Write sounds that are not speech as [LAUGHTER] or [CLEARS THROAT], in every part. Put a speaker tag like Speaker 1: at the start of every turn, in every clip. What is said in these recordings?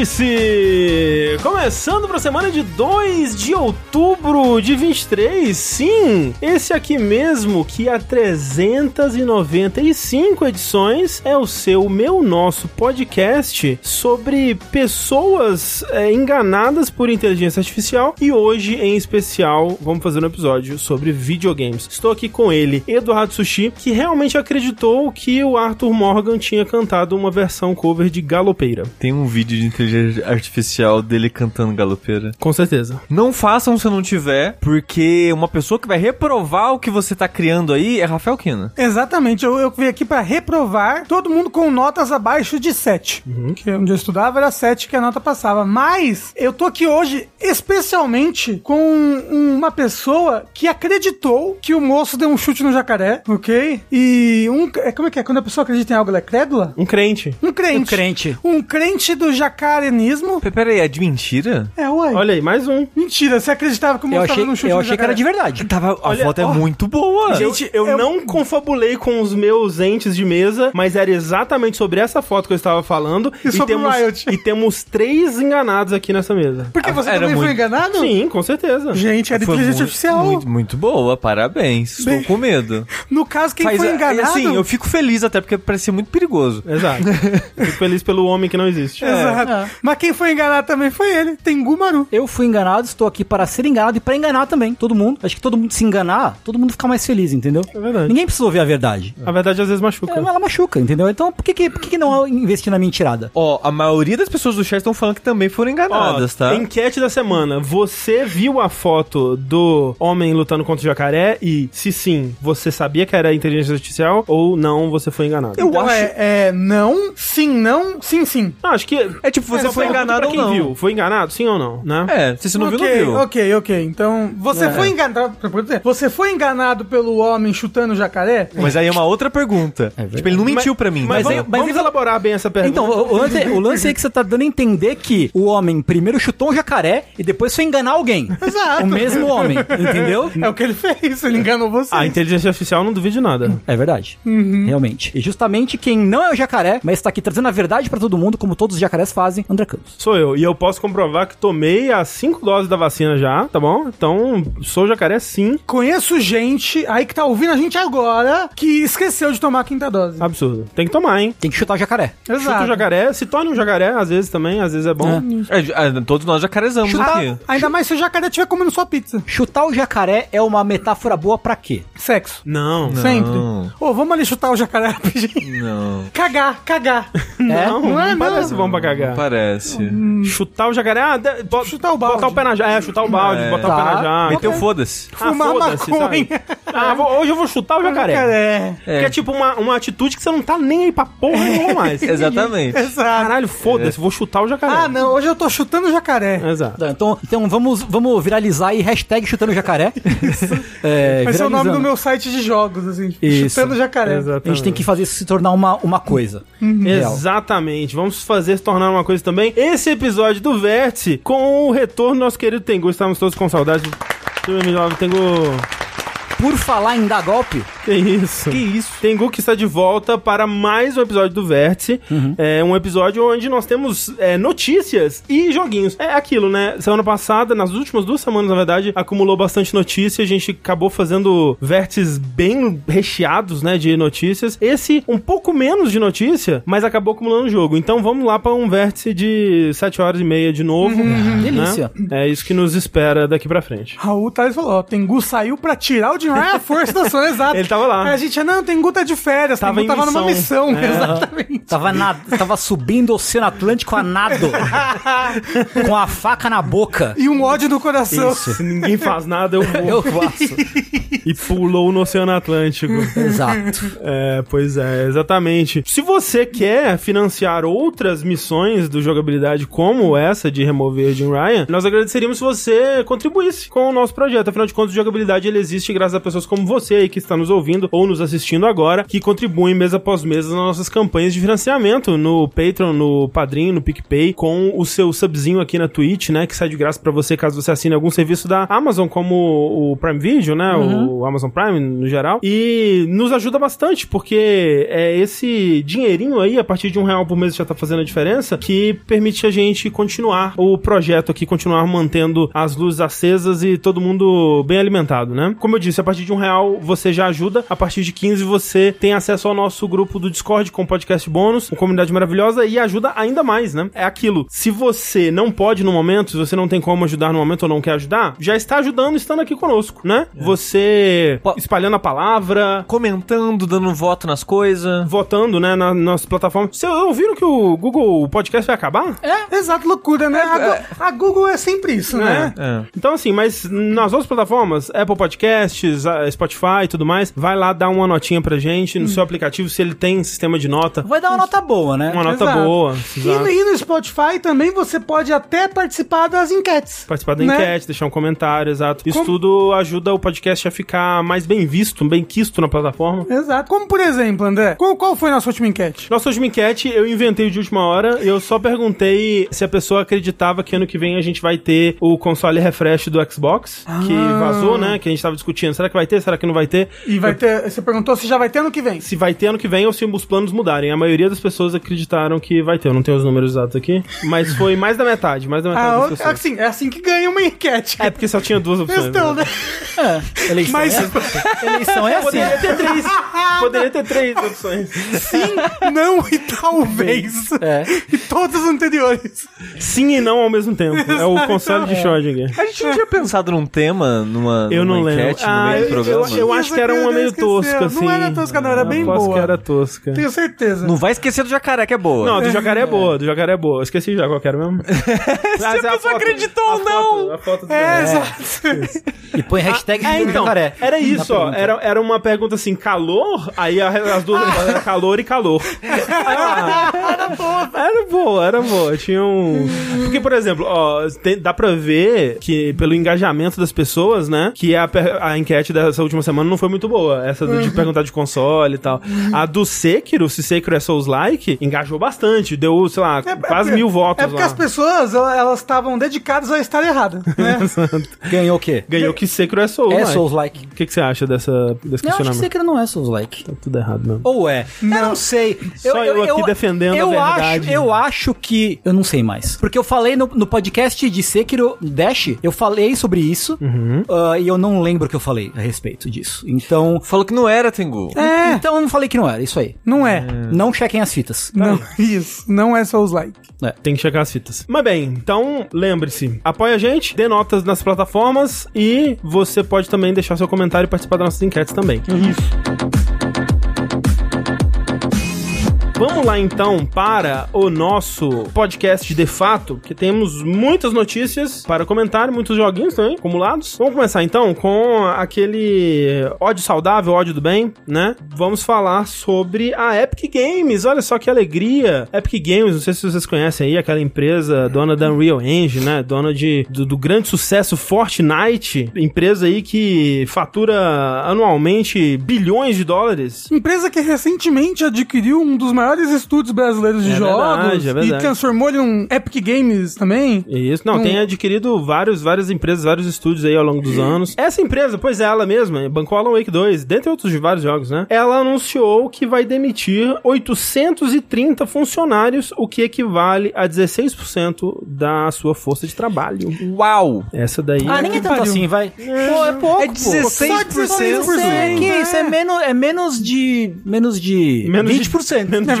Speaker 1: Vértice! Começando para a semana de 2 de outubro de 23, sim! Esse aqui mesmo, que há 395 edições, é o seu, meu, nosso podcast sobre pessoas é, enganadas por inteligência artificial e hoje, em especial, vamos fazer um episódio sobre videogames. Estou aqui com ele, Eduardo Sushi, que realmente acreditou que o Arthur Morgan tinha cantado uma versão cover de Galopeira.
Speaker 2: Tem um vídeo de inteligência artificial dele cantando galopeira.
Speaker 1: Com certeza.
Speaker 2: Não façam se não tiver, porque uma pessoa que vai reprovar o que você tá criando aí é Rafael Kina.
Speaker 3: Exatamente, eu, eu vim aqui pra reprovar todo mundo com notas abaixo de 7. Que onde eu estudava era 7 que a nota passava. Mas eu tô aqui hoje especialmente com um, uma pessoa que acreditou que o moço deu um chute no jacaré, ok? E um. é, Como é que é? Quando a pessoa acredita em algo, ela é crédula?
Speaker 1: Um crente.
Speaker 3: Um crente.
Speaker 4: Um crente.
Speaker 3: Um crente do jacarenismo.
Speaker 2: Pe- Peraí, é de mentira?
Speaker 3: É, uai.
Speaker 1: Olha aí, mais um.
Speaker 3: Mentira, você acreditava que o
Speaker 4: Eu
Speaker 3: moço
Speaker 4: achei,
Speaker 3: tava dando um chute
Speaker 4: eu
Speaker 3: no
Speaker 4: achei que
Speaker 3: jacaré?
Speaker 4: era Ah, de verdade.
Speaker 2: Tava, a
Speaker 1: Olha,
Speaker 2: foto
Speaker 1: ó.
Speaker 2: é muito boa.
Speaker 1: Gente, eu,
Speaker 3: eu-
Speaker 1: não confabulei com os meus entes de mesa, mas era exatamente sobre essa foto que eu estava falando.
Speaker 3: E sobre o
Speaker 1: temos,
Speaker 3: Riot.
Speaker 1: e temos três enganados aqui nessa mesa.
Speaker 3: Porque você
Speaker 2: Era
Speaker 3: também foi
Speaker 2: muito-
Speaker 3: enganado?
Speaker 1: Sim, com certeza.
Speaker 3: Gente, era
Speaker 2: Foi
Speaker 3: é inteligência
Speaker 2: muito-
Speaker 3: artificial.
Speaker 2: Muito, muito boa, parabéns. Estou com medo.
Speaker 3: No caso, quem
Speaker 2: Mas,
Speaker 3: foi
Speaker 2: é,
Speaker 3: enganado.
Speaker 2: Assim, eu fico feliz até, porque parecia muito perigoso. [LAUGHS]
Speaker 1: Exato. Fico feliz pelo homem que não existe.
Speaker 3: Exato.
Speaker 4: É.
Speaker 3: Mas quem foi enganado também foi ele, Tengu Maru.
Speaker 4: Eu fui enganado, estou aqui para ser enganado e para enganar também. Todo mundo. Acho que todo mundo se enganar, todo mundo fica mais feliz, entendeu?
Speaker 1: É verdade. É,
Speaker 4: Ninguém precisa ouvir a verdade.
Speaker 1: A verdade às vezes machuca.
Speaker 2: É
Speaker 4: Ela machuca, entendeu? Então por que, que- por que que não investir na mentirada?
Speaker 2: Ó, a maioria das pessoas do chat estão falando que também foram enganadas,
Speaker 1: Ó,
Speaker 2: tá?
Speaker 1: Enquete da semana. Você viu a foto do homem lutando contra o jacaré? E se sim, você sabia que era inteligência artificial ou não, você foi enganado?
Speaker 2: Eu acho-
Speaker 3: É, é não, sim, não, sim, sim.
Speaker 1: Não, acho que.
Speaker 2: É tipo, você
Speaker 1: só
Speaker 2: foi
Speaker 1: pergunta
Speaker 2: enganado
Speaker 1: pra
Speaker 2: ou
Speaker 1: quem
Speaker 2: não.
Speaker 1: Viu. Foi enganado, sim ou não, né?
Speaker 2: É, se você não
Speaker 3: ok,
Speaker 2: viu, não viu.
Speaker 3: ok, ok. Então, você foi enganado. Você foi enganado pelo homem chutando o jacaré?
Speaker 2: Mas aí é uma outra pergunta. tipo, ele não mentiu pra mim.
Speaker 1: Mas,
Speaker 2: né?
Speaker 1: vamos,
Speaker 4: mas
Speaker 1: vamos
Speaker 4: ele-
Speaker 1: elaborar bem essa pergunta.
Speaker 4: Então, o, o lance, é- o lance é que você tá dando a entender que o homem primeiro chutou um jacaré e depois foi enganar alguém.
Speaker 3: Exato.
Speaker 4: O mesmo homem, entendeu?
Speaker 3: É o que ele fez, ele enganou você.
Speaker 1: a inteligência artificial não duvide
Speaker 2: Hum.
Speaker 1: nada.
Speaker 4: É verdade. Realmente. E justamente quem não é o jacaré, mas tá aqui trazendo a verdade pra todo mundo, como todos os jacarés fazem, André Campos.
Speaker 1: Sou eu. E eu posso comprovar que tomei as 5 doses da vacina já, tá bom? Então, sou jacaré sim.
Speaker 3: Conheço gente aí que tá ouvindo a gente agora que esqueceu de tomar a quinta dose.
Speaker 1: Absurdo. Tem que tomar, hein?
Speaker 4: Tem que chutar o jacaré.
Speaker 1: Ah, Chuta o jacaré, se torne um jacaré, às vezes também, às vezes é bom.
Speaker 2: É, é, todos nós já carezamos aqui.
Speaker 3: Ah, ainda mais se o jacaré estiver comendo sua pizza.
Speaker 4: Chutar o jacaré é uma metáfora boa pra quê?
Speaker 3: Sexo.
Speaker 1: Não.
Speaker 3: Sempre. Ô, vamos ali chutar o jacaré [LAUGHS] rapidinho.
Speaker 2: Não.
Speaker 3: Cagar, cagar.
Speaker 1: Não, não,
Speaker 3: Não é, não.
Speaker 1: parece bom pra
Speaker 2: não
Speaker 1: cagar.
Speaker 2: Parece.
Speaker 1: Chutar o jacaré, ah, de- bo-
Speaker 3: Chutar o balde.
Speaker 1: Botar o pé na jarra. É, chutar o balde, botar o pé
Speaker 4: Tá.
Speaker 1: na jarra.
Speaker 2: Meteu então foda-se.
Speaker 1: Ah,
Speaker 3: Fumar
Speaker 1: foda-se, sabe?
Speaker 3: maconha.
Speaker 1: Ah, vou- hoje eu vou chutar o jacaré.
Speaker 3: Jacaré.
Speaker 1: Que é tipo uma, uma atitude que você não tá nem aí pra porra nenhuma
Speaker 2: [LAUGHS]
Speaker 1: mais.
Speaker 2: Exatamente.
Speaker 3: Exato.
Speaker 1: Caralho, foda-se, vou chutar o jacaré.
Speaker 3: Ah, não, hoje eu tô chutando o jacaré.
Speaker 1: Exato.
Speaker 4: Então, então vamos, vamos viralizar e hashtag chutando o jacaré. é,
Speaker 3: Esse é o nome
Speaker 4: viralizando.
Speaker 3: do meu site de jogos, assim. tipo,
Speaker 4: Isso.
Speaker 3: Chutando o jacaré.
Speaker 4: A gente tem que fazer isso se tornar uma, uma coisa.
Speaker 1: Uhum.
Speaker 4: Real.
Speaker 1: Exatamente. Vamos fazer se tornar uma coisa também. Esse episódio do Vértice com o retorno do nosso querido Tengu. Estávamos todos com saudade. Tengu. Tengu.
Speaker 4: Por falar em dar golpe,
Speaker 1: Que isso? Que isso? Tengu que está de volta para mais um episódio do Vértice. É um episódio onde nós temos é, notícias e joguinhos. É aquilo, né? Semana passada, nas últimas duas semanas, na verdade, acumulou bastante notícia. A gente acabou fazendo vértices bem recheados, né? De notícias. Esse, um pouco menos de notícia, mas acabou acumulando jogo. Então vamos lá para um vértice de 7 horas e meia de novo. né?
Speaker 4: delícia.
Speaker 1: É isso que nos espera daqui pra frente.
Speaker 3: Raul Thales falou, ó, Tengu saiu pra tirar o Dinah a força da
Speaker 1: [LAUGHS]
Speaker 3: Sônia, exato.
Speaker 1: Ele tava lá.
Speaker 3: Aí a gente, não, Tengu tá de férias,
Speaker 1: Tava
Speaker 3: Tengu
Speaker 1: em
Speaker 3: tava numa
Speaker 1: missão.
Speaker 3: missão,
Speaker 1: É.
Speaker 3: [LAUGHS] exatamente.
Speaker 4: tava, na, tava subindo o Oceano Atlântico a nado. com a faca na boca.
Speaker 3: E um ódio no coração.
Speaker 1: Se ninguém faz nada, [LAUGHS] eu vou.
Speaker 4: Eu faço.
Speaker 1: e pulou no Oceano Atlântico.
Speaker 4: Exato.
Speaker 1: é, pois é, exatamente. Se você quer financiar outras missões do jogabilidade como essa de remover Jim Ryan, nós agradeceríamos se você contribuísse com o nosso projeto. Afinal de contas, o jogabilidade ele existe graças a pessoas como você aí que está nos ouvindo ou nos assistindo agora, que contribuem mês após mês nas nossas campanhas de financiamento no Patreon, no Padrim, no PicPay, com o seu subzinho aqui na Twitch, né? Que sai de graça pra você caso você assine algum serviço da Amazon, como o Prime Video, né? O Amazon Prime, no geral. E nos ajuda bastante, porque é esse dinheirinho aí, a partir de um real por mês, já tá fazendo a diferença, que permite a gente continuar o projeto aqui, continuar mantendo as luzes acesas e todo mundo bem alimentado, né? Como eu disse, a partir de um real você já ajuda, a partir de 15 você tem acesso ao nosso grupo do Discord com podcast bônus, uma comunidade maravilhosa e ajuda ainda mais, né? É aquilo. Se você não pode no momento, se você não tem como ajudar no momento ou não quer ajudar, já está ajudando estando aqui conosco, né? Você
Speaker 2: Po-
Speaker 1: espalhando a palavra,
Speaker 2: Comentando, dando um voto nas coisas.
Speaker 1: votando, né, na nossa plataforma. Vocês ouviram que o Google Podcast vai acabar?
Speaker 3: Exato, loucura,
Speaker 1: É,
Speaker 3: né? A, Gu- a Google é sempre isso, né?
Speaker 2: É.
Speaker 1: Então, assim, mas nas outras plataformas, Apple Podcasts, a- Spotify e tudo mais, vai lá dar uma notinha pra gente
Speaker 3: Hum.
Speaker 1: no seu aplicativo, se ele tem sistema de nota.
Speaker 4: Vai dar uma nota boa, né?
Speaker 1: Uma nota
Speaker 3: exato.
Speaker 1: boa.
Speaker 3: E,
Speaker 1: É, exato.
Speaker 3: no- e no Spotify também você pode até participar das enquetes.
Speaker 1: Participar da
Speaker 3: né?
Speaker 1: enquete, deixar um comentário, exato. Isso tudo ajuda o podcast a ficar mais bem visto, bem quisto na plataforma.
Speaker 3: Exato. Como por exemplo, André, qual, qual foi a nossa última enquete?
Speaker 1: Nossa última enquete, eu inventei de última hora e eu só perguntei se a pessoa acreditava que ano que vem a gente vai ter o console refresh do Xbox, que vazou, né? Que a gente tava discutindo. Será que vai ter? Será que não vai ter?
Speaker 3: E vai ter. Você perguntou se já vai ter ano que vem.
Speaker 1: se vai ter ano que vem ou se os planos mudarem. A maioria das pessoas acreditaram que vai ter. Eu não tenho os números exatos aqui, mas foi mais da metade, mais da metade
Speaker 3: Ah,
Speaker 1: das
Speaker 3: o-
Speaker 1: pessoas.
Speaker 3: assim, é assim que ganha uma enquete.
Speaker 1: É porque só tinha duas opções.
Speaker 3: Questão, né?
Speaker 4: É. Eleição,
Speaker 3: Mas-
Speaker 4: é assim. Eleição é assim.
Speaker 1: Poderia ter três. Poderia ter três opções.
Speaker 3: Sim, né? não e talvez.
Speaker 4: É.
Speaker 3: E todas as anteriores.
Speaker 1: Sim e não ao mesmo tempo. É o console de Schrödinger.
Speaker 2: A gente não tinha pensado num tema, numa,
Speaker 1: Eu
Speaker 2: numa
Speaker 1: não lembro.
Speaker 2: enquete
Speaker 1: Ah,
Speaker 2: no meio do
Speaker 1: eu-
Speaker 2: programa.
Speaker 1: eu- eu- acho
Speaker 3: Isso
Speaker 1: que era
Speaker 3: aqui
Speaker 1: uma meio
Speaker 3: esqueci.
Speaker 1: tosca, assim.
Speaker 3: Não era tosca, não, era bem
Speaker 1: Aposto
Speaker 3: boa.
Speaker 1: que era tosca.
Speaker 3: Tenho certeza.
Speaker 2: Não vai esquecer do jacaré, que é boa.
Speaker 1: Não, do jacaré é boa, do jacaré é boa. Eu esqueci já qual que era
Speaker 3: [LAUGHS]
Speaker 1: mesmo. Ah, mas é a
Speaker 2: pessoa
Speaker 1: foto-
Speaker 2: acreditou ou
Speaker 1: a foto-
Speaker 2: não.
Speaker 1: a foto do
Speaker 3: É,
Speaker 1: jacaré.
Speaker 3: exato.
Speaker 4: E põe hashtag
Speaker 1: É, então,
Speaker 4: jacaré.
Speaker 1: era isso,
Speaker 4: Na
Speaker 1: ó.
Speaker 4: pergunta.
Speaker 1: Era, era uma pergunta assim, calor? Aí a- as
Speaker 3: Ah.
Speaker 1: duas era calor e
Speaker 3: [LAUGHS]
Speaker 1: calor. era boa, era boa. Tinha um... Porque, por exemplo, ó, tem- dá pra ver que pelo engajamento das pessoas, né, que a, per- a enquete dessa última semana não foi muito boa. Essa do-
Speaker 3: Uhum.
Speaker 1: de perguntar de console e tal. A do Sekiro, se Sekiro é Souls-like, engajou bastante. Deu, sei lá,
Speaker 3: É- é
Speaker 1: quase
Speaker 3: porque-
Speaker 1: mil votos
Speaker 3: É porque
Speaker 1: lá.
Speaker 3: as pessoas, elas estavam dedicadas a estar errada, né?
Speaker 1: [LAUGHS]
Speaker 4: Ganhou o quê?
Speaker 1: Ganhou que Sekiro é
Speaker 4: É
Speaker 1: Souls-like.
Speaker 4: Souls-like.
Speaker 1: O que, que você acha dessa, desse
Speaker 4: Não, acho que
Speaker 1: questionamento?
Speaker 4: Sekiro não é Souls-like.
Speaker 1: Tá tudo errado mesmo.
Speaker 4: Ou é? Eu não sei.
Speaker 1: Só eu aqui defendendo a
Speaker 4: eu
Speaker 1: verdade.
Speaker 4: Acho, eu acho que. Eu não sei mais. Porque eu falei no, no podcast de Sekiro Dash, eu falei sobre isso.
Speaker 1: Uhum.
Speaker 4: ah, e eu não lembro o que eu falei a respeito disso. Então.
Speaker 2: Falou que não era, Tengu.
Speaker 3: É.
Speaker 4: Então eu não falei que não era, isso aí.
Speaker 3: Não é.
Speaker 4: Não chequem as fitas.
Speaker 3: Não, [LAUGHS] isso. Não é Souls-like.
Speaker 1: Tem que checar as fitas. Mas bem, então lembre-se, apoia a gente, dê notas nas plataformas e você pode também deixar seu comentário e participar das nossas enquetes também. Isso. Vamos lá então para o nosso podcast de fato, que temos muitas notícias para comentar, muitos joguinhos também acumulados. Vamos começar então com aquele ódio saudável, ódio do bem, né? Vamos falar sobre a Epic Games. Olha só que alegria! Epic Games, não sei se vocês conhecem aí, aquela empresa dona da Unreal Engine, né? Dona de, do, do grande sucesso Fortnite, empresa aí que fatura anualmente bilhões de dólares.
Speaker 3: Empresa que recentemente adquiriu um dos maiores estúdios brasileiros de
Speaker 1: É
Speaker 3: jogos
Speaker 1: verdade, é
Speaker 3: e
Speaker 1: verdade.
Speaker 3: transformou ele num Epic
Speaker 1: [LAUGHS]
Speaker 3: Games também.
Speaker 1: Isso, não,
Speaker 3: Não-
Speaker 1: tem adquirido vários, várias empresas, vários estúdios aí ao longo dos anos. Essa empresa, pois é, ela mesma, bancou Alan Wake 2, dentre outros de vários jogos, né? Ela anunciou que vai demitir 830 funcionários, o que equivale a 16% da sua força de trabalho.
Speaker 2: Uau!
Speaker 1: Essa daí.
Speaker 4: Ah, nem é
Speaker 3: que
Speaker 4: tanto
Speaker 3: pariu.
Speaker 4: assim, vai. Pô, é pouco.
Speaker 2: É 16%.
Speaker 4: pô. Isso é, que isso é
Speaker 3: É.
Speaker 4: menos, é menos de. Menos de.
Speaker 1: Menos de-
Speaker 4: 20%.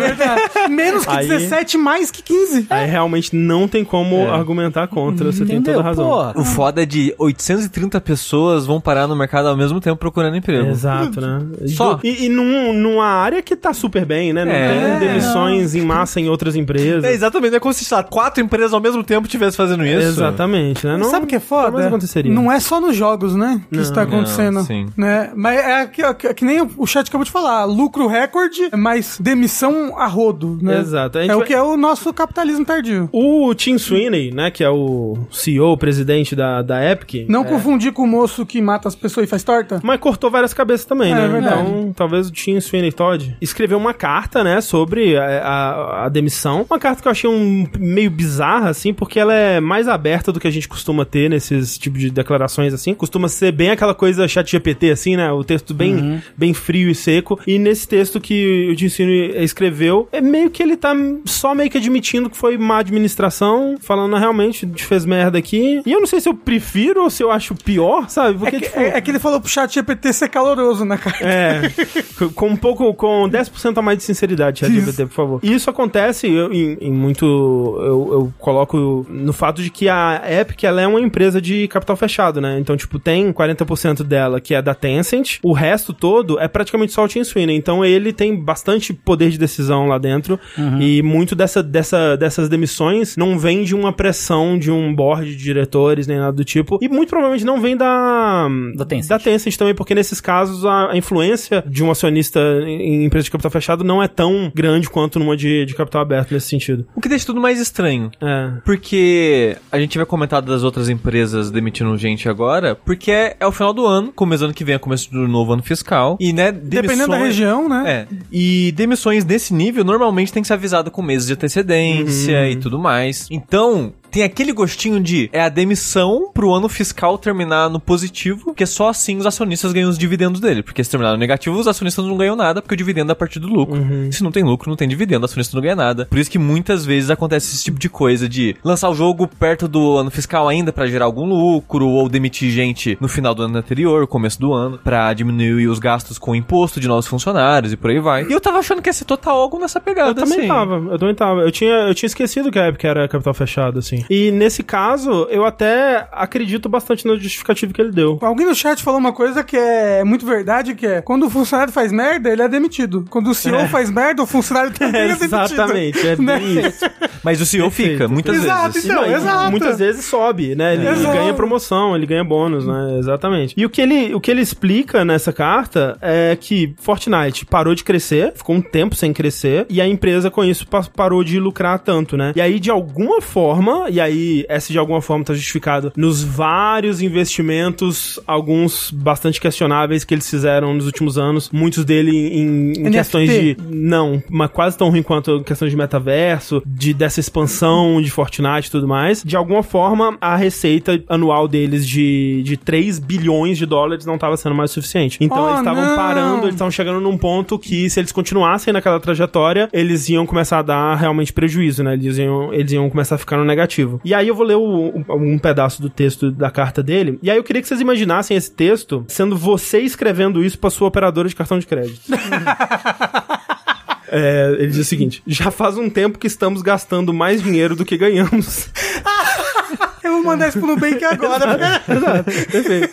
Speaker 1: [LAUGHS] menos
Speaker 4: [LAUGHS]
Speaker 3: É verdade. Menos que
Speaker 1: Aí-
Speaker 3: 17, mais que 15.
Speaker 1: Aí realmente não tem como argumentar contra, você tem
Speaker 4: Entendeu?
Speaker 1: toda a razão.
Speaker 4: Porra.
Speaker 2: O foda é de 830 pessoas vão parar no mercado ao mesmo tempo procurando emprego.
Speaker 1: Exato, né?
Speaker 2: Só.
Speaker 1: E, e num, numa área que tá super bem, né? Não
Speaker 2: É.
Speaker 1: tem demissões em massa em outras empresas.
Speaker 2: É, exatamente, não é como se sei lá, quatro empresas ao mesmo tempo estivessem fazendo isso.
Speaker 1: Exatamente, né?
Speaker 3: Sabe o que é foda?
Speaker 1: Mas aconteceria.
Speaker 3: Não é só nos jogos, né? Que isso tá acontecendo.
Speaker 2: não, sim.
Speaker 3: Né? Mas é que, que- que nem o chat acabou de falar. Lucro recorde, mas demissão produção a rodo, né?
Speaker 1: Exato. A
Speaker 3: É
Speaker 1: gente
Speaker 3: o
Speaker 1: vai-
Speaker 3: que é o nosso capitalismo tardio.
Speaker 1: O Tim Sweeney, né, que é o CEO, presidente da, da Epic, é,
Speaker 3: Não confundir com o moço que mata as pessoas e faz torta.
Speaker 1: mas cortou várias cabeças também,
Speaker 3: É,
Speaker 1: né?
Speaker 3: é verdade.
Speaker 1: então, talvez o Tim Sweeney Todd escreveu uma carta, né, sobre a, a- a demissão. Uma carta que eu achei um meio bizarra, assim, porque ela é mais aberta do que a gente costuma ter nesses tipos de declarações, assim. Costuma ser bem aquela coisa chat GPT, assim, né? O texto bem,
Speaker 3: Uhum.
Speaker 1: bem frio e seco. E nesse texto que o Tim Sweeney escreveu, é meio que ele tá só meio que admitindo que foi má administração, falando, "Ah, realmente, a gente fez merda aqui. E eu não sei se eu prefiro ou se eu acho pior, sabe?
Speaker 3: É
Speaker 1: Porque,
Speaker 3: que,
Speaker 1: tipo,
Speaker 3: é- é que ele falou pro chat GPT ser caloroso na cara.
Speaker 1: é, com- com um pouco, com 10% a mais de sinceridade, ChatGPT, por favor. E isso acontece eu- em, em muito, eu, eu coloco no fato de que a Epic, ela é uma empresa de capital fechado, né? Então, tipo, tem 40% dela que é da Tencent, o resto todo é praticamente só o Tim Sweeney. Então, ele tem bastante poder de decisão lá dentro e muito dessa, dessa, dessas demissões não vem de uma pressão de um board de diretores, nem nada do tipo. E muito provavelmente não vem da...
Speaker 4: Da Tencent.
Speaker 1: Da Tencent também, porque nesses casos a, a influência de um acionista em, em empresa de capital fechado não é tão grande quanto numa de, de capital aberto nesse sentido.
Speaker 2: O que deixa tudo mais estranho.
Speaker 1: É.
Speaker 2: Porque a gente vai comentar das outras empresas demitindo gente agora, porque é, é o final do ano, começo do ano que vem, é começo do novo ano fiscal. E, né,
Speaker 3: Dependendo da
Speaker 2: demissões-
Speaker 3: região, né?
Speaker 2: É. E demissões desse nível normalmente tem que ser avisado com meses de antecedência
Speaker 3: Uhum.
Speaker 2: e tudo mais. Então, tem aquele gostinho de é a demissão pro ano fiscal terminar no positivo, porque só assim os acionistas ganham os dividendos dele. Porque se terminar no negativo, os acionistas não ganham nada, porque o dividendo é a partir do lucro.
Speaker 3: Uhum.
Speaker 2: Se não tem lucro, não tem dividendo, o acionista não ganha nada. Por isso que muitas vezes acontece esse tipo de coisa de lançar o jogo perto do ano fiscal ainda pra gerar algum lucro, ou demitir gente no final do ano anterior, começo do ano, pra diminuir os gastos com o imposto de novos funcionários e por aí vai. E eu tava achando que ia ser total algo nessa pegada,
Speaker 1: Eu também
Speaker 2: assim.
Speaker 1: tava, eu também tava. Eu tinha, eu tinha esquecido que a época era capital fechado, assim. E nesse caso, eu até acredito bastante no justificativo que ele deu. [LAUGHS]
Speaker 3: Alguém no chat falou uma coisa que é muito verdade, que é quando o funcionário faz merda, ele é demitido. Quando o CEO faz merda,
Speaker 1: [LAUGHS]
Speaker 3: o funcionário também é demitido.
Speaker 1: Exatamente, é
Speaker 3: [LAUGHS] Né?
Speaker 1: bem isso.
Speaker 2: Mas o CEO fica,
Speaker 1: Perfeito.
Speaker 2: muitas
Speaker 3: Exato,
Speaker 2: vezes.
Speaker 3: então.
Speaker 1: e
Speaker 3: exato.
Speaker 1: Muitas vezes sobe, né? Ele,
Speaker 3: É.
Speaker 1: ele
Speaker 3: Exato.
Speaker 1: ganha promoção, ele ganha bônus, né? Exatamente. E o que, ele, o que ele explica nessa carta é que Fortnite parou de crescer, ficou um tempo sem crescer, e a empresa com isso pa- parou de lucrar tanto, né? E aí, de alguma forma, e aí essa de alguma forma tá justificado nos vários investimentos, alguns bastante questionáveis que eles fizeram nos últimos anos, muitos dele em, em
Speaker 3: NFT.
Speaker 1: questões de não, mas quase tão ruim quanto a questão de metaverso, de dessa expansão de Fortnite e tudo mais. De alguma forma, a receita anual deles de, de 3 bilhões de dólares não estava sendo mais suficiente. Então
Speaker 3: Oh,
Speaker 1: eles estavam
Speaker 3: não.
Speaker 1: parando, eles estavam chegando num ponto que se eles continuassem naquela trajetória, eles iam começar a dar realmente prejuízo, né? Eles iam, eles iam começar a ficar no negativo. E aí eu vou ler o- um, um pedaço do texto da carta dele. E aí eu queria que vocês imaginassem esse texto sendo você escrevendo isso para sua operadora de cartão de crédito. É, ele diz o seguinte: já faz um tempo que estamos gastando mais dinheiro do que ganhamos. [LAUGHS]
Speaker 3: Eu vou mandar isso pro Nubank agora.
Speaker 1: Exato, perfeito.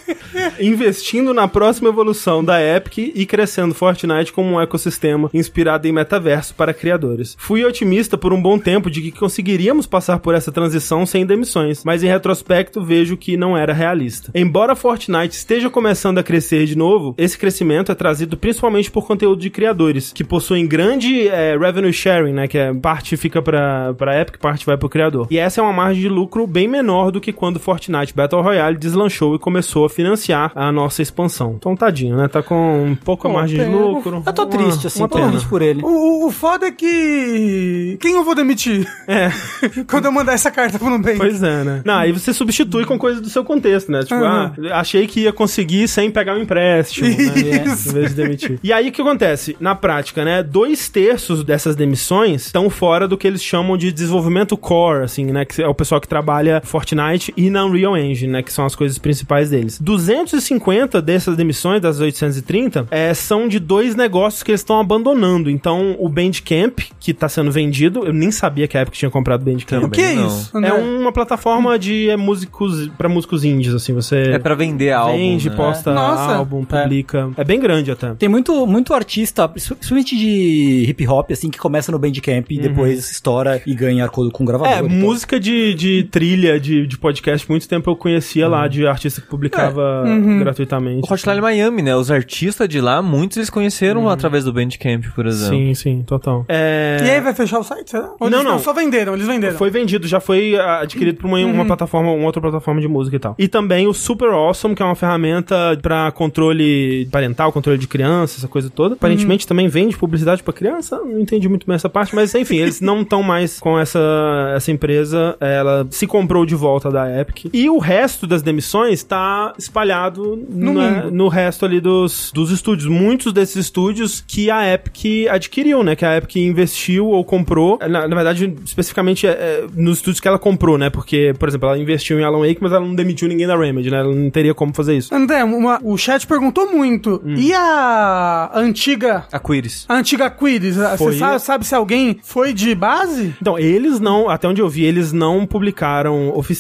Speaker 1: Investindo na próxima evolução da Epic e crescendo Fortnite como um ecossistema inspirado em metaverso para criadores. Fui otimista por um bom tempo de que conseguiríamos passar por essa transição sem demissões, mas em retrospecto vejo que não era realista. Embora Fortnite esteja começando a crescer de novo, esse crescimento é trazido principalmente por conteúdo de criadores, que possuem grande eh, revenue sharing, né, que é parte fica para para Epic, parte vai pro criador. E essa é uma margem de lucro bem menor do que quando Fortnite Battle Royale deslanchou e começou a financiar a nossa expansão. Então tadinho, né? Tá com pouca margem de lucro.
Speaker 4: Eu tô
Speaker 1: Uma-
Speaker 4: triste, assim,
Speaker 1: uma pena.
Speaker 4: totalmente por ele.
Speaker 3: O, o- o foda é que. Quem eu vou demitir?
Speaker 1: É.
Speaker 3: [LAUGHS] Quando eu mandar essa carta pro Nubank.
Speaker 1: Pois é, né? Não, aí você substitui com coisa do seu contexto, né? Tipo,
Speaker 3: Aham.
Speaker 1: ah, achei que ia conseguir sem pegar um empréstimo,
Speaker 4: [LAUGHS]
Speaker 1: né?
Speaker 3: Isso.
Speaker 1: Em vez de demitir. E aí o que acontece? Na prática, né? Dois terços dessas demissões estão fora do que eles chamam de desenvolvimento core, assim, né? Que é o pessoal que trabalha Fortnite e na Unreal Engine, né? Que são as coisas principais deles. 250 dessas demissões, das 830, é, são de dois negócios que eles estão abandonando. Então, o Bandcamp, que tá sendo vendido, eu nem sabia que a Epic tinha comprado o Bandcamp.
Speaker 3: O que é
Speaker 2: Também não.
Speaker 3: isso?
Speaker 1: É
Speaker 3: André?
Speaker 1: uma plataforma de é, músicos para músicos indies, assim, você
Speaker 2: É pra vender álbum.
Speaker 1: vende,
Speaker 2: né?
Speaker 1: posta
Speaker 3: Nossa.
Speaker 1: álbum, publica. É. bem grande até.
Speaker 4: Tem muito, muito artista, princi- principalmente de hip hop, assim, que começa no Bandcamp e depois estoura e ganha acordo com o gravador. Então,
Speaker 1: É, música É, de, de trilha de de, de podcast, muito tempo eu conhecia lá de artista que publicava
Speaker 3: É, uhum.
Speaker 1: gratuitamente.
Speaker 2: O Hotline Miami, né? Os artistas de lá, muitos eles conheceram através do Bandcamp, por exemplo.
Speaker 1: Uhum. Sim, sim, total. É...
Speaker 3: E aí vai fechar o site, será? Ou
Speaker 1: Não,
Speaker 3: eles-
Speaker 1: não.
Speaker 3: Só venderam, eles venderam.
Speaker 1: É, Foi vendido, já foi ah, adquirido por uma, uma
Speaker 3: Uhum.
Speaker 1: plataforma, uma outra plataforma de música e tal. E também o Super Awesome, que é uma ferramenta pra controle parental, controle de criança, essa coisa toda. Aparentemente
Speaker 3: Uhum.
Speaker 1: também vende publicidade pra criança, não entendi muito bem essa parte, mas enfim, eles não estão mais com essa, essa empresa, ela se comprou de volta da Epic. E o resto das demissões tá espalhado
Speaker 3: No
Speaker 1: na-
Speaker 3: mundo.
Speaker 1: no resto ali dos, dos estúdios. Muitos desses estúdios que a Epic adquiriu, né? Que a Epic investiu ou comprou. Na, na verdade, especificamente é, é, nos estúdios que ela comprou, né? Porque, por exemplo, ela investiu em Alan Wake, mas ela não demitiu ninguém da Remedy, né? Ela não teria como fazer isso.
Speaker 3: André, uma- o chat perguntou muito.
Speaker 1: Hum.
Speaker 3: E a antiga.
Speaker 2: A Quiris.
Speaker 3: A antiga Quiris,
Speaker 1: Foi-
Speaker 3: você sabe, sabe se alguém foi de base?
Speaker 1: Então, eles não, até onde eu vi, eles não publicaram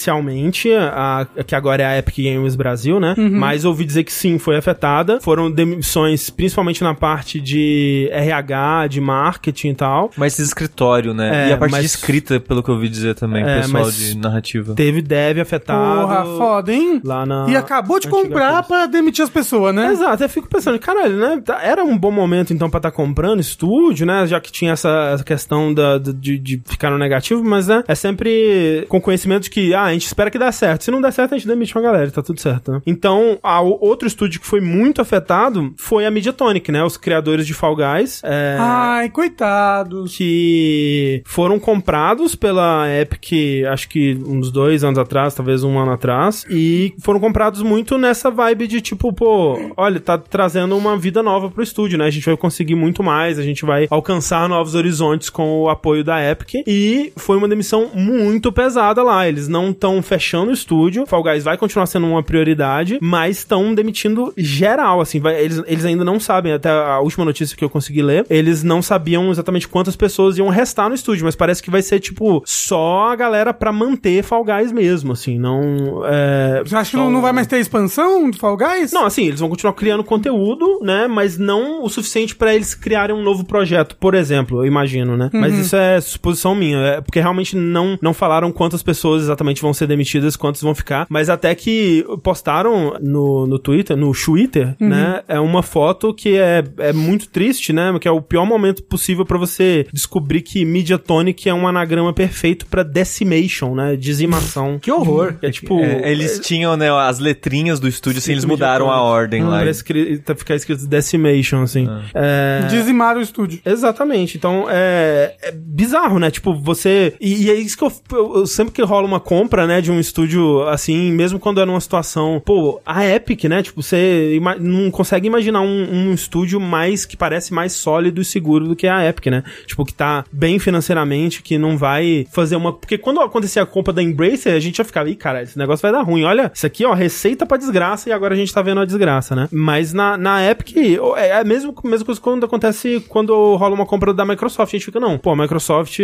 Speaker 1: oficialmente, a, a que agora é a Epic Games Brasil, né?
Speaker 3: Uhum.
Speaker 1: Mas ouvi dizer que sim, foi afetada. Foram demissões, principalmente na parte de RH, de marketing e tal.
Speaker 2: Mas esse escritório, né?
Speaker 1: É,
Speaker 2: e a parte
Speaker 1: mas-
Speaker 2: de escrita, pelo que eu ouvi dizer também,
Speaker 1: É,
Speaker 2: pessoal
Speaker 1: mas-
Speaker 2: de narrativa.
Speaker 1: Teve dev afetado.
Speaker 3: Porra, foda, hein?
Speaker 1: Lá na.
Speaker 3: E acabou de
Speaker 1: antiga
Speaker 3: comprar
Speaker 1: coisa.
Speaker 3: pra demitir as pessoas, né?
Speaker 1: Exato, eu fico pensando, caralho, né? tá- Era um bom momento então pra estar comprando estúdio, né? Já que tinha essa, essa questão da, da- de, de ficar no negativo, mas né? É sempre com conhecimento de que, ah, a gente espera que dá certo. Se não der certo, a gente demite uma galera, e tá tudo certo, né? Então, a, o outro estúdio que foi muito afetado foi a Mediatonic, né? Os criadores de Fall Guys. É,
Speaker 3: Ai, coitados.
Speaker 1: que foram comprados pela Epic, acho que uns dois anos atrás, talvez um ano atrás, e foram comprados muito nessa vibe de tipo, pô, olha, tá trazendo uma vida nova pro estúdio, né? A gente vai conseguir muito mais, a gente vai alcançar novos horizontes com o apoio da Epic, e foi uma demissão muito pesada lá. Eles não estão fechando o estúdio, Fall Guys vai continuar sendo uma prioridade, mas estão demitindo geral, assim, vai- eles, eles ainda não sabem, até a última notícia que eu consegui ler, eles não sabiam exatamente quantas pessoas iam restar no estúdio, mas parece que vai ser, tipo, só a galera pra manter Fall Guys mesmo, assim, não... É,
Speaker 3: Você acha que
Speaker 1: só-
Speaker 3: não, não vai mais ter expansão do Fall Guys?
Speaker 1: Não, assim, eles vão continuar criando conteúdo, né, mas não o suficiente pra eles criarem um novo projeto, por exemplo, eu imagino, né, mas isso é suposição minha, é porque realmente não, não falaram quantas pessoas exatamente vão ser demitidas, quantas vão ficar, mas até que postaram no, no Twitter, no Twitter, né, é uma foto que é, é muito triste, né, que é o pior momento possível pra você descobrir que Mediatonic é um anagrama perfeito pra decimation, né, dizimação.
Speaker 4: Que horror.
Speaker 1: É tipo...
Speaker 2: É, eles tinham, né, as letrinhas do estúdio, assim,
Speaker 1: Sim, tipo,
Speaker 2: eles mudaram a
Speaker 1: imediatamente.
Speaker 2: ordem lá. Ah.
Speaker 1: Pra escri- tá- ficar escrito Decimation, assim. É.
Speaker 3: Dizimaram o estúdio.
Speaker 1: Exatamente, então é, é bizarro, né? Tipo, você. E, e é isso que eu, eu- eu- Sempre que rola uma compra, né, de um estúdio assim, mesmo quando é numa situação. Pô, a Epic, né? Tipo, você ima- não consegue imaginar um, um estúdio mais. que parece mais sólido e seguro do que a Epic, né? Tipo, que tá bem financeiramente, que não vai fazer uma. Porque quando acontecia a compra da Embracer, a gente já ficava, ih, cara, esse negócio vai dar ruim. Olha, isso aqui, ó, receita pra desgraça e agora a gente tá vendo a desgraça, né? Mas na, na Epic, é a mesma, mesma coisa quando acontece quando rola uma compra da Microsoft. A gente fica, não, pô, a Microsoft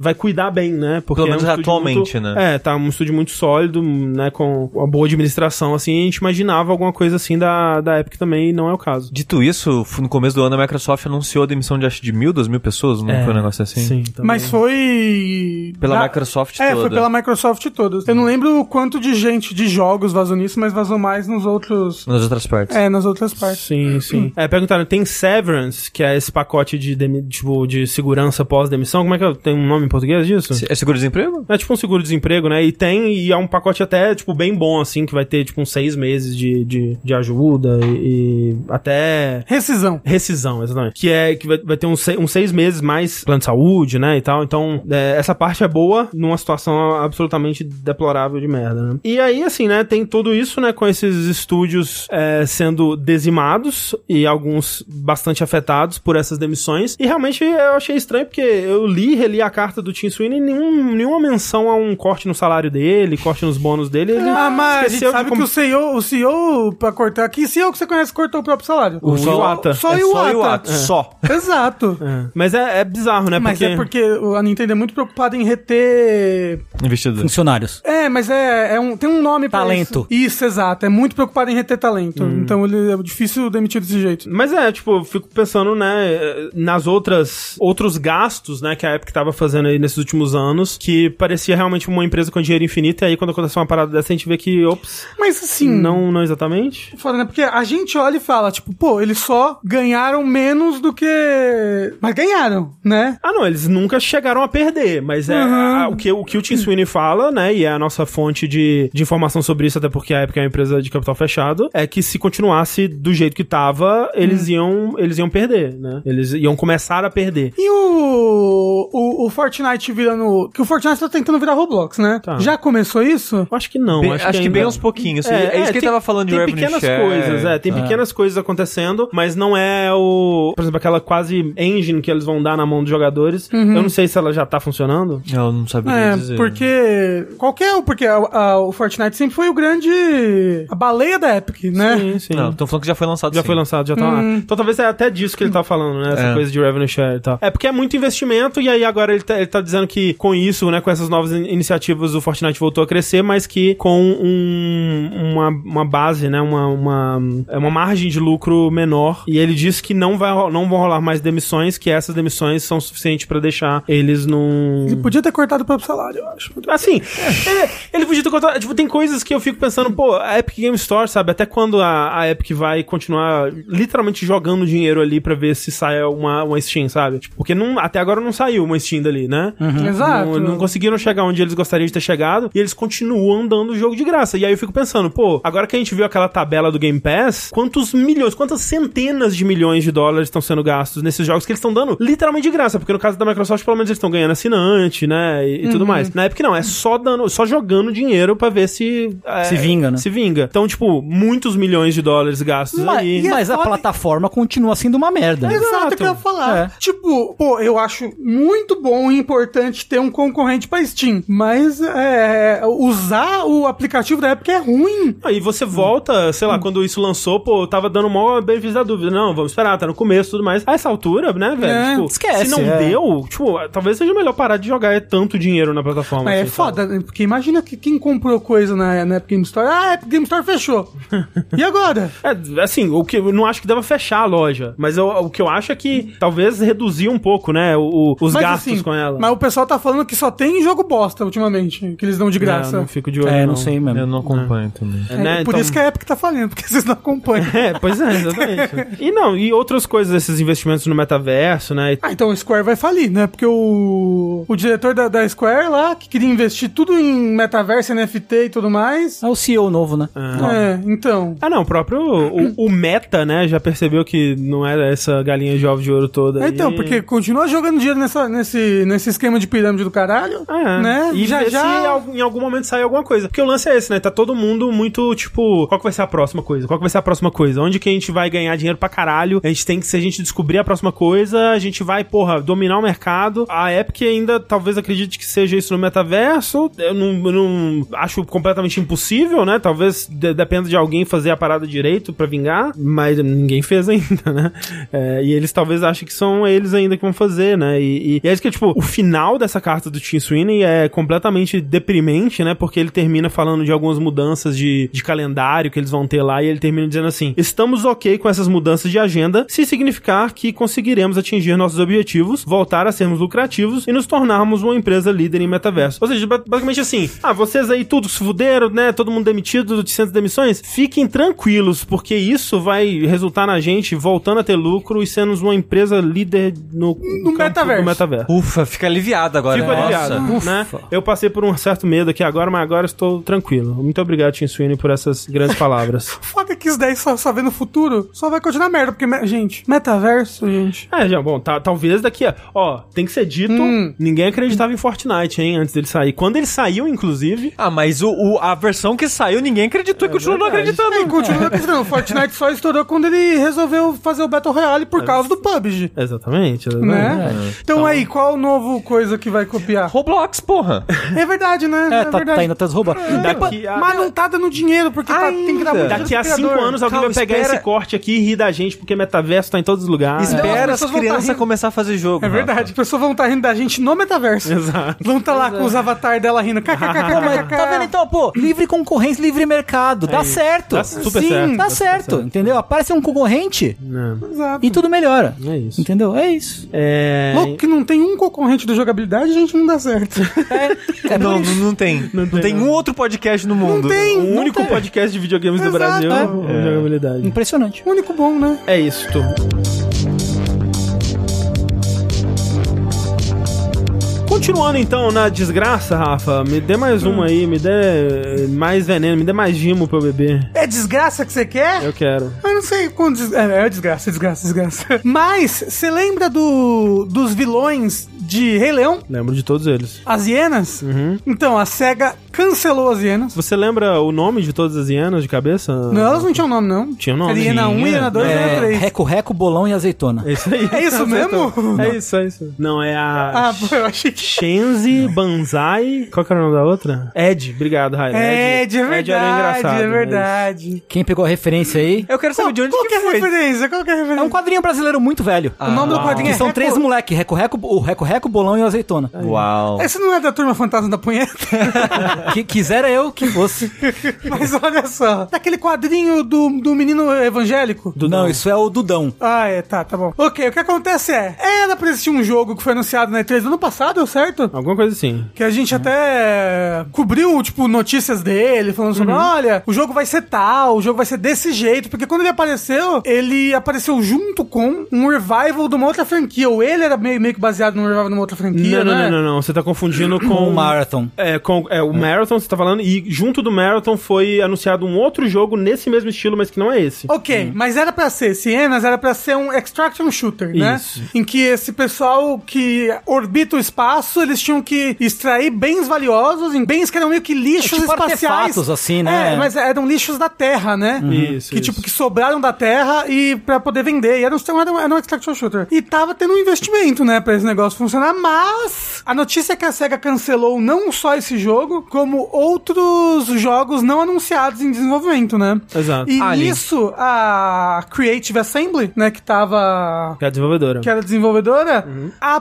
Speaker 1: vai cuidar bem, né? Porque
Speaker 2: Pelo menos
Speaker 1: estúdio
Speaker 2: atualmente,
Speaker 1: muito-
Speaker 2: né?
Speaker 1: É, tá um estúdio muito sólido, né? Com uma boa administração, assim. A gente imaginava alguma coisa assim da, da Epic também e não é o caso.
Speaker 2: Dito isso, f- no começo do ano a Microsoft anunciou a demissão de acho de mil, duas mil pessoas,
Speaker 1: É,
Speaker 2: não foi um negócio assim?
Speaker 1: também.
Speaker 3: Mas foi.
Speaker 2: Pela
Speaker 1: Ah,
Speaker 3: da-
Speaker 2: Microsoft
Speaker 3: É,
Speaker 2: toda.
Speaker 3: foi pela Microsoft toda. Eu não lembro o quanto de gente de jogos vazou nisso, mas vazou mais nos outros.
Speaker 2: Nas outras partes.
Speaker 3: É, nas outras partes.
Speaker 1: Sim, sim. É, perguntaram, tem Severance, que é esse pacote de, demi- tipo, de segurança pós-demissão, como é que é? tem um nome em português disso?
Speaker 2: Se- É seguro-desemprego?
Speaker 1: É tipo um seguro-desemprego, né? E tem, e é um pacote até, tipo, bem bom, assim, que vai ter, tipo, uns seis meses de, de, de ajuda e, e até
Speaker 3: Rescisão.
Speaker 1: rescisão, exatamente. Que é que vai, vai ter uns, sei- uns seis meses mais plano de saúde, né? E tal. Então, é, essa parte é boa numa situação absolutamente deplorável de merda, né? E aí, assim, né? Tem tudo isso, né? Com esses estúdios é, sendo dizimados e alguns bastante afetados por essas demissões. E realmente eu achei estranho porque eu li e reli a carta do Tim Sweeney e nenhum, nenhuma menção a um corte no salário dele, corte nos bônus dele. Ele
Speaker 3: Ah, mas a gente
Speaker 1: esqueceu de
Speaker 3: sabe
Speaker 1: como-
Speaker 3: que o CEO, o CEO, pra cortar aqui, CEO que você conhece cortou o próprio salário.
Speaker 1: O Iwata.
Speaker 3: Só
Speaker 2: é
Speaker 3: o
Speaker 2: só
Speaker 3: Iwata.
Speaker 2: Iwata. Só.
Speaker 3: Exato.
Speaker 1: É. Mas é, é bizarro, né?
Speaker 3: Mas é porque a Nintendo é muito preocupada em reter
Speaker 2: Investidor.
Speaker 4: Funcionários.
Speaker 3: É, mas é, é um, tem um nome pra
Speaker 4: Talento.
Speaker 3: isso. Isso, exato. É muito preocupado em reter talento. Então ele é difícil demitir desse jeito.
Speaker 1: Mas é, tipo, eu fico pensando, né, eh, nas outras, outros gastos, né, que a Epic tava fazendo aí nesses últimos anos, que parecia realmente uma empresa com dinheiro dinheiro infinito, e aí quando acontece uma parada dessa, a gente vê que, ops,
Speaker 3: Mas assim,
Speaker 2: Hum.
Speaker 1: não, não exatamente.
Speaker 3: Foda, né? Porque a gente olha e fala, tipo, pô, eles só ganharam menos do que. Mas ganharam, né?
Speaker 1: Ah, não, eles nunca chegaram a perder, mas
Speaker 2: Uhum.
Speaker 1: é a- o, que, o que o
Speaker 2: Hum.
Speaker 1: Tim Sweeney fala, né, e é a nossa fonte de, de informação sobre isso, até porque a Epic é uma empresa de capital fechado, é que se continuasse do jeito que tava,
Speaker 2: Hum.
Speaker 1: eles, iam, eles iam perder, né? Eles iam começar a perder.
Speaker 3: E o, o, o Fortnite virando. Que o Fortnite tá tentando virar Roblox, né?
Speaker 1: Tá.
Speaker 3: Já começou isso?
Speaker 1: Eu Acho que não.
Speaker 2: Bem- acho que
Speaker 1: ainda-
Speaker 2: bem aos pouquinhos, assim, é isso que ele tava falando de
Speaker 1: tem
Speaker 2: revenue
Speaker 1: pequenas
Speaker 2: share, tá.
Speaker 1: coisas, é, tem pequenas coisas acontecendo, mas não é o, por exemplo, aquela quase engine que eles vão dar na mão dos jogadores. Eu não sei se ela já tá funcionando.
Speaker 2: Eu não saberia
Speaker 3: É,
Speaker 2: dizer.
Speaker 3: porque.
Speaker 1: né?
Speaker 3: Qualquer. Porque a- a- o Fortnite sempre foi o grande. A baleia da Epic, né?
Speaker 1: Sim, sim.
Speaker 2: Não, estão falando que já foi lançado
Speaker 1: Já
Speaker 2: sim.
Speaker 1: foi lançado, já tá lá. Então talvez é até disso que ele tá falando, né? Essa
Speaker 2: É.
Speaker 1: coisa de revenue share e tal. É porque é muito investimento, e aí agora ele tá, ele tá dizendo que com isso, né, com essas novas in- iniciativas, o Fortnite voltou a crescer, mas que com um- uma, uma base, né? Uma, uma, é uma margem de lucro menor. E ele disse que não, vai, ro- não vão rolar mais demissões, que essas demissões são suficientes pra deixar eles num.
Speaker 3: Ele podia ter cortado o próprio salário, eu acho.
Speaker 1: Assim, ele, ele podia ter contado. Tipo, tem coisas que eu fico pensando, pô, a Epic Game Store, sabe? Até quando a, a Epic vai continuar literalmente jogando dinheiro ali pra ver se sai uma, uma Steam, sabe? Tipo, porque não, até agora não saiu uma Steam dali, né?
Speaker 3: Exato.
Speaker 1: Não, não conseguiram chegar onde eles gostariam de ter chegado e eles continuam dando o jogo de graça. E aí eu fico pensando, pô, agora que a gente viu aquela tabela do Game Pass, quantos milhões, quantas centenas de milhões de dólares estão sendo gastos nesses jogos que eles estão dando literalmente de graça? Porque no caso da Microsoft, pelo menos eles estão ganhando assinante, né? E, e tudo mais. Na época não, é só dando, só jogando dinheiro pra ver se. é,
Speaker 4: Se vinga, né?
Speaker 1: Se vinga. Então, tipo, muitos milhões de dólares gastos
Speaker 4: Ma-
Speaker 1: aí. é
Speaker 4: Mas, a
Speaker 3: foda-
Speaker 4: plataforma continua sendo uma merda.
Speaker 3: Exato, é o que eu ia falar. Tipo, pô, eu acho muito bom e importante ter um concorrente pra Steam, mas é, usar o aplicativo da Epic é ruim.
Speaker 1: Aí você volta, sei lá, quando isso lançou, pô, eu tava dando o maior benefício da dúvida. Não, vamos esperar, tá no começo e tudo mais. A essa altura, né, velho?
Speaker 3: É,
Speaker 1: tipo,
Speaker 4: esquece,
Speaker 1: se não
Speaker 4: é.
Speaker 1: deu, tipo, talvez seja melhor parar de jogar é tanto dinheiro na plataforma.
Speaker 3: Mas é
Speaker 1: assim, sabe?
Speaker 3: foda, né? porque imagina que quem comprou coisa na, na Epic Game Store, ah, a Epic Game Store
Speaker 1: [LAUGHS]
Speaker 3: fechou. e agora?
Speaker 1: É, assim, o que eu não acho que deva fechar a loja, mas eu- o que eu acho é que talvez reduzir um pouco, né, o- o- os
Speaker 3: Mas,
Speaker 1: gastos
Speaker 3: assim,
Speaker 1: com ela.
Speaker 3: Mas o pessoal tá falando que só tem jogo bosta ultimamente, que eles dão de
Speaker 1: É, eu
Speaker 3: graça.
Speaker 1: não fico de olho,
Speaker 4: É, não sei mesmo.
Speaker 2: Eu não acompanho também.
Speaker 1: É,
Speaker 3: É,
Speaker 1: né,
Speaker 3: por
Speaker 1: então-
Speaker 3: isso que a Epic tá falhando, porque [LAUGHS] vocês não acompanham.
Speaker 1: [LAUGHS] É, pois é, exatamente. e não, e outras coisas, esses investimentos no metaverso, né, e
Speaker 3: Ah, então o Square vai falir, né? Porque o, o diretor da, da Square lá, que queria investir tudo em metaverso, NFT e tudo mais.
Speaker 4: É o CEO novo, né?
Speaker 3: É, então.
Speaker 1: Ah, não, o próprio o, o Meta, né, já percebeu que não era essa galinha de ovo de ouro toda. aí.
Speaker 3: Então, porque continua jogando dinheiro nessa, nesse, nesse esquema de pirâmide do caralho,
Speaker 1: É,
Speaker 3: né?
Speaker 1: E já, se é al- em algum momento sai alguma coisa. Porque o lance é esse, né? Tá todo mundo muito, tipo, qual que vai ser a próxima coisa? Qual que vai ser a próxima coisa? Onde que a gente vai ganhar dinheiro pra caralho? A gente tem que, se a gente descobrir a próxima coisa, a gente vai, porra, dominar o mercado. A Epic ainda talvez acredite que seja isso no metaverso. Eu não, eu não acho completamente impossível, né? Talvez de- dependa de alguém fazer a parada direito pra vingar, mas ninguém fez [LAUGHS] ainda, né? É, e eles talvez achem que são eles ainda que vão fazer, né? E, e, e é isso que, tipo, o final dessa carta do Tim Sweeney é completamente deprimente, né? Porque ele termina falando de algumas mudanças de, de calendário que eles vão ter lá e ele termina dizendo assim: estamos ok com essas mudanças de agenda se significar que conseguiremos atingir nossos objetivos, voltar a sermos lucrativos e nos tornarmos uma empresa líder em metaverso. Ou seja, ba- basicamente assim: ah, vocês aí tudo se fuderam, né? Todo mundo demitido de centro de demissões, fiquem tranquilos, porque isso vai resultar na gente voltando a ter lucro e sermos uma empresa líder no, campo do
Speaker 3: metaverso.
Speaker 1: metaverso.
Speaker 2: Ufa, fica aliviado agora.
Speaker 1: Fico
Speaker 2: né?
Speaker 1: aliviado,
Speaker 2: Nossa.
Speaker 1: né? Eu passei por um certo medo aqui agora, mas agora estou tranquilo. Muito obrigado, Tim Sweeney, por essas grandes
Speaker 3: [LAUGHS]
Speaker 1: palavras.
Speaker 3: Foda é que isso daí só, só vê no futuro, só vai continuar merda, porque, me- gente, metaverso, gente.
Speaker 1: É, já, bom, tá- talvez daqui a... Ó, tem que ser dito,
Speaker 3: Hum.
Speaker 1: ninguém acreditava em Fortnite, hein, antes dele sair. Quando ele saiu, inclusive...
Speaker 2: Ah, mas o, o- a versão que saiu, ninguém acreditou e continua não
Speaker 1: verdade.
Speaker 2: acreditando.
Speaker 3: É, e continua acreditando. O Fortnite só estourou quando ele resolveu fazer o Battle Royale por causa do PUBG.
Speaker 1: Exatamente, exatamente.
Speaker 3: Né? Então aí, qual o novo coisa que vai copiar?
Speaker 2: Roblox, porra.
Speaker 3: É verdade, né?
Speaker 4: É, tá,
Speaker 3: verdade.
Speaker 4: tá indo atrás roubar.
Speaker 1: Daqui a...
Speaker 3: Mas não tá dando dinheiro, porque tá- tem que dar muito
Speaker 1: Daqui a
Speaker 3: dinheiro pro
Speaker 1: cinco
Speaker 3: criador.
Speaker 1: anos alguém
Speaker 2: Calma,
Speaker 1: vai pegar
Speaker 2: espera-
Speaker 1: esse corte aqui e rir da gente, porque metaverso tá em todos os lugares.
Speaker 2: Espera
Speaker 3: as
Speaker 2: Então as
Speaker 3: pessoas vão tá
Speaker 2: crianças
Speaker 3: rindo.
Speaker 2: começar a fazer jogo.
Speaker 3: É verdade, as pessoas vão estar rindo da gente no
Speaker 1: [LAUGHS]
Speaker 3: metaverso.
Speaker 1: Exato.
Speaker 3: Vão estar lá com os avatar dela rindo.
Speaker 4: Pô, é. mas tá vendo então, pô? Livre concorrência, livre mercado. Dá certo.
Speaker 1: Dá super
Speaker 4: Sim,
Speaker 1: certo,
Speaker 4: Dá
Speaker 1: dá super
Speaker 4: certo,
Speaker 1: certo.
Speaker 4: entendeu? Aparece um concorrente
Speaker 1: Não,
Speaker 3: Exato.
Speaker 4: e tudo melhora.
Speaker 1: é isso.
Speaker 4: Entendeu? É isso.
Speaker 1: É...
Speaker 3: Louco que não tem um concorrente da jogabilidade, a gente não dá certo.
Speaker 4: É, é por
Speaker 2: Não não, não tem. [LAUGHS] Não,
Speaker 1: tem,
Speaker 2: tem
Speaker 1: não.
Speaker 2: um outro podcast no mundo.
Speaker 3: Não tem,
Speaker 1: O
Speaker 3: não
Speaker 1: único
Speaker 3: tem.
Speaker 1: podcast de videogames do
Speaker 3: Exato,
Speaker 1: Brasil
Speaker 3: é.
Speaker 1: é. jogabilidade.
Speaker 4: Impressionante.
Speaker 3: [LAUGHS] Único bom, né?
Speaker 1: É isso, turma. Continuando então na desgraça, Rafa, me dê mais uma aí, me dê eh, mais veneno, me dê mais gimo pra eu beber.
Speaker 3: É desgraça que você quer?
Speaker 1: Eu quero.
Speaker 3: Eu não sei quando. des- É, é desgraça, é desgraça, é desgraça. Mas, você lembra do, dos vilões de Rei Leão?
Speaker 1: Lembro de todos eles.
Speaker 3: As hienas?
Speaker 1: Uhum.
Speaker 3: Então, a SEGA cancelou as hienas.
Speaker 1: Você lembra o nome de todas as hienas de cabeça?
Speaker 3: Não, elas não tinham nome, não.
Speaker 1: Tinha um nome.
Speaker 3: Era hiena 1, hiena 2 e hiena
Speaker 4: É,
Speaker 3: 3.
Speaker 4: reco, reco, bolão e azeitona.
Speaker 1: É isso aí.
Speaker 3: É
Speaker 1: [LAUGHS]
Speaker 3: isso mesmo?
Speaker 1: É isso, é isso. Não, é a
Speaker 3: Ah, [LAUGHS] pô, eu achei que.
Speaker 1: Shenzi, Banzai. Qual que era o nome da outra? Ed, obrigado, Raio.
Speaker 3: É, de
Speaker 1: Ed era
Speaker 3: verdade,
Speaker 1: engraçado,
Speaker 3: é verdade.
Speaker 4: Quem pegou a referência aí?
Speaker 2: Eu quero saber de onde
Speaker 3: Qual
Speaker 2: que
Speaker 3: que é a
Speaker 2: foi.
Speaker 3: referência? Qual que é a referência?
Speaker 4: É um quadrinho brasileiro muito velho.
Speaker 3: O nome do
Speaker 2: Ah,
Speaker 3: quadrinho
Speaker 4: que
Speaker 3: é
Speaker 4: são
Speaker 3: Reco-
Speaker 4: três moleque, reco, reco, o reco, reco, bolão e o azeitona.
Speaker 2: Uau.
Speaker 3: Esse não é da turma fantasma da punheta? [LAUGHS]
Speaker 4: Que quisera eu que fosse.
Speaker 3: Mas olha só. Daquele quadrinho do, do menino evangélico?
Speaker 4: Não, isso é o Dudão.
Speaker 3: Ah, é, tá, tá bom. Ok, o que acontece é. Era pra existir um jogo que foi anunciado na E3 do ano passado, certo?
Speaker 1: Alguma coisa assim.
Speaker 3: Que a gente até cobriu, tipo, notícias dele, falando sobre,
Speaker 1: Uhum.
Speaker 3: olha, o jogo vai ser tal, o jogo vai ser desse jeito. Porque quando ele apareceu, ele apareceu junto com um revival de uma outra franquia. Ou ele era meio, meio que baseado num revival de uma outra franquia,
Speaker 1: Não, não,
Speaker 3: né?
Speaker 1: não, não, não. Você tá confundindo com.
Speaker 4: O Marathon.
Speaker 1: É, com, é, o Marathon, você tá falando, e junto do Marathon foi anunciado um outro jogo nesse mesmo estilo, mas que não é esse.
Speaker 4: Hum.
Speaker 3: Ok, mas era pra ser, Sienas era pra ser um extraction shooter, né?
Speaker 1: Isso.
Speaker 3: Em que esse pessoal que orbita o espaço, eles tinham que extrair bens valiosos, em bens que eram meio que lixos
Speaker 4: É tipo
Speaker 3: espaciais.
Speaker 4: artefatos, assim, né? Uhum.
Speaker 3: É, mas eram lixos da Terra, né?
Speaker 1: Isso,
Speaker 3: Que
Speaker 1: isso.
Speaker 3: tipo, que sobraram da Terra e pra poder vender. E era um, era um- era um extraction shooter. E tava tendo um investimento, né, pra esse negócio funcionar, mas a notícia é que a SEGA cancelou não só esse jogo, como outros jogos não anunciados em desenvolvimento, né?
Speaker 1: Exato.
Speaker 3: E
Speaker 2: Ali.
Speaker 3: nisso, a Creative Assembly, né, que tava.
Speaker 1: Que é a desenvolvedora.
Speaker 3: que era desenvolvedora,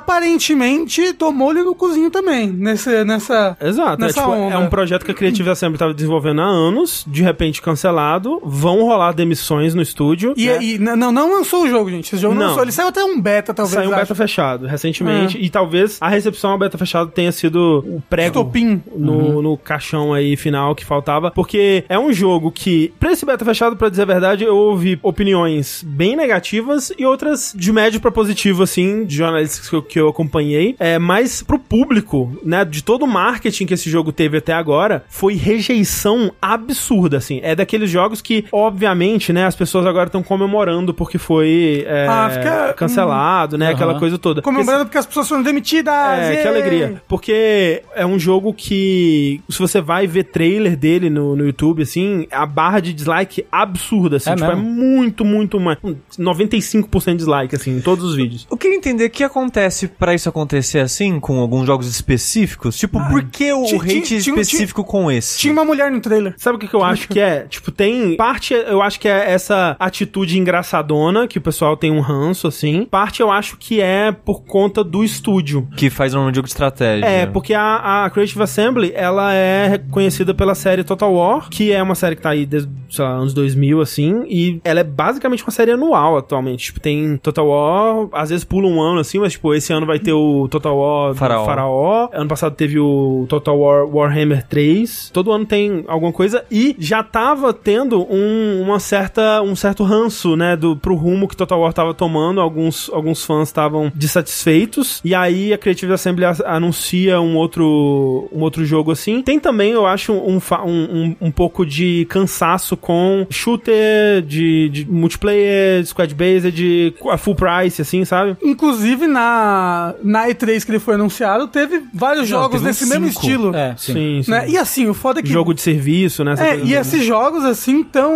Speaker 3: aparentemente tomou-lhe no cozinho também, nesse, nessa.
Speaker 1: Exato. É,
Speaker 3: Nessa
Speaker 1: tipo,
Speaker 3: onda.
Speaker 1: é um projeto que a Creative Assembly tava desenvolvendo há anos, de repente cancelado, vão rolar demissões no estúdio.
Speaker 3: E,
Speaker 1: né?
Speaker 3: e não, não lançou o jogo, gente. Esse jogo não,
Speaker 1: Não.
Speaker 3: lançou. Ele saiu até um beta, talvez.
Speaker 1: Saiu um
Speaker 3: acho.
Speaker 1: beta fechado recentemente,
Speaker 3: É.
Speaker 1: e talvez a recepção ao beta fechado tenha sido o prego
Speaker 3: Estopim.
Speaker 1: no,
Speaker 3: Uhum.
Speaker 1: no caixão aí final que faltava, porque é um jogo que, pra esse beta fechado, pra dizer a verdade, eu ouvi opiniões bem negativas e outras de médio pra positivo, assim, de jornalistas que eu, que eu acompanhei, é, mas pro público, né, de todo o marketing que esse jogo teve até agora, foi rejeição absurda, assim, é daqueles jogos que, obviamente, né, as pessoas agora estão comemorando porque foi é,
Speaker 3: Ah, fica-
Speaker 1: cancelado, né, aquela coisa toda.
Speaker 3: Comemorando porque as pessoas foram demitidas.
Speaker 1: É,
Speaker 3: ê!
Speaker 1: que alegria. Porque é um jogo que, se você vai ver trailer dele no, no YouTube, assim, a barra de dislike é absurda, assim.
Speaker 4: É
Speaker 1: tipo, é
Speaker 4: mesmo?
Speaker 1: muito, muito mais. um 95% de dislike, assim, em todos os vídeos.
Speaker 2: Eu queria entender o que acontece pra isso acontecer assim, com alguns jogos específicos. Tipo, por que o
Speaker 3: ti- ti-
Speaker 2: hate
Speaker 3: ti-
Speaker 2: específico com esse?
Speaker 3: Tinha uma mulher no trailer.
Speaker 1: Sabe o que, que eu
Speaker 4: [LAUGHS]
Speaker 1: acho que é? Tipo, tem. Parte eu acho que é essa atitude engraçadona, que o pessoal tem um ranço, assim. Parte eu acho que é por conta do estúdio.
Speaker 2: Que faz um jogo de estratégia.
Speaker 1: É, porque a, a Creative Assembly, ela é conhecida pela série Total War, que é uma série que tá aí desde, sei lá, anos 2000, assim, e ela é basicamente uma série anual atualmente. Tipo, tem Total War, às vezes pula um ano, assim, mas, tipo, esse ano vai ter o Total War
Speaker 2: Faraó.
Speaker 1: Faraó. Ano passado teve o Total War Warhammer 3. Todo ano tem alguma coisa, e já tava tendo um, uma certa, um certo ranço, né, do, pro rumo que Total War tava tomando, alguns, alguns fãs estavam dissatisfeitos, e aí a Creative Assembly as- anuncia um outro, um outro jogo assim. Tem também, eu acho, um, fa- um, um, um pouco de cansaço com shooter, de, de multiplayer, squad-based, de cu- a full price, assim, sabe?
Speaker 3: Inclusive, na, na E3 que ele foi anunciado, teve vários
Speaker 2: Não,
Speaker 3: jogos
Speaker 2: teve
Speaker 3: nesse
Speaker 2: uns
Speaker 3: mesmo
Speaker 2: cinco.
Speaker 3: estilo.
Speaker 4: um É, sim.
Speaker 3: Né? E assim, o foda é que.
Speaker 1: Jogo de serviço, né? essa
Speaker 3: É,
Speaker 1: coisa
Speaker 3: e
Speaker 1: toda.
Speaker 3: esses jogos, assim, tão.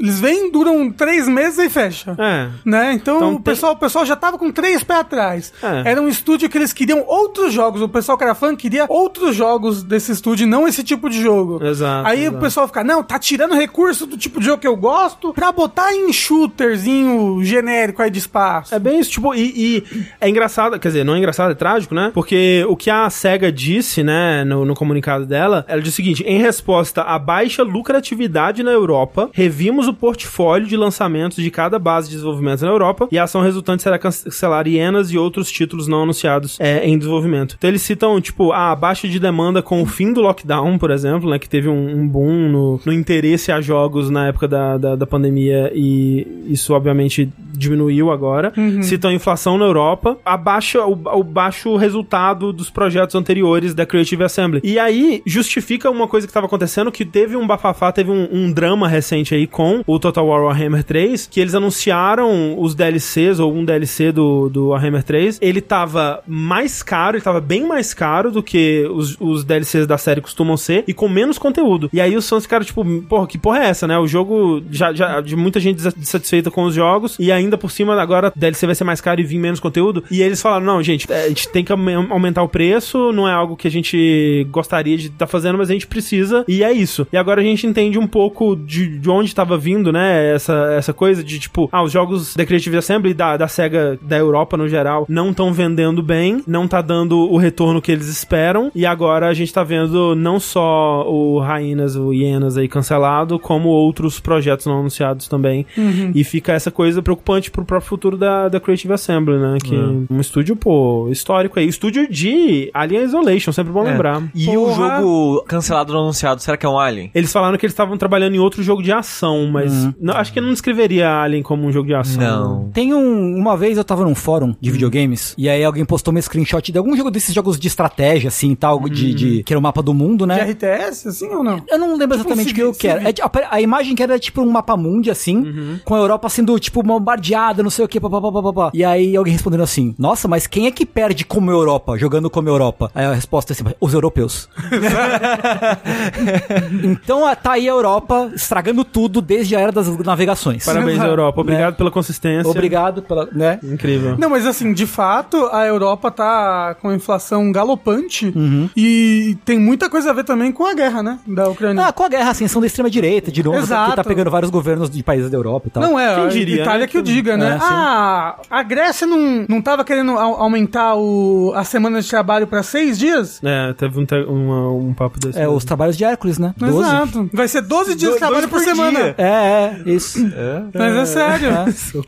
Speaker 3: Eles vêm, duram três meses e fecha.
Speaker 1: É.
Speaker 3: Né? Então,
Speaker 1: Então
Speaker 3: o,
Speaker 1: tem-
Speaker 3: pessoal, o pessoal já tava com três pés atrás.
Speaker 1: É.
Speaker 3: Era um estúdio que eles queriam outros jogos. O pessoal que era fã queria outros jogos desse estúdio, não esse tipo de jogo.
Speaker 1: Exato,
Speaker 3: Aí
Speaker 1: exato.
Speaker 3: o pessoal fica, não, tá tirando recurso do tipo de jogo que eu gosto pra botar em shooterzinho genérico aí de espaço.
Speaker 1: É bem isso, tipo, e, e é engraçado, quer dizer, não é engraçado, é trágico, né? Porque o que a SEGA disse, né, no, no comunicado dela, ela disse o seguinte: em resposta à baixa lucratividade na Europa, revimos o portfólio de lançamentos de cada base de desenvolvimento na Europa e a ação resultante será cancelar hienas e outros títulos títulos não anunciados é, em desenvolvimento. Então eles citam, tipo, a baixa de demanda com o fim do lockdown, por exemplo, né? Que teve um, um boom no, no interesse a jogos na época da, da, da pandemia e isso, obviamente, diminuiu agora. Citam a inflação na Europa, a baixa, o, o baixo resultado dos projetos anteriores da Creative Assembly. E aí justifica uma coisa que estava acontecendo, que teve um bafafá, teve um, um drama recente aí com o Total War Warhammer 3, que eles anunciaram os DLCs, ou um DLC do, do Warhammer 3, ele tava mais caro, ele tava bem mais caro do que os, os DLCs da série costumam ser, e com menos conteúdo. E aí os fãs ficaram tipo, porra, que porra é essa, né? O jogo, já, já de muita gente desa- insatisfeita com os jogos, e ainda por cima agora DLC vai ser mais caro e vir menos conteúdo. E eles falaram, não, gente, é, a gente tem que aumen- aumentar o preço, não é algo que a gente gostaria de estar fazendo, mas a gente precisa, e é isso. E agora a gente entende um pouco de, de onde estava vindo, né, essa, essa coisa de, tipo, ah, os jogos da Creative Assembly, da, da SEGA, da Europa no geral, não estão vendendo bem, não tá dando o retorno que eles esperam, e agora a gente tá vendo não só o Rainas, o Hienas aí cancelado, como outros projetos não anunciados também, e fica essa coisa preocupante pro próprio futuro da, da Creative Assembly, né,
Speaker 2: É.
Speaker 1: que um estúdio, pô, histórico aí, estúdio de Alien Isolation, sempre bom lembrar.
Speaker 2: É. E o
Speaker 3: Porra.
Speaker 2: jogo cancelado não anunciado, será que é um Alien?
Speaker 1: Eles falaram que eles estavam trabalhando em outro jogo de ação, mas
Speaker 4: Uhum.
Speaker 1: não- acho que eu não descreveria Alien como um jogo de ação.
Speaker 2: Não.
Speaker 4: Tem um. Uma vez eu tava num fórum de videogames, e aí alguém postou um screenshot de algum jogo desses jogos de estratégia, assim, tal, de, de- que era o mapa do mundo,
Speaker 1: É
Speaker 4: né?
Speaker 3: De RTS, assim ou não?
Speaker 4: Eu não lembro
Speaker 3: Tipo um
Speaker 4: exatamente o
Speaker 3: civi-
Speaker 4: que eu quero.
Speaker 3: civi-
Speaker 4: É, tipo, a, a imagem que era tipo um mapa mundi, assim,
Speaker 3: Uhum.
Speaker 4: com a Europa sendo, tipo, bombardeada, não sei o que, papapá. E aí alguém respondendo assim, nossa, mas quem é que perde como Europa, jogando como Europa? Aí a resposta é assim, os europeus. [LAUGHS] então a- tá aí a Europa estragando tudo desde a era das navegações.
Speaker 3: [LAUGHS] Né?
Speaker 1: Parabéns, Europa. Obrigado pela consistência.
Speaker 4: Obrigado pela. né?
Speaker 1: Incrível.
Speaker 3: Não, mas assim, de fato, a Europa tá com inflação galopante e tem muita coisa a ver também com a guerra, né? Da Ucrânia.
Speaker 4: Ah, com a guerra, assim, são da extrema-direita, de novo,
Speaker 3: Exato.
Speaker 4: que tá pegando vários governos de países da Europa e tal.
Speaker 3: não é,
Speaker 1: Quem
Speaker 3: a
Speaker 1: diria,
Speaker 3: Itália
Speaker 1: né?
Speaker 3: que o diga, né?
Speaker 4: É, sim.
Speaker 3: ah, a Grécia não, não tava querendo au- aumentar o, a semana de trabalho pra seis dias?
Speaker 1: É, teve um, te- uma- um papo desse.
Speaker 4: É os trabalhos de Hércules, né? Doze.
Speaker 3: Exato. Vai ser 12 dias de
Speaker 2: Do-
Speaker 3: trabalho
Speaker 2: dois
Speaker 3: por,
Speaker 2: por
Speaker 3: semana.
Speaker 2: dia.
Speaker 4: É, é, isso.
Speaker 3: Mas é sério.
Speaker 4: É.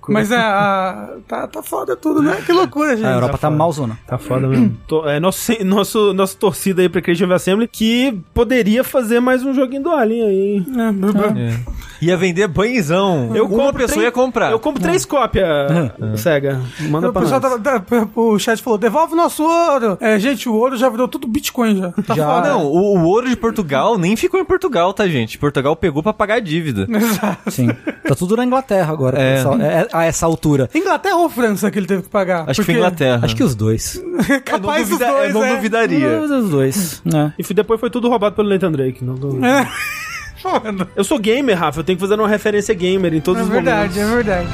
Speaker 3: Mas é, a- tá, tá foda tudo, né? Que loucura, gente.
Speaker 4: A Europa tá malzona.
Speaker 1: Tá foda
Speaker 3: [CLEARS THROAT]
Speaker 1: mesmo. Tô- é nosso, nosso, nosso torcida aí pra Creative Assembly que poderia fazer mais um joguinho do Alien aí.
Speaker 3: É, bu- bu-
Speaker 2: Ia vender banhizão. Uma pessoa
Speaker 1: três-
Speaker 2: ia comprar.
Speaker 1: Eu compro
Speaker 4: é.
Speaker 1: três cópias, Sega. Manda
Speaker 3: o
Speaker 1: pra
Speaker 3: pessoal
Speaker 1: nós.
Speaker 3: tava, tá- o chat falou, devolve o nosso ouro. É, gente, o ouro já virou tudo Bitcoin já. Tá
Speaker 4: Já.
Speaker 3: foda. [LAUGHS]
Speaker 2: Não, o, o ouro de Portugal nem ficou em Portugal, tá, gente? Portugal pegou pra pagar a dívida.
Speaker 4: Sim. Tá tudo na Inglaterra agora,
Speaker 2: É.
Speaker 4: essa- é- a essa altura.
Speaker 3: Inglaterra ou França que ele teve que pagar?
Speaker 1: É,
Speaker 2: Acho que foi
Speaker 3: Porque
Speaker 2: Inglaterra.
Speaker 4: Acho que os dois.
Speaker 3: É
Speaker 2: Eu não,
Speaker 3: capaz dos
Speaker 2: duvida- eu
Speaker 3: dois,
Speaker 2: não
Speaker 3: é.
Speaker 2: duvidaria.
Speaker 4: Os dois. né?
Speaker 1: E f- depois foi tudo roubado pelo Nathan Drake. Não, não-
Speaker 3: É. [LAUGHS] Foda.
Speaker 1: Eu sou gamer, Rafa. Eu tenho que fazer uma referência gamer em todos
Speaker 3: É
Speaker 1: os
Speaker 3: verdade, é
Speaker 1: momentos.
Speaker 3: verdade.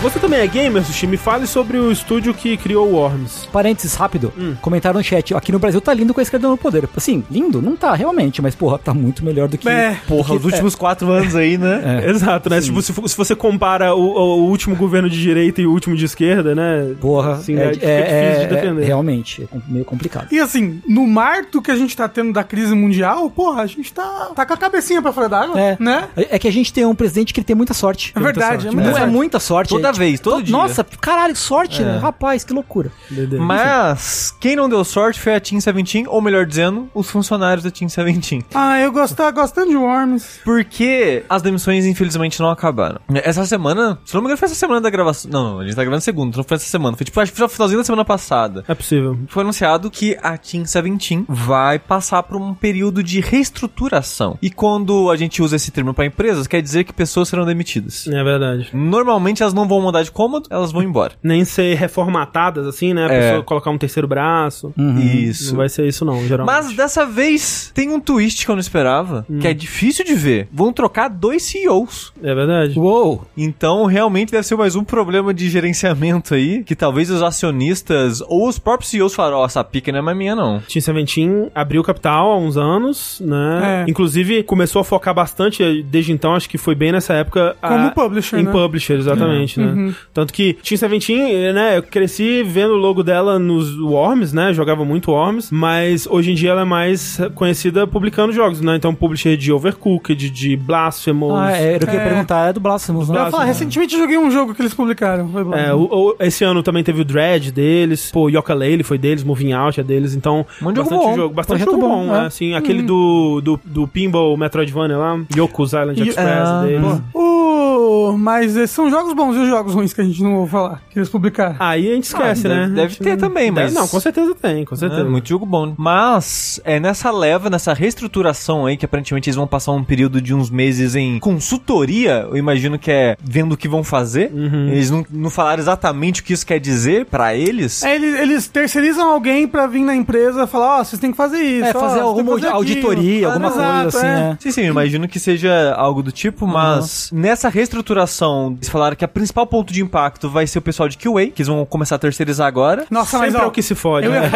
Speaker 1: Você também é gamer, Sushi? Me fale sobre o estúdio que criou o Worms.
Speaker 4: Parênteses rápido. Comentaram no chat. Aqui no Brasil tá lindo com a esquerda no poder. Assim, lindo? Não tá, realmente. Mas, porra, tá muito melhor do que.
Speaker 3: É.
Speaker 2: Porra, os últimos quatro anos aí, né?
Speaker 1: [LAUGHS] Exato, né? Tipo, se, fo- se você compara o, o último governo de direita e o último de esquerda, né?
Speaker 4: Porra,
Speaker 1: Assim,
Speaker 4: é,
Speaker 1: né?
Speaker 4: é,
Speaker 1: Fica
Speaker 4: é-
Speaker 1: difícil de defender.
Speaker 4: é- realmente, é com- meio complicado.
Speaker 3: E assim, no marco que a gente tá tendo da crise mundial, porra, a gente tá, tá com a cabecinha pra fora d'água,
Speaker 4: É.
Speaker 3: né?
Speaker 4: É é que a gente tem um presidente que ele tem muita sorte.
Speaker 3: É verdade, é
Speaker 4: Não
Speaker 3: muita
Speaker 4: é
Speaker 3: sorte.
Speaker 4: muita sorte.
Speaker 2: Toda
Speaker 4: é, tipo,
Speaker 2: vez, todo
Speaker 4: to-
Speaker 2: dia.
Speaker 4: Nossa, caralho, sorte, né? rapaz, que loucura.
Speaker 1: Dedê.
Speaker 2: Mas quem não deu sorte foi a Team 17, ou melhor dizendo, os funcionários da Team 17.
Speaker 3: Ah, eu gosto, tá gostando de Worms.
Speaker 2: Porque as demissões, infelizmente, não acabaram. Essa semana, se não me engano, foi essa semana da gravação. Não, não, a gente tá gravando segunda, não foi essa semana. Foi tipo, acho que foi no finalzinho da semana passada.
Speaker 1: É possível.
Speaker 2: Foi anunciado que a Team 17 vai passar por um período de reestruturação. E quando a gente usa esse termo pra empresas, quer dizer que pessoas serão demitidas.
Speaker 1: É verdade.
Speaker 2: Normalmente elas não vão mudar de cômodo, elas vão embora.
Speaker 1: Nem ser reformatadas, assim, né? A
Speaker 2: É.
Speaker 1: pessoa colocar um terceiro braço.
Speaker 2: Isso.
Speaker 1: Não vai ser isso, não, geralmente.
Speaker 2: Mas dessa vez tem um twist que eu não esperava, que é difícil de ver. Vão trocar dois CEOs.
Speaker 1: É verdade.
Speaker 4: Uou!
Speaker 2: Então, realmente deve ser mais um problema de gerenciamento aí, que talvez os acionistas ou os próprios CEOs falaram, ó, essa pica não é mais minha, não.
Speaker 1: Team Seventeen abriu capital há uns anos, né?
Speaker 3: É.
Speaker 1: Inclusive, começou a focar bastante desde então, acho que foi bem nessa época. a-
Speaker 3: Como publisher,
Speaker 1: Em
Speaker 3: né?
Speaker 1: publisher, exatamente, né?
Speaker 2: Uhum.
Speaker 1: né? Tanto que Team Seventeen, né, eu cresci vendo o logo dela nos Worms, né? Jogava muito Worms, mas hoje em dia ela é mais conhecida publicando jogos, né? Então, publisher de Overcooked, de Blasphemous.
Speaker 4: Ah, era o que eu ia
Speaker 3: É.
Speaker 4: perguntar, é do Blasphemous, né?
Speaker 3: Eu ia falar, recentemente eu joguei um jogo que eles publicaram. Foi bom.
Speaker 1: É, o- o- esse ano também teve o Dread deles, pô, Yoka Lele foi deles, Moving Out é deles, então.
Speaker 2: Um jogo
Speaker 1: bastante
Speaker 2: bom. Uhum.
Speaker 1: jogo, bastante
Speaker 4: Projeto
Speaker 1: jogo bom,
Speaker 4: bom,
Speaker 1: né?
Speaker 4: é.
Speaker 1: Assim, aquele do, do, do Pinball Metroidvania lá, Yoku's Island
Speaker 3: E-
Speaker 1: Express
Speaker 2: Ah,
Speaker 1: deles.
Speaker 2: pô.
Speaker 3: O- Uh, Mas esses são jogos bons e os jogos ruins que a gente não ouve falar, que eles publicaram.
Speaker 1: Aí a gente esquece,
Speaker 2: Ah,
Speaker 1: né?
Speaker 2: deve- deve
Speaker 1: A gente
Speaker 2: ter
Speaker 1: não-
Speaker 2: também,
Speaker 1: deve-
Speaker 2: mas-
Speaker 1: Não, com certeza tem, com certeza.
Speaker 2: É, muito jogo bom. Mas, é nessa leva, nessa reestruturação aí, que aparentemente eles vão passar um período de uns meses em consultoria, eu imagino que é vendo o que vão fazer. Eles não, não falaram exatamente o que isso quer dizer pra eles.
Speaker 3: É, eles, eles terceirizam alguém pra vir na empresa falar, ó, vocês têm que fazer isso.
Speaker 4: É,
Speaker 3: ó,
Speaker 4: fazer
Speaker 3: vocês têm
Speaker 4: alguma
Speaker 3: que fazer
Speaker 4: auditoria,
Speaker 3: aquilo. é.
Speaker 4: alguma coisa assim, né?
Speaker 2: Sim, sim, eu imagino que seja algo do tipo, mas nessa reestruturação, eles falaram que a principal ponto de impacto vai ser o pessoal de QA, que eles vão começar a terceirizar agora.
Speaker 3: Nossa,
Speaker 1: Sempre
Speaker 3: mas ó,
Speaker 1: é o que se fode,
Speaker 3: eu ia
Speaker 1: né?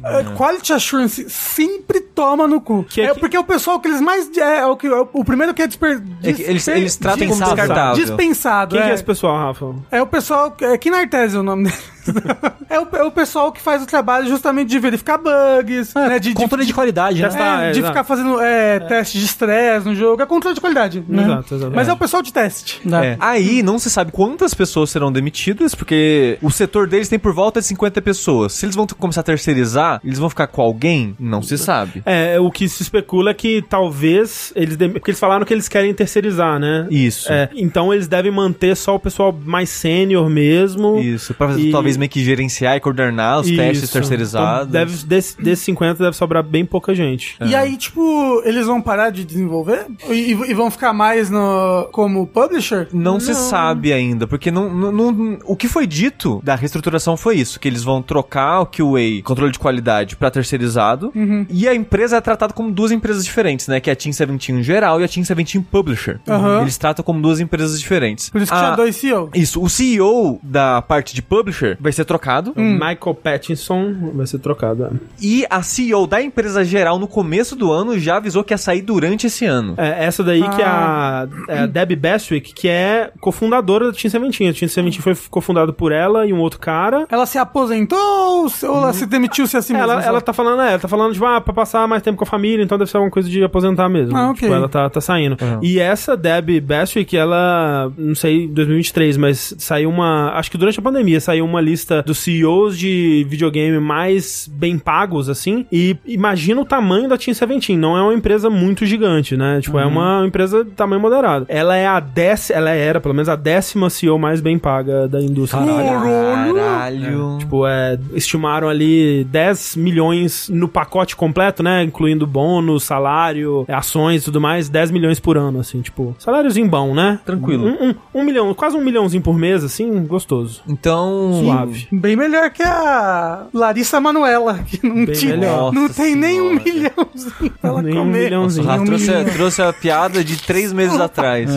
Speaker 3: falar, eh, Quality Assurance sempre toma no cu.
Speaker 1: Que é
Speaker 3: é
Speaker 1: que-
Speaker 3: porque o pessoal que eles mais... É, é o, que, é o- o primeiro que é desper...
Speaker 2: É que eles,
Speaker 3: desper-
Speaker 2: eles tratam como
Speaker 4: dispensável.
Speaker 2: descartável.
Speaker 3: Dispensado,
Speaker 1: Quem que é
Speaker 3: é.
Speaker 1: esse pessoal, Rafa?
Speaker 3: É o pessoal. É Kinartese o nome dele. [LAUGHS] é, o, é o pessoal que faz o trabalho justamente de verificar bugs, né? De, de,
Speaker 4: Controle de qualidade, né?
Speaker 1: Testar. tá,
Speaker 3: é,
Speaker 1: é,
Speaker 3: de
Speaker 1: exato.
Speaker 3: ficar fazendo é, teste de estresse no jogo. É controle de qualidade. Né?
Speaker 1: Exato, exato.
Speaker 3: Mas é.
Speaker 1: É.
Speaker 3: o pessoal de teste.
Speaker 2: É. Aí não se sabe quantas pessoas serão demitidas, porque o setor deles tem por volta de 50 pessoas. Se eles vão t- começar a terceirizar, eles vão ficar com alguém? Não se sabe.
Speaker 1: É, o que se especula é que talvez eles. dem- Porque eles falaram que eles querem terceirizar, né?
Speaker 2: Isso.
Speaker 1: É, então eles devem manter só o pessoal mais sênior mesmo.
Speaker 2: Isso, pra
Speaker 1: E-
Speaker 2: talvez meio que gerenciar e coordenar os testes
Speaker 1: Isso.
Speaker 2: terceirizados.
Speaker 1: Então, deve, desse, desses 50 deve sobrar bem pouca gente.
Speaker 3: E aí, tipo, eles vão parar de desenvolver? E, e- e vão ficar mais no, como publisher?
Speaker 2: Não, se sabe ainda, porque não, não- não- o que foi dito da reestruturação foi isso, que eles vão trocar o QA, controle de qualidade, pra terceirizado,
Speaker 3: Uhum.
Speaker 2: e a empresa é tratada como duas empresas diferentes, né, que é a Team 17 geral e a Team 17 Publisher.
Speaker 3: Aham.
Speaker 2: Eles tratam como duas empresas diferentes.
Speaker 3: Por isso que
Speaker 2: a,
Speaker 3: tinha dois CEO.
Speaker 2: Isso, o CEO da parte de publisher vai ser trocado
Speaker 3: Uhum. Hum.
Speaker 1: Então, Michael Pattinson vai ser trocado. é.
Speaker 2: e a CEO da empresa geral no começo do ano já avisou que ia sair durante esse ano.
Speaker 1: É, essa daí que é
Speaker 3: Ah.
Speaker 1: a, é a Debbie Bestwick, que é cofundadora da Team Seventeen. A Team Seventeen foi cofundada por ela e um outro cara.
Speaker 3: Ela se aposentou ou se- ou ela se demitiu-se assim mesmo?
Speaker 1: Ela,
Speaker 3: só?
Speaker 1: ela tá falando, é, ela tá falando, tipo, ah, pra passar mais tempo com a família, então deve ser alguma coisa de aposentar mesmo.
Speaker 3: Ah, ok.
Speaker 1: Tipo, ela tá, tá saindo. E essa Debbie Bestwick, ela, não sei, 2023, mas saiu uma, acho que durante a pandemia, saiu uma lista dos CEOs de videogame mais bem pagos, assim, e imagina o tamanho da Team Seventeen, não é uma empresa muito gigante, né? Tipo,
Speaker 3: Uhum.
Speaker 1: é uma empresa de tamanho moderado. Ela é a décima, ela era, pelo menos, a décima CEO mais bem paga da indústria.
Speaker 2: Caralho.
Speaker 1: Tipo, é, estimaram ali 10 milhões no pacote completo, né? Incluindo bônus, salário, é, ações e tudo mais, 10 milhões por ano, assim, tipo, saláriozinho bom, né?
Speaker 2: Tranquilo.
Speaker 1: Um, um, um milhão, quase um milhãozinho por mês, assim, gostoso.
Speaker 2: Então,
Speaker 1: Suave.
Speaker 3: Bem melhor que a Larissa Manuela, que não
Speaker 1: Bem
Speaker 3: tinha.
Speaker 1: melhor.
Speaker 3: Não
Speaker 2: Nossa
Speaker 3: tem nem um
Speaker 2: senhora.
Speaker 3: milhãozinho pra ela
Speaker 1: Nem um
Speaker 3: comer.
Speaker 2: Nossa, o
Speaker 1: milhãozinho.
Speaker 2: Rafa
Speaker 3: um
Speaker 2: trouxe,
Speaker 3: milhão.
Speaker 2: trouxe a piada de três meses atrás.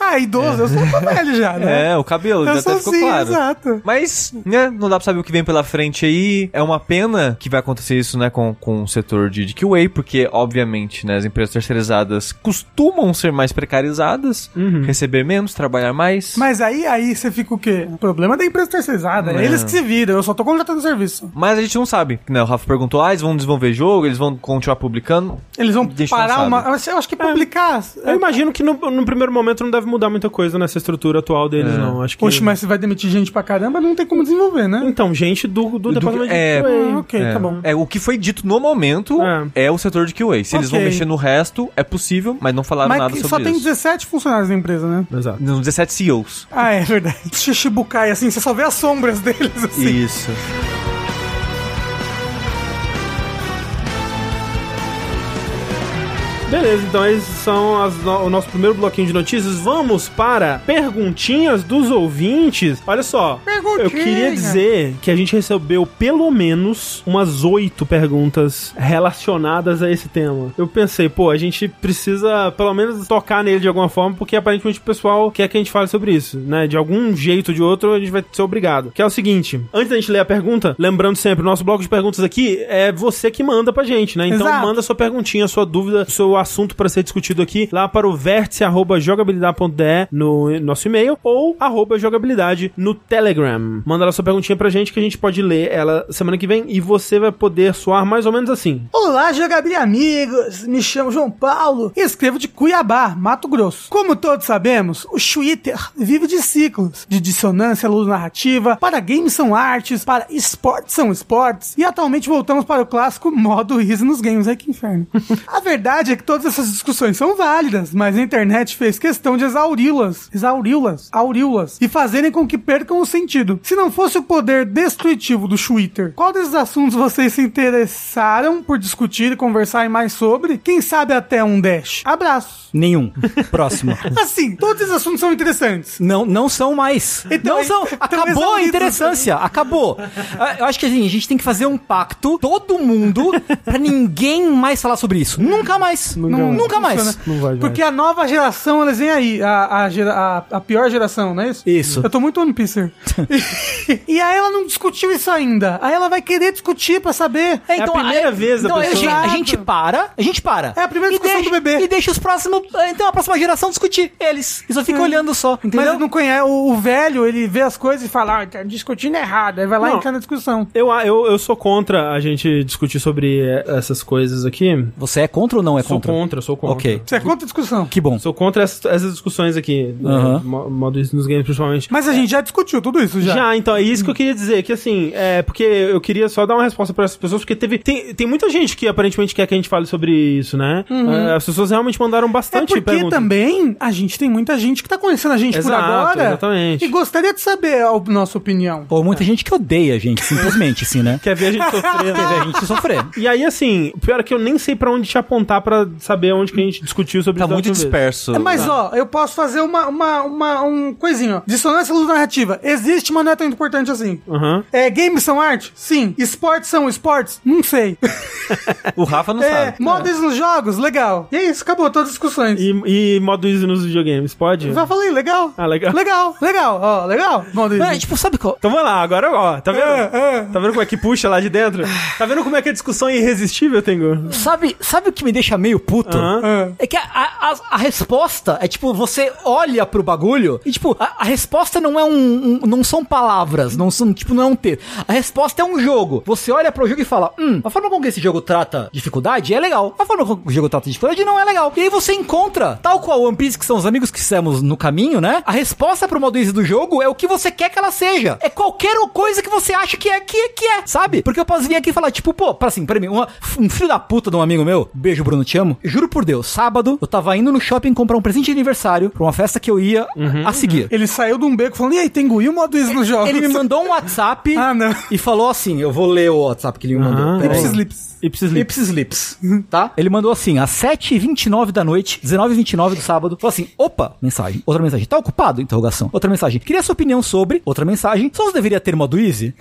Speaker 3: Ah, idoso, eu sou um velho já, né?
Speaker 2: É, o cabelo, já
Speaker 3: eu sou
Speaker 2: até ficou
Speaker 3: assim,
Speaker 2: claro.
Speaker 3: exato.
Speaker 2: Mas, né, não dá pra saber o que vem pela frente aí. É uma pena que vai acontecer isso, né, com, com o setor de, de QA, porque, obviamente, né, as empresas terceirizadas costumam ser mais precarizadas, receber menos, trabalhar mais.
Speaker 3: Uhum. Mas aí, aí você fica o quê? O problema é da empresa terceirizada. É.
Speaker 2: É.
Speaker 3: Eles que se viram, eu só tô contratando serviço.
Speaker 2: Mas a gente não sabe, né? O Rafa perguntou, ah, eles vão desenvolver jogo, eles vão continuar publicando.
Speaker 3: Eles vão
Speaker 2: A gente não
Speaker 3: parar
Speaker 2: sabe.
Speaker 3: uma. Eu acho que é publicar.
Speaker 1: Eu imagino que no, no primeiro momento não deve mudar muita coisa nessa estrutura atual deles, não. Acho que.
Speaker 3: Poxa, mas você vai demitir gente pra caramba, não tem como desenvolver, né?
Speaker 1: Então, gente do, do, departamento
Speaker 2: é,
Speaker 1: de QA.
Speaker 3: Ah, ok,
Speaker 2: é,
Speaker 3: tá bom.
Speaker 2: É, o que foi dito no momento é,
Speaker 1: É.
Speaker 2: o setor de QA. Se eles vão
Speaker 3: Ok.
Speaker 2: mexer no resto, é possível, mas não falaram nada
Speaker 3: Mas
Speaker 2: sobre
Speaker 3: só
Speaker 2: isso.
Speaker 3: tem 17 funcionários na empresa, né?
Speaker 1: Exato.
Speaker 2: Nos 17 CEOs.
Speaker 3: Ah, é [LAUGHS] verdade. Shichibukai, assim, você só vê as sombras deles, assim.
Speaker 2: Isso. Tá
Speaker 1: Beleza, então esses são as no- o nosso primeiro bloquinho de notícias. Vamos para perguntinhas dos ouvintes. Olha só,
Speaker 3: Perguntinha.
Speaker 1: eu queria dizer que a gente recebeu pelo menos umas oito perguntas relacionadas a esse tema. Eu pensei, pô, a gente precisa pelo menos tocar nele de alguma forma, porque aparentemente o pessoal quer que a gente fale sobre isso, né? De algum jeito ou de outro, a gente vai ser obrigado. Que é o seguinte, antes da gente ler a pergunta, lembrando sempre, o nosso bloco de perguntas aqui é você que manda pra gente, né? Então
Speaker 3: Exato.
Speaker 1: manda sua perguntinha, sua dúvida, seu assunto para ser discutido aqui lá para o vértice.jogabilidade.de no nosso e-mail ou arroba jogabilidade no Telegram. Manda lá sua perguntinha pra gente que a gente pode ler ela semana que vem e você vai poder soar mais ou menos assim.
Speaker 3: Olá, jogabilia amigos! Me chamo João Paulo e escrevo de Cuiabá, Mato Grosso. Como todos sabemos, o Twitter vive de ciclos, de dissonância ludonarrativa, para games são artes, para esportes são esportes, e atualmente voltamos para o clássico modo riso nos games, ai que inferno. A verdade é que todas essas discussões são válidas, mas a internet fez questão de exauri-las, exauri-las, aurí-las, e fazerem com que percam o sentido. Se não fosse o poder destrutivo do Twitter, qual desses assuntos vocês se interessaram por discutir e conversar mais sobre? Quem sabe até um dash. Abraço.
Speaker 4: Nenhum. Próximo.
Speaker 3: Assim, todos esses assuntos são interessantes.
Speaker 4: Não, não são mais.
Speaker 3: Então,
Speaker 4: não são.
Speaker 3: então eles
Speaker 4: Acabou
Speaker 3: são
Speaker 4: a
Speaker 3: ídolos,
Speaker 4: interessância. Acabou. Ah, Eu acho que assim, a gente tem que fazer um pacto, todo mundo, pra ninguém mais falar sobre isso. Nunca mais. Nunca,
Speaker 3: Não-
Speaker 4: mais.
Speaker 3: funciona.
Speaker 1: Não vai,
Speaker 3: Porque a nova geração, elas vem aí. A, a, gera- a- a pior geração, não é isso?
Speaker 4: Isso.
Speaker 3: Eu tô muito One Piece. e aí ela não discutiu isso ainda. Aí ela vai querer discutir pra saber.
Speaker 4: É,
Speaker 1: a primeira vez da
Speaker 4: então,
Speaker 1: pessoa.
Speaker 4: a gente, a gente para, a gente para.
Speaker 3: É a primeira
Speaker 4: E
Speaker 3: discussão
Speaker 4: deixa-
Speaker 3: do bebê.
Speaker 4: E deixa os próximos, então a próxima geração discutir eles. E só fica olhando só,
Speaker 3: Mas
Speaker 4: entendeu?
Speaker 3: ele não conhece. O, o velho, ele vê as coisas e fala, ah, tá discutindo errado. Aí vai lá
Speaker 1: Não.
Speaker 3: e entra na discussão.
Speaker 1: Eu, eu, eu sou contra a gente discutir sobre eh, essas coisas aqui.
Speaker 4: Você é contra ou não é
Speaker 1: Sou
Speaker 4: contra?
Speaker 1: contra, sou contra.
Speaker 4: Ok.
Speaker 3: Você é contra a discussão.
Speaker 4: Que bom.
Speaker 1: Sou contra essas, essas discussões aqui, né,
Speaker 4: Aham.
Speaker 1: mo- modo isso nos games principalmente.
Speaker 3: Mas a gente já discutiu tudo isso já.
Speaker 1: É. Já. então, é isso que eu queria dizer, que assim, é porque eu queria só dar uma resposta pra essas pessoas, porque teve. Tem, tem muita gente que aparentemente quer que a gente fale sobre isso, né? É, As pessoas realmente mandaram
Speaker 3: É
Speaker 1: bastante
Speaker 3: porque
Speaker 1: perguntas.
Speaker 3: também a gente tem muita gente que tá conhecendo a gente
Speaker 1: Exato,
Speaker 3: por agora
Speaker 1: exatamente.
Speaker 3: e gostaria de saber a op- nossa opinião.
Speaker 4: Ou muita gente que odeia a gente, simplesmente,
Speaker 3: [LAUGHS]
Speaker 4: assim, né?
Speaker 1: Quer ver a gente sofrer. né? [LAUGHS]
Speaker 4: Teve a gente se sofrer.
Speaker 1: E aí, assim, o pior é que eu nem sei pra onde te apontar pra saber onde que a gente discutiu sobre
Speaker 2: Tá
Speaker 1: isso da
Speaker 2: muito
Speaker 1: última vez.
Speaker 2: disperso.
Speaker 3: É, Mas ó, eu posso fazer uma, uma, uma um coisinho, ó. Dissonância luz narrativa. Existe, mas não é tão importante assim.
Speaker 1: Aham.
Speaker 3: É, games são arte? Sim. Esportes são esportes? Não sei.
Speaker 2: Ah, O Rafa não
Speaker 3: É,
Speaker 2: sabe.
Speaker 3: modas nos jogos? Legal. E é isso, acabou todas as discussões.
Speaker 1: E, e modo easy nos videogames, pode?
Speaker 3: Já falei, legal.
Speaker 1: Ah, legal.
Speaker 3: Legal, legal, ó, legal. Modo
Speaker 4: Mas, tipo, sabe qual?
Speaker 1: Então vamos lá, agora, ó, tá vendo? Tá vendo como é que puxa lá de dentro? Tá vendo como é que a discussão é irresistível, Tengu?
Speaker 4: Sabe, sabe o que me deixa meio puto?
Speaker 1: Aham.
Speaker 4: É que a, a, a- a resposta é tipo, você olha pro bagulho e tipo, a, a resposta não é um, um- Não são palavras, não são, tipo, não é um texto. A resposta é um jogo. Você olha pro jogo e fala, hum, a forma com que esse jogo trata dificuldade é legal. A forma com que o jogo trata dificuldade não é legal. E aí você encontra, tal qual One Piece, que são Então, os amigos que fizemos no caminho, né? A resposta pro modo easy do jogo é o que você quer que ela seja. É qualquer coisa que você acha que é, que é, que é, sabe? Porque eu posso vir aqui e falar, tipo, pô, pra assim, pra mim, uma- um filho da puta de um amigo meu, beijo Bruno, te amo. Juro por Deus, sábado eu tava indo no shopping comprar um presente de aniversário pra uma festa que eu ia
Speaker 3: Uhum,
Speaker 4: a seguir.
Speaker 3: Ele saiu de um beco falando, e aí, tem Gui o modo isso nos jogos?
Speaker 4: Ele
Speaker 3: [LAUGHS]
Speaker 4: me mandou um WhatsApp
Speaker 3: uhum. Ah, não. Ah,
Speaker 4: e falou assim: eu vou ler o WhatsApp que ele me mandou.
Speaker 1: Aham.
Speaker 4: peraí.
Speaker 3: Lips
Speaker 1: Ipsis
Speaker 3: Lips.
Speaker 4: Lips Lips, tá? Ele mandou assim, às 7h29 da noite, 19h29 do sábado, falou assim, opa, mensagem, outra mensagem, tá ocupado? Interrogação. Outra mensagem, queria sua opinião sobre, outra mensagem, só você deveria ter modo [LAUGHS] easy?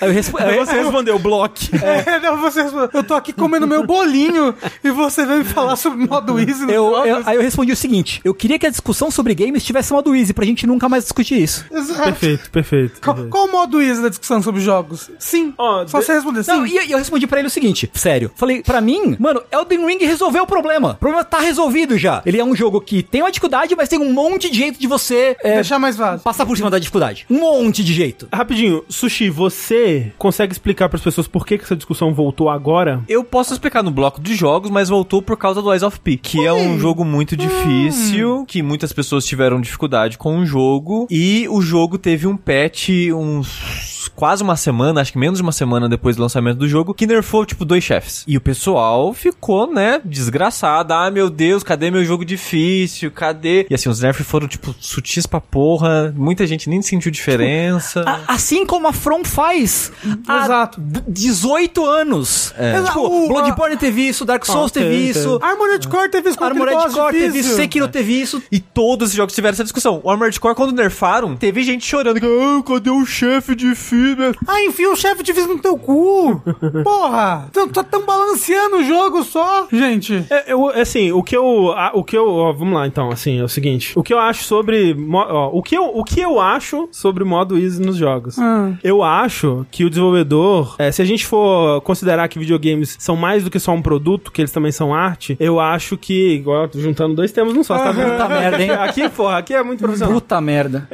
Speaker 4: Aí eu respondi,
Speaker 1: Aí você respondeu, bloco.
Speaker 3: É, [LAUGHS] não, você respondeu, eu tô aqui comendo meu bolinho e você veio me falar sobre modo easy nos
Speaker 4: [LAUGHS] eu,
Speaker 3: jogos.
Speaker 4: eu- aí eu respondi o seguinte, eu queria que a discussão sobre games tivesse modo easy pra gente nunca mais discutir isso.
Speaker 3: Exato.
Speaker 1: Perfeito, perfeito.
Speaker 3: Qual, qual o modo easy da discussão sobre jogos? Sim.
Speaker 1: Uhum. Ó,
Speaker 3: Só
Speaker 1: de-
Speaker 3: você responder sim.
Speaker 4: Não, e eu- e eu respondi pra ele o seguinte, sério. Falei, pra mim, mano, Elden Ring resolveu o problema. O problema tá resolvido já. Ele é um jogo que tem uma dificuldade, mas tem um monte de jeito de você é,
Speaker 3: Deixar mais vaso.
Speaker 4: passar por cima da dificuldade. Um monte de jeito.
Speaker 1: Rapidinho, Sushi, você consegue explicar pras pessoas por que, que essa discussão voltou agora?
Speaker 2: Eu posso explicar no bloco de jogos, mas voltou por causa do Eyes of P, que é um jogo
Speaker 3: Hum.
Speaker 2: muito difícil, que muitas pessoas tiveram dificuldade com o jogo, e o jogo teve um patch uns quase uma semana, acho que menos de uma semana depois do lançamento do jogo, que nerfou tipo dois chefes. E o pessoal ficou, né, desgraçado. Ah, meu Deus, cadê meu jogo difícil? Cadê? E assim, os nerfs foram tipo sutis pra porra, muita gente nem sentiu diferença.
Speaker 3: Ah,
Speaker 4: A- assim como a From faz
Speaker 3: Exato.
Speaker 4: há d- 18 anos. Tipo,
Speaker 3: O-
Speaker 4: Bloodborne teve isso, Dark Souls
Speaker 1: tem,
Speaker 4: teve
Speaker 1: tem.
Speaker 4: isso,
Speaker 3: Armored Core teve isso com aquele
Speaker 4: Armored
Speaker 3: boss
Speaker 4: Core teve isso,
Speaker 3: difícil.
Speaker 4: Sekiro teve isso.
Speaker 2: E todos os jogos tiveram essa discussão. O Armored Core, quando nerfaram, teve gente chorando. Ah, cadê o chefe difícil?
Speaker 1: vida.
Speaker 3: Ah, enfia o chefe de vez no
Speaker 1: [LAUGHS]
Speaker 3: teu cu. Porra. Tô, tô tão balanceando o jogo só. Gente.
Speaker 1: É, eu, assim, o que eu. a- o que eu. ó, vamos lá, então, assim, é o seguinte. O que eu acho sobre. mo- ó, o, que eu, o que eu acho sobre modo easy nos jogos?
Speaker 3: Ah.
Speaker 1: Eu acho que o desenvolvedor, é, se a gente for considerar que videogames são mais do que só um produto, que eles também são arte, eu acho que, igual, tô juntando dois termos não só, tá bom?
Speaker 4: Puta merda, hein?
Speaker 1: Aqui, porra, aqui é muito profissional.
Speaker 4: Puta merda.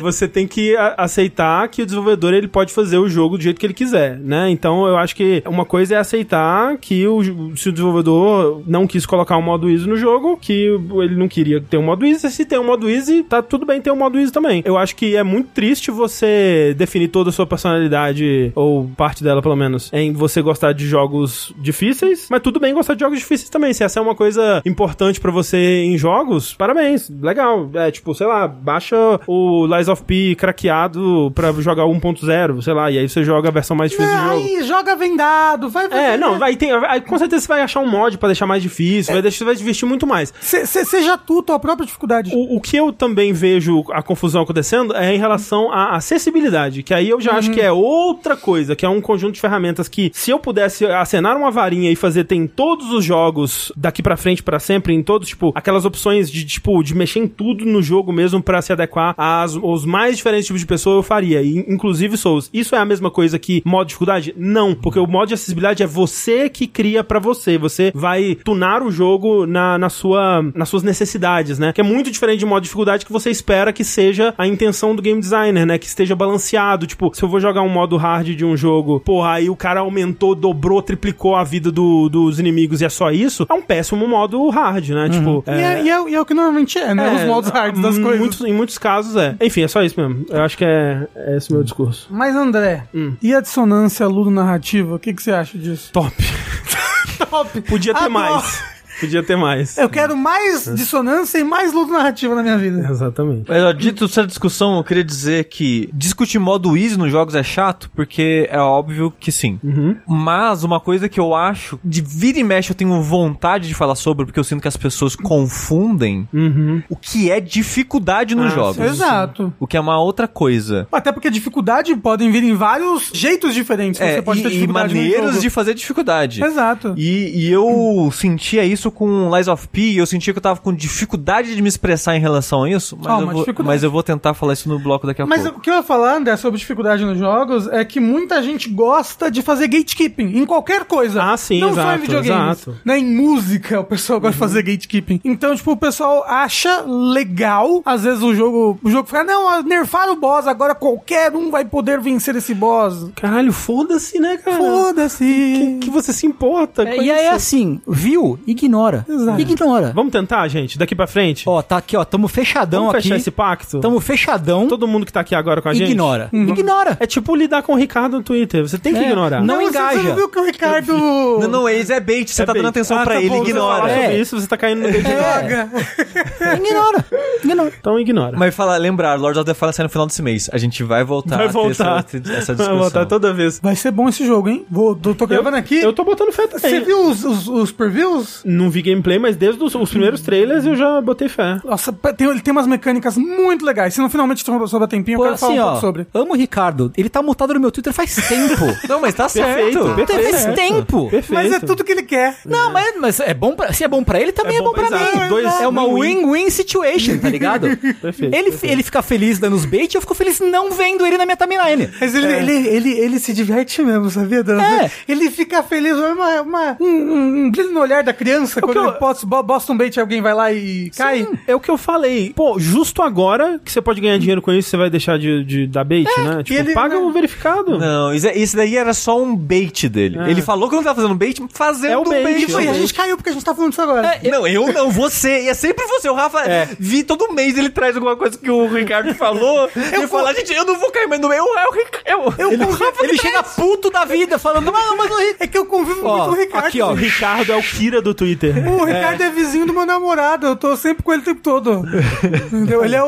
Speaker 1: Você tem que a- aceitar que o desenvolvedor ele pode fazer o jogo do jeito que ele quiser, né? Então eu acho que uma coisa é aceitar que o, jo- se o desenvolvedor não quis colocar um modo easy no jogo, que ele não queria ter um modo easy, se tem um modo easy, tá tudo bem ter um modo easy também. Eu acho que é muito triste você definir toda a sua personalidade, ou parte dela pelo menos, em você gostar de jogos difíceis, mas tudo bem gostar de jogos difíceis também. Se essa é uma coisa importante pra você em jogos, parabéns, legal. É tipo, sei lá, baixa o Lies of P craqueado pra jogar o 1.0, sei lá, e aí você joga a versão mais difícil do
Speaker 3: Ah,
Speaker 1: jogo.
Speaker 3: aí, joga vendado. Vai
Speaker 1: É, não, vai, tem, aí com certeza você vai achar um mod pra deixar mais difícil, vai deixar, você vai divertir muito mais.
Speaker 3: Se- se- Seja tu, tua própria dificuldade.
Speaker 1: O, o que eu também vejo a confusão acontecendo é em relação à acessibilidade, que aí eu já acho que é outra coisa, que é um conjunto de ferramentas que, se eu pudesse acenar uma varinha e fazer tem todos os jogos daqui pra frente pra sempre, em todos, tipo, aquelas opções de, tipo, de mexer em tudo no jogo mesmo pra se adequar às, aos mais diferentes tipos de pessoa, eu faria, e, inclusive Souls. Isso é a mesma coisa que modo de dificuldade? Não, porque o modo de acessibilidade é você que cria pra você, você vai tunar o jogo na, na sua, nas suas necessidades, né? Que é muito diferente de modo de dificuldade que você espera que seja a intenção do game designer, né? Que esteja balanceado. Tipo, se eu vou jogar um modo hard de um jogo, porra, aí o cara aumentou, dobrou, triplicou a vida do- dos inimigos e é só isso, é um péssimo modo hard, né? Tipo.
Speaker 3: E, é, e é- e é o que normalmente é, né? Os modos hard das
Speaker 1: em
Speaker 3: coisas.
Speaker 1: muitos- em muitos casos é. Enfim, é só isso mesmo. Eu acho que é, é esse o meu discurso.
Speaker 3: Mas, André,
Speaker 1: Hum.
Speaker 3: e a dissonância ludonarrativa? O que, que você acha disso?
Speaker 1: Top.
Speaker 3: Top!
Speaker 1: Podia ter
Speaker 3: Adoro. É,
Speaker 1: mais. Podia ter mais.
Speaker 3: Eu quero mais
Speaker 1: É.
Speaker 3: dissonância e mais ludonarrativa na minha vida.
Speaker 1: Exatamente.
Speaker 2: Mas, ó, dito essa discussão, eu queria dizer que discutir modo easy nos jogos é chato, porque é óbvio que sim.
Speaker 3: Uhum.
Speaker 2: Mas uma coisa que eu acho, de vira e mexe eu tenho vontade de falar sobre, porque eu sinto que as pessoas confundem o que é dificuldade nos
Speaker 1: Ah,
Speaker 2: jogos.
Speaker 3: Uhum. Exato.
Speaker 2: O que é uma outra coisa.
Speaker 3: Até porque dificuldade podem vir em vários jeitos diferentes.
Speaker 2: É,
Speaker 3: Você pode ter
Speaker 2: e- e,
Speaker 3: dificuldade no
Speaker 2: maneiras
Speaker 3: jogo.
Speaker 2: de fazer dificuldade.
Speaker 3: Exato.
Speaker 2: E, e eu sentia isso com Lies of P, eu sentia que eu tava com dificuldade de me expressar em relação a isso, mas,
Speaker 3: Ah,
Speaker 2: eu,
Speaker 3: uma
Speaker 2: vou,
Speaker 3: dificuldade.
Speaker 2: mas eu vou tentar falar isso no bloco daqui a
Speaker 3: Mas
Speaker 2: pouco.
Speaker 3: o que eu ia falar, André, sobre dificuldade nos jogos é que muita gente gosta de fazer gatekeeping em qualquer coisa.
Speaker 1: Ah, sim,
Speaker 3: Não só em
Speaker 1: exato,
Speaker 3: videogames.
Speaker 1: exato.
Speaker 3: Né? Em música, o pessoal gosta de fazer gatekeeping. Então, tipo, o pessoal acha legal, às vezes, o jogo. O jogo fica, não, ó, nerfaram o boss, agora qualquer um vai poder vencer esse boss.
Speaker 1: Caralho, foda-se, né, cara?
Speaker 3: Foda-se.
Speaker 1: Que, que você se importa
Speaker 4: É,
Speaker 1: com
Speaker 4: e aí é
Speaker 1: isso?
Speaker 4: assim, viu? Ignora.
Speaker 3: Exato.
Speaker 4: Ignora.
Speaker 1: Vamos tentar, gente, daqui pra frente?
Speaker 4: Ó, tá aqui, ó. Tamo fechadão
Speaker 1: Vamos
Speaker 4: aqui.
Speaker 1: fechar esse pacto?
Speaker 4: Tamo fechadão.
Speaker 1: Todo mundo que tá aqui agora com a gente?
Speaker 4: Ignora. Ignora.
Speaker 1: É tipo lidar com o Ricardo no Twitter, você tem que
Speaker 4: É,
Speaker 1: ignorar.
Speaker 4: não
Speaker 3: Então, você- Você
Speaker 4: engaja.
Speaker 3: não viu que o Ricardo.
Speaker 2: Não, não, eles é bait, você
Speaker 1: É
Speaker 2: tá
Speaker 1: bait.
Speaker 2: dando atenção
Speaker 1: Ah,
Speaker 2: pra
Speaker 1: tá
Speaker 2: ele,
Speaker 1: bom, você
Speaker 2: ignora.
Speaker 1: falar
Speaker 4: É.
Speaker 1: sobre isso, você tá caindo no
Speaker 4: [LAUGHS]
Speaker 1: ignora.
Speaker 3: Droga.
Speaker 4: Ignora. Ignora.
Speaker 1: Então ignora.
Speaker 2: Mas falar, lembrar, Lord of the Fallen sai no final desse mês. A gente vai voltar
Speaker 1: Vai
Speaker 2: a ter
Speaker 1: voltar.
Speaker 2: essa, essa
Speaker 1: Vai
Speaker 2: discussão.
Speaker 1: voltar toda vez.
Speaker 3: Vai ser bom esse jogo, hein? Vou, tô, tô gravando Tá aqui.
Speaker 1: Eu tô botando fé também.
Speaker 3: Você viu os, os, os previews?
Speaker 1: Não vi gameplay, mas desde os, os primeiros trailers eu já botei fé.
Speaker 3: Nossa, tem, ele tem umas mecânicas muito legais. Se não finalmente sobra- sobrar tempinho,
Speaker 4: Pô,
Speaker 3: eu quero falar
Speaker 4: assim,
Speaker 3: um
Speaker 4: ó.
Speaker 3: pouco sobre.
Speaker 4: Amo o Ricardo. Ele tá mutado no meu Twitter faz tempo.
Speaker 2: Não, mas tá certo.
Speaker 1: Perfeito, perfeito.
Speaker 4: Tem faz tempo.
Speaker 1: Perfeito.
Speaker 3: Mas é tudo que ele quer.
Speaker 4: Não, mas, mas é bom pra, se é bom pra ele, também
Speaker 1: É
Speaker 4: é
Speaker 1: bom-
Speaker 4: bom, pra
Speaker 1: exato,
Speaker 4: mim.
Speaker 1: dois
Speaker 4: é uma
Speaker 1: win-win.
Speaker 4: win-win situation, tá ligado?
Speaker 1: Perfeito,
Speaker 4: ele, ele fica feliz dando os bait e eu fico feliz não vendo ele na minha timeline.
Speaker 3: Mas ele, ele, ele, ele se diverte mesmo, sabia, Dan?
Speaker 4: É.
Speaker 3: Ele fica feliz, olha uma, uma- um, um- um brilho no olhar da criança quando
Speaker 1: que eu-
Speaker 3: ele posta, bo- bosta um bait e alguém vai lá e cai.
Speaker 1: Sim, é o que eu falei. Pô, justo agora que você pode ganhar dinheiro com isso, você vai deixar de, de dar bait, né? Tipo,
Speaker 3: ele-
Speaker 1: paga
Speaker 3: né?
Speaker 1: o verificado.
Speaker 2: Não, isso, é- isso daí era só um bait dele. Ele falou que não tava fazendo bait, fazendo
Speaker 1: É o
Speaker 2: um
Speaker 1: bait,
Speaker 2: bait.
Speaker 1: é o
Speaker 3: Foi, a
Speaker 1: bait.
Speaker 3: gente caiu porque a gente tá falando isso agora.
Speaker 2: Não, É, eu não, você. E é sempre você. O Rafa, vi todo mês ele traz alguma coisa que o Ricardo falou. e eu falo, gente, eu não vou cair mais no meio. É o Ricardo. Eu,
Speaker 4: Ele,
Speaker 2: o
Speaker 4: [LAUGHS]
Speaker 2: Rafa
Speaker 4: ele chega puto da vida falando, mas, mas o Ricardo.
Speaker 3: É que eu convivo muito
Speaker 4: Ó,
Speaker 3: com o Ricardo.
Speaker 4: aqui, ó.
Speaker 1: O Ricardo é o Kira do Twitter.
Speaker 3: O Ricardo é. vizinho do meu namorado, eu tô sempre com ele o tempo todo. Entendeu? Ele é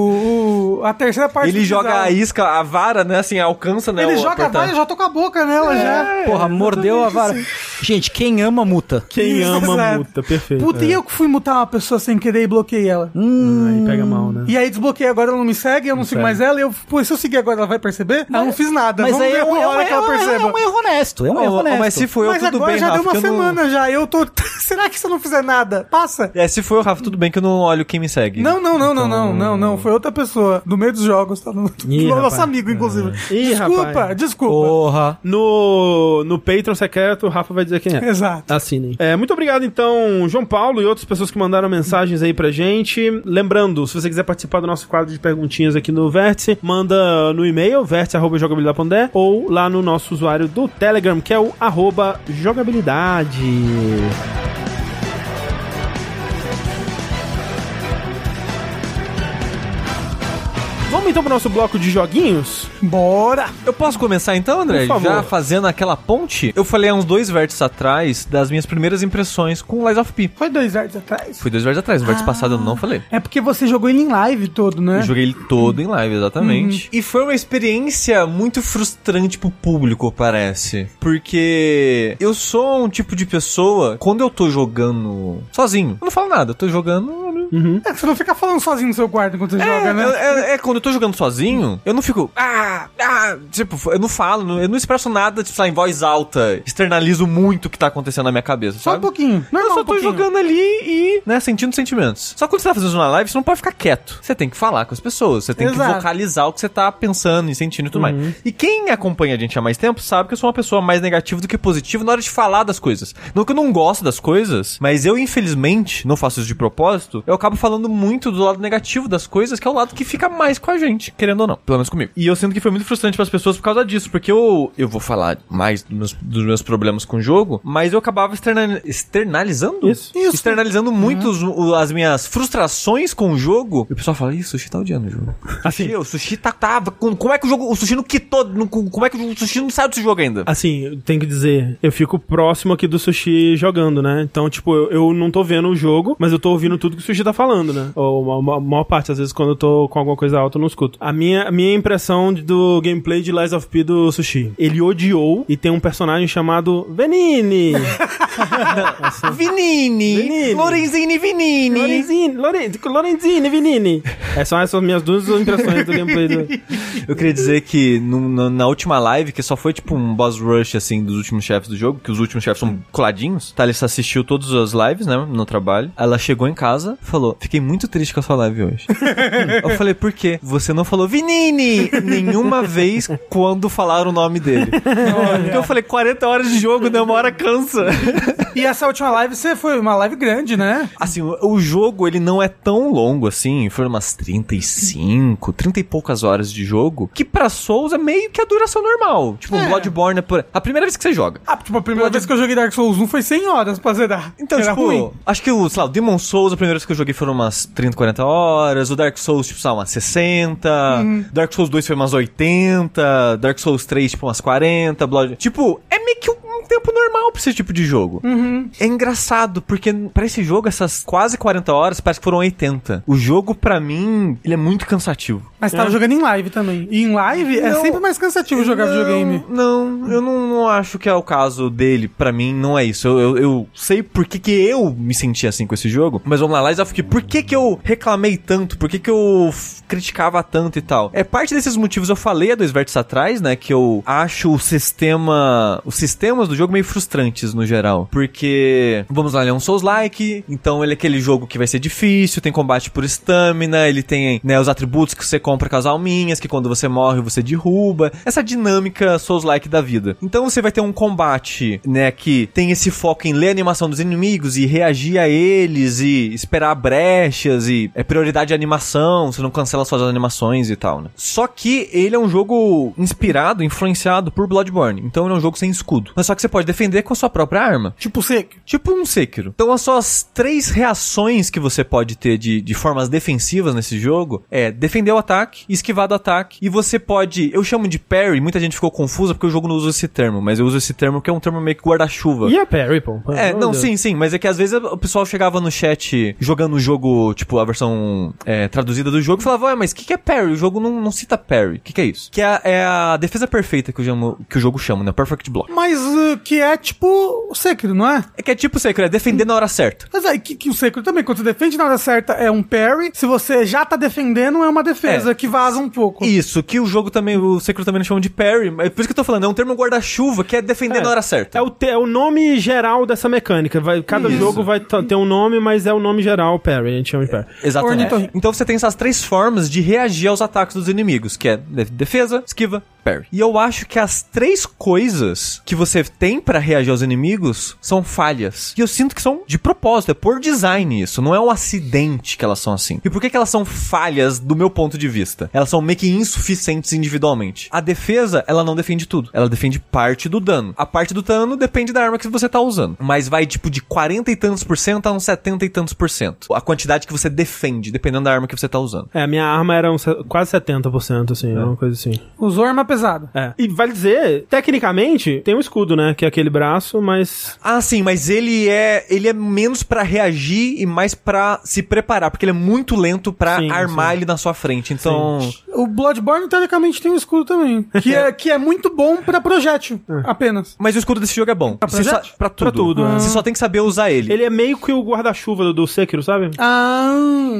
Speaker 3: o, o- a terceira parte
Speaker 2: Ele
Speaker 3: do
Speaker 2: joga
Speaker 3: casal.
Speaker 2: a isca, a vara, né? Assim, alcança, né?
Speaker 3: Ele
Speaker 2: o
Speaker 3: joga a
Speaker 2: apertar.
Speaker 3: vara, eu já tô com a boca nela já.
Speaker 4: é, Porra, mordeu a vara. Gente, quem ama muta.
Speaker 1: Quem
Speaker 3: Isso,
Speaker 1: ama
Speaker 3: exato.
Speaker 1: multa, perfeito. É.
Speaker 3: Puta, e eu que fui mutar uma pessoa sem querer e bloqueei ela.
Speaker 1: Aí pega mal, né?
Speaker 3: E aí desbloqueei, agora ela não me segue, eu não, sigo
Speaker 1: segue.
Speaker 3: mais ela. E eu, pô, se eu seguir agora, ela vai perceber? eu não fiz nada.
Speaker 4: Mas
Speaker 3: Vamos
Speaker 4: aí
Speaker 3: ver
Speaker 4: é um,
Speaker 3: uma
Speaker 4: é um-
Speaker 3: hora que ela
Speaker 4: é um-
Speaker 3: perceba.
Speaker 4: é um erro honesto, é um erro
Speaker 2: Ô, ô,
Speaker 4: honesto.
Speaker 2: mas se foi eu,
Speaker 3: Mas
Speaker 2: tudo
Speaker 3: agora
Speaker 2: bem,
Speaker 3: já
Speaker 2: Rafa. que
Speaker 3: deu uma
Speaker 2: eu não-
Speaker 3: semana já. Eu tô. [LAUGHS] Será que se eu não fizer nada? Passa?
Speaker 2: É, se foi o Rafa, tudo bem que eu não olho quem me segue.
Speaker 3: Não, não, não, não, não, não, não. Foi outra pessoa. Do meio dos jogos, tá? No,
Speaker 1: Ih,
Speaker 3: nosso
Speaker 1: rapaz.
Speaker 3: amigo, inclusive.
Speaker 1: Ih,
Speaker 3: desculpa,
Speaker 1: rapaz.
Speaker 3: desculpa.
Speaker 4: Porra.
Speaker 1: No, no Patreon secreto, o Rafa vai dizer quem é.
Speaker 3: [LAUGHS] Exato.
Speaker 1: Assinem. É, muito obrigado, então, João Paulo e outras pessoas que mandaram mensagens aí pra gente. Lembrando, se você quiser participar do nosso quadro de perguntinhas aqui no Vértice, manda no e-mail, vértice.jogabilidade.com ou lá no nosso usuário do Telegram, que é o arroba jogabilidade. Vamos então pro nosso bloco de joguinhos?
Speaker 3: Bora!
Speaker 2: Eu posso começar então, André?
Speaker 1: Por favor.
Speaker 2: Já fazendo aquela ponte? Eu falei há uns dois vértices atrás das minas primeiras impressões com Lies of P.
Speaker 3: Foi dois artes atrás?
Speaker 2: Fui dois vértices atrás, o
Speaker 3: Ah.
Speaker 2: vértice passado eu não falei.
Speaker 3: É porque você jogou ele em live todo, né?
Speaker 2: Eu joguei ele todo em live, exatamente. É. Uhum. E foi uma experiência muito frustrante pro público, parece. Porque eu sou um tipo de pessoa, quando eu tô jogando sozinho, eu não falo nada, eu tô jogando.
Speaker 3: É, você não fica falando sozinho no seu quarto enquanto você
Speaker 2: É,
Speaker 3: joga, né?
Speaker 2: é- é- é, quando eu tô jogando sozinho, eu não fico. Ah, ah, tipo, eu não falo, não- eu não expresso nada, tipo, sei lá, em voz alta. Externalizo muito o que tá acontecendo na minha cabeça,
Speaker 3: Só um
Speaker 2: sabe?
Speaker 3: pouquinho. Normal,
Speaker 2: Eu só
Speaker 3: um
Speaker 2: tô
Speaker 3: pouquinho.
Speaker 2: jogando ali e, né, sentindo sentimentos. Só quando você tá fazendo isso na live, você não pode ficar quieto. Você tem que falar com as pessoas, você tem que
Speaker 3: Exato.
Speaker 2: vocalizar o que você tá pensando e sentindo e tudo mais. E quem acompanha a gente há mais tempo sabe que eu sou uma pessoa mais negativa do que positiva na hora de falar das coisas. Não que eu não gosto das coisas, mas eu, infelizmente, não faço isso de propósito, eu acabo falando muito do lado negativo das coisas, que é o lado que fica mais com a gente, querendo ou não. Pelo menos comigo. E eu sinto que foi muito frustrante para as pessoas por causa disso, porque eu, eu vou falar mais dos meus, dos meus problemas com o jogo, mas eu acabava externa- externalizando
Speaker 1: Isso.
Speaker 3: Isso.
Speaker 2: externalizando muito os- o- as minhas frustrações com o jogo. E o pessoal fala, ih, o sushi tá odiando o jogo. Assim, o sushi tá, tava. com- como é que o jogo. O sushi não quitou. não- como é que o sushi não saiu desse
Speaker 1: [LAUGHS]
Speaker 2: jogo ainda?
Speaker 1: Assim, eu tenho que dizer, eu fico próximo aqui do sushi jogando, né? Então, tipo, eu, eu não tô vendo o jogo, mas eu tô ouvindo tudo que o sushi tá falando, né? Ou a ma- a maior parte, às vezes, quando eu tô com alguma coisa alta, eu não escuto. A minha, a minha impressão de- do gameplay de Lies of P do sushi. Ele odiou e tem um personagem chamado Venini. Assim,
Speaker 2: Vinini!
Speaker 1: Vinini.
Speaker 2: Lorenzini Vinini!
Speaker 1: Lorenzini, Loren- Lorenzini, Venini. É, são essas minhas duas impressões do gameplay do.
Speaker 2: Eu queria dizer que no- na, na última live, que só foi tipo um boss rush, assim, dos últimos chefes do jogo, que os últimos chefes são coladinhos, Thalys assistiu todas as lives, né, no trabalho. Ela chegou em casa, falou, fiquei muito triste com a sua live
Speaker 1: [LAUGHS]
Speaker 2: hoje. Eu falei, por quê? Você não falou Vinini nenhuma vez quando falaram o nome dele. Porque eu falei, 40 horas de jogo, né, uma hora cansa.
Speaker 3: E essa última live, você foi uma live grande, né?
Speaker 2: Assim, o, o jogo, ele não é tão longo assim, foram umas 35, 30 e poucas horas de jogo, que pra Souls é meio que a duração normal. Tipo, um
Speaker 3: É.
Speaker 2: Bloodborne é por... a primeira vez que você joga.
Speaker 3: Ah, tipo, a primeira vez que eu joguei Dark Souls 1 foi 100 horas pra zerar.
Speaker 2: Então,
Speaker 3: Era
Speaker 2: tipo,
Speaker 3: ruim.
Speaker 2: acho que o, sei lá, o Demon Souls, a primeira vez que eu joguei foram umas 30, 40 horas, o Dark Souls, tipo, sei lá, umas 60,
Speaker 3: Uhum.
Speaker 2: Dark Souls 2 foi umas 80, Dark Souls 3, tipo, umas 40, Blood... Tipo, é meio que um um tempo normal pra esse tipo de jogo.
Speaker 3: Uhum.
Speaker 2: É engraçado, porque pra esse jogo, essas quase 40 horas, parece que foram 80. O jogo, pra mim, ele é muito cansativo.
Speaker 3: Mas tava jogando em live também. E em live é
Speaker 2: é. Não.
Speaker 3: sempre mais cansativo jogar
Speaker 2: Não,
Speaker 3: videogame.
Speaker 2: Não, eu não, não acho que é o caso dele. Pra mim, não é isso. Eu, eu, eu sei por que, que eu me senti assim com esse jogo. Mas vamos lá, Lies of P. Por que, que eu reclamei tanto? Por que, que eu f- criticava tanto e tal? É parte desses motivos eu falei há dois vértices atrás, né? Que eu acho o sistema. Os sistemas do jogo meio frustrantes no geral. Porque, vamos lá, ele é um Souls-like. Então ele é aquele jogo que vai ser difícil, tem combate por estamina, ele tem né, os atributos que você compra com as alminhas, que quando você morre você derruba. Essa dinâmica Souls-like da vida. Então você vai ter um combate, né, que tem esse foco em ler a animação dos inimigos e reagir a eles e esperar brechas e é prioridade de animação, você não cancela elas fazem as animações e tal, né? Só que ele é um jogo inspirado, influenciado por Bloodborne. Então ele é um jogo sem escudo. Mas só que você pode defender com a sua própria arma.
Speaker 3: Tipo seco.
Speaker 2: Tipo um Sekiro. Então as suas três reações que você pode ter de, de formas defensivas nesse jogo é defender o ataque, esquivar do ataque, e você pode. Eu chamo de parry, muita gente ficou confusa porque o jogo não usa esse termo, mas eu uso esse termo que é um termo meio que guarda-chuva.
Speaker 1: E a Perry, pô? Pelo
Speaker 2: É,
Speaker 1: amor
Speaker 2: não,
Speaker 1: de Deus.
Speaker 2: sim, sim, mas é que às vezes o pessoal chegava no chat jogando o jogo, tipo, a versão é, traduzida do jogo e falava, ué, mas o que, que é parry? O jogo não, não cita parry. O que, que é isso? Que é, a- é a defesa perfeita que o, jogo, que o jogo chama, né? Perfect Block.
Speaker 3: Mas eh, que é tipo o Sekiro, não é?
Speaker 2: É que é tipo Sekiro, é defender na hora certa.
Speaker 3: Mas aí, que, que o Sekiro também, quando você defende na hora certa, é um parry. Se você já tá defendendo, é uma defesa
Speaker 2: É.
Speaker 3: que vaza um pouco.
Speaker 2: Isso, que o jogo também, o Sekiro também não chama de parry, mas por isso que eu tô falando, é um termo guarda-chuva que é defender
Speaker 1: É.
Speaker 2: na hora certa.
Speaker 1: É o, te- é o nome geral dessa mecânica. Vai, cada jogo vai t- ter um nome, mas é o nome geral, Perry. A gente chama de Perry.
Speaker 2: Exatamente.
Speaker 3: Ornitorrinco.
Speaker 2: Então você tem essas três formas de reagir aos ataques dos inimigos, que é de- defesa, esquiva, parry. E eu acho que as três coisas que você tem pra reagir aos inimigos são falhas. E eu sinto que são de propósito, é por design isso, não é um acidente que elas são assim. E por que que elas são falhas do meu ponto de vista? Elas são meio que insuficientes individualmente. A defesa, ela não defende tudo. Ela defende parte do dano. A parte do dano depende da arma que você tá usando. Mas vai tipo de 40 e tantos por cento a uns 70 e tantos por cento. A quantidade que você defende, dependendo da arma que você tá usando.
Speaker 1: É, a minha arma era um se- quase 70%, assim,
Speaker 2: É.
Speaker 1: uma coisa assim.
Speaker 3: Usou arma pesada.
Speaker 1: É. E vale dizer, tecnicamente, tem um escudo, né? Que é aquele braço, mas.
Speaker 2: Ah, sim, mas ele é ele é menos pra reagir e mais pra se preparar, porque ele é muito lento pra
Speaker 1: Sim,
Speaker 2: armar
Speaker 1: sim.
Speaker 2: ele na sua frente. Então,
Speaker 3: O Bloodborne, teoricamente, tem um escudo também. Que é, que é muito bom pra projétil, apenas.
Speaker 2: mas o escudo desse jogo é
Speaker 1: Ah,
Speaker 2: bom. Você só-
Speaker 3: projeto?
Speaker 2: Pra tudo.
Speaker 1: tudo, é.
Speaker 2: Você só tem que saber usar ele.
Speaker 1: Ele é meio que o guarda-chuva do, do Sekiro, sabe?
Speaker 3: Ah,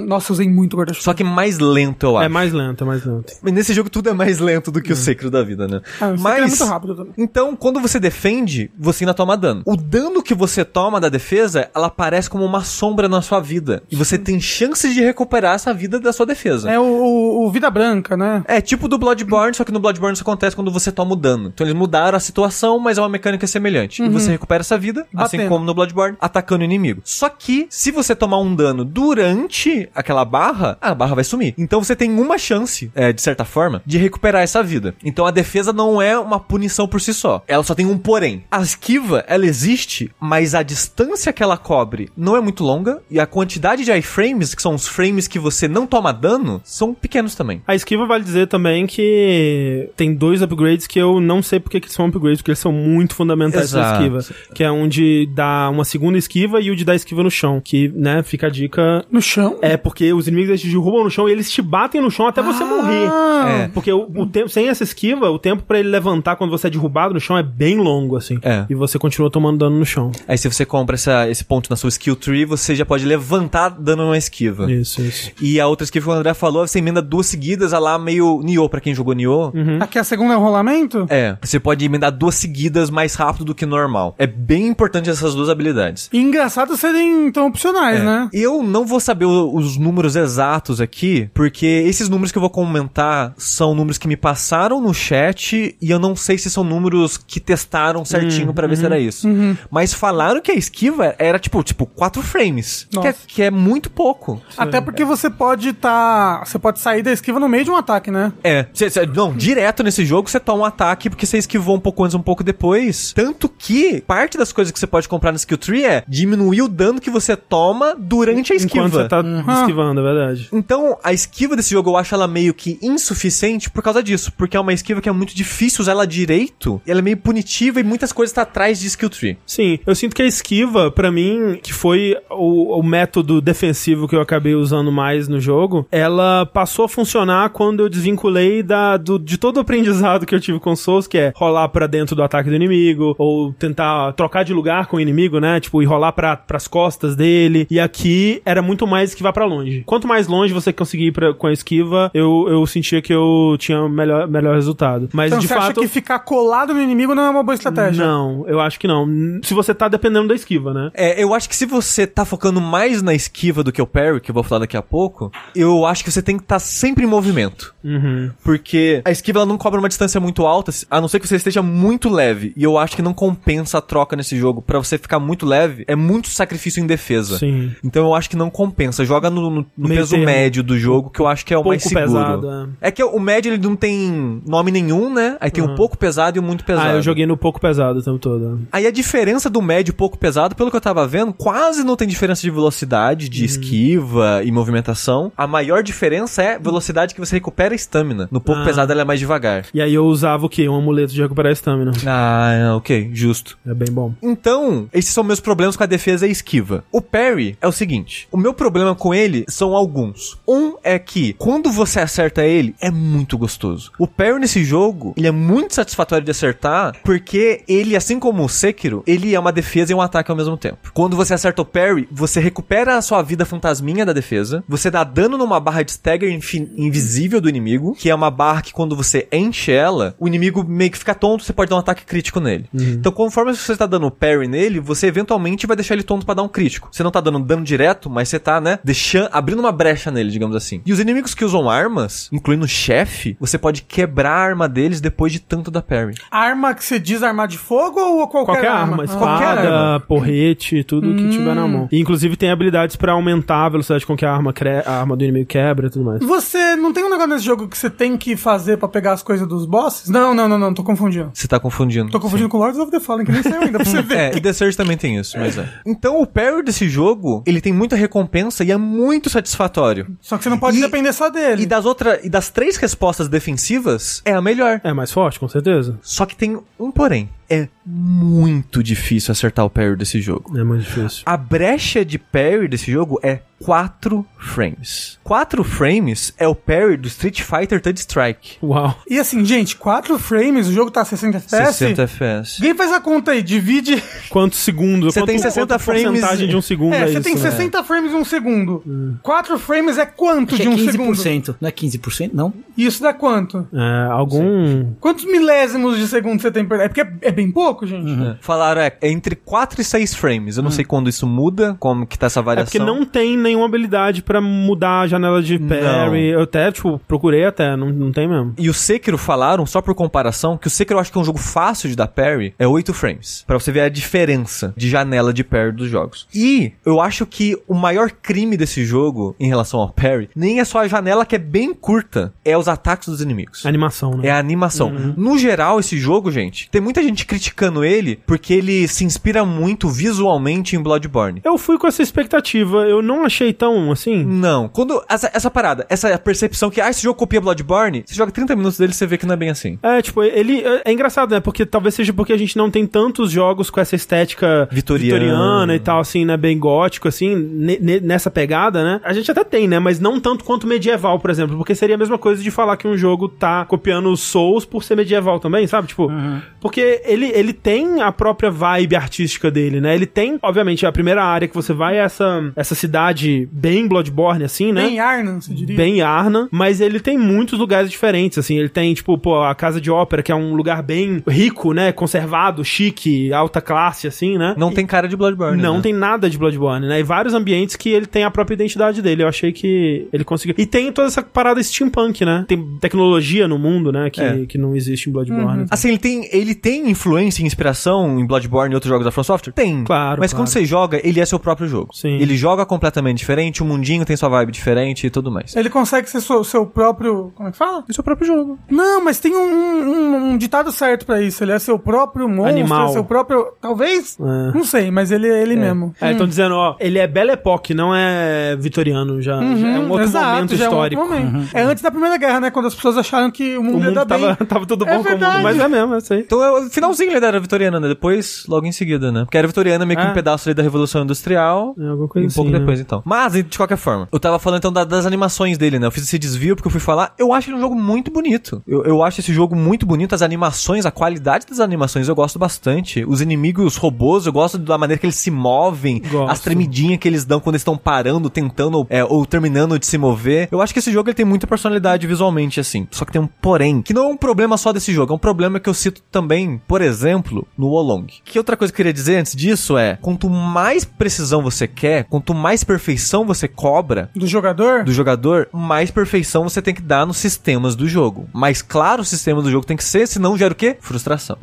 Speaker 3: nossa, usei muito guarda-chuva.
Speaker 2: Só que mais lento, eu acho.
Speaker 1: É mais lento, é mais lento.
Speaker 2: Mas Nesse jogo tudo é mais lento do que o Sekiro da vida, né?
Speaker 3: Hum. Ah, o Sekiro é muito rápido também.
Speaker 2: Então, quando você defende, você ainda toma dano. O dano que você toma da defesa, ela aparece como uma sombra na sua vida. E você tem chances de recuperar essa vida da sua defesa.
Speaker 3: É o, o- o Vida Branca, né?
Speaker 2: É tipo do Bloodborne, só que no Bloodborne isso acontece quando você toma o dano. Então eles mudaram a situação, mas é uma mecânica semelhante. E você recupera essa vida, assim
Speaker 3: Batendo.
Speaker 2: como no Bloodborne, atacando o inimigo. Só que, se você tomar um dano durante aquela barra, a barra vai sumir. Então você tem uma chance, é, de certa forma, de recuperar essa vida. Então a defesa não é uma punição por si só. Ela só tem um porém. A esquiva, ela existe, mas a distância que ela cobre não é muito longa. E a quantidade de iframes, que são os frames que você não toma dano, são pequenos também.
Speaker 1: A esquiva vale dizer também que tem dois upgrades que eu não sei porque que eles são upgrades, porque eles são muito fundamentais na
Speaker 2: Exato.
Speaker 1: esquiva. Que é um de dar uma segunda esquiva e o de dar esquiva no chão. Que, né, fica a dica.
Speaker 3: No chão.
Speaker 1: É, porque os inimigos eles te derrubam no chão e eles te batem no chão até
Speaker 2: Ah.
Speaker 1: você morrer.
Speaker 3: Ah.
Speaker 2: É.
Speaker 1: Porque o, o tempo, sem essa esquiva, o tempo pra ele levantar quando você é derrubado no chão é bem longo, assim.
Speaker 2: É. Tá.
Speaker 1: E você continua tomando dano no chão.
Speaker 2: Aí se você compra essa- esse ponto na sua skill tree, você já pode levantar dando uma esquiva.
Speaker 1: Isso, isso.
Speaker 2: E a outra esquiva que o André falou, você emenda duas seguidas, a lá meio Nioh, pra quem jogou Nioh.
Speaker 3: Aqui a segunda é o rolamento?
Speaker 2: É, você pode emendar duas seguidas mais rápido do que normal. É bem importante essas duas habilidades.
Speaker 3: E engraçado serem tão
Speaker 1: É.
Speaker 3: opcionais, né?
Speaker 2: Eu não vou saber o- os números exatos aqui, porque esses números que eu vou comentar são números que me passaram no chat e eu não sei se são números que testaram certinho pra ver se era
Speaker 1: Uhum.
Speaker 2: isso. Mas falaram que a esquiva era tipo, tipo, quatro frames, que é,
Speaker 3: Nossa.
Speaker 2: que é muito pouco.
Speaker 1: é.
Speaker 3: Até porque você pode tá. Você pode sair da esquiva no meio de um ataque, né?
Speaker 2: É, cê- cê-
Speaker 1: Uhum.
Speaker 2: não, direto nesse jogo você toma um ataque porque você esquivou um pouco antes, um pouco depois. Tanto que parte das coisas que você pode comprar no skill tree é diminuir o dano que você toma durante a esquiva.
Speaker 1: Enquanto você tá esquivando, é verdade.
Speaker 2: Então, a esquiva desse jogo eu acho ela meio que insuficiente por causa disso, porque é uma esquiva que é muito difícil usar ela direito, e ela é meio punitiva e muitas coisas tá atrás de skill tree.
Speaker 1: Sim, eu sinto que a esquiva, pra mim, que foi o, o método defensivo que eu acabei usando mais no jogo, ela passou a funcionar quando eu desvinculei da, do- de todo o aprendizado que eu tive com Souls, que é rolar pra dentro do ataque do inimigo, ou tentar trocar de lugar com o inimigo, né? Tipo, e rolar pra, pras costas dele. E aqui era muito mais esquivar pra longe. Quanto mais longe você conseguir ir pra, com a esquiva, eu, eu sentia que eu tinha melhor, melhor resultado. Mas
Speaker 3: Então,
Speaker 1: de
Speaker 3: você
Speaker 1: fato.
Speaker 3: acha que ficar colado no inimigo não é uma boa estratégia?
Speaker 1: Não, eu acho que não. Se você tá dependendo da esquiva, né?
Speaker 2: É, eu acho que se você tá focando mais na esquiva do que o parry, que eu vou falar daqui a pouco, eu acho que você tem que estar sempre em movimento.
Speaker 1: Uhum.
Speaker 2: Porque a esquiva ela não cobra uma distância muito alta, a não ser que você esteja muito leve. E eu acho que não compensa a troca nesse jogo. Pra você ficar muito leve, é muito sacrifício em defesa.
Speaker 1: Sim.
Speaker 2: Então eu acho que não compensa. Joga no, no- no
Speaker 1: Meio
Speaker 2: peso
Speaker 1: termo.
Speaker 2: médio do jogo, que eu acho que é o
Speaker 1: Pouco
Speaker 2: mais seguro.
Speaker 1: pesado, Ah,
Speaker 2: é. que o médio ele não tem nome nenhum, né? Aí tem o pouco pesado e o muito pesado.
Speaker 1: Uhum. Ah, eu joguei no pouco pesado o tempo todo.
Speaker 2: Aí a diferença do médio e pouco pesado, pelo que eu tava vendo, quase não tem diferença de velocidade, de esquiva e movimentação. A maior diferença é velocidade que você recupera a estamina. No pouco
Speaker 1: Ah.
Speaker 2: pesado ela é mais devagar.
Speaker 1: E aí eu usava o quê? Um amuleto de recuperar estamina.
Speaker 2: Ah, ok, justo.
Speaker 1: É bem bom.
Speaker 2: Então, esses são meus problemas com a defesa e esquiva. O parry é o seguinte: o meu problema com ele são alguns. Um é que quando você acerta ele, é muito gostoso. O parry nesse jogo, ele é muito satisfatório de acertar, porque ele, assim como o Sekiro, ele é uma defesa e um ataque ao mesmo tempo. Quando você acerta o parry, você recupera a sua vida fantasminha da defesa, você dá dano numa barra de stagger infi- invisível do inimigo, que é uma barra que quando você enche ela, o inimigo meio que fica tonto, você pode dar um ataque crítico nele. Então, conforme você tá dando parry nele, você eventualmente vai deixar ele tonto pra dar um crítico. Você não tá dando dano direto, mas você tá, né, deixando, abrindo uma brecha nele, digamos assim. E os inimigos que usam armas, incluindo o chefe, você pode quebrar a arma deles depois de tanto da parry.
Speaker 3: Arma que se diz arma de fogo ou qualquer,
Speaker 1: Qualquer arma,
Speaker 3: Ah.
Speaker 1: espada,
Speaker 2: arma.
Speaker 1: porrete, tudo que tiver na mão. E, inclusive tem habilidades pra aumentar a velocidade com que a arma, cre- a arma do inimigo quebra e tudo mais.
Speaker 3: Você não tem um negócio nesse jogo que você tem que fazer pra pegar as coisas dos bosses? Não, não, não, não, tô confundindo.
Speaker 2: Você tá confundindo. [LAUGHS]
Speaker 3: Tô confundindo com Lords of the Fallen, que nem saiu ainda, pra você ver.
Speaker 2: É, e The Surge também tem isso, mas é. Então o parry desse jogo, ele tem muita recompensa e é muito satisfatório.
Speaker 3: Só que você não pode
Speaker 2: E-
Speaker 3: depender só dele.
Speaker 2: E das outras, e das três respostas defensivas, é a melhor.
Speaker 1: É mais forte, com certeza.
Speaker 2: Só que tem um porém. É muito difícil acertar o parry desse jogo.
Speaker 1: É muito difícil.
Speaker 2: A brecha de parry desse jogo é 4 frames. 4 frames é o parry do Street Fighter Third Strike.
Speaker 1: Uau.
Speaker 3: E assim, gente, 4 frames, o jogo tá 60
Speaker 1: É,
Speaker 3: FPS.
Speaker 2: 60 FPS.
Speaker 3: Quem faz a conta aí? Divide.
Speaker 1: Quantos segundos?
Speaker 2: Você
Speaker 1: Quanto-
Speaker 2: tem 60
Speaker 1: quanto porcentagem
Speaker 2: frames-
Speaker 1: de um segundo
Speaker 3: É,
Speaker 1: é,
Speaker 3: você
Speaker 1: isso,
Speaker 3: tem
Speaker 1: né?
Speaker 3: 60 frames em um segundo. 4 frames é quanto
Speaker 4: Acho
Speaker 3: de
Speaker 4: que
Speaker 3: um
Speaker 4: é
Speaker 3: segundo?
Speaker 4: 15%. Não é 15%, não?
Speaker 3: Isso dá quanto?
Speaker 1: É, algum...
Speaker 3: Quantos milésimos de segundo você tem per... É porque é, é bem pouco, gente.
Speaker 2: É. Falaram, é, é entre 4 e 6 frames. Eu não sei quando isso muda, como que tá
Speaker 1: Hum.
Speaker 2: essa
Speaker 1: É
Speaker 2: variação.
Speaker 1: porque não tem nenhuma habilidade pra mudar a janela de parry. Eu até, tipo, procurei até, não, não tem mesmo.
Speaker 2: E o Sekiro falaram, só por comparação, que o Sekiro eu acho que é um jogo fácil de dar parry, é 8 frames. Pra você ver a diferença de janela de parry dos jogos. E eu acho que o maior crime desse jogo em relação ao parry, nem é só a janela que é bem curta, é os ataques dos inimigos.
Speaker 1: Animação, né?
Speaker 2: É a animação. No geral, esse jogo, gente, tem muita gente criticando ele porque ele se inspira muito visualmente em Bloodborne.
Speaker 1: Eu fui com essa expectativa, eu não achei tão assim.
Speaker 2: Não, quando. Essa, essa parada, essa percepção que, ah, esse jogo copia Bloodborne, você joga 30 minutos dele e você vê que não é bem assim.
Speaker 1: É, tipo, ele. É, é engraçado, né? Porque talvez seja porque a gente não tem tantos jogos com essa estética
Speaker 2: Vitoriana.
Speaker 1: e tal, assim, né? Bem gótico, assim, ne- ne- nessa pegada, né? A gente até tem, né? Mas não tanto quanto medieval, por exemplo. Porque seria a mesma coisa de falar que um jogo tá copiando os Souls por ser medieval também, sabe? Tipo, porque ele, ele tem a própria vibe artística dele, né? Ele tem, obviamente, a primeira área que você vai é essa, essa cidade bem Bloodborne, assim, né?
Speaker 3: Bem Arnan, se diria.
Speaker 1: bem Arna, mas ele tem muitos lugares diferentes, assim, ele tem, tipo, pô, a Casa de Ópera, que é um lugar bem rico, né, conservado, chique, alta classe, assim, né?
Speaker 2: Não tem cara de Bloodborne.
Speaker 1: Não
Speaker 2: né?
Speaker 1: tem nada de Bloodborne, né? E vários ambientes que ele tem a própria identidade dele. Eu achei que ele conseguiu. E tem toda essa parada steampunk, né? Tem tecnologia no mundo, né? Que,
Speaker 2: É.
Speaker 1: que não existe em Bloodborne.
Speaker 2: Assim, ele tem, ele tem influência e inspiração em Bloodborne e outros jogos da From Software? Tem.
Speaker 1: Claro,
Speaker 2: Mas
Speaker 1: claro.
Speaker 2: quando você joga, ele é seu próprio jogo.
Speaker 1: Sim.
Speaker 2: Ele joga completamente diferente, o mundinho tem sua vibe diferente e tudo mais.
Speaker 3: Ele consegue ser seu, seu próprio. Como é que fala?
Speaker 1: É seu próprio jogo.
Speaker 3: Não, mas tem um, um- um ditado certo pra isso. Ele é seu próprio monstro,
Speaker 1: Animal.
Speaker 3: é seu próprio. Talvez?
Speaker 1: É.
Speaker 3: Não sei, mas ele é ele mesmo.
Speaker 1: É, estão dizendo, ó, ele é Belle Époque, não é vitoriano, já, já é um outro momento
Speaker 3: Exato, já é um outro
Speaker 1: histórico. Uhum.
Speaker 3: momento. É antes da Primeira Guerra, né? Quando as pessoas acharam que o mundo,
Speaker 1: O
Speaker 3: ia dar
Speaker 1: mundo tava, [LAUGHS]
Speaker 3: bem.
Speaker 1: tava tudo
Speaker 3: É
Speaker 1: bom com o mundo,
Speaker 3: verdade.
Speaker 1: mas é mesmo, é isso aí.
Speaker 2: Então é o final finalzinho ali da era vitoriana, né? Depois, logo em seguida, né? Porque a era vitoriana é meio que
Speaker 1: Ah.
Speaker 2: um pedaço ali da Revolução Industrial.
Speaker 1: É, alguma coisa
Speaker 2: um pouco
Speaker 1: assim, né?
Speaker 2: depois, então. Mas, de qualquer forma, eu tava falando então da- das animações dele, né? Eu fiz esse desvio porque eu fui falar. Eu acho ele um jogo muito bonito. Eu, eu acho esse jogo muito bonito. As animações, a qualidade das animações eu gosto bastante. Os inimigos, os robôs, eu gosto da maneira que eles se movem.
Speaker 1: Gosto.
Speaker 2: As tremidinhas que eles dão quando eles estão parando, tentando é, ou terminando de se mover. Eu acho que esse jogo ele tem muita personalidade visualmente, assim. Só que tem um porém, que não é um problema só desse jogo, é um problema que eu cito também, por exemplo, no Wolong. Que outra coisa que eu queria dizer antes disso é: quanto mais precisão você quer, quanto mais perfeição você cobra,
Speaker 3: Do jogador?
Speaker 2: do jogador, mais perfeição você tem que dar nos sistemas do jogo. Mais claro o sistema do jogo tem que ser, senão gera o quê? Frustração.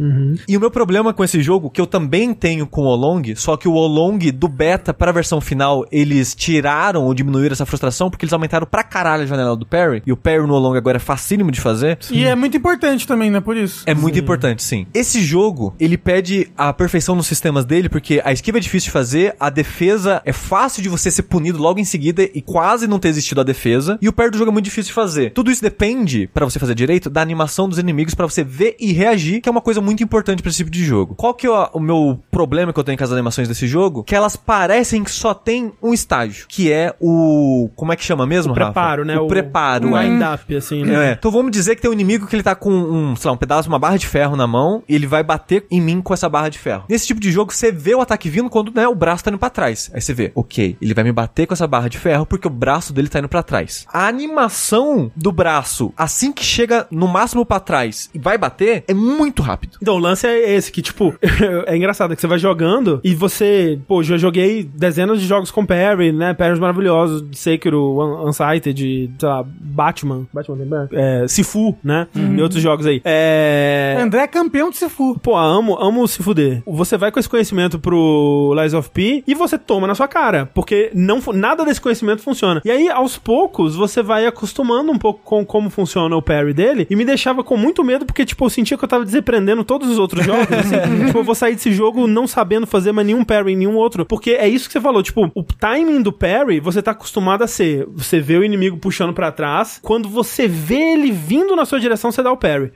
Speaker 2: E o meu problema com esse jogo, que eu também tenho com o Olong, só que o Olong do beta pra versão final, eles tiraram ou diminuíram essa frustração porque eles aumentaram pra caralho a janela do parry. E o parry no Olong agora é facílimo de fazer.
Speaker 3: E é muito importante também, né? Por isso.
Speaker 2: É muito importante, sim. Esse jogo, ele pede a perfeição nos sistemas dele, porque a esquiva é difícil de fazer, a defesa é fácil de você ser punido logo em seguida e quase não ter existido a defesa, e o parry do jogo é muito difícil de fazer. Tudo isso depende, pra você fazer direito, da animação dos inimigos pra você ver e reagir, que é uma coisa muito importante pra esse tipo de jogo. Qual que é o- o meu problema que eu tenho com as animações desse jogo? Que elas parecem que só tem um estágio, que é o... como é que chama mesmo, Rafa?
Speaker 1: Preparo, né?
Speaker 2: O, preparo,
Speaker 1: O
Speaker 2: é.
Speaker 1: wind-up, assim,
Speaker 2: É.
Speaker 1: né?
Speaker 2: Então vamos dizer que tem um inimigo que ele tá com um, sei lá, um pedaço, uma barra de ferro na mão, e ele vai bater em mim com essa barra de ferro. Nesse tipo de jogo, você vê o ataque vindo quando né, o braço tá indo pra trás. Aí você vê, ok, ele vai me bater com essa barra de ferro porque o braço dele tá indo pra trás. A animação do braço, assim que chega no máximo pra trás e vai bater, é muito rápido.
Speaker 1: Então, o lance é esse, que, tipo, [LAUGHS] é engraçado que você vai jogando e você... Pô, já joguei dezenas de jogos com Perry, né? Parries maravilhosos, Sekiro, Un Unsighted, sei lá, Batman. Batman tem Parry? É, Sifu, né? E outros jogos aí. É...
Speaker 3: André é campeão de Sifu.
Speaker 1: Pô, amo, amo se fuder. Você vai com esse conhecimento pro Lies of P e você toma na sua cara, porque não fu- nada desse conhecimento funciona. E aí, aos poucos, você vai acostumando um pouco com como funciona o parry dele e me deixava com muito medo, porque, tipo, eu sentia que eu tava desaprendendo todos os outros jogos, assim. tipo, eu vou sair desse jogo não sabendo fazer mais nenhum parry, nenhum outro, porque é isso que você falou, tipo, o timing do parry, você tá acostumado a ser, você vê o inimigo puxando pra trás, quando você vê ele vindo na sua direção, você dá o parry.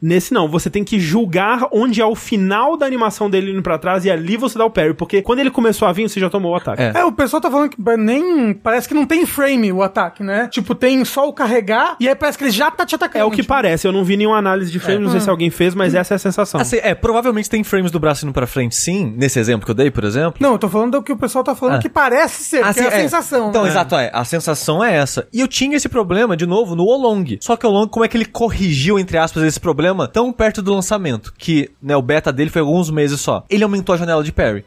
Speaker 1: Nesse não, você tem que julgar onde é o final da animação dele indo pra trás e ali você dá o parry, porque quando ele começou a vir, você já tomou o ataque.
Speaker 2: É.
Speaker 3: É, o pessoal tá falando que nem. Parece que não tem frame o ataque, né? Tipo, tem só o carregar e aí parece que ele já tá te
Speaker 1: É
Speaker 3: atacando.
Speaker 1: o que
Speaker 3: tipo,
Speaker 1: parece, eu não vi nenhuma análise de frame, não sei se alguém fez, mas essa é a sensação.
Speaker 2: Assim, é, provavelmente tem frames do braço indo pra frente, sim, nesse exemplo que eu dei, por exemplo.
Speaker 3: Não, eu tô falando do que o pessoal tá falando
Speaker 1: É.
Speaker 2: Ah.
Speaker 3: que parece ser, que
Speaker 2: Assim,
Speaker 3: é a sensação.
Speaker 2: Então,
Speaker 3: né?
Speaker 2: exato, é. A sensação é essa. E eu tinha esse problema, de novo, no Olong. Só que o Olong, como é que ele corrigiu, entre aspas, esse problema tão perto do lançamento? Que, né, o beta dele foi alguns meses só. Ele aumentou a janela de parry.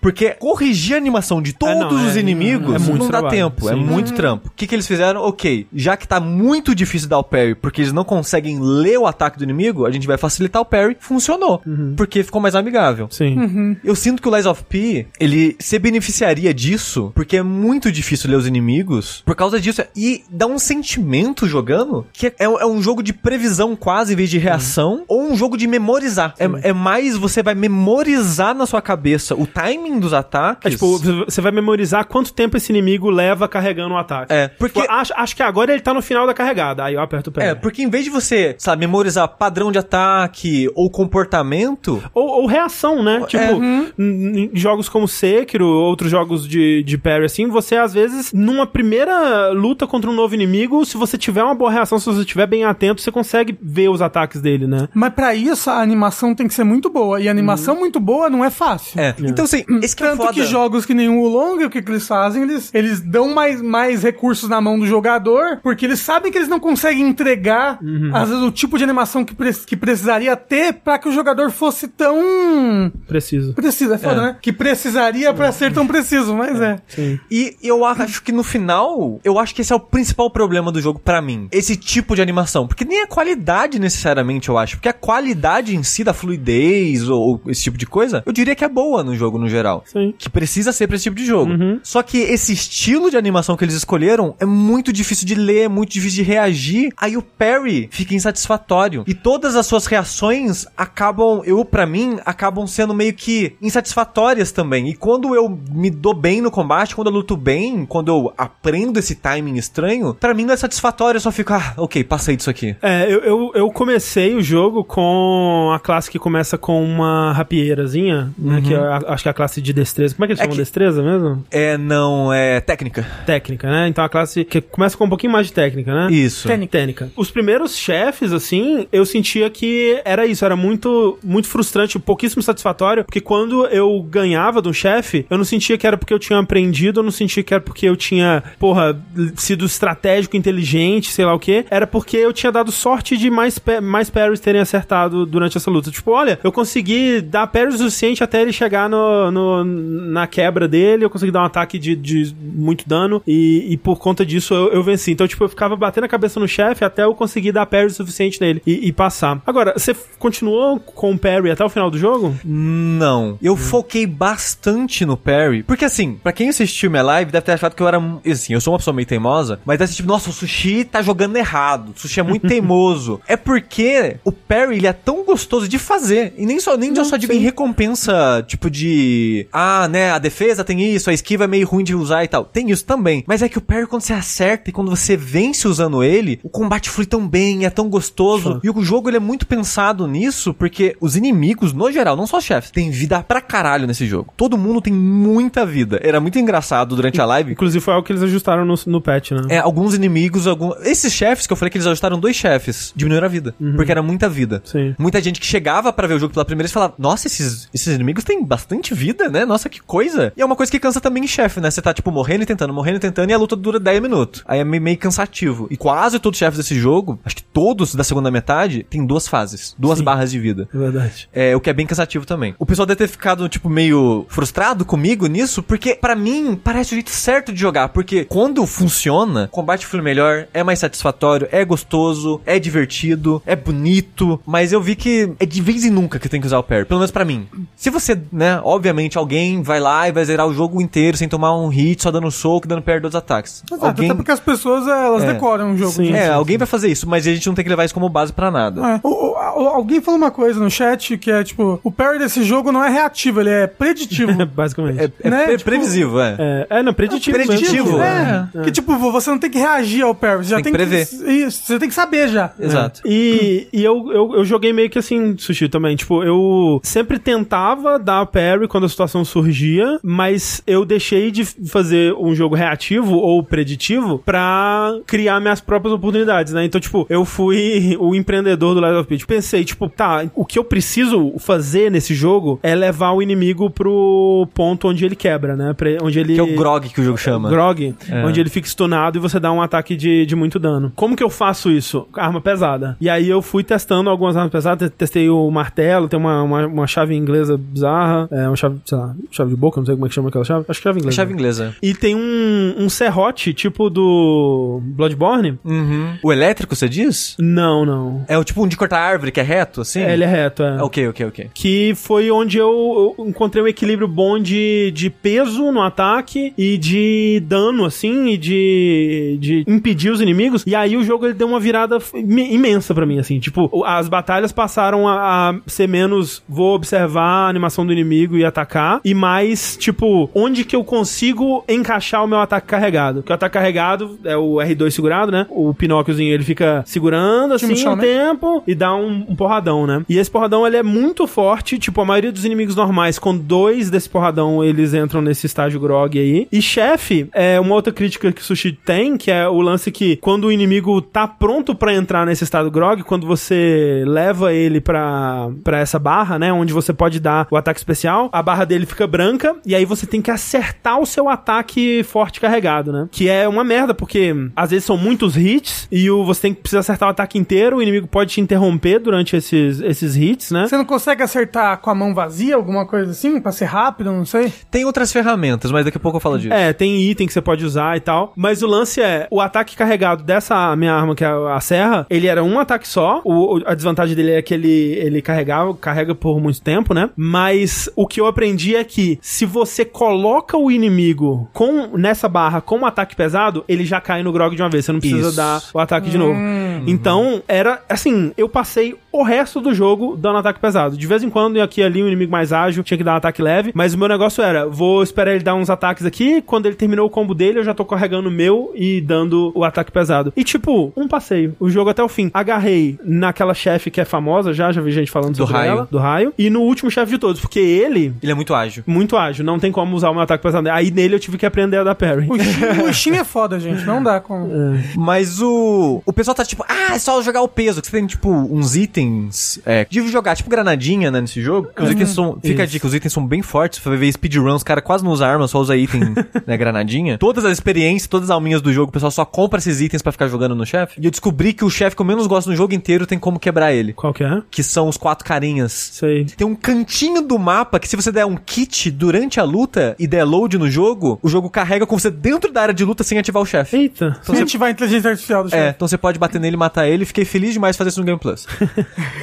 Speaker 2: Porque corrigir a animação de todos
Speaker 1: não, Uhum. é,
Speaker 2: os inimigos
Speaker 1: é muito
Speaker 2: não dá
Speaker 1: trabalho,
Speaker 2: tempo. É
Speaker 1: sim.
Speaker 3: Uhum.
Speaker 2: muito trampo. O que, que eles fizeram? Ok, já que tá muito difícil dar o parry, porque eles não conseguem ler o ataque do inimigo, a gente vai facilitar o parry. Funcionou.
Speaker 1: Uhum.
Speaker 2: Porque ficou mais amigável.
Speaker 1: Sim.
Speaker 2: Eu sinto que o Lies of P, ele se beneficiaria disso, porque é muito difícil ler os inimigos, por causa disso. E dá um sentimento jogando, que é, é um jogo de previsão quase, em vez de reação, ou um jogo de memorizar. É, é mais, você vai memorizar na sua cabeça o timing dos
Speaker 1: É
Speaker 2: ataques.
Speaker 1: tipo, você vai memorizar quanto tempo esse inimigo leva carregando o ataque.
Speaker 2: É, porque-
Speaker 1: Tipo, acho, acho que agora ele tá no final da carregada, aí eu aperto o parry.
Speaker 2: É, porque em vez de você, sabe, memorizar padrão de ataque ou comportamento,
Speaker 1: Ou, ou reação, né? Tipo, em- em jogos como Sekiro, outros jogos de, de parry, assim, você às vezes, numa primeira luta contra um novo inimigo, se você tiver uma boa reação, se você estiver bem atento, você consegue ver os ataques dele, né?
Speaker 3: Mas pra isso a animação tem que ser muito boa. E a animação muito boa não é fácil.
Speaker 2: Uhum. é. Então, assim, esse que é o
Speaker 3: Tanto
Speaker 2: foda.
Speaker 3: que jogos que nem o Long, o que, que eles fazem? Eles, eles dão mais, mais recursos na mão do jogador, porque eles sabem que eles não conseguem entregar,
Speaker 2: Uhum.
Speaker 3: às vezes, o tipo de animação que, pre- que precisaria ter pra que o jogador fosse tão.
Speaker 1: Preciso.
Speaker 3: Precisa, é foda, né? Que precisaria pra ser tão preciso, mas é.
Speaker 1: Sim.
Speaker 2: E eu acho que no final, eu acho que esse é o principal problema do jogo pra mim. Esse tipo de animação. Porque nem a qualidade necessariamente, eu acho. Porque a qualidade em si da fluidez ou, ou esse tipo de coisa, eu diria que é boa no jogo no geral.
Speaker 1: Sim.
Speaker 2: Que precisa ser pra esse tipo de jogo. Só que esse estilo de animação que eles escolheram é muito difícil de ler, é muito difícil de reagir. Aí o parry fica insatisfatório. E todas as suas reações acabam, eu pra mim, acabam sendo meio que insatisfatórias também. E quando eu me dou bem no combate, quando eu luto bem, quando eu aprendo esse timing estranho, pra mim não é satisfatório, eu só fico, ah, ok, passei disso aqui.
Speaker 1: É, eu, eu, eu comecei o jogo com a classe que começa com uma rapieirazinha, né? Que é a- acho que é a classe de destreza. Como é que eles
Speaker 2: É
Speaker 1: chamam?
Speaker 2: que-
Speaker 1: Destreza mesmo?
Speaker 2: É, não, é técnica.
Speaker 1: Técnica, né? Então a classe que começa com um pouquinho mais de técnica, né?
Speaker 2: Isso.
Speaker 3: Técnica.
Speaker 1: técnica. Os primeiros chefes, assim, eu sentia que era isso, era muito, muito frustrante, pouquíssimo satisfatório, porque quando eu ganhava de um chefe, eu não sentia que era porque eu tinha aprendido, eu não sentia que era porque eu tinha, porra, l- sido estratégico, inteligente, sei lá o quê, era porque eu tinha dado sorte de mais, pa- mais parries terem acertado durante essa luta. Tipo, olha, eu consegui dar parries o suficiente até ele chegar no, no- na quebra dele, eu consegui dar um ataque de, de muito dano, e, e por conta disso eu, eu venci. Então, tipo, eu ficava batendo a cabeça no chefe até eu conseguir dar parry o suficiente nele e, e passar. Agora, você f- continuou com o parry até o final do jogo?
Speaker 2: Não. Eu foquei bastante no Perry. Porque assim, pra quem assistiu minha live, deve ter achado que eu era. um- Assim, eu sou uma pessoa meio teimosa, mas deve tipo, nossa, o sushi tá jogando errado. O sushi é muito teimoso. É porque o Perry, ele é tão gostoso de fazer. E nem só, nem só de recompensa, tipo de. Ah, né, a defesa tem isso, a esquiva é meio ruim de usar e tal. Tem isso também. Mas é que o Perry, quando você acerta e quando você vence usando ele, o combate flui tão bem, é tão gostoso. E o jogo ele é muito pensado nisso, porque os inimigos, no geral, não só os chefes, tem vida pra caralho nesse jogo. Todo mundo tem muita vida. Era muito engraçado durante a live.
Speaker 1: Inclusive foi algo que eles ajustaram no, no patch, né?
Speaker 2: É, alguns inimigos, algum... esses chefes que eu falei que eles ajustaram dois chefes, diminuíram a vida, porque era muita vida.
Speaker 1: Uhum. Sim.
Speaker 2: Muita gente que chegava pra ver o jogo pela primeira vez falava: "Nossa, esses, esses inimigos têm bastante vida, né? Nossa, que coisa". E é uma coisa que cansa também em chefe, né? Você tá tipo morrendo e tentando, morrendo e tentando e a luta dura 10 minutos. Aí é meio, meio cansativo. E quase todos os chefes desse jogo, acho que todos da segunda metade, tem duas fases, duas barras de vida.
Speaker 1: É verdade.
Speaker 2: É, o que é bem cansativo também. O pessoal deve ter ficado, tipo, meio frustrado comigo nisso, porque pra mim parece o jeito certo de jogar. Porque quando funciona, o combate flui melhor, é mais satisfatório, é gostoso, é divertido, é bonito. Mas eu vi que é de vez em nunca que tem que usar o parry, pelo menos pra mim. Se você, né, obviamente alguém vai lá e vai zerar o jogo inteiro sem tomar um hit, só dando soco e dando parry dos ataques.
Speaker 3: Exato,
Speaker 2: alguém...
Speaker 3: até porque as pessoas elas
Speaker 2: É.
Speaker 3: decoram o jogo.
Speaker 1: Sim.
Speaker 3: né?
Speaker 2: É, alguém vai fazer isso, mas a gente não tem que levar isso como base pra nada.
Speaker 3: É. O- o- a- o- alguém falou uma coisa no chat que é tipo: o parry desse jogo não é reativo, ele
Speaker 2: [LAUGHS]
Speaker 3: é preditivo.
Speaker 1: [LAUGHS] Basicamente.
Speaker 2: É, é
Speaker 3: Né,
Speaker 2: pre-
Speaker 3: tipo,
Speaker 2: previsível, é.
Speaker 1: É, é, não, preditivo. mesmo.
Speaker 2: Preditivo,
Speaker 1: É.
Speaker 3: É. Que tipo, você não tem que reagir ao parry, você já
Speaker 2: Tem que
Speaker 3: tem,
Speaker 2: prever.
Speaker 3: Isso, você tem que saber já.
Speaker 2: Exato.
Speaker 1: E, e eu, eu, eu joguei meio que assim, sushi também. Tipo, eu sempre tentava dar parry quando a situação surgia, mas eu deixei de fazer um jogo reativo ou preditivo pra criar minhas próprias oportunidades, né? Então, tipo, eu fui o empreendedor do Light of Pitch. Pensei, tipo, tá, o que eu preciso fazer nesse jogo é levar o inimigo pro ponto onde ele quebra, né? Pra, onde ele.
Speaker 2: Que é o grog que o jogo chama.
Speaker 1: Grog, onde ele fica stunado e você dá um ataque de, de muito dano. Como que eu faço isso? Arma pesada. E aí eu fui testando algumas armas pesadas, te- testei o martelo, tem uma, uma, uma chave inglesa bizarra, é uma chave, sei lá, chave de boca, não sei como é que chama aquela chave. Acho que É chave inglesa.
Speaker 2: Chave inglesa.
Speaker 1: E tem um, um serrote, tipo do Bloodborne?
Speaker 2: Uhum. O elétrico, você diz?
Speaker 1: Não, não.
Speaker 2: É o tipo um de cortar árvore que é reto, assim?
Speaker 1: É, ele é reto, é.
Speaker 2: Ok, ok, ok.
Speaker 1: Que foi onde eu eu encontrei um equilíbrio bom de, de peso no ataque e de dano, assim, e de, de impedir os inimigos. E aí o jogo ele deu uma virada f- im- imensa pra mim, assim. Tipo, o- as batalhas passaram a, a ser menos vou observar a animação do inimigo e atacar, e mais, tipo, onde que eu consigo encaixar o meu ataque carregado. Porque o ataque carregado é o R2 segurado, né? O Pinóquiozinho ele fica segurando, assim,
Speaker 3: Time
Speaker 1: um
Speaker 3: Chalamet.
Speaker 1: tempo tempo e dá um, um porradão, né? E esse porradão ele é muito forte, tipo, a maioria dos inimigos normais, com dois desse porradão, eles entram nesse estágio grog aí. E chefe, é uma outra crítica que o sushi tem, que é o lance que quando o inimigo tá pronto pra entrar nesse estado grog, quando você leva ele pra, pra essa barra, né? Onde você pode dar o ataque especial, a barra dele fica branca, e aí você tem que acertar o seu ataque forte carregado, né? Que é uma merda, porque às vezes são muitos hits e o, você tem que precisa acertar o ataque inteiro, o inimigo pode te interromper durante esses, esses hits, né?
Speaker 3: Você não consegue acertar com a mão vazia, alguma coisa assim, pra ser rápido, não sei.
Speaker 2: Tem outras ferramentas, mas daqui a pouco eu falo disso.
Speaker 1: É, tem item que você pode usar e tal. Mas o lance é, o ataque carregado dessa minha arma, que é a serra, ele era um ataque só. O, o- a desvantagem dele é que ele, ele carregava, carrega por muito tempo, né? Mas o que eu aprendi é que se você coloca o inimigo com nessa barra com um ataque pesado, ele já cai no grog de uma vez. Você não precisa
Speaker 2: Isso.
Speaker 1: dar o ataque de novo. Então, era assim, eu passei o resto do jogo dando ataque pesado. De vez em quando, aqui e ali, um inimigo mais ágil tinha que dar um ataque leve, mas o meu negócio era, vou esperar ele dar uns ataques aqui, quando ele terminou o combo dele, eu já tô carregando o meu e dando o ataque pesado. E tipo, um passeio, o jogo até o fim. Agarrei naquela chefe que é famosa já, já vi gente falando
Speaker 2: Do
Speaker 1: sobre
Speaker 2: raio.
Speaker 1: ela, do raio, e no último chefe de todos, porque ele,
Speaker 2: Ele é muito ágil.
Speaker 1: muito ágil, não tem como usar o meu ataque pesado. Aí nele eu tive que aprender a dar parry.
Speaker 3: O Shin,
Speaker 2: [LAUGHS]
Speaker 3: o Shin é foda, gente. Não dá
Speaker 2: É.
Speaker 3: com.
Speaker 2: Mas o. O pessoal tá tipo, ah, é só jogar o peso. Que você tem, tipo, uns itens. É, de jogar, tipo granadinha, né, nesse jogo. Que Os
Speaker 1: Uhum.
Speaker 2: itens são. Fica a dica, os itens são bem fortes. Você vai ver speedrun, os caras quase não usam arma, só
Speaker 1: [LAUGHS]
Speaker 2: usa item, né, granadinha. Todas as experiências, todas as alminhas do jogo, o pessoal só compra esses itens pra ficar jogando no chefe. E eu descobri que o chefe que eu menos gosto no jogo inteiro tem como quebrar ele.
Speaker 1: Qual que é?
Speaker 2: Que são os quatro carinhas.
Speaker 1: Sei.
Speaker 2: Tem um cantinho do mapa que se você der um kit durante a luta e der load no jogo, o jogo carrega com você dentro da área de luta sem ativar o chefe.
Speaker 1: Eita.
Speaker 3: A gente vai inteligência artificial do Shin.
Speaker 2: É, então você pode bater nele, matar ele. Fiquei feliz demais de fazer isso no Game [LAUGHS] Plus.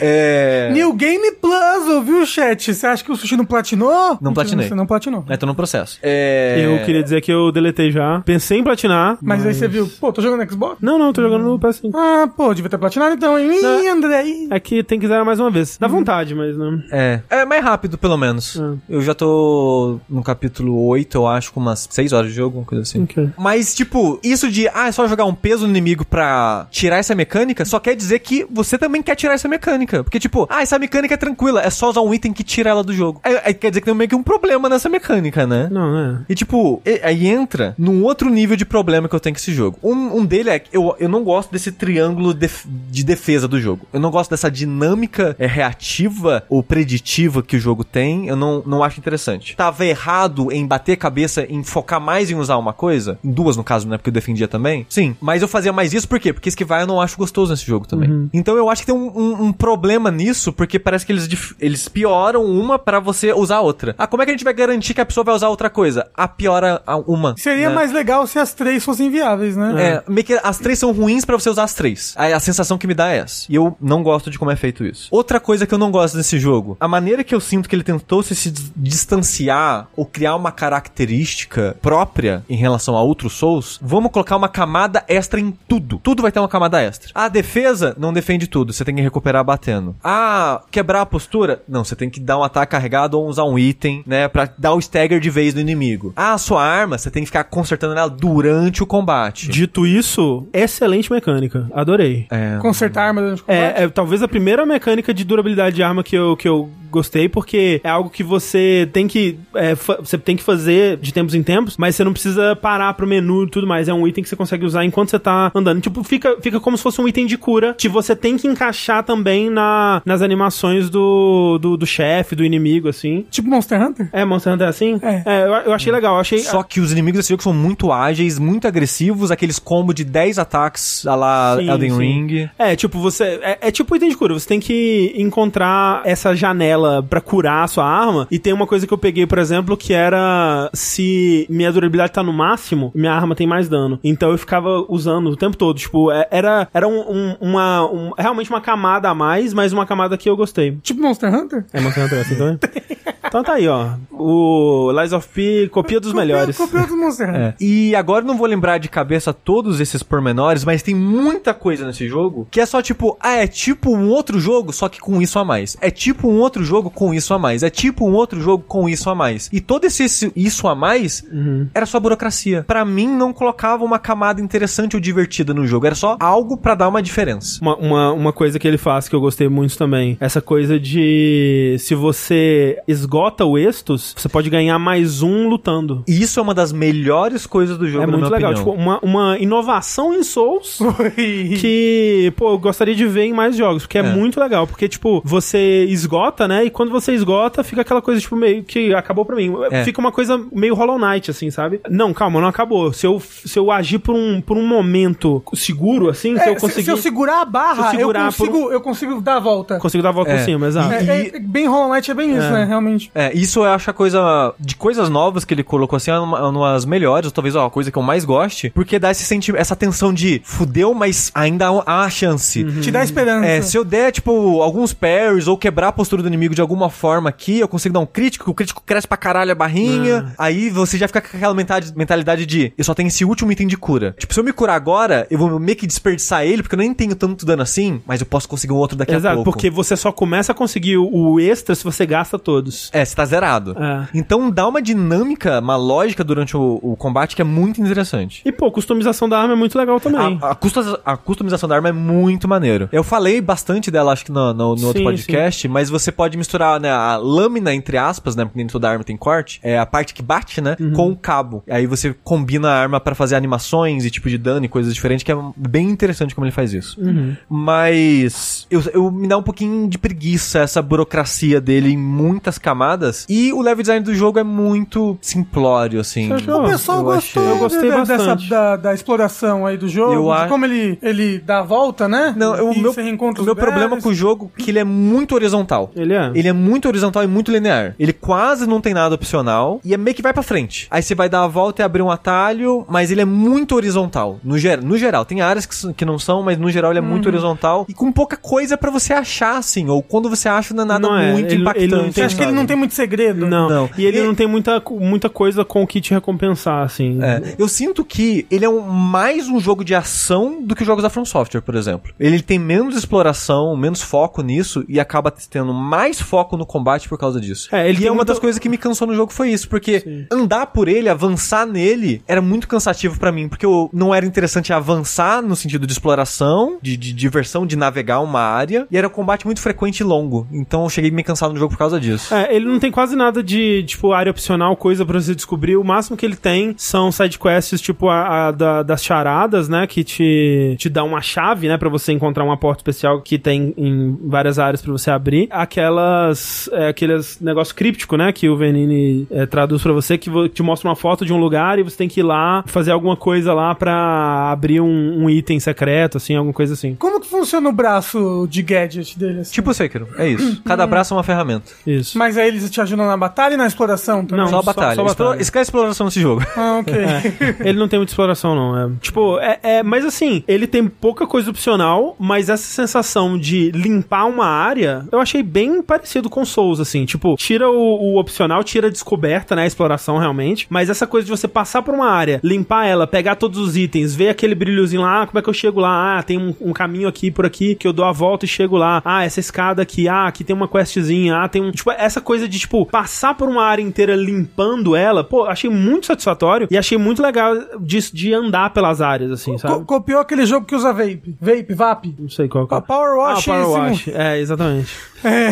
Speaker 2: é.
Speaker 3: New Game Plus, ouviu, chat? Você acha que o Sushi não platinou?
Speaker 2: Não platinei.
Speaker 3: Você não platinou.
Speaker 2: É, tô no processo. É.
Speaker 1: Eu queria dizer que eu deletei já. Pensei em platinar.
Speaker 3: Mas aí você viu, pô, tô jogando Xbox?
Speaker 1: Não, não, tô jogando no PS5.
Speaker 3: Ah, pô, devia ter platinado então, hein? Ih,
Speaker 2: Né?
Speaker 3: André, ih.
Speaker 1: É que tem que zerar mais uma vez. Dá vontade, mas não.
Speaker 2: É. É mais rápido, pelo menos. Eu já tô no capítulo 8, eu acho, com umas 6 horas de jogo, uma coisa assim.
Speaker 1: Ok.
Speaker 2: Mas, tipo, isso de, ah, é só jogar um peso no inimigo pra tirar essa mecânica, só quer dizer que você também quer tirar essa mecânica. Porque, tipo, ah, essa mecânica é tranquila, é só usar um item que tira ela do jogo. É, é- quer dizer que tem meio que um problema nessa mecânica, né?
Speaker 1: Não, é.
Speaker 2: E tipo, e- aí entra num outro nível de problema que eu tenho com esse jogo. Um, um dele é que eu, eu não gosto desse triângulo def- de defesa do jogo. Eu não gosto dessa dinâmica é, reativa ou preditiva que o jogo tem. Eu não, não acho interessante. Tava errado em bater cabeça, em focar mais em usar uma coisa. Em duas, no caso, né? Porque eu defendia também. Sim. Mas eu fazia mais isso por quê? Porque esquivar eu não acho gostoso nesse jogo também. Então eu acho que tem um, um- um problema nisso, porque parece que eles, dif- eles pioram uma pra você usar a outra. Ah, como é que a gente vai garantir que a pessoa vai usar outra coisa? Ah, piora a uma.
Speaker 3: Seria
Speaker 2: né?
Speaker 3: mais legal se as três fossem viáveis, né?
Speaker 2: É, meio que as três são ruins pra você usar as três. Aí a sensação que me dá é essa. E eu não gosto de como é feito isso. Outra coisa que eu não gosto desse jogo, a maneira que eu sinto que ele tentou se, se dis- distanciar ou criar uma característica própria em relação a outros Souls, vamos colocar uma camada extra em tudo. Tudo vai ter uma camada extra. A defesa não defende tudo, você tem que recuperar batendo. Ah, quebrar a postura? Não, você tem que dar um ataque carregado ou usar um item, né, pra dar o stagger de vez no inimigo. Ah, a sua arma, você tem que ficar consertando ela durante o combate.
Speaker 1: Dito isso, excelente mecânica. Adorei.
Speaker 2: É.
Speaker 3: Consertar a arma durante o combate.
Speaker 1: É, é, talvez a primeira mecânica de durabilidade de arma que eu, que eu gostei, porque é algo que você tem que. é, fa- você tem que fazer de tempos em tempos, mas você não precisa parar pro menu e tudo mais. É um item que você consegue usar enquanto você tá andando. Tipo, fica, fica como se fosse um item de cura que você tem que encaixar também na, nas animações do, do, do chefe, do inimigo, assim.
Speaker 3: Tipo Monster Hunter?
Speaker 1: É, Monster Hunter é assim?
Speaker 3: É.
Speaker 1: eu, eu achei legal, eu achei.
Speaker 2: Só que os inimigos desse jogo são muito ágeis, muito agressivos, aqueles combo de 10 ataques a lá
Speaker 1: Sim,
Speaker 2: Elden
Speaker 1: sim.
Speaker 2: Ring.
Speaker 1: É, tipo, você. É, é tipo item de cura. Você tem que encontrar essa janela pra curar a sua arma. E tem uma coisa que eu peguei, por exemplo, que era se minha durabilidade tá no máximo, minha arma tem mais dano. Então eu ficava usando o tempo todo. Tipo, é- era, era um- um- uma. um- realmente uma camada a mais, mas uma camada que eu gostei.
Speaker 3: Tipo Monster Hunter?
Speaker 1: É Monster Hunter assim [LAUGHS] também? Então tá aí, ó. O Lies of P copia dos
Speaker 3: Copiou-
Speaker 1: melhores.
Speaker 3: Copiou do Monster Hunter.
Speaker 2: É. E agora eu não vou lembrar de cabeça todos esses pormenores, mas tem muita coisa nesse jogo que é só tipo, ah, é tipo um outro jogo, só que com isso a mais. É tipo um outro jogo com isso a mais. É tipo um outro jogo com isso a mais. E todo esse, esse isso a mais
Speaker 1: Uhum.
Speaker 2: era só burocracia. Pra mim, não colocava uma camada interessante ou divertida no jogo. Era só algo pra dar uma diferença.
Speaker 1: Uma, uma, uma coisa que ele faz que eu gostei muito também. Essa coisa de se você esgota o Estus, você pode ganhar mais um lutando.
Speaker 2: E isso é uma das melhores coisas do jogo,
Speaker 1: É
Speaker 2: na
Speaker 1: muito
Speaker 2: minha
Speaker 1: legal.
Speaker 2: opinião.
Speaker 1: Tipo, uma, uma inovação em Souls.
Speaker 3: Foi.
Speaker 1: Que, pô, eu gostaria de ver em mais jogos, porque é.
Speaker 2: É.
Speaker 1: muito legal. Porque, tipo, você esgota, né? E quando você esgota, fica aquela coisa, tipo, meio que acabou pra mim.
Speaker 2: É.
Speaker 1: Fica uma coisa meio Hollow Knight, assim, sabe? Não, calma, não acabou. Se eu, se eu agir por um, por um momento seguro, assim, se
Speaker 3: É,
Speaker 1: eu conseguir.
Speaker 3: se eu segurar a
Speaker 1: se eu
Speaker 3: barra, eu,
Speaker 1: segurar por
Speaker 3: consigo, eu consigo dar a volta.
Speaker 1: Consigo dar a volta
Speaker 2: É.
Speaker 1: por cima, exato.
Speaker 3: É, é- bem Hollow Knight é bem isso, né? Realmente.
Speaker 4: Sim.
Speaker 2: É, isso eu acho a coisa. De coisas novas que ele colocou assim, é uma, uma das melhores, ou talvez ó, a coisa que eu mais goste, porque dá esse sentimento, essa tensão de fudeu, mas ainda há a chance.
Speaker 1: Uhum.
Speaker 3: Te dá esperança.
Speaker 2: É, se eu der, tipo, alguns parries ou quebrar a postura do inimigo de alguma forma aqui, eu consigo dar um crítico, o crítico cresce pra caralho a
Speaker 1: É.
Speaker 2: barrinha, aí você já fica com aquela mentalidade, mentalidade de eu só tenho esse último item de cura. Tipo, se eu me curar agora, eu vou meio que desperdiçar ele, porque eu nem tenho tanto dano assim, mas eu posso conseguir um outro daqui a
Speaker 1: Exato,
Speaker 2: pouco.
Speaker 1: porque você só começa a conseguir o- o extra se você gasta todos.
Speaker 2: É, você tá zerado.
Speaker 1: É.
Speaker 2: Então dá uma dinâmica, uma lógica durante o, o combate que é muito interessante.
Speaker 1: E, pô, customização da arma é muito legal também.
Speaker 2: A, a custo- a customização da arma é muito maneiro. Eu falei bastante dela, acho que no, no- no outro
Speaker 1: Sim,
Speaker 2: podcast, mas você pode misturar né, a lâmina, entre aspas, né? Porque nem toda arma tem corte, é a parte que bate, né?
Speaker 1: Uhum.
Speaker 2: Com o cabo. Aí você combina a arma pra fazer animações e tipo de dano e coisas diferentes, que é bem interessante como ele faz isso.
Speaker 1: Uhum.
Speaker 2: Mas eu, eu- me dá um pouquinho de preguiça essa burocracia dele em muitas camadas. E o level design do jogo é muito simplório, assim.
Speaker 1: Você achou?
Speaker 3: O pessoal
Speaker 2: Eu achei.
Speaker 3: gostou
Speaker 1: Eu gostei
Speaker 3: de- de-
Speaker 1: bastante.
Speaker 3: dessa, da, da exploração aí do jogo,
Speaker 2: Eu
Speaker 3: de
Speaker 2: a-
Speaker 3: como ele, ele dá a volta, né?
Speaker 2: Não, eu- o
Speaker 3: E
Speaker 2: meu,
Speaker 3: você reencontra
Speaker 2: o
Speaker 3: os
Speaker 2: meu problema
Speaker 3: lugares.
Speaker 2: com o jogo é que ele é muito horizontal.
Speaker 1: Ele é.
Speaker 2: Ele é muito horizontal e muito linear. Ele quase não tem nada opcional e é meio que vai pra frente. Aí você vai dar a volta e abrir um atalho, mas ele é muito horizontal. No, ger no geral, tem áreas que, s- que não são, mas no geral ele é muito
Speaker 1: Uhum.
Speaker 2: horizontal e com pouca coisa pra você achar, assim. Ou quando você acha, não é nada
Speaker 1: Não é,
Speaker 2: muito
Speaker 1: ele- ele não
Speaker 2: impactante.
Speaker 1: tem-
Speaker 3: Você acha que ele não tem muito segredo?
Speaker 1: Não.
Speaker 2: Não.
Speaker 1: E ele
Speaker 2: E-
Speaker 1: não tem muita, muita coisa com o que te recompensar, assim.
Speaker 2: É, eu sinto que ele é um- mais um jogo de ação do que os jogos da From Software, por exemplo. Ele tem menos exploração, menos foco nisso e acaba tendo mais foco no combate por causa disso.
Speaker 1: É, ele
Speaker 2: e
Speaker 1: tem
Speaker 2: é uma
Speaker 1: muita-
Speaker 2: das coisas que me cansou no jogo foi isso, porque andar por ele, avançar nele, era muito cansativo pra mim, porque eu não era interessante avançar no sentido de exploração, de, de diversão, de navegar uma área, e era um combate muito frequente e longo. Então eu cheguei meio cansado no jogo por causa disso.
Speaker 1: É, ele não tem quase nada de, tipo, área opcional, coisa pra você descobrir. O máximo que ele tem são sidequests, tipo, a, a da- das charadas, né? Que te, te dá uma chave, né? Pra você encontrar uma porta especial que tem em várias áreas pra você abrir. Aquelas... É, aqueles negócio críptico, né? Que o Venini é, traduz pra você, que vo- te mostra uma foto de um lugar e você tem que ir lá fazer alguma coisa lá pra abrir um, um item secreto, assim, alguma coisa assim.
Speaker 3: Como que funciona o braço de gadget dele? assim?
Speaker 2: Tipo o Sekiro, é isso. Cada
Speaker 1: Uhum.
Speaker 2: braço é uma ferramenta.
Speaker 1: Isso.
Speaker 3: Mas aí eles te ajudam na batalha e na exploração também?
Speaker 1: Não, É,
Speaker 2: Só a batalha.
Speaker 1: só a
Speaker 2: Explo-
Speaker 1: batalha.
Speaker 2: Isso que é a exploração nesse jogo.
Speaker 3: Ah, ok.
Speaker 1: Ele não tem muita exploração, não. É. Tipo, é, é- Mas assim, ele tem pouca coisa opcional, mas essa sensação de limpar uma área, eu achei bem parecido com Souls, assim. Tipo, tira o, o opcional, tira a descoberta, né? A exploração realmente. Mas essa coisa de você passar por uma área, limpar ela, pegar todos os itens, ver aquele brilhozinho lá, ah, como é que eu chego lá? Ah, tem um, um caminho aqui por aqui que eu dou a volta e chego lá. Ah, essa escada aqui, ah, aqui tem uma questzinha, ah, tem um. Tipo, essa coisa de, tipo, passar por uma área inteira limpando ela, pô, achei muito satisfatório e achei muito legal disso de andar pelas áreas, assim,
Speaker 3: [LAUGHS] Co-
Speaker 1: sabe?
Speaker 3: copiou aquele jogo que usa vape. Vape, vape.
Speaker 1: Não sei qual que é.
Speaker 3: Ah, Power Wash.
Speaker 1: ah, Power
Speaker 3: esse
Speaker 1: Wash. É, exatamente.
Speaker 3: É,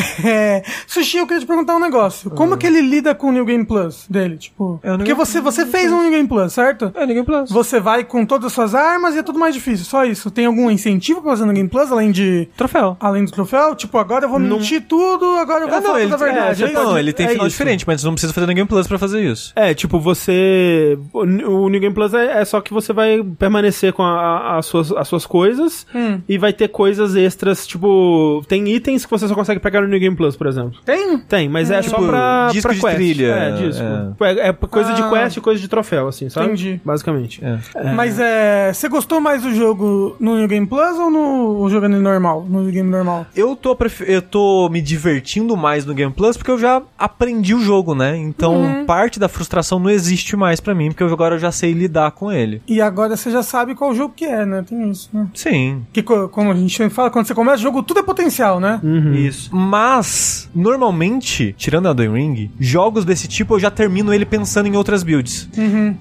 Speaker 3: é. Sushi, eu queria te perguntar um negócio. Como que ele lida com o New Game Plus dele? Tipo,
Speaker 2: Ah. É o New
Speaker 3: porque
Speaker 2: Game-
Speaker 3: você, você fez um New Game Plus, certo?
Speaker 2: É, ninguém Plus.
Speaker 3: Você vai com todas as suas armas e é tudo mais difícil, só isso. Tem algum incentivo pra fazer no Game Plus, além de...
Speaker 2: Troféu.
Speaker 3: Além do troféu? Tipo, agora eu vou mentir tudo, agora eu vou
Speaker 2: Ah,
Speaker 3: falar
Speaker 2: não, ele,
Speaker 3: toda a verdade.
Speaker 2: é,
Speaker 3: é isso?
Speaker 2: não, ele tem
Speaker 1: é
Speaker 2: final
Speaker 1: isso.
Speaker 2: diferente, mas não precisa fazer ninguém Plus pra fazer isso.
Speaker 1: É, tipo, você. O o New Game Plus é, é só que você vai permanecer com a- a- as, suas, as suas coisas
Speaker 2: Hum.
Speaker 1: e vai ter coisas extras, tipo. Tem itens que você só consegue pegar no New Game Plus, por exemplo.
Speaker 3: Tem?
Speaker 1: Tem, mas é só
Speaker 2: Tipo,
Speaker 1: pra,
Speaker 2: disco
Speaker 1: pra
Speaker 2: de
Speaker 1: quest.
Speaker 2: trilha,
Speaker 1: É, disco. É, é coisa de
Speaker 3: Ah.
Speaker 1: quest e coisa de troféu, assim, sabe?
Speaker 3: Entendi.
Speaker 1: Basicamente.
Speaker 2: É.
Speaker 3: Mas é. Você gostou mais do jogo no New Game Plus ou no jogando ele normal? No New Game normal?
Speaker 2: Eu tô, pref- eu tô me divertindo mais no Game Plus porque eu já aprendi o jogo, né? Então parte da frustração não existe mais pra mim, porque eu- agora eu já sei lidar com ele.
Speaker 3: E agora você já sabe qual jogo que é, né? Tem isso, né?
Speaker 2: Sim.
Speaker 3: Que, co- como a gente sempre fala, quando você começa o jogo, tudo é potencial, né?
Speaker 2: Isso. Mas, normalmente, tirando a Elden Ring, jogos desse tipo eu já termino ele pensando em outras builds.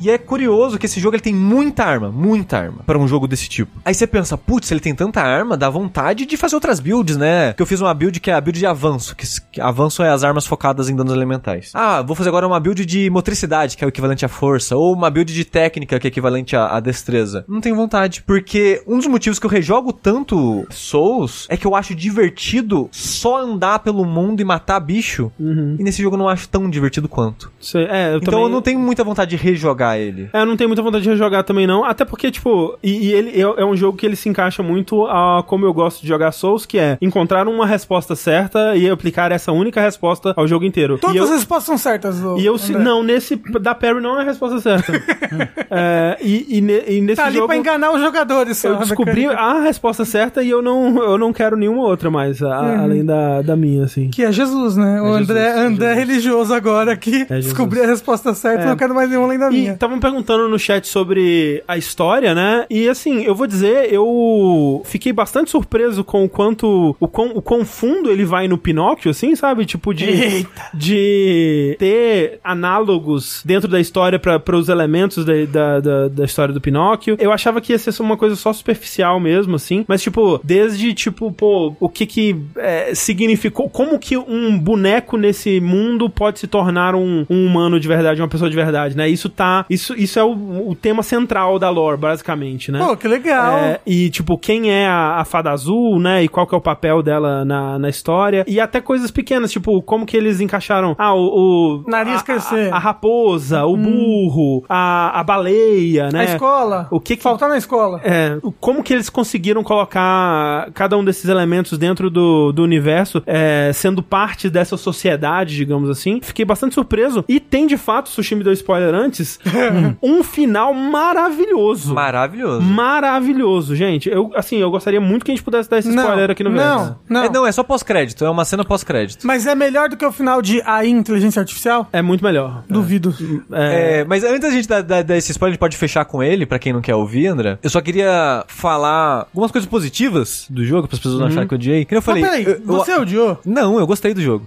Speaker 2: E é curioso que esse jogo ele tem muita arma, muita arma, pra um jogo desse tipo. Aí você pensa, putz, ele tem tanta arma, dá vontade de fazer outras builds, né? Que eu fiz uma build que é a build de avanço, que, s- que avanço é as armas focadas em danos elementais. Ah, vou fazer agora uma build de motricidade, que é o equivalente à força, ou uma build de técnica, que é equivalente à, à destreza. Não tenho vontade, porque um dos motivos que eu rejogo tanto Souls é que eu acho divertido só só andar pelo mundo e matar bicho. E nesse jogo eu não acho tão divertido quanto.
Speaker 1: Sei, é, Uhum. eu
Speaker 2: então
Speaker 1: também-
Speaker 2: eu não tenho muita vontade de rejogar ele.
Speaker 1: É, eu não tenho muita vontade de rejogar também, não. Até porque, tipo, e, e ele é, é um jogo que ele se encaixa muito a como eu gosto de jogar Souls, que é encontrar uma resposta certa e aplicar essa única resposta ao jogo inteiro.
Speaker 3: Todas
Speaker 1: e eu,
Speaker 3: as respostas são certas. ô,
Speaker 1: e eu se-
Speaker 3: André.
Speaker 1: não, nesse da Perry não é a resposta
Speaker 3: [LAUGHS]
Speaker 1: certa. É, e, e ne- e nesse
Speaker 3: Tá ali
Speaker 1: jogo
Speaker 3: pra enganar né, os jogadores. só,
Speaker 1: eu
Speaker 3: a
Speaker 1: descobri
Speaker 3: mecânica.
Speaker 1: a resposta certa e eu não, eu não quero nenhuma outra mais, a-
Speaker 3: Uhum.
Speaker 1: além da, da minha, assim.
Speaker 3: Que é Jesus, né? o
Speaker 1: Jesus,
Speaker 3: André,
Speaker 1: é
Speaker 3: André religioso agora que
Speaker 1: Jesus.
Speaker 3: descobri a resposta certa,
Speaker 1: É. tá,
Speaker 3: não quero mais nenhum além da
Speaker 1: E
Speaker 3: minha.
Speaker 1: estavam perguntando no chat sobre a história, né? E assim, eu vou dizer, eu fiquei bastante surpreso com o quanto. o quão, o quão fundo ele vai no Pinóquio, assim, sabe? Tipo, de. de ter análogos dentro da história para os elementos da, da, da- da história do Pinóquio. Eu achava que ia ser só uma coisa só superficial mesmo, assim. Mas, tipo, desde, tipo, pô, o que que é, significou. Como que um boneco nesse mundo pode se tornar um, um humano de verdade, uma pessoa de verdade, né? Isso tá. Isso, isso é o, o tema central da lore, basicamente, né?
Speaker 3: Pô, que legal.
Speaker 1: É, e, tipo, quem é a, a fada azul, né? E qual que é o papel dela na, na história. E até coisas pequenas, tipo, como que eles encaixaram. Ah, o. o
Speaker 3: Nariz
Speaker 1: a,
Speaker 3: crescer. Hum.
Speaker 1: A, a raposa, o burro, a, a baleia, né?
Speaker 3: A escola.
Speaker 1: O que que-
Speaker 3: Faltar na escola.
Speaker 1: É, o- como que eles conseguiram colocar cada um desses elementos dentro do, do universo, é, sendo parte dessa sociedade, digamos assim. Fiquei bastante surpreso. E tem, de fato, Sushi me deu spoiler
Speaker 3: [LAUGHS]
Speaker 1: antes, um final maravilhoso.
Speaker 2: Maravilhoso.
Speaker 1: Maravilhoso, gente. Eu, assim, eu gostaria muito que a gente pudesse dar esse
Speaker 3: Não,
Speaker 1: spoiler aqui no Versus.
Speaker 3: não, não.
Speaker 2: É, não, é só pós-crédito, é uma cena pós-crédito.
Speaker 3: Mas é melhor do que o final de AI, Inteligência Artificial?
Speaker 1: É muito melhor.
Speaker 3: Duvido.
Speaker 1: É,
Speaker 2: É, mas antes da gente dar, dar- dar esse spoiler, a gente pode fechar com ele, pra quem não quer ouvir, André. Eu só queria falar algumas coisas positivas do jogo, pras pessoas não acharem que eu odiei. Que nem eu falei.
Speaker 3: Mas Uhum. Ah, peraí,
Speaker 2: eu- eu-
Speaker 3: você odiou?
Speaker 2: Não, eu gostei do
Speaker 3: [LAUGHS]
Speaker 2: jogo.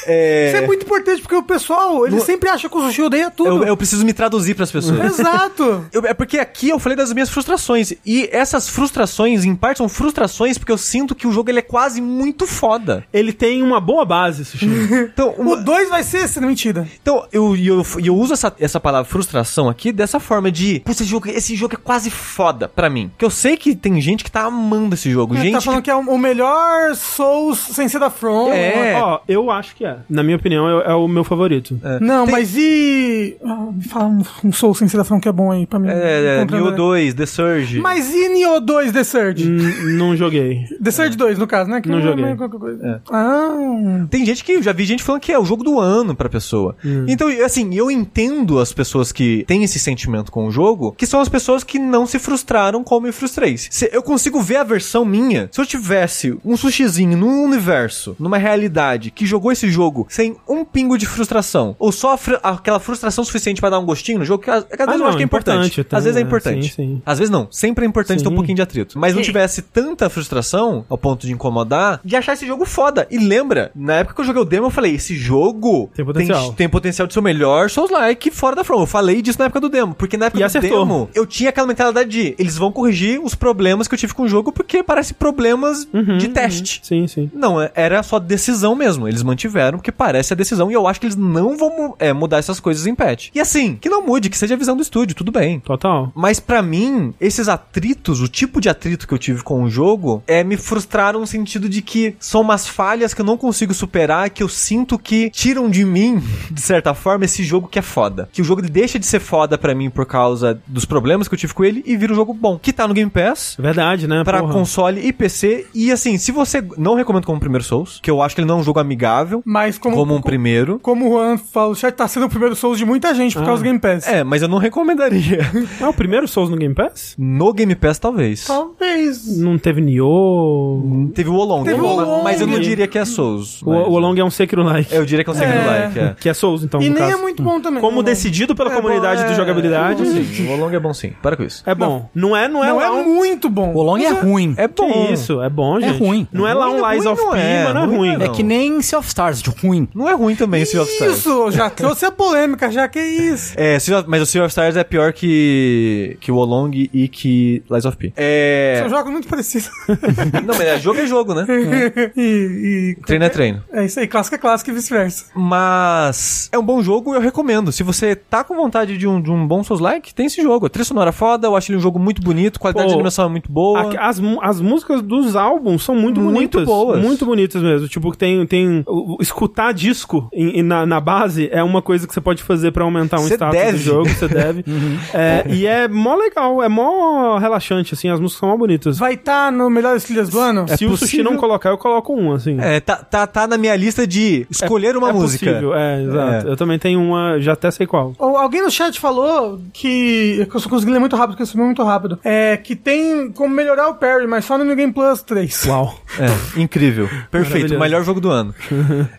Speaker 3: Isso é muito importante, porque o pessoal, ele sempre acha que o sushi odeia tudo.
Speaker 2: Eu, eu preciso me traduzir pras pessoas.
Speaker 1: [LAUGHS]
Speaker 3: Exato.
Speaker 2: [LAUGHS] Eu- é porque aqui eu falei das minhas frustrações. E essas frustrações, em parte, são frustrações porque eu sinto que o jogo ele é quase muito foda.
Speaker 1: Ele tem uma boa base,
Speaker 3: [LAUGHS]
Speaker 1: Sushi.
Speaker 2: Então, uma-
Speaker 3: O 2 vai ser, se não é mentira.
Speaker 2: então eu, e eu, e eu uso essa, essa palavra frustração aqui dessa forma de. "Putz, Esse jogo, esse jogo é quase foda pra mim. Que eu sei que tem gente que tá amando esse jogo.
Speaker 3: Ele
Speaker 2: gente.
Speaker 3: tá falando que é o o melhor Souls sem ser da From.
Speaker 2: É.
Speaker 1: Ó, eu acho que é. Na minha opinião, é, é o meu favorito.
Speaker 2: É.
Speaker 3: Não,
Speaker 2: Tem-
Speaker 3: mas e. Ah, me fala um, um Souls sem ser da From que é bom aí pra mim.
Speaker 2: É,
Speaker 3: Comprando,
Speaker 2: Neo
Speaker 3: né?
Speaker 2: 2, The Surge.
Speaker 3: Mas e Nioh 2 The Surge?
Speaker 1: N- não joguei.
Speaker 3: The Surge 2, no caso, né? Que
Speaker 1: Não
Speaker 3: é
Speaker 1: joguei.
Speaker 3: meio qualquer coisa. Ah,
Speaker 2: Tem gente que eu já vi gente falando que é o jogo do ano pra pessoa. Então, assim, eu entendo as pessoas que têm esse sentimento com o jogo, que são as pessoas que não se frustraram como eu me frustrei. Se eu consigo ver a versão minha. Se eu tivesse um sushizinho num universo, numa realidade que jogou esse jogo sem um pingo de frustração, ou só a fr- aquela frustração suficiente pra dar um gostinho no jogo, que às às vezes
Speaker 1: não,
Speaker 2: eu acho que é importante.
Speaker 1: importante,
Speaker 2: às vezes é
Speaker 1: tá,
Speaker 2: importante.
Speaker 1: sim, sim.
Speaker 2: Às vezes não, sempre é importante ter um
Speaker 1: Sim.
Speaker 2: pouquinho de atrito. Mas não tivesse tanta frustração ao ponto de incomodar, de achar esse jogo foda. E lembra, na época que eu joguei o demo, eu falei: esse jogo
Speaker 1: Tem potencial.
Speaker 2: tem, potencial de ser o melhor Souls-like fora da From. Eu falei disso na época do demo, porque na época
Speaker 1: E
Speaker 2: do
Speaker 1: acertou.
Speaker 2: demo eu tinha aquela mentalidade de eles vão corrigir os problemas que eu tive com o jogo, porque parece problemas
Speaker 1: Uhum,
Speaker 2: de teste.
Speaker 1: Sim, sim.
Speaker 2: Não, é- era só decisão mesmo. Eles mantiveram, porque parece a decisão, e eu acho que eles não vão mu- é, mudar essas coisas em patch. E assim, que não mude, que seja a visão do estúdio, tudo bem.
Speaker 1: Total.
Speaker 2: Mas pra mim, esses atritos, o tipo de atrito que eu tive com o jogo, é me frustraram no sentido de que são umas falhas que eu não consigo superar, que eu sinto que tiram de mim, [LAUGHS] de certa forma, esse jogo que é foda. Que o jogo ele deixa de ser foda pra mim por causa dos problemas que eu tive com ele e vira um jogo bom, que tá no Game Pass.
Speaker 1: É Verdade, né?
Speaker 2: Pra
Speaker 1: porra?
Speaker 2: console e PC. E assim, se você. Não recomendo como primeiro Souls, que eu acho que ele não é um jogo amigável,
Speaker 3: mas como.
Speaker 2: como um primeiro.
Speaker 3: Como o Juan falou, já tá sendo o primeiro Souls de muita gente por
Speaker 1: Ah.
Speaker 3: causa do Game Pass.
Speaker 2: É, mas eu não recomendaria. [LAUGHS]
Speaker 1: É o primeiro Souls no Game Pass?
Speaker 2: No Game Pass, talvez.
Speaker 3: Talvez.
Speaker 1: Não teve Nioh.
Speaker 2: Teve o Olong,
Speaker 3: Teve
Speaker 2: né?
Speaker 3: o Oolong.
Speaker 2: mas eu não diria que é Souls.
Speaker 1: O,
Speaker 2: mas-
Speaker 1: o Long é um Sekiro-like.
Speaker 2: Eu diria que é um segundo
Speaker 3: É.
Speaker 2: like, é.
Speaker 1: Que é Souls, então,
Speaker 3: E
Speaker 1: no
Speaker 3: nem
Speaker 1: caso.
Speaker 3: é muito bom também.
Speaker 1: Como
Speaker 3: não.
Speaker 1: decidido pela
Speaker 3: É
Speaker 1: comunidade
Speaker 3: bom,
Speaker 1: de
Speaker 3: é-
Speaker 1: jogabilidade.
Speaker 2: Sim, o Olong é bom sim. Para com isso.
Speaker 1: É bom. Não é, não é,
Speaker 3: Não
Speaker 1: lá
Speaker 3: é
Speaker 1: um-
Speaker 3: muito bom.
Speaker 4: O Long é ruim.
Speaker 2: É
Speaker 1: Que isso, é bom,
Speaker 4: É
Speaker 1: gente.
Speaker 4: ruim.
Speaker 1: Não é lá um
Speaker 2: Ruim,
Speaker 1: Lies
Speaker 2: ruim
Speaker 1: of
Speaker 2: não
Speaker 1: P,
Speaker 2: é,
Speaker 1: mas não é
Speaker 2: ruim
Speaker 1: ruim.
Speaker 2: não.
Speaker 4: É que nem Sea of Stars, ruim.
Speaker 2: Não é ruim também esse Sea of Stars.
Speaker 3: Isso, já trouxe a polêmica, já que é isso.
Speaker 2: É, Sea of- mas o Sea of Stars é pior que, que o Olong e que Lies of P. [LAUGHS] É...
Speaker 3: São jogos muito parecidos.
Speaker 2: [LAUGHS] Não, mas é jogo é jogo, [LAUGHS] né?
Speaker 3: [LAUGHS] e, e-
Speaker 2: Treino é treino.
Speaker 3: É isso aí, clássico é clássico e vice-versa.
Speaker 2: Mas é um bom jogo e eu recomendo. Se você tá com vontade de um, de um bom Souls like, tem esse jogo. A trilha sonora é foda, eu acho ele um jogo muito bonito, qualidade
Speaker 1: Pô,
Speaker 2: de animação é muito boa.
Speaker 1: A- As, mu- as músicas dos álbuns são muito,
Speaker 2: Muito
Speaker 1: bonitas.
Speaker 2: boas.
Speaker 1: Muito bonitas mesmo. Tipo, tem. tem o- o- escutar disco em- em- na, na base é uma coisa que você pode fazer pra aumentar um
Speaker 2: Você
Speaker 1: status
Speaker 2: deve.
Speaker 1: do jogo, você
Speaker 2: [LAUGHS]
Speaker 1: deve. É, e é mó legal, é mó relaxante, assim, as músicas são mó bonitas.
Speaker 3: Vai estar no Melhores Trilhas do Ano?
Speaker 1: Se o sushi não colocar, eu coloco um, assim.
Speaker 2: É, tá, tá, tá na minha lista de escolher uma
Speaker 1: É
Speaker 2: música.
Speaker 1: possível, é, exato.
Speaker 2: É.
Speaker 1: Eu também tenho uma, já até sei qual.
Speaker 3: Ou alguém no chat falou que. que Eu só consegui ler muito rápido, porque eu subi muito rápido. É que tem como melhorar o Perry, mas só no New Game Plus 3.
Speaker 1: Uau.
Speaker 2: É, incrível. Perfeito,
Speaker 1: Maravilhoso.
Speaker 2: melhor jogo
Speaker 1: [LAUGHS]
Speaker 2: do ano.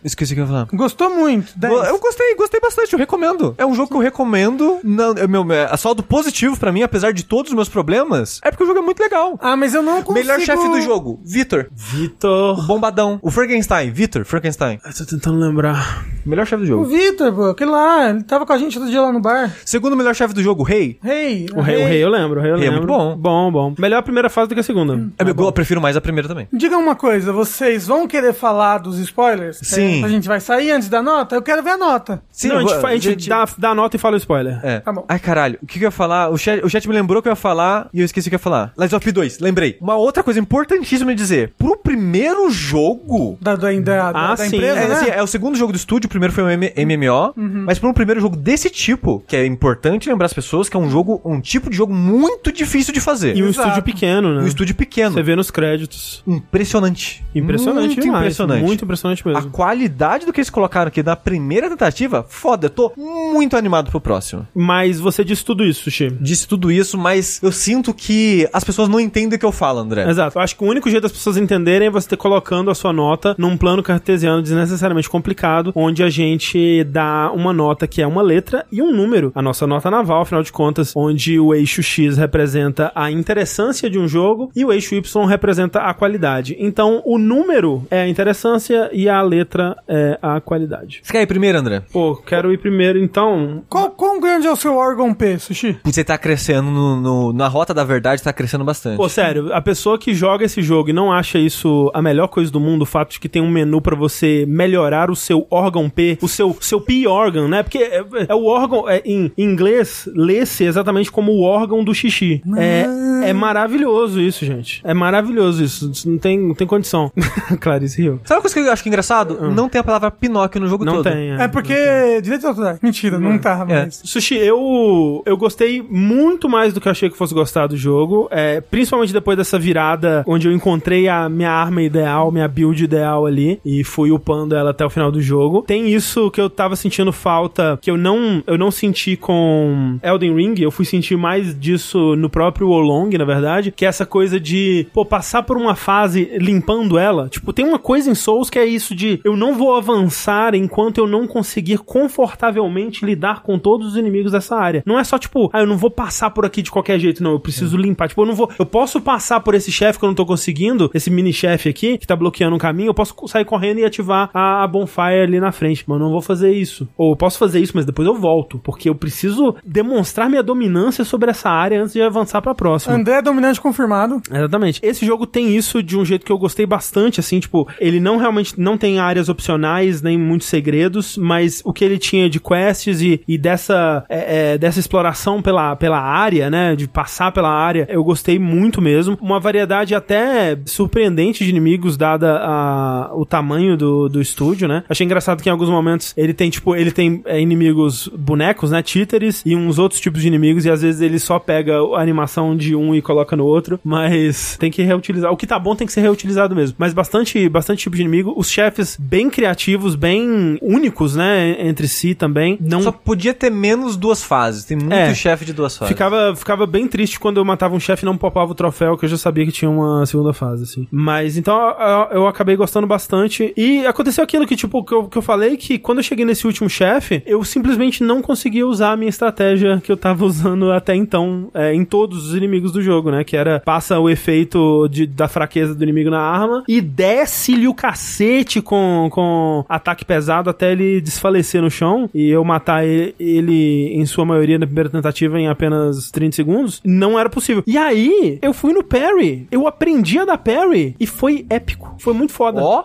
Speaker 2: Esqueci o que eu ia falar.
Speaker 3: Gostou muito. 10.
Speaker 2: Eu gostei, gostei bastante, eu recomendo. É um jogo que eu recomendo. Não, é meu, é saldo positivo pra mim, apesar de todos os meus problemas, é porque o jogo é muito legal.
Speaker 3: Ah, mas eu não consigo.
Speaker 2: Melhor chefe do jogo, Vitor.
Speaker 1: Vitor.
Speaker 2: Bombadão. O Frankenstein, Vitor, Frankenstein.
Speaker 1: Eu tô tentando lembrar.
Speaker 2: Melhor chefe do
Speaker 3: O
Speaker 2: jogo.
Speaker 3: Victor, pô, aquele lá, ele tava com a gente outro dia lá no bar.
Speaker 2: Segundo melhor chefe do jogo, Rei.
Speaker 3: Rei.
Speaker 1: O rei, o rei, eu lembro, o rei eu
Speaker 2: Rei é
Speaker 1: lembro.
Speaker 2: muito bom.
Speaker 1: Bom, bom. Melhor a primeira fase do que a segunda. Tá
Speaker 2: É, meu- eu prefiro mais a primeira também.
Speaker 3: Diga uma coisa, vocês vão querer falar dos spoilers?
Speaker 2: Sim.
Speaker 3: É, a gente vai sair antes da nota? Eu quero ver a nota.
Speaker 1: não, a gente,
Speaker 2: eu vou-
Speaker 1: fa- a gente Dá, dá nota e fala o spoiler.
Speaker 2: É.
Speaker 3: Tá bom.
Speaker 2: Ai, caralho. O que, que eu ia falar? O chat, o chat me lembrou que eu ia falar e eu esqueci o que eu ia falar. Lies of P 2, lembrei. Uma outra coisa importantíssima de dizer. Pro primeiro jogo...
Speaker 3: Da, da, da, da
Speaker 1: Ah, sim.
Speaker 3: empresa,
Speaker 2: É,
Speaker 3: né?
Speaker 2: assim, é o segundo jogo do estúdio, o primeiro foi um M- MMO,
Speaker 1: Uhum.
Speaker 2: mas para um primeiro jogo desse tipo, que é importante lembrar as pessoas que é um jogo, um tipo de jogo muito difícil de fazer.
Speaker 1: E um
Speaker 3: Exato.
Speaker 1: estúdio pequeno, né?
Speaker 2: um estúdio pequeno.
Speaker 1: Você vê nos créditos.
Speaker 2: Impressionante.
Speaker 1: Impressionante
Speaker 2: Muito
Speaker 1: demais.
Speaker 2: impressionante.
Speaker 1: Muito impressionante
Speaker 2: A
Speaker 1: mesmo.
Speaker 2: qualidade do que eles colocaram aqui na primeira tentativa, foda, eu tô muito animado pro próximo.
Speaker 1: Mas você disse tudo isso, Sushi.
Speaker 2: Disse tudo isso, mas eu sinto que as pessoas não entendem o que eu falo, André.
Speaker 1: Exato. Eu acho que o único jeito das pessoas entenderem é você ter colocando a sua nota num plano cartesiano desnecessariamente complicado, onde a gente dá uma nota que é uma letra e um número. A nossa nota naval, afinal de contas, onde o eixo X representa a interessância de um jogo e o eixo Y representa a qualidade. Então, o número é a interessância e a letra é a qualidade.
Speaker 2: Você quer ir primeiro, André?
Speaker 1: Pô, quero ir primeiro, então.
Speaker 3: Qual, quão grande é o seu órgão P, Sushi?
Speaker 2: Você tá crescendo no- no- na rota da verdade, tá crescendo bastante.
Speaker 1: Pô, sério, a pessoa que joga esse jogo e não acha isso a melhor coisa do mundo, o fato de que tem um menu pra você melhorar o seu órgão P, o seu, seu P-organ, né? Porque é, é o órgão, é, em, em inglês, lê-se exatamente como o órgão do xixi. É, é maravilhoso isso, gente. É maravilhoso isso. isso não, tem, não tem condição. [LAUGHS] Clarice riu.
Speaker 2: Sabe uma coisa que eu acho que é engraçado? Não tem a palavra Pinóquio no jogo
Speaker 1: Hum. Não
Speaker 2: todo.
Speaker 1: tem.
Speaker 3: É porque. Direito de autorais. Mentira, não tá, mas.
Speaker 1: Sushi, eu, eu gostei muito mais do que eu achei que fosse gostar do jogo. É, principalmente depois dessa virada onde eu encontrei a minha arma ideal, minha build ideal ali. E fui upando ela até o final do jogo. Tem isso que eu tava sentindo falta, que eu não, eu não senti com Elden Ring. Eu fui sentir mais disso no próprio Olong, na verdade. Que é essa coisa de, pô, passar por uma fase limpando ela. Tipo, tem uma coisa em Souls que é isso de eu não vou avançar enquanto eu não conseguir confortavelmente lidar com todos os inimigos dessa área. Não é só tipo, ah, eu não vou passar por aqui de qualquer jeito, não. Eu preciso limpar. Tipo, eu não vou. Eu posso passar por esse chefe que eu não tô conseguindo, esse mini chefe aqui, que tá bloqueando o caminho. Eu posso co- sair correndo e ativar a, a bonfire ali na frente. Mas eu não vou fazer isso. Ou eu posso fazer isso, mas depois eu volto. Porque eu preciso demonstrar minha dominância sobre essa área antes de avançar pra próxima.
Speaker 3: André é dominante confirmado.
Speaker 1: Exatamente. Esse jogo tem isso de um jeito que eu gostei bastante, assim, tipo, ele não realmente não tem áreas opcionais, nem muitos segredos, mas o que ele tinha de quests e, e dessa, é, é, dessa exploração pela, pela área, né, de passar pela área, eu gostei muito mesmo. Uma variedade até surpreendente de inimigos, dada a, o tamanho do, do estúdio, né. Achei engraçado que em alguns momentos ele tem, tipo, ele tem é, inimigos bonecos, né, títeres, e uns outros tipos de inimigos, e às vezes ele só pega a animação de um e coloca no outro, mas tem que reutilizar. O que tá bom tem que ser reutilizado mesmo. Mas bastante, bastante tipo de inimigo. Os chefes bem criativos, bem únicos, né, entre si também. Não
Speaker 2: Só podia ter menos duas fases. Tem muito
Speaker 1: É.
Speaker 2: chefe de duas fases.
Speaker 1: Ficava, ficava bem triste quando eu matava um chefe e não popava o troféu, que eu já sabia que tinha uma segunda fase, assim. Mas então eu, eu acabei gostando bastante. E aconteceu aquilo que, tipo, que eu, que eu falei que quando eu cheguei nesse último chefe, eu simplesmente não conseguia usar a minha estratégia que eu tava [LAUGHS] usando até então é, em todos os inimigos do jogo, né? Que era passa o efeito de, da fraqueza do inimigo na arma e desce-lhe o cacete com, com ataque pesado até ele desfalecer no chão e eu matar ele, ele, em sua maioria, na primeira tentativa, em apenas 30 segundos. Não era possível. E aí, eu fui no parry. Eu aprendi a dar parry e foi épico. Foi muito foda.
Speaker 2: Ó, ó,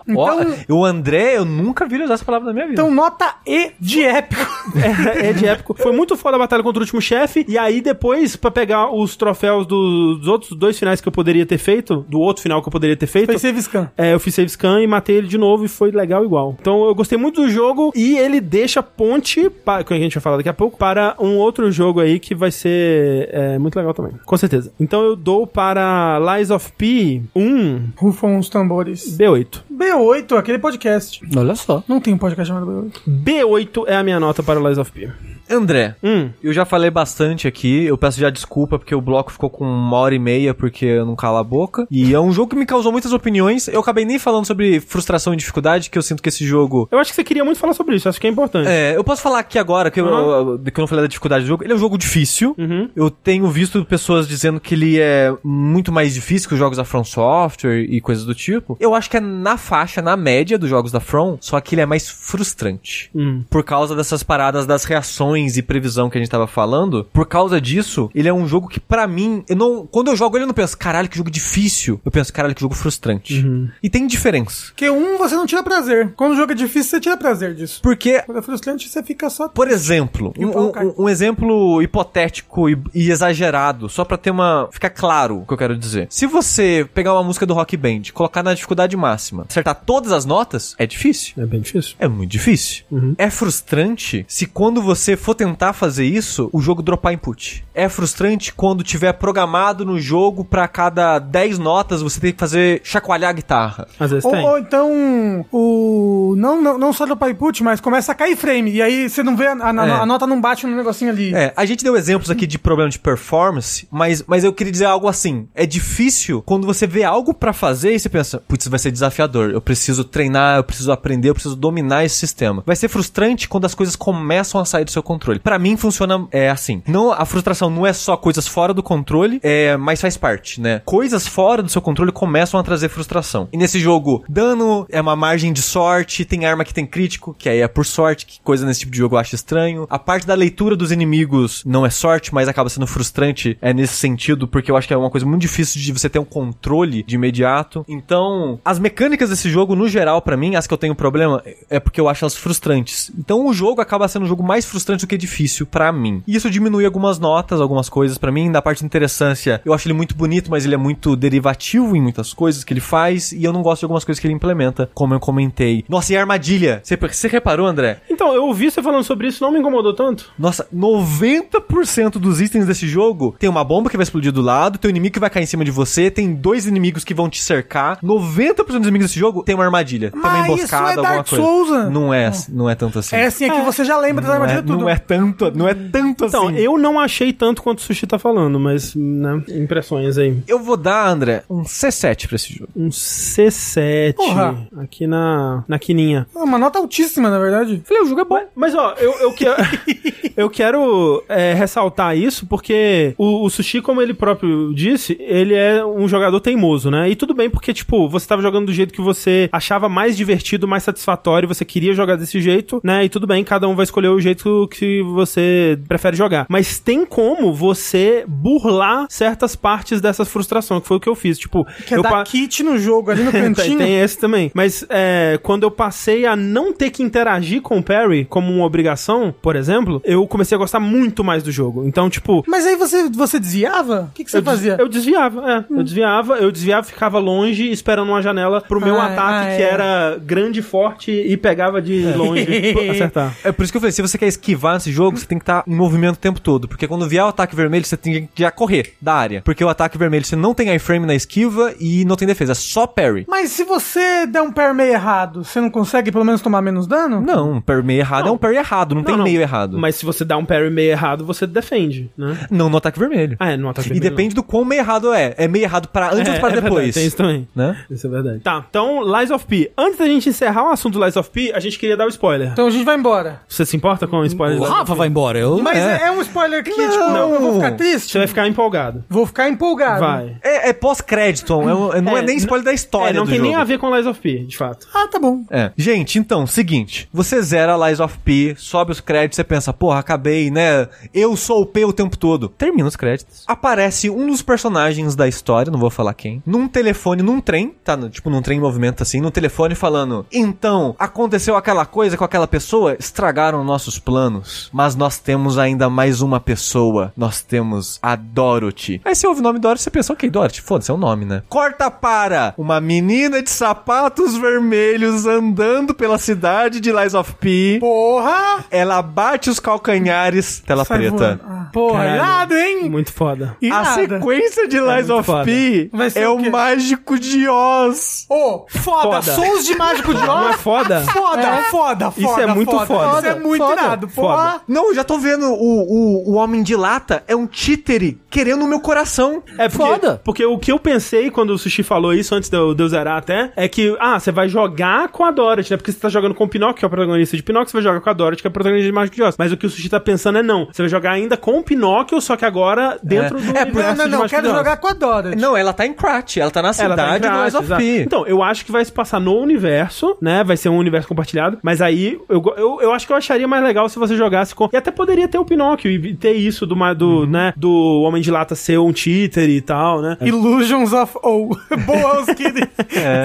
Speaker 3: Então-
Speaker 2: o André, eu nunca vi ele usar essa palavra na minha vida.
Speaker 3: Então, nota E de épico.
Speaker 1: [LAUGHS] É, é de épico. Foi muito foda a batalha contra o último chefe. E aí, depois, pra pegar os troféus do- dos outros dois finais que eu poderia ter feito, do outro final que eu poderia ter feito.
Speaker 3: Foi save scan.
Speaker 1: É, eu fiz save scan e matei ele de novo e foi legal igual. Então eu gostei muito do jogo e ele deixa ponte, pa- que a gente vai falar daqui a pouco, para um outro jogo aí que vai ser é, muito legal também. Com certeza. Então eu dou para Lies of P 1
Speaker 3: Rufam os tambores.
Speaker 1: B8.
Speaker 3: B8, aquele podcast.
Speaker 4: Olha só.
Speaker 3: Não tem um podcast chamado B8.
Speaker 1: B8 é a minha nota para Lies of P.
Speaker 2: André,
Speaker 1: Hum.
Speaker 2: eu já falei bastante aqui, eu peço já desculpa porque o bloco ficou com uma hora e meia porque eu não cala a boca. E é um jogo que me causou muitas opiniões. Eu acabei nem falando sobre frustração e dificuldade, que eu sinto que esse jogo
Speaker 1: Eu acho que você queria muito falar sobre isso, acho que é importante.
Speaker 2: É, eu posso falar aqui agora que, eu- eu, que eu não falei da dificuldade do jogo. Ele é um jogo difícil. Eu tenho visto pessoas dizendo que ele é muito mais difícil que os jogos da From Software e coisas do tipo. Eu acho que é na faixa, na média dos jogos da From, só que ele é mais frustrante. Por causa dessas paradas das reações e previsão que a gente tava falando. Por causa disso, ele é um jogo que, pra mim, eu não. Quando eu jogo ele, eu não penso, caralho, que jogo difícil. Eu penso, caralho, que jogo frustrante. E tem diferença.
Speaker 3: Porque um, você não tira prazer. Quando o jogo é difícil, você tira prazer disso.
Speaker 2: Porque
Speaker 3: Quando é frustrante, você fica só...
Speaker 2: Por exemplo,
Speaker 3: E
Speaker 2: um,
Speaker 3: o Paulo Caio.
Speaker 2: um- um exemplo hipotético e, e exagerado, só pra ter uma. ficar claro o que eu quero dizer. Se você pegar uma música do Rock Band, colocar na dificuldade máxima, acertar todas as notas, é difícil.
Speaker 1: É bem difícil.
Speaker 2: É muito difícil.
Speaker 3: Uhum.
Speaker 2: É frustrante se quando você for tentar fazer isso, o jogo dropar input. É frustrante quando tiver programado no jogo pra cada 10 notas você tem que fazer chacoalhar a guitarra.
Speaker 1: Às vezes
Speaker 3: Ou,
Speaker 1: tem.
Speaker 3: ou então, o... Não, não, não só do Paiput, mas começa a cair frame. E aí você não vê, a, a-
Speaker 2: É.
Speaker 3: a nota não bate no negocinho ali.
Speaker 2: É, a gente deu exemplos aqui de problema de performance, mas, mas eu queria dizer algo assim. É difícil quando você vê algo pra fazer e você pensa, putz, isso vai ser desafiador. Eu preciso treinar, eu preciso aprender, eu preciso dominar esse sistema. Vai ser frustrante quando as coisas começam a sair do seu controle. Pra mim funciona é assim. Não, a frustração não é só coisas fora do controle, é, mas faz parte, né? Coisas fora do seu controle começam a trazer frustração. E nesse jogo, dano é uma margem de sorte, tem arma que tem crítico, que aí é por sorte, que coisa nesse tipo de jogo eu acho estranho. A parte da leitura dos inimigos não é sorte, mas acaba sendo frustrante é nesse sentido, porque eu acho que é uma coisa muito difícil de você ter um controle de imediato. Então, as mecânicas desse jogo, no geral, pra mim, as que eu tenho problema, é porque eu acho elas frustrantes. Então, o jogo acaba sendo um jogo mais frustrante do que difícil pra mim. E isso diminui algumas notas, algumas coisas pra mim. Da parte de interessância, eu acho ele muito bonito, mas ele é muito derivativo em muitas coisas que ele faz, e eu não gosto de algumas coisas que ele implementa, como eu comentei. Nossa, e a armadilha? Você, você reparou, André?
Speaker 1: Então, eu ouvi você falando sobre isso, não me incomodou tanto.
Speaker 2: Nossa, 90% dos itens desse jogo tem uma bomba que vai explodir do lado, tem um inimigo que vai cair em cima de você, tem dois inimigos que vão te cercar. 90% dos inimigos desse jogo tem uma armadilha, tem uma
Speaker 3: Mas
Speaker 2: emboscada,
Speaker 3: isso é
Speaker 2: alguma
Speaker 3: Dark
Speaker 2: coisa.
Speaker 3: Souls, né?
Speaker 2: Não é, não é tanto assim.
Speaker 3: É assim, é que você já lembra das
Speaker 2: não, é,
Speaker 3: armadilhas tudo.
Speaker 2: não é tanto, não é tanto
Speaker 1: Então,
Speaker 2: assim.
Speaker 1: eu não achei tanto quanto o Sushi tá falando, mas, né, impressões aí.
Speaker 2: eu vou dar, André, um C7 pra esse jogo.
Speaker 1: um C7
Speaker 3: Porra.
Speaker 1: aqui na, na quininha.
Speaker 3: É Uma nota altíssima, na verdade.
Speaker 1: Falei, o jogo é bom. Mas, ó, eu, eu
Speaker 3: [LAUGHS]
Speaker 1: quero, eu quero é, ressaltar isso porque o, o Sushi, como ele próprio disse, ele é um jogador teimoso, né? E tudo bem porque, tipo, você tava jogando do jeito que você achava mais divertido, mais satisfatório, você queria jogar desse jeito, né? E tudo bem, cada um vai escolher o jeito que você prefere jogar. Mas tem como você burlar certas partes dessa frustração, que foi o que eu fiz. Tipo,
Speaker 3: Que é
Speaker 1: eu
Speaker 3: dar
Speaker 1: pa-
Speaker 3: kit no jogo, [LAUGHS] ali no
Speaker 1: Tem-
Speaker 3: cantinho.
Speaker 1: Tem esse também. Mas é, quando eu passei a não ter que interagir com o Perry como uma obrigação, por exemplo, eu comecei a gostar muito mais do jogo. Então, tipo.
Speaker 3: Mas aí você, você desviava? O que, que você
Speaker 1: eu des-
Speaker 3: fazia? Hum.
Speaker 1: Eu desviava, é. Eu desviava, eu desviava, ficava longe, esperando uma janela pro meu
Speaker 3: Ah,
Speaker 1: ataque,
Speaker 3: ah,
Speaker 1: que
Speaker 3: é.
Speaker 1: era grande, forte e pegava de longe
Speaker 3: [LAUGHS]
Speaker 1: pra acertar.
Speaker 2: É por isso que eu falei, se você quer esquivar nesse jogo, você tem que estar em movimento o tempo todo. Porque quando vier o ataque vermelho, você tem que já correr da área. Porque o ataque vermelho, você não tem iframe na esquiva e não tem defesa, é só parry.
Speaker 3: Mas se você der um parry meio errado, você não consegue pelo menos tomar menos dano?
Speaker 2: Não, um parry meio errado é um parry errado, não, tem
Speaker 1: Não, não.
Speaker 2: meio errado.
Speaker 1: Mas se você dá um parry meio errado, você defende, né?
Speaker 2: Não no ataque vermelho.
Speaker 1: Ah, é, no ataque
Speaker 2: e depende do quão meio errado é. É meio errado pra antes ou pra depois.
Speaker 1: é tem isso também.
Speaker 2: né?
Speaker 1: Isso é verdade. Tá, então, Lies of P. Antes da gente encerrar o assunto do Lies of P, a gente queria dar o spoiler.
Speaker 3: Então a gente vai embora.
Speaker 1: Você se importa com spoiler spoiler.
Speaker 4: O
Speaker 1: da-
Speaker 4: Rafa vai embora. Eu,
Speaker 3: Mas
Speaker 4: é.
Speaker 3: é. é um spoiler que, tipo,
Speaker 2: Não.
Speaker 3: eu vou ficar triste?
Speaker 1: Você vai ficar empolgado.
Speaker 3: Vou ficar empolgado.
Speaker 1: Vai.
Speaker 2: É, é pós-crédito, é um- é- não é,
Speaker 1: É,
Speaker 2: nem spoiler da história
Speaker 1: É, não
Speaker 2: do
Speaker 1: tem
Speaker 2: jogo.
Speaker 1: nem a ver com Lies of P, de fato.
Speaker 3: Ah, tá bom.
Speaker 2: É. Gente, então, seguinte. Você zera Lies of P, sobe os créditos, você pensa, porra, acabei, né? Eu sou o P o tempo todo. Termina os créditos. Aparece um dos personagens da história, não vou falar quem, num telefone, num trem, tá? no- tipo, num trem em movimento assim, num telefone falando: Então, aconteceu aquela coisa com aquela pessoa, estragaram nossos planos. Mas nós temos ainda mais uma pessoa. Nós temos a Dorothy. Aí você ouve o nome Dorothy, você pensa, ok, Dorothy, foda-se, é o nome, né? Corta para uma menina de sapatos vermelhos andando pela cidade de Lies of P.
Speaker 3: Porra!
Speaker 2: Ela bate os calcanhares, tela
Speaker 3: Sai
Speaker 2: preta.
Speaker 3: voando. Ah, Porra,
Speaker 1: Caralho.
Speaker 3: irado, hein?
Speaker 1: Muito foda.
Speaker 3: E
Speaker 2: A
Speaker 3: nada.
Speaker 2: sequência de Lies
Speaker 1: muito
Speaker 2: of
Speaker 1: foda.
Speaker 2: P
Speaker 3: Vai ser
Speaker 2: é
Speaker 3: o
Speaker 2: o
Speaker 3: quê?
Speaker 2: Mágico de Oz.
Speaker 3: Ô, foda,
Speaker 1: Foda.
Speaker 3: Sons de Mágico de
Speaker 1: Não é
Speaker 3: Oz.
Speaker 1: foda?
Speaker 3: Foda,
Speaker 1: É.
Speaker 3: foda, foda.
Speaker 1: Isso é muito foda.
Speaker 3: Isso é muito
Speaker 1: Foda,
Speaker 3: irado,
Speaker 1: foda.
Speaker 3: porra.
Speaker 2: Não, eu já tô vendo o, o, o Homem de Lata é um títere querendo o meu coração.
Speaker 1: É porque,
Speaker 4: Foda.
Speaker 1: Porque o que eu pensei quando o Sushi falou isso, antes de eu, de eu zerar até, é que, ah, você vai jogar com a Dorothy, né? Porque você tá jogando com o Pinóquio, que é o protagonista de Pinóquio, você vai jogar com a Dorothy, que é o protagonista de Mágico de Oz. Mas o que o Sushi tá pensando é não. Você vai jogar ainda com o Pinóquio, só que agora dentro
Speaker 2: É.
Speaker 1: do.
Speaker 2: É,
Speaker 3: Não,
Speaker 1: universo
Speaker 3: não,
Speaker 1: de
Speaker 3: não,
Speaker 1: Mágico
Speaker 3: quero
Speaker 1: de Oz.
Speaker 3: jogar com a Dora.
Speaker 2: Não, ela tá em Crat, ela tá na
Speaker 1: Ela tá em
Speaker 2: cidade do
Speaker 1: Crash,
Speaker 2: Lies of
Speaker 1: exato.
Speaker 2: P.
Speaker 1: Então, eu acho que vai se passar no universo, né? Vai ser um universo compartilhado. Mas aí, eu, go- eu, eu acho que eu acharia mais legal se você jogasse com. E até poderia ter o Pinóquio e ter isso do, ma- do, né, do Homem de Lata ser um títer e tal, né?
Speaker 3: É. Illusions of O. [LAUGHS] Boa, os kids. [LAUGHS]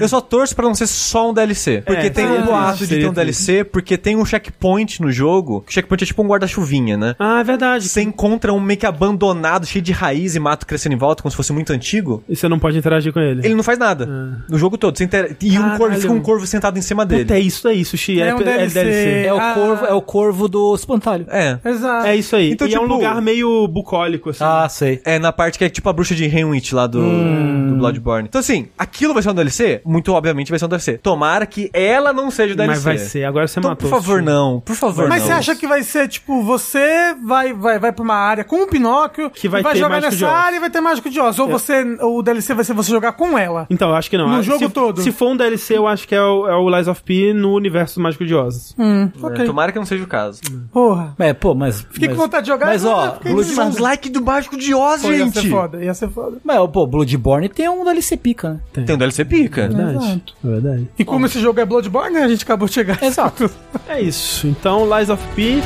Speaker 2: Eu só torço pra não ser só um DLC. Porque
Speaker 1: É,
Speaker 2: tem
Speaker 1: seria
Speaker 2: um boato
Speaker 1: triste,
Speaker 2: de ter
Speaker 1: seria
Speaker 2: um DLC, porque tem um checkpoint no jogo. Que o checkpoint é tipo um guarda-chuvinha, né?
Speaker 1: Ah, é verdade.
Speaker 2: Você encontra um meio que abandonado, cheio de raiz e mato crescendo em volta, como se fosse muito antigo.
Speaker 1: E você não pode interagir com ele.
Speaker 2: Ele é não faz nada. No jogo todo. Você inter- E
Speaker 1: Ah.
Speaker 2: um
Speaker 1: Caralho.
Speaker 2: corvo, fica um corvo sentado em cima dele.
Speaker 1: Puta, é isso aí, sushi. É,
Speaker 3: É um
Speaker 1: é
Speaker 3: DLC.
Speaker 1: DLC.
Speaker 4: É o
Speaker 3: Ah.
Speaker 4: corvo, é o corvo do espantalho.
Speaker 2: É.
Speaker 3: Exato.
Speaker 1: É isso aí.
Speaker 2: Então,
Speaker 1: e é um
Speaker 2: tipo-
Speaker 1: lugar meio bucólico, assim.
Speaker 4: Ah, sei.
Speaker 2: É, na parte que é tipo a bruxa de Henwich lá do,
Speaker 1: Hum.
Speaker 2: do Bloodborne. Então, assim, aquilo vai ser um DLC? Muito obviamente vai ser um DLC. Tomara que ela não seja o DLC.
Speaker 1: Mas vai ser. Agora você
Speaker 2: Então,
Speaker 1: matou.
Speaker 2: por favor,
Speaker 1: sushi.
Speaker 2: não. Por favor,
Speaker 3: Mas
Speaker 2: não.
Speaker 3: você acha que vai ser, tipo, você vai, vai, vai pra uma área com o Pinóquio,
Speaker 1: Que vai ter
Speaker 3: jogar
Speaker 1: Mágico de
Speaker 3: nessa
Speaker 1: Oz.
Speaker 3: área e vai ter Mágico de Oz. Ou você, ou o DLC vai ser você jogar com ela.
Speaker 1: Então, eu acho que não.
Speaker 3: No
Speaker 1: Ah,
Speaker 3: jogo
Speaker 1: se-
Speaker 3: todo.
Speaker 1: Se for um DLC, eu acho que é o, é o Lies of P no universo do Mágico de Oz.
Speaker 3: Ok.
Speaker 2: É. Tomara que não seja o caso.
Speaker 3: Porra.
Speaker 4: É, pô, mas.
Speaker 3: Fiquei
Speaker 4: mas-
Speaker 3: com vontade de jogar,
Speaker 4: Mas,
Speaker 3: mas
Speaker 4: ó,
Speaker 3: eu fiquei
Speaker 4: Blood-
Speaker 3: animado.
Speaker 2: like do Mágico de Oz,
Speaker 3: Pô, ia ser foda, ia ser foda.
Speaker 4: mas, pô, Bloodborne tem um DLC pica, né?
Speaker 2: Tem um DLC pica.
Speaker 1: Verdade. É verdade.
Speaker 3: E como esse jogo é Bloodborne, né, a gente acabou de chegar.
Speaker 4: Exato.
Speaker 1: É isso. Então, Lies of P.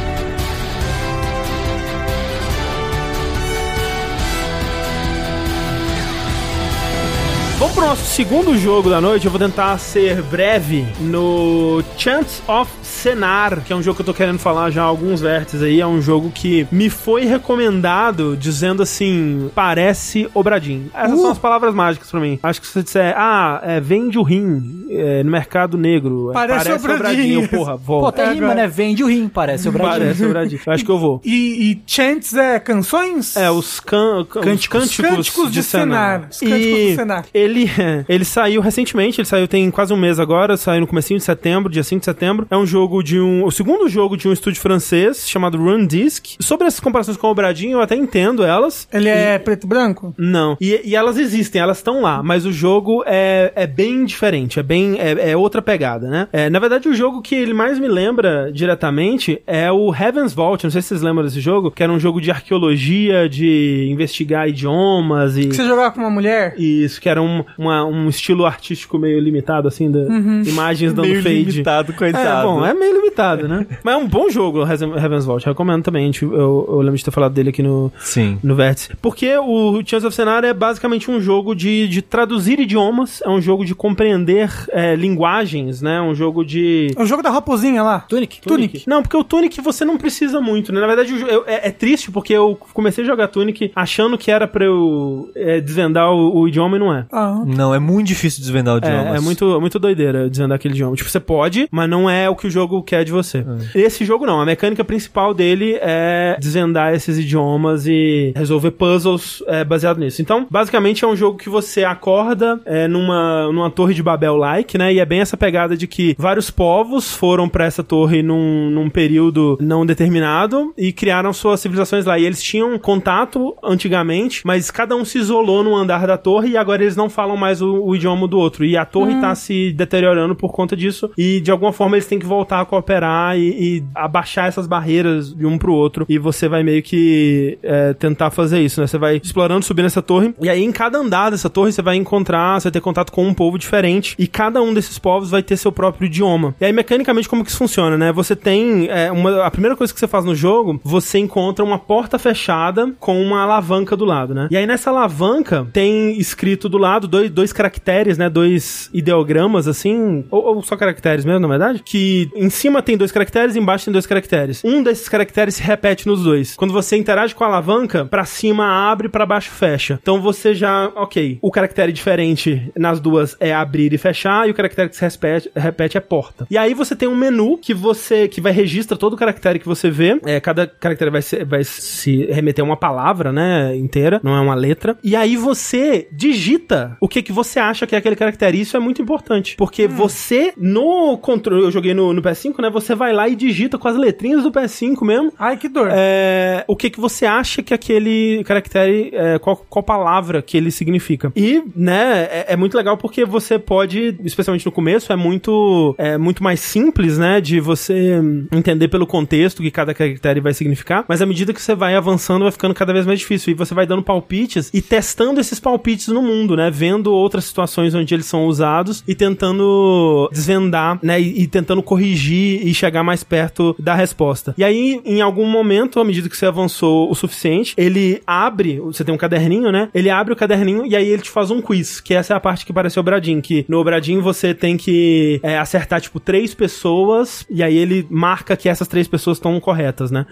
Speaker 1: Vamos pro nosso segundo jogo da noite. Eu vou tentar ser breve no Chance of Senar, que é um jogo que eu tô querendo falar já há alguns vértices aí. É um jogo que me foi recomendado dizendo assim: parece Obradinho. Essas
Speaker 3: Uh!
Speaker 1: são as palavras mágicas pra mim. Acho que se você disser, ah, é, vende o rim é, no mercado negro. é,
Speaker 3: Parece Obradinho.
Speaker 1: Obradinho, porra.
Speaker 4: Pô, um
Speaker 1: Volta.
Speaker 4: até
Speaker 3: É,
Speaker 4: rima,
Speaker 3: agora-
Speaker 4: né? Vende o rim,
Speaker 1: Hum,
Speaker 4: parece o Bradinho.
Speaker 1: Parece Obradinho. Eu é acho que eu vou.
Speaker 3: E, e chants é canções?
Speaker 1: É, os, can, can- os
Speaker 4: Cânticos.
Speaker 1: cânticos,
Speaker 3: Cânticos de
Speaker 1: de Senar.
Speaker 3: Senar. Os cânticos
Speaker 1: E
Speaker 3: do Senar.
Speaker 1: Ele, [LAUGHS] ele saiu recentemente, ele saiu tem quase um mês agora, saiu no comecinho de setembro, dia 5 de setembro. É um jogo de um... o segundo jogo de um estúdio francês chamado Run Disc. Sobre essas comparações com o Bradinho, eu até entendo elas.
Speaker 3: Ele é preto e branco?
Speaker 1: Não. E, e elas existem, elas estão lá, mas o jogo é, é bem diferente, é bem é, é outra pegada, né? É, na verdade, o jogo que ele mais me lembra diretamente é o Heaven's Vault. Não sei se vocês lembram desse jogo, que era um jogo de arqueologia, de investigar idiomas e
Speaker 3: Que você jogava com uma mulher?
Speaker 1: isso, que era um, uma- um estilo artístico meio limitado, assim, da, imagens dando
Speaker 2: Uhum. Meio
Speaker 1: fade.
Speaker 2: limitado, coitado.
Speaker 1: É, bom, é meio limitado, né? Mas é um bom jogo, o Heaven- Heaven's Vault. Recomendo também. a gente- Eu, eu lembro de ter falado dele aqui no,
Speaker 2: Sim.
Speaker 1: no Vértice. Porque o Chance of Senar é basicamente um jogo de, de traduzir idiomas, é um jogo de compreender é, linguagens, né? É um jogo de.
Speaker 3: É o jogo da raposinha lá.
Speaker 4: Tunic.
Speaker 3: Tunic.
Speaker 1: Não, porque o Tunic você não precisa muito, né? Na verdade, o jo- eu- é, é triste porque eu comecei a jogar Tunic achando que era pra eu é, desvendar o, o idioma e não é.
Speaker 3: Ah,
Speaker 2: Não, é muito difícil desvendar o idioma.
Speaker 1: É, é muito, é muito doideira desvendar aquele idioma. Tipo, você pode, mas não é o que o jogo quer de você. Esse jogo não. A mecânica principal dele é desvendar esses idiomas e resolver puzzles é, baseado nisso. Então, basicamente é um jogo que você acorda é, numa, numa torre de Babel-like, né? E é bem essa pegada de que vários povos foram pra essa torre num, num período não determinado e criaram suas civilizações lá. E eles tinham contato antigamente, mas cada um se isolou num andar da torre e agora eles não falam mais o, o idioma do outro. E a torre tá se deteriorando por conta disso. E de alguma forma eles têm que voltar a cooperar e, e abaixar essas barreiras de um pro outro. E você vai meio que é, tentar fazer isso, né? Você vai explorando, subindo essa torre. E aí em cada andar dessa torre você vai encontrar, você vai ter contato com um povo diferente. E cada um desses povos vai ter seu próprio idioma. E aí mecanicamente como que isso funciona, né? Você tem. é, uma, a primeira coisa que você faz no jogo, você encontra uma porta fechada com uma alavanca do lado, né? E aí nessa alavanca tem escrito do lado dois, dois caracteres, né? Dois ideogramas, assim, ou, ou só caracteres mesmo, na verdade, que em cima tem dois caracteres, embaixo tem dois caracteres. Um desses caracteres se repete nos dois. Quando você interage com a alavanca, pra cima abre, pra baixo fecha. Então você já, ok, o caractere diferente nas duas é abrir e fechar, e o caractere que se repete, repete é porta. E aí você tem um menu que você, que vai registra todo o caractere que você vê, é, cada caractere vai, ser- vai se remeter a uma palavra, né, inteira, não é uma letra, e aí você digita o que que você acha que é aquele caractere, isso é muito importante, porque você, no controle, eu joguei no, no PS5, né, você vai lá e digita com as letrinhas do PS5 mesmo,
Speaker 3: Ai, que dor.
Speaker 1: é, o que que você acha que aquele caractere, é, qual, qual palavra que ele significa. E, né, é, é muito legal porque você pode, especialmente no começo, é muito, é muito mais simples, né, de você hum, entender pelo contexto que cada caractere vai significar, mas à medida que você vai avançando, vai ficando cada vez mais difícil, e você vai dando palpites e testando esses palpites no mundo, né, vendo outras situações onde eles são usados e tentando desvendar, né, e, e tentando corrigir e chegar mais perto da resposta. E aí, em algum momento, à medida que você avançou o suficiente, ele abre, você tem um caderninho, né? Ele abre o caderninho e aí ele te faz um quiz, que essa é a parte que pareceu o Bradin, que no Bradin você tem que é, acertar, tipo, três pessoas e aí ele marca que essas três pessoas estão corretas, né?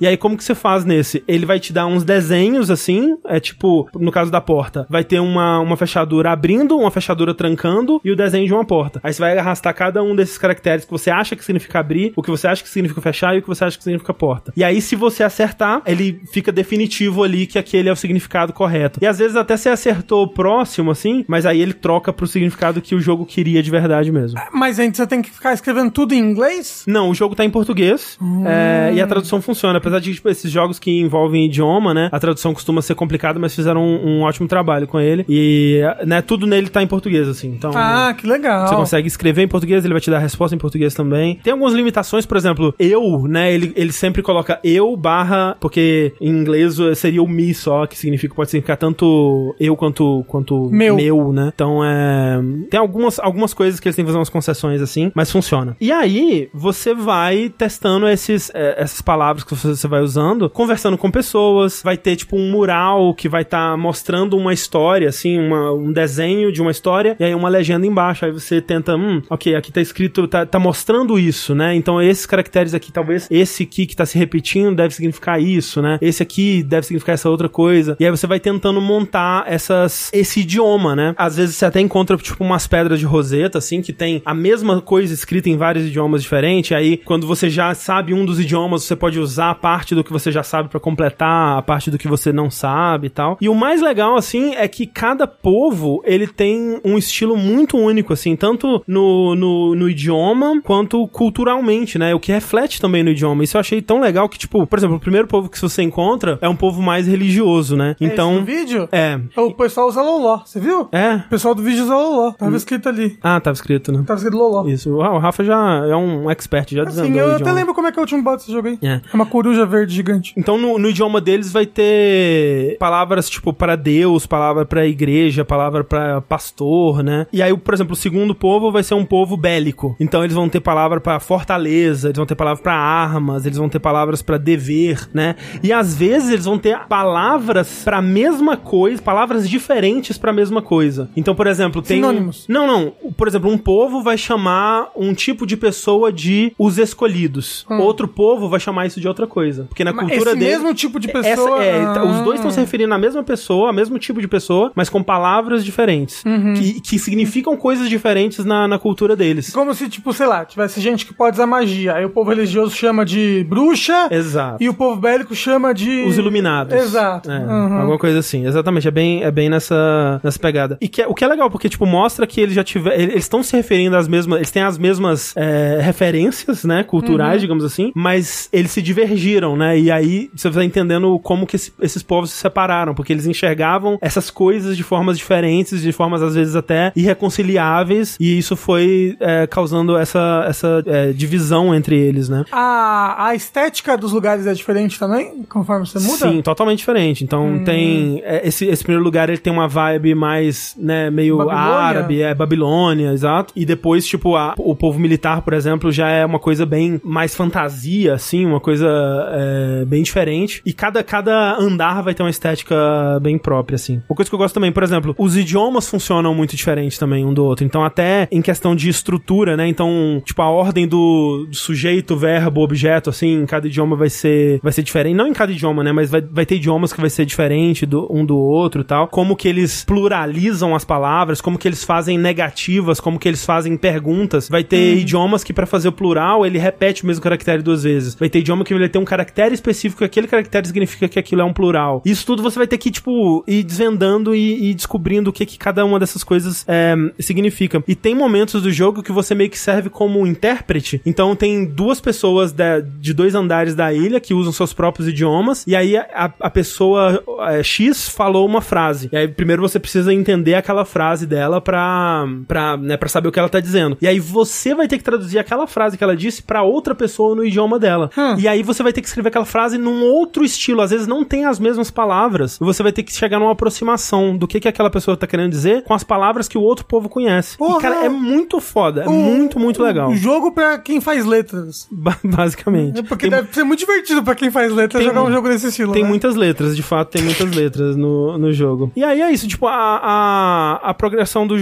Speaker 1: E aí, como que você faz nesse? Ele vai te dar uns desenhos, assim, é tipo, no caso da porta, vai ter uma, uma fechadura abrindo, uma fechadura trancando e o desenho de uma porta. Aí você vai arrastar cada um desses caracteres que você acha que significa abrir, o que você acha que significa fechar e o que você acha que significa porta. E aí, se você acertar, ele fica definitivo ali que aquele é o significado correto. E às vezes até você acertou próximo, assim, mas aí ele troca pro significado que o jogo queria de verdade mesmo.
Speaker 3: Mas antes você tem que ficar escrevendo tudo em inglês?
Speaker 1: Não, o jogo tá em português é, e a tradução funciona. Apesar de, tipo, esses jogos que envolvem idioma, né? A tradução costuma ser complicada, mas fizeram um, um ótimo trabalho com ele. E, né, tudo nele tá em português, assim. Então.
Speaker 3: Ah, que legal.
Speaker 1: Você consegue escrever em português, ele vai te dar a resposta em português também. Tem algumas limitações, por exemplo, eu, né? Ele, ele sempre coloca eu barra, porque em inglês seria o me só, que significa, pode significar tanto eu quanto, quanto
Speaker 3: Meu.
Speaker 1: né? Então é. Tem algumas, algumas coisas que eles têm que fazer umas concessões assim, mas funciona. E aí, você vai testando esses, é, essas palavras que você você vai usando, conversando com pessoas, vai ter tipo um mural que vai estar mostrando uma história, assim, uma- um desenho de uma história, e aí uma legenda embaixo. Aí você tenta, hum, ok, aqui tá escrito, tá, tá mostrando isso, né? Então esses caracteres aqui, talvez esse aqui que tá se repetindo deve significar isso, né? Esse aqui deve significar essa outra coisa. E aí você vai tentando montar essas, esse idioma, né? Às vezes você até encontra, tipo, umas pedras de roseta, assim, que tem a mesma coisa escrita em vários idiomas diferentes. Aí, quando você já sabe um dos idiomas, você pode usar a parte do que você já sabe pra completar a parte do que você não sabe e tal. E o mais legal, assim, é que cada povo, ele tem um estilo muito único, assim, tanto no, no, no idioma quanto culturalmente, né? O que reflete também no idioma. Isso eu achei tão legal que, tipo, por exemplo, o primeiro povo que você encontra é um povo mais religioso, né?
Speaker 3: É isso
Speaker 1: Então.
Speaker 3: do vídeo?
Speaker 1: É.
Speaker 3: O pessoal usa loló, você viu?
Speaker 1: É.
Speaker 3: O pessoal do vídeo usa loló. Tava escrito ali.
Speaker 1: Ah, tava escrito, né?
Speaker 3: Tava escrito loló.
Speaker 1: Isso. Ah, o Rafa já é um expert, já desandou
Speaker 3: Tá Assim, eu
Speaker 1: o
Speaker 3: até
Speaker 1: idioma.
Speaker 3: lembro como é que é o último boss desse jogo aí.
Speaker 1: É.
Speaker 3: É uma coruja verde gigante.
Speaker 1: Então, no, no idioma deles vai ter palavras tipo para Deus, palavra para igreja, palavra para pastor, né? E aí, por exemplo, o segundo povo vai ser um povo bélico. Então, eles vão ter palavra para fortaleza, eles vão ter palavra para armas, eles vão ter palavras para dever, né? E às vezes eles vão ter palavras para mesma coisa, palavras diferentes para mesma coisa. Então, por exemplo, tem um-
Speaker 3: Sinônimos.
Speaker 1: Não, não. Por exemplo, um povo vai chamar um tipo de pessoa de os escolhidos. Outro povo vai chamar isso de outra coisa, porque na
Speaker 3: Mas
Speaker 1: cultura
Speaker 3: esse
Speaker 1: dele.
Speaker 3: mesmo tipo de
Speaker 1: Essa-
Speaker 3: pessoa-
Speaker 1: é,
Speaker 3: Ah.
Speaker 1: tá- Os dois estão se referindo à mesma pessoa, ao mesmo tipo de pessoa, mas com palavras diferentes.
Speaker 3: Uhum.
Speaker 1: Que, que significam coisas diferentes na, na cultura deles.
Speaker 3: Como se, tipo, sei lá, tivesse gente que pode usar magia. Aí o povo religioso chama de bruxa.
Speaker 1: Exato.
Speaker 3: E o povo bélico chama de.
Speaker 1: Os iluminados.
Speaker 3: Exato.
Speaker 1: É,
Speaker 3: Uhum.
Speaker 1: Alguma coisa assim. Exatamente. É bem, é bem nessa, nessa pegada. E que é- o que é legal, porque, tipo, mostra que eles já tiveram. Eles estão se referindo às mesmas. Eles têm as mesmas é, referências, né?
Speaker 3: Uhum.
Speaker 1: Culturais, digamos assim. Mas eles se divergiram, né? E aí você vai entendendo como que esse- esses povos se separaram. Porque eles enxergavam essas coisas de formas diferentes, de formas às vezes até irreconciliáveis, e isso foi é, causando essa, essa é, divisão entre eles, né?
Speaker 3: A, a estética dos lugares é diferente também, conforme você muda? Hum.
Speaker 1: Sim, totalmente diferente. Então tem. é, Esse, esse primeiro lugar ele tem uma vibe mais, né, meio
Speaker 3: Babilônia.
Speaker 1: árabe, é Babilônia, exato. E depois, tipo, a- o povo militar, por exemplo, já é uma coisa bem mais fantasia, assim, uma coisa é, bem diferente. E cada, cada andar vai ter uma estética bem própria, assim. Uma coisa que eu gosto também, por exemplo, os idiomas funcionam muito diferente também um do outro. Então, até em questão de estrutura, né? Então, tipo, a ordem do sujeito, verbo, objeto, assim, em cada idioma vai ser, vai ser diferente. Não em cada idioma, né? Mas vai, vai ter idiomas que vai ser diferente do, um do outro e tal. Como que eles pluralizam as palavras, como que eles fazem negativas, como que eles fazem perguntas. Vai ter idiomas que, pra fazer o plural, ele repete o mesmo caractere duas vezes. Vai ter idioma que ele tem um caractere específico, e aquele caractere significa que aquilo é um plural. Isso tudo você vai ter que, tipo, ir desvendando e, e descobrindo o que, que cada uma dessas coisas é, significa. E tem momentos do jogo que você meio que serve como um intérprete. Então tem duas pessoas da- de dois andares da ilha que usam seus próprios idiomas. E aí a, a pessoa é, X falou uma frase. E aí primeiro você precisa entender aquela frase dela pra, pra, né, pra saber o que ela tá dizendo. E aí você vai ter que traduzir aquela frase que ela disse pra outra pessoa no idioma dela.
Speaker 3: Hum.
Speaker 1: E aí você vai ter que escrever aquela frase num outro estilo. Às vezes não tem as mesmas palavras. E você vai ter que chegar numa aproximação do que, que aquela pessoa tá querendo dizer com as palavras que o outro povo conhece.
Speaker 3: Porra!
Speaker 1: E, cara, é muito foda. É
Speaker 3: Um-
Speaker 1: muito, muito legal.
Speaker 3: Um jogo pra quem faz letras.
Speaker 1: Ba- Basicamente.
Speaker 3: É Porque
Speaker 1: Tem-
Speaker 3: deve ser muito divertido pra quem faz letras
Speaker 1: Tem
Speaker 3: jogar um
Speaker 1: mu-
Speaker 3: jogo desse estilo.
Speaker 1: Tem
Speaker 3: né?
Speaker 1: muitas letras, de fato, tem muitas letras no, no jogo. E aí é isso, tipo, a, a, a progressão do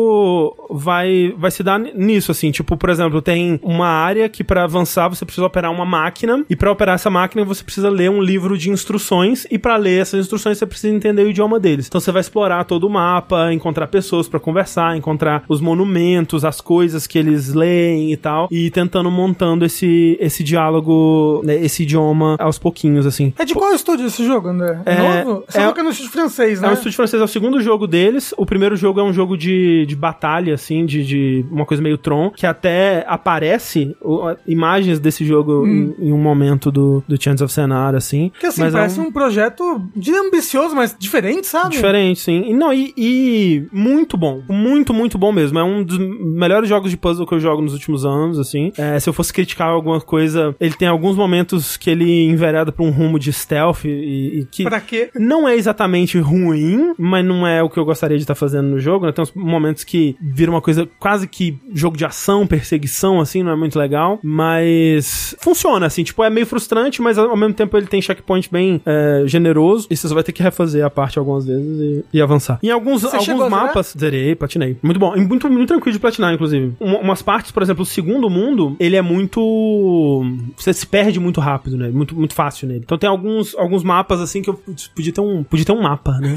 Speaker 1: jogo vai, vai se dar ni- nisso, assim. Tipo, por exemplo, tem uma área que pra avançar você precisa operar uma máquina, e pra operar essa máquina você precisa ler um livro de instruções, e pra ler essas instruções você precisa entender o idioma deles. Então você vai explorar todo o mapa, encontrar pessoas pra conversar, encontrar os monumentos, as coisas que eles leem e tal, e tentando montando esse, esse diálogo, né, esse idioma aos pouquinhos, assim.
Speaker 3: É de qual estúdio esse jogo, André? É,
Speaker 1: É-
Speaker 3: novo? Você
Speaker 1: é-
Speaker 3: é... que é no estúdio francês, né?
Speaker 1: É um estúdio francês, é o segundo jogo deles. O primeiro jogo é um jogo de, de batalha, assim, de, de uma coisa meio Tron, que até aparece o- a- imagens desse jogo em, em um momento do, do Chance of Senar, assim.
Speaker 3: Porque Hum. assim,
Speaker 1: Mas é
Speaker 3: parece
Speaker 1: um-
Speaker 3: um... projeto de ambicioso, mas diferente, sabe?
Speaker 1: Diferente, sim. E, não, e, e muito bom. Muito, muito bom mesmo. É um dos melhores jogos de puzzle que eu jogo nos últimos anos, assim. É, se eu fosse criticar alguma coisa, ele tem alguns momentos que ele envereda pra um rumo de stealth e, e que...
Speaker 3: Pra quê?
Speaker 1: Não é exatamente ruim, mas não é o que eu gostaria de estar fazendo no jogo. Né? Tem uns momentos que vira uma coisa quase que jogo de ação, perseguição, assim, não é muito legal. Mas funciona, assim, tipo, é meio frustrante, mas ao mesmo tempo ele tem checkpoint bem é, generoso. E você só vai ter que refazer a parte algumas vezes e, e avançar. Em alguns,
Speaker 3: Você chegou a
Speaker 1: alguns
Speaker 3: zerar?
Speaker 1: mapas, zerei, platinei. Muito bom. E muito, muito tranquilo de platinar, inclusive. Um- umas partes, por exemplo, o segundo mundo, ele é muito. Você se perde muito rápido, né? Muito, muito fácil nele. Então tem alguns, alguns mapas assim que eu podia ter um, podia ter um mapa,
Speaker 3: [LAUGHS]
Speaker 1: né?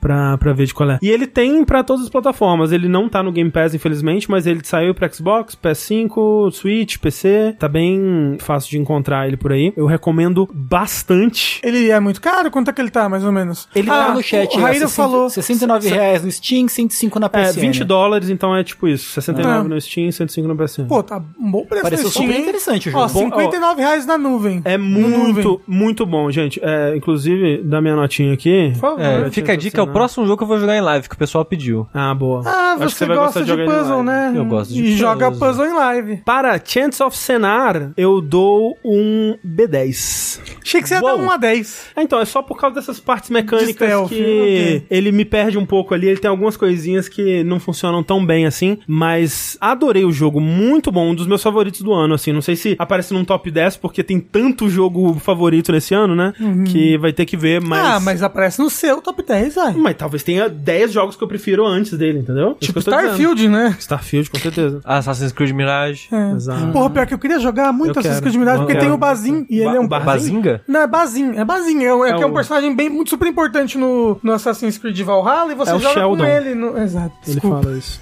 Speaker 1: pra, pra ver de qual é. E ele tem pra todas as plataformas. Ele não tá no Game Pass, infelizmente, mas ele saiu pra Xbox, PS5, Switch, PC. Tá bem fácil de encontrar ele por aí. Eu recomendo bastante.
Speaker 3: Ele é muito caro? Quanto é que ele tá, mais ou menos?
Speaker 1: Ele
Speaker 4: Tá
Speaker 1: tá
Speaker 4: no chat,
Speaker 3: Ah, o
Speaker 4: ó,
Speaker 3: Raíra
Speaker 4: 60
Speaker 3: falou.
Speaker 4: 69 reais no Steam, 105 na né?
Speaker 1: É,
Speaker 4: PSN.
Speaker 1: 20 dólares, então é tipo isso. 69
Speaker 3: né? Ah.
Speaker 1: no Steam, 105 no PSN.
Speaker 3: Pô, tá um bom preço
Speaker 4: Pareceu
Speaker 3: no Steam,
Speaker 4: super
Speaker 3: hein?
Speaker 4: interessante o
Speaker 3: Ó,
Speaker 4: jogo.
Speaker 1: Bom,
Speaker 3: 59 reais na nuvem.
Speaker 1: É
Speaker 3: Nuvem.
Speaker 1: muito, muito bom, gente. É, inclusive, dá minha notinha aqui.
Speaker 3: Por favor.
Speaker 2: É, fica a
Speaker 1: assim, né?
Speaker 2: dica, é o próximo jogo que eu vou jogar em live, que o pessoal pediu.
Speaker 1: Ah, boa.
Speaker 3: Ah,
Speaker 1: Acho que
Speaker 3: você, gosta de,
Speaker 1: jogar ele
Speaker 3: puzzle,
Speaker 1: live.
Speaker 3: né?
Speaker 2: Eu gosto de
Speaker 3: E joga
Speaker 2: puzzle.
Speaker 3: puzzle em live.
Speaker 1: Para Chance of Senar, eu dou um B10.
Speaker 3: Achei que você ia dar
Speaker 2: Uou.
Speaker 3: 1 a 10.
Speaker 1: Ah, então, é só por causa dessas partes
Speaker 3: De
Speaker 1: mecânicas
Speaker 3: stealth,
Speaker 1: que
Speaker 3: ok.
Speaker 1: ele me perde um pouco ali. Ele tem algumas coisinhas que não funcionam tão bem assim, mas adorei o jogo, muito bom, um dos meus favoritos do ano, assim. Não sei se aparece num top 10, porque tem tanto jogo favorito nesse ano, né? Que vai ter que ver, mas.
Speaker 3: Uhum. Ah, mas aparece no seu top 10, ai.
Speaker 1: Mas talvez tenha 10 jogos que eu prefiro antes dele, entendeu? É Isso que
Speaker 3: Tipo
Speaker 1: eu tô dizendo.
Speaker 3: Starfield, né?
Speaker 1: Starfield, com certeza.
Speaker 2: Assassin's Creed Mirage.
Speaker 3: É.
Speaker 1: Exato.
Speaker 3: Porra, pior que eu queria jogar muito
Speaker 1: Eu
Speaker 3: Assassin's
Speaker 1: quero.
Speaker 3: Creed Mirage, porque
Speaker 1: Eu
Speaker 3: tem
Speaker 1: quero.
Speaker 3: o Bazin e
Speaker 1: Ba-
Speaker 3: ele é um...
Speaker 1: Ba-
Speaker 2: Bazinga?
Speaker 3: Não, é Bazin, é Bazin, é, o- é,
Speaker 1: É
Speaker 3: que é um
Speaker 1: o-
Speaker 3: personagem bem, muito super importante no, no Assassin's Creed Valhalla e você
Speaker 1: É o
Speaker 3: joga
Speaker 1: Sheldon.
Speaker 3: com ele no... Exato,
Speaker 1: Ele
Speaker 3: desculpa.
Speaker 1: fala isso.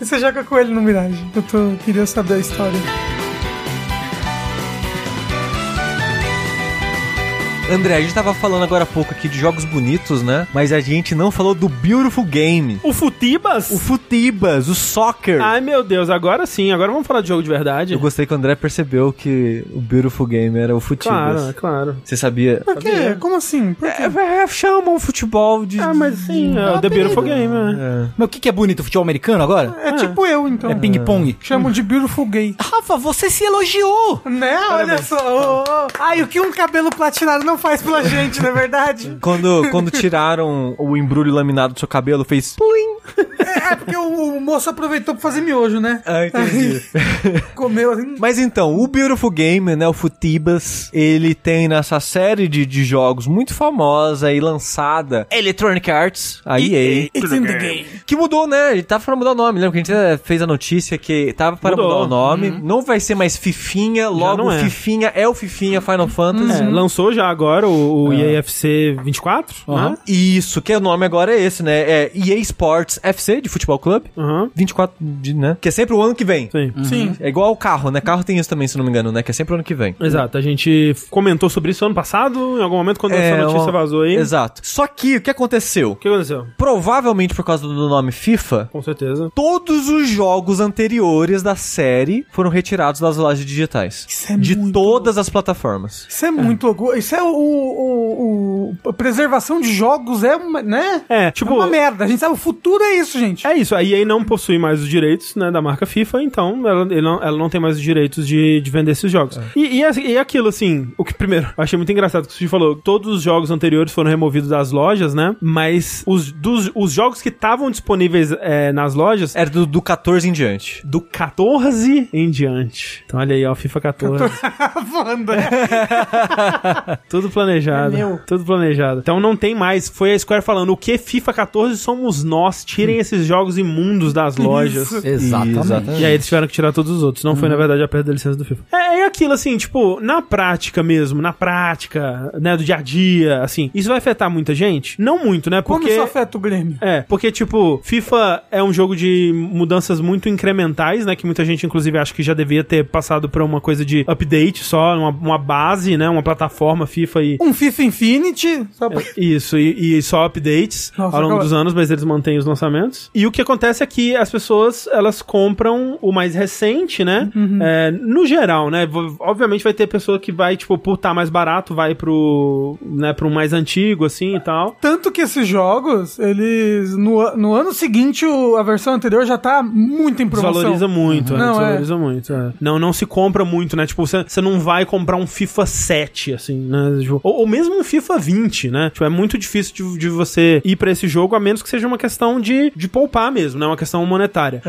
Speaker 3: Você joga com ele no Mirage, eu tô, queria saber a história.
Speaker 2: André, a gente tava falando agora há pouco aqui de jogos bonitos, né? Mas a gente não falou do Beautiful Game.
Speaker 1: O Futibas?
Speaker 2: O Futibas, o Soccer.
Speaker 1: Ai, meu Deus, agora sim. Agora vamos falar de jogo de verdade.
Speaker 2: Eu gostei que o André percebeu que o Beautiful Game era o Futibas.
Speaker 1: Claro, Ah. claro.
Speaker 2: Você sabia?
Speaker 3: Por quê? Como assim? Por quê?
Speaker 2: É, é, chamam o futebol de...
Speaker 1: Ah, mas sim, é o The Beautiful Game, é.
Speaker 2: É.
Speaker 4: Mas o que, que é bonito? Futebol americano agora?
Speaker 1: ah.
Speaker 3: É tipo eu, então.
Speaker 4: É ping-pong?
Speaker 3: Chamam de beautiful gay.
Speaker 4: Rafa, você se elogiou!
Speaker 3: Né? Olha só. ô, ô. Ai, o que um cabelo platinado não faz pela gente, não
Speaker 1: [LAUGHS]
Speaker 3: é verdade?
Speaker 2: Quando, quando tiraram o embrulho laminado do seu cabelo, fez...
Speaker 3: É, é porque o, o moço aproveitou pra fazer miojo, né?
Speaker 1: [LAUGHS]
Speaker 2: Ah, entendi.
Speaker 3: Comeu assim.
Speaker 2: Mas então, o Beautiful Game, né, o Futibas, ele tem nessa série de, de jogos muito famosa e lançada Electronic Arts, a EA,
Speaker 3: It's in the game.
Speaker 2: que mudou, né? Ele tava pra mudar o nome, lembra que a gente eh, fez a notícia que tava para
Speaker 1: Mudou. Uhum.
Speaker 2: mudar o nome, não vai ser mais Fifinha, logo
Speaker 1: não é.
Speaker 2: Fifinha é o Fifinha Final Fantasy.
Speaker 1: É, lançou já agora o, o EAFC 24, né?
Speaker 2: Isso, que o nome agora é esse, né? É EA Sports FC, de futebol clube,
Speaker 1: Aham.
Speaker 2: 24 de, né? Que é sempre o ano que vem.
Speaker 1: Sim.
Speaker 3: Sim.
Speaker 2: É igual o carro, né? Carro tem isso também, se não me engano, né? Que é sempre o ano que vem.
Speaker 1: Exato, a gente comentou sobre isso ano passado, em algum momento, quando
Speaker 2: É,
Speaker 1: essa notícia
Speaker 2: uma-
Speaker 1: vazou aí. O
Speaker 2: Exato. Só que o que aconteceu?
Speaker 1: que aconteceu?
Speaker 2: Provavelmente por causa do nome FIFA,
Speaker 1: Com certeza.
Speaker 2: todos os jogos anteriores da série foram retirados das lojas digitais.
Speaker 3: Isso é
Speaker 2: de
Speaker 3: muito
Speaker 2: todas as plataformas.
Speaker 3: Isso é muito louco. Isso é o, o, o- a preservação de jogos é uma, né?
Speaker 1: É, tipo-
Speaker 3: uma merda. A gente sabe o futuro é isso, gente.
Speaker 1: É isso, a EA não possui mais os direitos né, da marca FIFA, então ela, ele não, ela não tem mais os direitos de, de vender esses jogos. E, e, assim, e aquilo, assim, o que primeiro, eu achei muito engraçado que o Sushi falou, todos os jogos anteriores foram removidos das lojas, né? Mas os, dos, os jogos que estavam disponíveis é, nas lojas
Speaker 2: Era do, do 14 em diante.
Speaker 1: do 14 em diante. Então olha aí, ó, FIFA 14.
Speaker 3: Wanda.
Speaker 1: Tudo planejado.
Speaker 3: É meu.
Speaker 1: Tudo planejado. Então não tem mais. Foi a Square falando: o que FIFA 14 somos nós? Tirem esses jogos imundos das lojas.
Speaker 4: Exatamente.
Speaker 1: E aí eles tiveram que tirar todos os outros. Não
Speaker 3: Uhum.
Speaker 1: foi, na verdade, a perda da licença do FIFA. É, é aquilo, assim, tipo, na prática mesmo, na prática, né, do dia a dia, assim, isso vai afetar muita gente? Não muito, né?
Speaker 3: Como
Speaker 1: Porque...
Speaker 3: isso afeta o Grêmio?
Speaker 1: É, porque, tipo, FIFA é um jogo de mudanças muito incrementais, né? Que muita gente, inclusive, acha que já devia ter passado pra uma coisa de update só, uma, uma base, né? Uma plataforma FIFA e.
Speaker 3: Um FIFA Infinity. Só
Speaker 1: É.
Speaker 3: pra...
Speaker 1: Isso, e, e só updates
Speaker 3: Nossa,
Speaker 1: ao longo
Speaker 3: acaba-
Speaker 1: dos anos, mas eles mantêm os lançamentos. E o que acontece é que as pessoas, elas compram o mais recente, né? É, no geral, né? Vo- Obviamente vai ter pessoa que vai, tipo, por tá mais barato, vai pro, né, pro mais antigo, assim, e tal.
Speaker 3: Tanto que esses jogos, eles. No, a- no ano seguinte, o- a versão anterior já tá muito em promoção.
Speaker 1: Desvaloriza muito, é,
Speaker 3: Não, é.
Speaker 1: desvaloriza muito. é. Não, não se compra muito, né? Tipo, você você não vai comprar um FIFA 7, assim, né? Tipo, Ou, ou mesmo um FIFA 20, né? Tipo, é muito difícil de, de você ir pra esse jogo, a menos que seja uma questão de, de poupar mesmo, né? Uma questão monetária.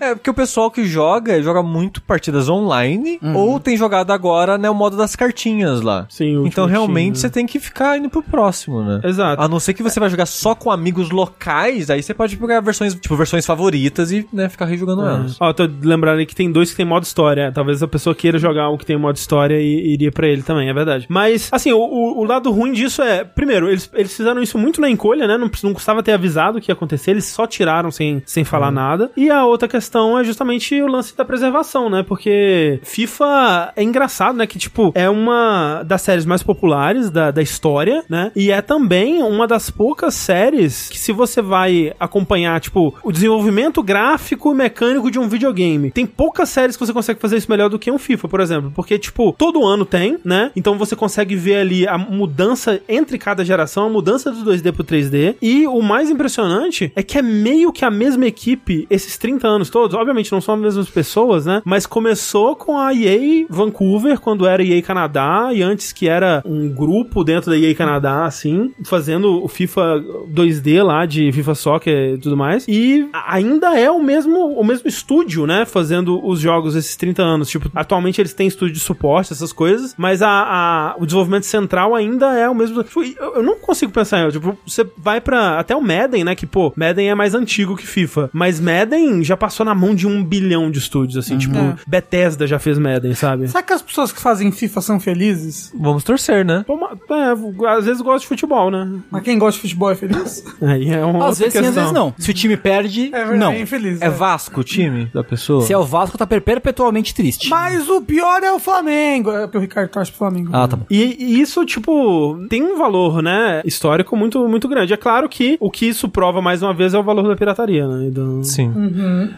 Speaker 2: É. é, porque o pessoal que joga, joga muito partidas online,
Speaker 4: Uhum.
Speaker 2: ou tem jogado agora, né, o modo das cartinhas lá.
Speaker 1: Sim, o
Speaker 2: Então
Speaker 1: Ultimate
Speaker 2: realmente
Speaker 1: Team,
Speaker 2: você tem que ficar indo pro próximo, né?
Speaker 1: Exato.
Speaker 2: A não ser que você vai jogar só com amigos locais, aí você pode pegar versões, tipo, versões favoritas e, né, ficar rejogando elas.
Speaker 1: Ó, tô lembrando aí que tem dois que tem modo história. Talvez a pessoa queira jogar um que tem modo história e iria pra ele também, é verdade. Mas, assim, o, o- o lado ruim disso é, primeiro, eles, eles fizeram isso muito na encolha, né? Não, precis- não custava ter avisado o que ia acontecer, eles só tiraram sem, sem falar nada. E a outra questão é justamente o lance da preservação, né? Porque FIFA é engraçado, né? Que, tipo, é uma das séries mais populares da, da história, né? E é também uma das poucas séries que, se você vai acompanhar, tipo, o desenvolvimento gráfico e mecânico de um videogame, tem poucas séries que você consegue fazer isso melhor do que um FIFA, por exemplo. Porque, tipo, todo ano tem, né? Então você consegue ver ali a mudança entre cada geração, a mudança do 2D pro 3D. E o mais impressionante é que é meio que a mesma equipe esses 30 anos todos. Obviamente não são as mesmas pessoas, né? Mas começou com a EA Vancouver, quando era EA Canadá, e antes que era um grupo dentro da EA Canadá, assim, fazendo o FIFA 2D lá, de FIFA Soccer e tudo mais. E a- ainda é o mesmo, o mesmo estúdio, né? Fazendo os jogos esses 30 anos. Tipo, atualmente eles têm estúdio de suporte, essas coisas, mas a, a- o desenvolvimento central ainda é o mesmo. Tipo, eu, eu não consigo pensar, em- tipo, você vai pra até o Madden, né? Que, pô, Madden é mais antigo que FIFA. Mas Madden já passou na mão de um bilhão de estúdios, assim. Tipo, Bethesda já fez Madden, dele, sabe?
Speaker 3: Será que as pessoas que fazem FIFA são felizes?
Speaker 2: Vamos torcer, né?
Speaker 1: Toma- é, às vezes gosta de futebol, né?
Speaker 3: Mas quem gosta de futebol é feliz?
Speaker 1: Aí é uma
Speaker 4: Às
Speaker 1: outra
Speaker 4: vezes sim, às
Speaker 1: questão.
Speaker 4: vezes não. Se o time perde,
Speaker 3: É verdade,
Speaker 4: não.
Speaker 3: é infeliz.
Speaker 2: É Vasco o time da pessoa?
Speaker 4: Se é o Vasco, tá per- perpetuamente triste.
Speaker 3: Mas o pior é o Flamengo. É porque o Ricardo torce pro Flamengo.
Speaker 4: Ah, tá bom.
Speaker 1: E, e isso, tipo, tem um valor, né, histórico muito, muito grande. É claro que o que isso prova, mais uma vez, é o valor da pirataria, né? Então,
Speaker 2: Sim.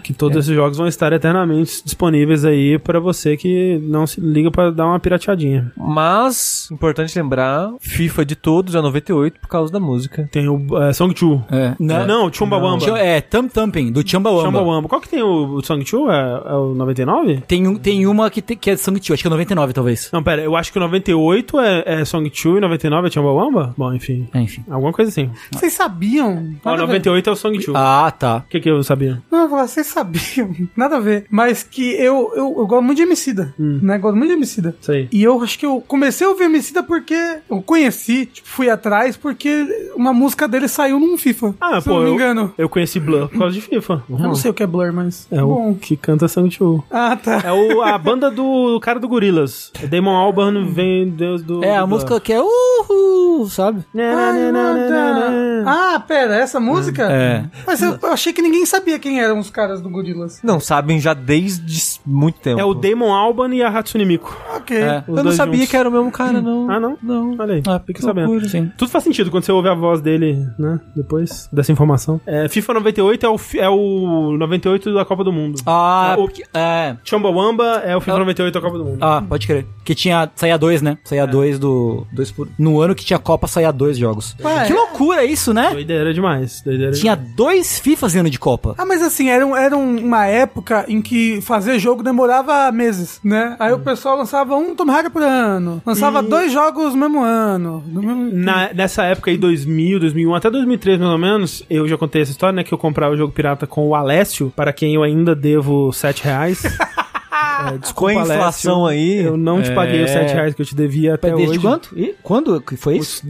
Speaker 1: que
Speaker 4: É.
Speaker 1: todos esses jogos vão estar eternamente disponíveis aí pra você que não se liga pra dar uma pirateadinha.
Speaker 2: Mas, importante lembrar, FIFA de todos é 98 por causa da música.
Speaker 1: Tem o é, Song Chu.
Speaker 4: É.
Speaker 1: Não, não Chumbawamba.
Speaker 4: Chu- É, Tam Tamping, do Chumbawamba.
Speaker 1: Chumbawamba. Qual que tem o, o Song Chu? É, é o 99?
Speaker 4: Tem, um, tem uma que, tem, que é de Sangue Tio, acho que é 99, talvez.
Speaker 1: Não, pera, eu acho que o 98 é, é Song Chu e 99 é Chumbawamba? Bom, enfim.
Speaker 4: É, enfim.
Speaker 1: Alguma coisa assim.
Speaker 3: Vocês sabiam?
Speaker 1: Ah, o
Speaker 3: Nada a ver.
Speaker 1: 98 é o Song Chu. O
Speaker 4: Ah, tá.
Speaker 1: que que eu sabia?
Speaker 3: Não, vocês sabiam. [LAUGHS] Nada a ver. Mas que eu, eu, eu gosto muito de Emicida.
Speaker 1: Hum.
Speaker 3: Né? Gosto muito de Emicida.
Speaker 1: Isso aí.
Speaker 3: E eu acho que eu comecei a ouvir Emicida porque eu conheci, tipo, fui atrás, porque uma música dele saiu num FIFA.
Speaker 1: Ah,
Speaker 3: se
Speaker 1: pô,
Speaker 3: eu não me
Speaker 1: eu-
Speaker 3: engano.
Speaker 1: Eu conheci Blur por causa de FIFA.
Speaker 3: Eu não sei o que é Blur, mas.
Speaker 1: É
Speaker 3: bom.
Speaker 1: o que canta Sancho.
Speaker 3: Ah, tá.
Speaker 1: É o, a banda do, do cara do Gorilas. É Damon Albarn vem Deus do.
Speaker 4: É, a
Speaker 1: do-
Speaker 4: música que é uhul, sabe?
Speaker 1: Né, né, né,
Speaker 3: Ai,
Speaker 1: né, [LAUGHS] né, né.
Speaker 3: manda. Ah, pera, essa música?
Speaker 4: É.
Speaker 3: Mas eu, eu achei que ninguém sabia quem eram os caras do Gorilas.
Speaker 2: Não sabem já desde s- muito tempo.
Speaker 1: É o Damon Albarn e a Hatsune Miku.
Speaker 3: Ok.
Speaker 4: É.
Speaker 1: os
Speaker 2: Eu não
Speaker 1: dois
Speaker 2: sabia
Speaker 1: juntos.
Speaker 2: que era o mesmo cara, não.
Speaker 1: Ah, não?
Speaker 2: Não.
Speaker 1: Olha aí,
Speaker 4: Ah,
Speaker 1: fica
Speaker 4: que
Speaker 1: sabendo.
Speaker 4: loucura. Sim.
Speaker 1: Tudo faz sentido quando você ouve a voz dele, né? Depois dessa informação. É, FIFA 98 é o, fi- é o 98 da Copa do Mundo.
Speaker 4: Ah,
Speaker 1: O-
Speaker 4: porque- é.
Speaker 1: Chumbawamba é o FIFA 98 da Copa do Mundo.
Speaker 4: Ah, pode crer. Que tinha. Saía dois, né? Saía dois do. Dois por... No ano que tinha Copa, saía dois jogos.
Speaker 3: Ué,
Speaker 4: que
Speaker 3: é.
Speaker 4: loucura isso, né?
Speaker 1: Doideira demais. Doideira
Speaker 4: Tinha
Speaker 1: demais.
Speaker 4: dois FIFAs em ano de Copa.
Speaker 3: Ah, mas assim, era, um- era um- uma época em que fazer jogo demorava meses, né? Aí
Speaker 1: Hum.
Speaker 3: o pessoal lançava um Tom Raider por ano, lançava dois jogos no mesmo ano. no mesmo-
Speaker 1: Na- nessa época aí, 2000, 2001, até 2003 mais ou menos, eu já contei essa história, né? Que eu comprava o jogo pirata com o Alessio, para quem eu ainda devo 7
Speaker 2: [LAUGHS]
Speaker 1: reais. É,
Speaker 2: Com a
Speaker 1: desculpa,
Speaker 2: inflação
Speaker 1: Alessio,
Speaker 2: aí.
Speaker 1: Eu não te
Speaker 2: é,
Speaker 1: paguei os 7 reais que eu te devia até
Speaker 4: Desde
Speaker 1: hoje.
Speaker 4: quanto? Ih, quando que foi isso?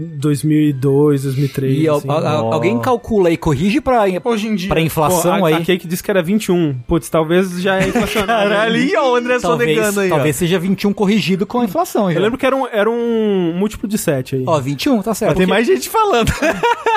Speaker 1: 2002, 2003.
Speaker 4: E al-
Speaker 1: assim.
Speaker 4: al- al- alguém calcula aí, corrige pra,
Speaker 3: Hoje em dia.
Speaker 4: pra inflação
Speaker 1: Pô, a,
Speaker 4: aí.
Speaker 1: a Cake disse que era 21. Putz, talvez já é inflacionário.
Speaker 2: Caralho, e ó, o André
Speaker 4: talvez
Speaker 2: sonegando tá aí. ó.
Speaker 4: talvez seja 21 corrigido com a inflação. Já.
Speaker 1: Eu lembro que era um, era um múltiplo de 7 aí.
Speaker 4: Ó, 21, tá certo.
Speaker 2: Mas Tem mais gente falando.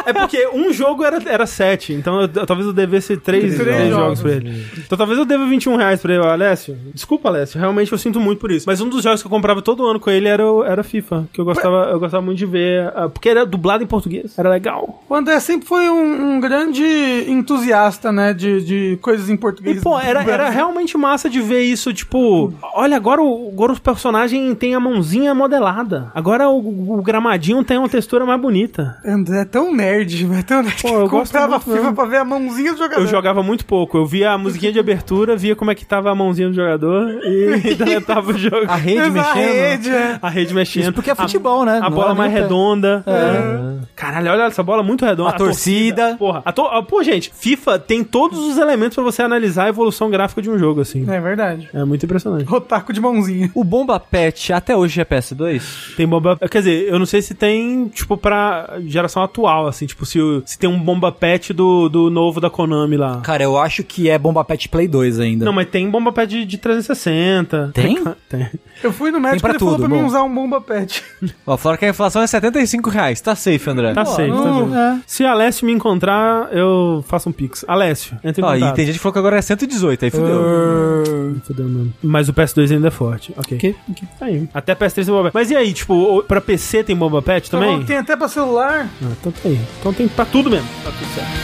Speaker 1: É porque um jogo era, era 7, então eu- eu- talvez eu devesse 3,
Speaker 3: Três
Speaker 1: jogos
Speaker 3: jogos.
Speaker 1: pra ele. Então talvez eu deva 21 reais pra ele, Alessio. Desculpa, Alessio, realmente eu sinto muito por isso. Mas um dos jogos que eu comprava todo ano com ele era, o- era FIFA, que eu gostava, eu gostava muito de ver, ah, porque era dublado em português, era legal.
Speaker 3: O André sempre foi um, um grande entusiasta, né? De, de coisas em
Speaker 1: E,
Speaker 3: português.
Speaker 1: pô, era, era realmente massa de ver isso, tipo, olha, agora o, agora o personagem tem a mãozinha modelada, agora o, o gramadinho tem uma textura mais bonita.
Speaker 3: André é tão nerd, [LAUGHS] mas tão nerd.
Speaker 1: Pô,
Speaker 3: que
Speaker 1: eu gosto
Speaker 3: comprava
Speaker 1: muito
Speaker 3: FIFA
Speaker 1: mesmo.
Speaker 3: pra ver a mãozinha do jogador.
Speaker 1: Eu jogava muito pouco, eu via a musiquinha de abertura, via como é que tava a mãozinha do jogador e [LAUGHS] deletava o jogo.
Speaker 2: A rede
Speaker 3: Mas a
Speaker 2: mexendo.
Speaker 3: rede, é.
Speaker 1: A rede mexendo.
Speaker 4: Isso porque é futebol,
Speaker 1: a,
Speaker 4: né?
Speaker 1: A
Speaker 4: Não
Speaker 1: bola
Speaker 4: é
Speaker 1: mais
Speaker 4: muita-
Speaker 1: redonda. É. Caralho, olha essa bola muito redonda.
Speaker 4: A torcida.
Speaker 1: Porra. A to- ah, Pô, gente, FIFA tem todos os elementos pra você analisar a evolução gráfica de um jogo, assim.
Speaker 3: É verdade.
Speaker 1: É muito impressionante.
Speaker 3: Otaku de mãozinha.
Speaker 2: O Bomba Pet até hoje é PS2?
Speaker 1: Tem bomba. Quer dizer, eu não sei se tem, tipo, pra geração atual, assim, tipo, se, o- se tem um bomba pet do, do novo da Konami lá.
Speaker 4: Cara, eu acho que é Bomba Pet Play 2 ainda.
Speaker 1: Não, mas tem bomba pet de, de 360.
Speaker 4: Tem?
Speaker 1: [LAUGHS] Tem.
Speaker 3: Eu fui no
Speaker 4: pra
Speaker 3: médico e ele falou
Speaker 4: tudo,
Speaker 3: pra mim
Speaker 4: bom.
Speaker 3: usar um bomba pet.
Speaker 2: Ó, falaram que a inflação é 75 reais. Tá safe, André.
Speaker 1: Tá safe, tá
Speaker 3: não,
Speaker 1: safe. Se Alessio me encontrar, eu faço um pix. Alessio, entra em
Speaker 2: Ó, e
Speaker 1: contato.
Speaker 2: tem gente que falou que agora é 118, aí fudeu.
Speaker 1: Hum, Fudeu mesmo. Mas o PS2 ainda é forte. Ok.
Speaker 4: Ok,
Speaker 1: Tá Aí. Até PS3 tem bomba pet. Mas e aí, tipo, o- pra PC tem bomba pet também?
Speaker 3: Tem até pra celular.
Speaker 1: Ah, então tá aí. Então tem pra tudo mesmo. Tá tudo certo.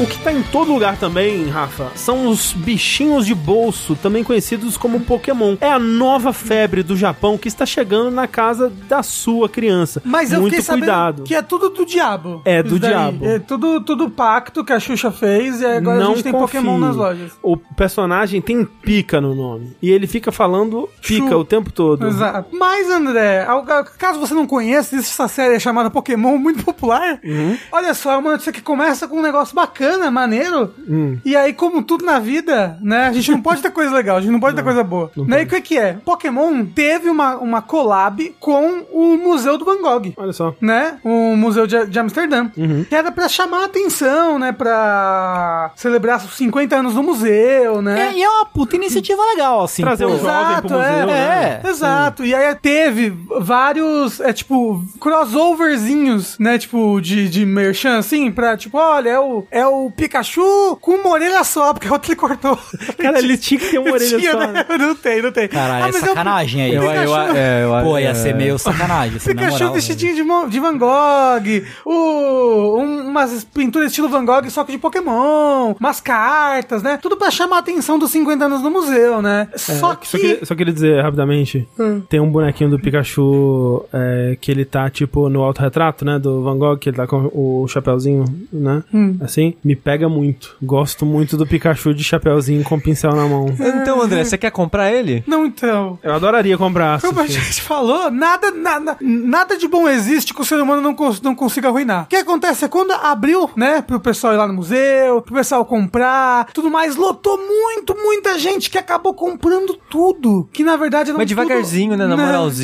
Speaker 1: O que tá em todo lugar também, Rafa, são os bichinhos de bolso, também conhecidos como Pokémon. É a nova febre do Japão que está chegando na casa da sua criança.
Speaker 3: Mas eu
Speaker 1: Muito
Speaker 3: fiquei sabendo
Speaker 1: cuidado.
Speaker 3: que é tudo do diabo.
Speaker 1: É,
Speaker 3: Isso
Speaker 1: do diabo.
Speaker 3: É tudo, tudo pacto que a Xuxa fez e agora
Speaker 1: não
Speaker 3: a gente tem
Speaker 1: confie.
Speaker 3: Pokémon nas lojas.
Speaker 1: O personagem tem pica no nome. E ele fica falando pica
Speaker 3: Chu.
Speaker 1: o tempo todo.
Speaker 3: Exato. Mas, André, ao- ao- caso você não [LAUGHS]
Speaker 1: Uhum.
Speaker 3: conheça, existe essa série chamada Pokémon, muito popular. Olha só, é uma notícia que começa com um negócio bacana, maneiro.
Speaker 1: Hum.
Speaker 3: E aí, como tudo na vida, né? A gente não pode ter coisa legal, a gente não pode ter coisa boa. Né? E o que, que é? Pokémon teve uma, uma collab com o Museu do Van Gogh
Speaker 1: Olha só.
Speaker 3: né? O Museu de, de Amsterdã.
Speaker 1: Uhum.
Speaker 3: Que era pra chamar a atenção, né? Pra celebrar os 50 anos do museu,
Speaker 4: É,
Speaker 3: né?
Speaker 4: e é uma puta iniciativa legal, assim.
Speaker 1: Trazer
Speaker 4: pô.
Speaker 1: um jovem pro museu,
Speaker 3: é,
Speaker 1: né?
Speaker 3: é, exato. E aí teve vários, é tipo, crossoverzinhos, né? Tipo, de, de merchan, assim, pra tipo, olha, é o, é o Pikachu com uma orelha só, porque a outra
Speaker 1: [LAUGHS]
Speaker 3: ele cortou.
Speaker 1: Cara, ele tinha que ter uma orelha
Speaker 3: Tinha,
Speaker 1: só.
Speaker 3: né?
Speaker 1: né?
Speaker 3: Não tem, não tem.
Speaker 4: Caralho, é
Speaker 3: Ah, mas o-
Speaker 4: sacanagem aí.
Speaker 3: o
Speaker 4: Eu-
Speaker 3: Pikachu-
Speaker 4: Pô, ia ser meio [LAUGHS] sacanagem. assim, na
Speaker 3: Pikachu
Speaker 4: moral,
Speaker 3: um vestidinho de, Mo- de Van Gogh, o, um- umas pinturas estilo Van Gogh, só que de Pokémon, umas cartas, né? Tudo pra chamar a atenção dos 50 anos do museu, né? só que...
Speaker 1: Só queria, só queria dizer rapidamente:
Speaker 3: Hum.
Speaker 1: tem um bonequinho do Pikachu é, que ele tá tipo no autorretrato, né? Do Van Gogh, que ele tá com o chapéuzinho, né?
Speaker 3: Hum.
Speaker 1: Assim, me pega muito. Gosto muito do Pikachu de chapéuzinho com pincel na mão.
Speaker 2: Então, André, você quer comprar ele?
Speaker 3: Não, então...
Speaker 1: Eu adoraria comprar.
Speaker 3: Como a
Speaker 1: assim.
Speaker 3: gente falou, nada, nada, nada de bom existe que o ser humano não, cons- não consiga arruinar. O que acontece é quando abriu, né, pro pessoal ir lá no museu, pro pessoal comprar, tudo mais, lotou muito, muita gente que acabou comprando tudo. Que na verdade não
Speaker 2: Mas devagarzinho, né, na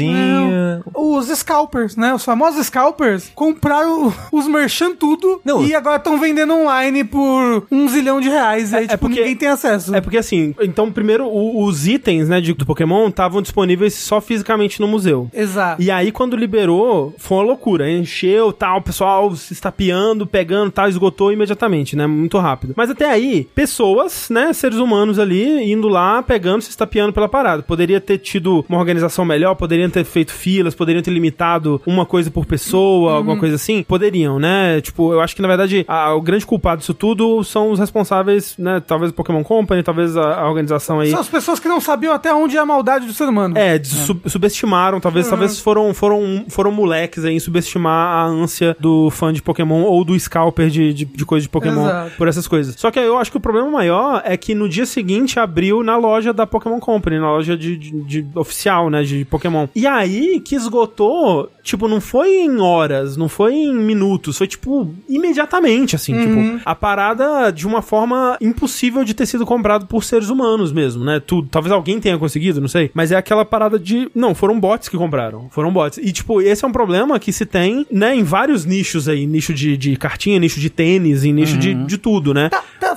Speaker 2: moralzinha.
Speaker 3: Os scalpers, né? Os famosos scalpers compraram [LAUGHS] os merchan tudo
Speaker 2: Não.
Speaker 3: e agora estão vendendo online por um zilhão de reais. E aí,
Speaker 1: é
Speaker 3: tipo,
Speaker 1: porque-
Speaker 3: ninguém tem acesso.
Speaker 1: É porque assim, então primeiro o- os itens, né, de, do Pokémon estavam disponíveis só fisicamente no museu.
Speaker 3: Exato.
Speaker 1: E aí, quando liberou, foi uma loucura. Encheu, tal, o pessoal se estapeando, pegando, tal, esgotou imediatamente, né? Muito rápido. Mas até aí, pessoas, né, seres humanos ali, indo lá, pegando, se estapeando pela parada. Poderia ter tido uma organização melhor, poderiam ter feito filas, poderiam ter limitado uma coisa por pessoa, alguma coisa assim. Poderiam, né? Tipo, eu acho que, na verdade, a- o grande culpado disso tudo são os responsáveis, né? Talvez o Pokémon Company, talvez a, a organização aí.
Speaker 3: São as pessoas que não sabiam até onde é a maldade do ser humano.
Speaker 1: É, de sub- subestimaram, talvez, talvez foram, foram, foram moleques aí em subestimar a ânsia do fã de Pokémon ou do scalper de, de, de coisa de Pokémon
Speaker 3: Exato.
Speaker 1: por essas coisas. Só que aí eu acho que o problema maior é que no dia seguinte abriu na loja da Pokémon Company, na loja de, de- de oficial, né, de Pokémon. E aí que esgotou, tipo, não foi em horas, não foi em minutos, foi tipo imediatamente, assim, tipo, a parada de uma forma impossível de ter sido comprado por seres humanos mesmo, né? Tudo, talvez alguém tenha conseguido, não sei, mas é aquela parada de, não, foram bots que compraram, foram bots. E tipo, esse é um problema que se tem, né, em vários nichos aí, nicho de, de cartinha, nicho de tênis, em nicho de, de tudo, né?
Speaker 3: Tá, tá,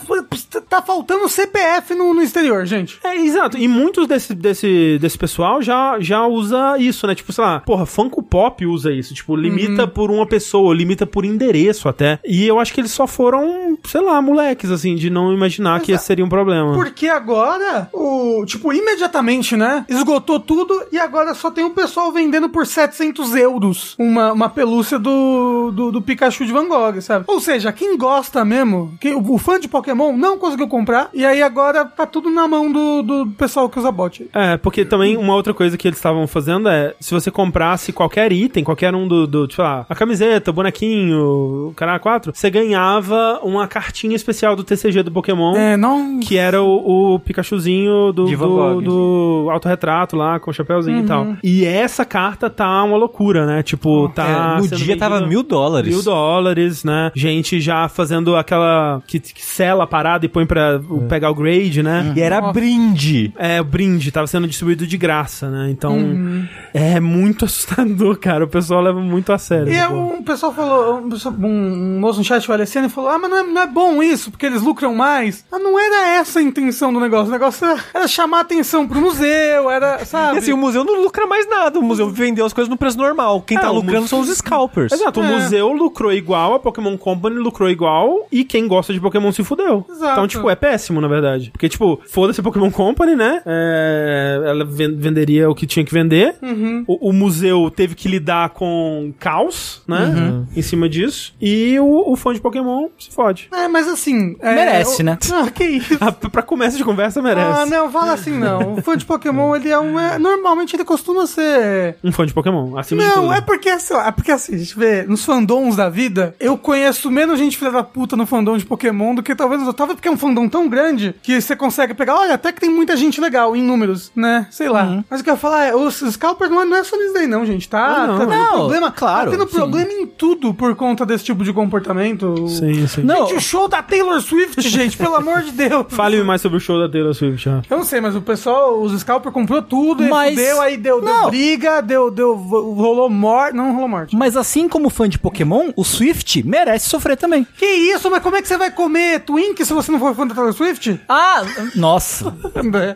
Speaker 3: tá faltando CPF no, no exterior, gente.
Speaker 1: É, exato. E muitos desse, desse, desse pessoal já, já usa isso, né? Tipo, sei lá, porra, Funko Pop usa isso. Tipo, limita por uma pessoa, limita por endereço até. E eu acho que eles só foram, sei lá, moleques, assim, de não imaginar que esse seria um problema.
Speaker 3: Porque agora, o tipo, imediatamente, né? Esgotou tudo e agora só tem o pessoal vendendo por 700 euros uma, uma pelúcia do, do, do Pikachu de Van Gogh, sabe? Ou seja, quem gosta mesmo, quem, o, o fã de Pokémon não conseguiu comprar e aí agora tá tudo na mão do, do pessoal que usa bot.
Speaker 1: É, porque também uma outra coisa que eles estavam fazendo é, se você comprasse qualquer item, qualquer um do, do tipo, lá, a camiseta, o bonequinho, o cara 4, você ganhava uma cartinha especial do TCG do Pokémon.
Speaker 3: É, não.
Speaker 1: Que era o, o Pikachuzinho do,
Speaker 2: De Van
Speaker 1: do,
Speaker 2: Gogh.
Speaker 1: do autorretrato lá, com o chapéuzinho e tal. E essa carta tá uma loucura, né? Tipo, tá.
Speaker 2: É, no
Speaker 1: sendo
Speaker 2: dia tava
Speaker 1: vendida-
Speaker 2: mil dólares.
Speaker 1: Mil dólares, né? Gente já fazendo aquela. que, que sela a parada e põe pra
Speaker 2: É.
Speaker 1: o- pegar o grade, né?
Speaker 2: E era brinde.
Speaker 1: É, o brinde tava sendo distribuído de graça, né? Então,
Speaker 3: Uhum.
Speaker 1: é muito [LAUGHS] assustador, cara. O pessoal leva muito a sério. tipo.
Speaker 3: E
Speaker 1: essa
Speaker 3: aí
Speaker 1: porra.
Speaker 3: um pessoal falou, um, pessoal- um moço no chat, o Alessandro, falou: Ah, mas não é, não é bom isso, porque eles lucram mais. Mas não era essa a intenção do negócio. O negócio era, era chamar atenção pro museu, era, sabe?
Speaker 2: E assim, o museu não lucra mais nada. O museu vendeu as coisas no preço normal. Quem
Speaker 1: É,
Speaker 2: tá
Speaker 1: o
Speaker 2: lucrando
Speaker 1: museu-
Speaker 2: são os scalpers.
Speaker 1: Exato, o
Speaker 3: É.
Speaker 1: museu lucrou igual, a Pokémon Company lucrou igual, e quem gosta de Pokémon se fudeu.
Speaker 3: Exato.
Speaker 1: Então, tipo, é péssimo, na verdade. Porque, tipo, foda-se a Pokémon Company, né? É, ela ven- venderia o que tinha que vender.
Speaker 3: Uhum.
Speaker 1: O, o museu teve que lidar com caos, né?
Speaker 3: Uhum.
Speaker 1: Em cima disso. E o, o fã de Pokémon se fode. [LAUGHS]
Speaker 3: É, mas assim. é,
Speaker 4: Merece,
Speaker 3: eu-
Speaker 4: né?
Speaker 3: Ah, que isso.
Speaker 1: Ah, pra pra começo de conversa, merece.
Speaker 3: Ah, não, fala assim não. O fã de Pokémon, ele é um. é- normalmente ele costuma ser.
Speaker 1: Um fã de Pokémon, acima de tudo.
Speaker 3: Não, é porque, sei lá, é porque assim, a gente vê nos fandoms da vida, eu conheço menos gente filha da puta no fandom de Pokémon do que talvez nos outros. Talvez porque é um fandom tão grande que você consegue pegar, olha, até que tem muita gente legal em números, né? Sei lá.
Speaker 1: Uhum.
Speaker 3: Mas o que eu ia falar é, os scalpers não é, não é só nisso daí não, gente, tá?
Speaker 1: Ah, Não,
Speaker 3: tá tendo
Speaker 4: não,
Speaker 3: problema,
Speaker 4: claro,
Speaker 3: Tá tendo
Speaker 4: sim.
Speaker 3: problema em tudo por conta desse tipo de comportamento.
Speaker 1: Sim, sim.
Speaker 4: Não,
Speaker 3: Gente, o show da Taylor Swift,
Speaker 1: [LAUGHS]
Speaker 3: gente, pelo amor de Deus.
Speaker 1: Fale mais sobre o show da Taylor Swift, Rafa.
Speaker 3: Eu não sei, mas o pessoal, os Scalper comprou tudo, mas...
Speaker 4: Mas-
Speaker 3: deu, aí deu, deu
Speaker 4: Não.
Speaker 3: briga, deu, deu, rolou morte. Não rolou morte.
Speaker 4: Mas assim como fã de Pokémon, o Swift merece sofrer também.
Speaker 3: Que isso, mas como é que você vai comer Twink se você não for fã da Taylor Swift? [LAUGHS] Né?
Speaker 4: Ah, nossa.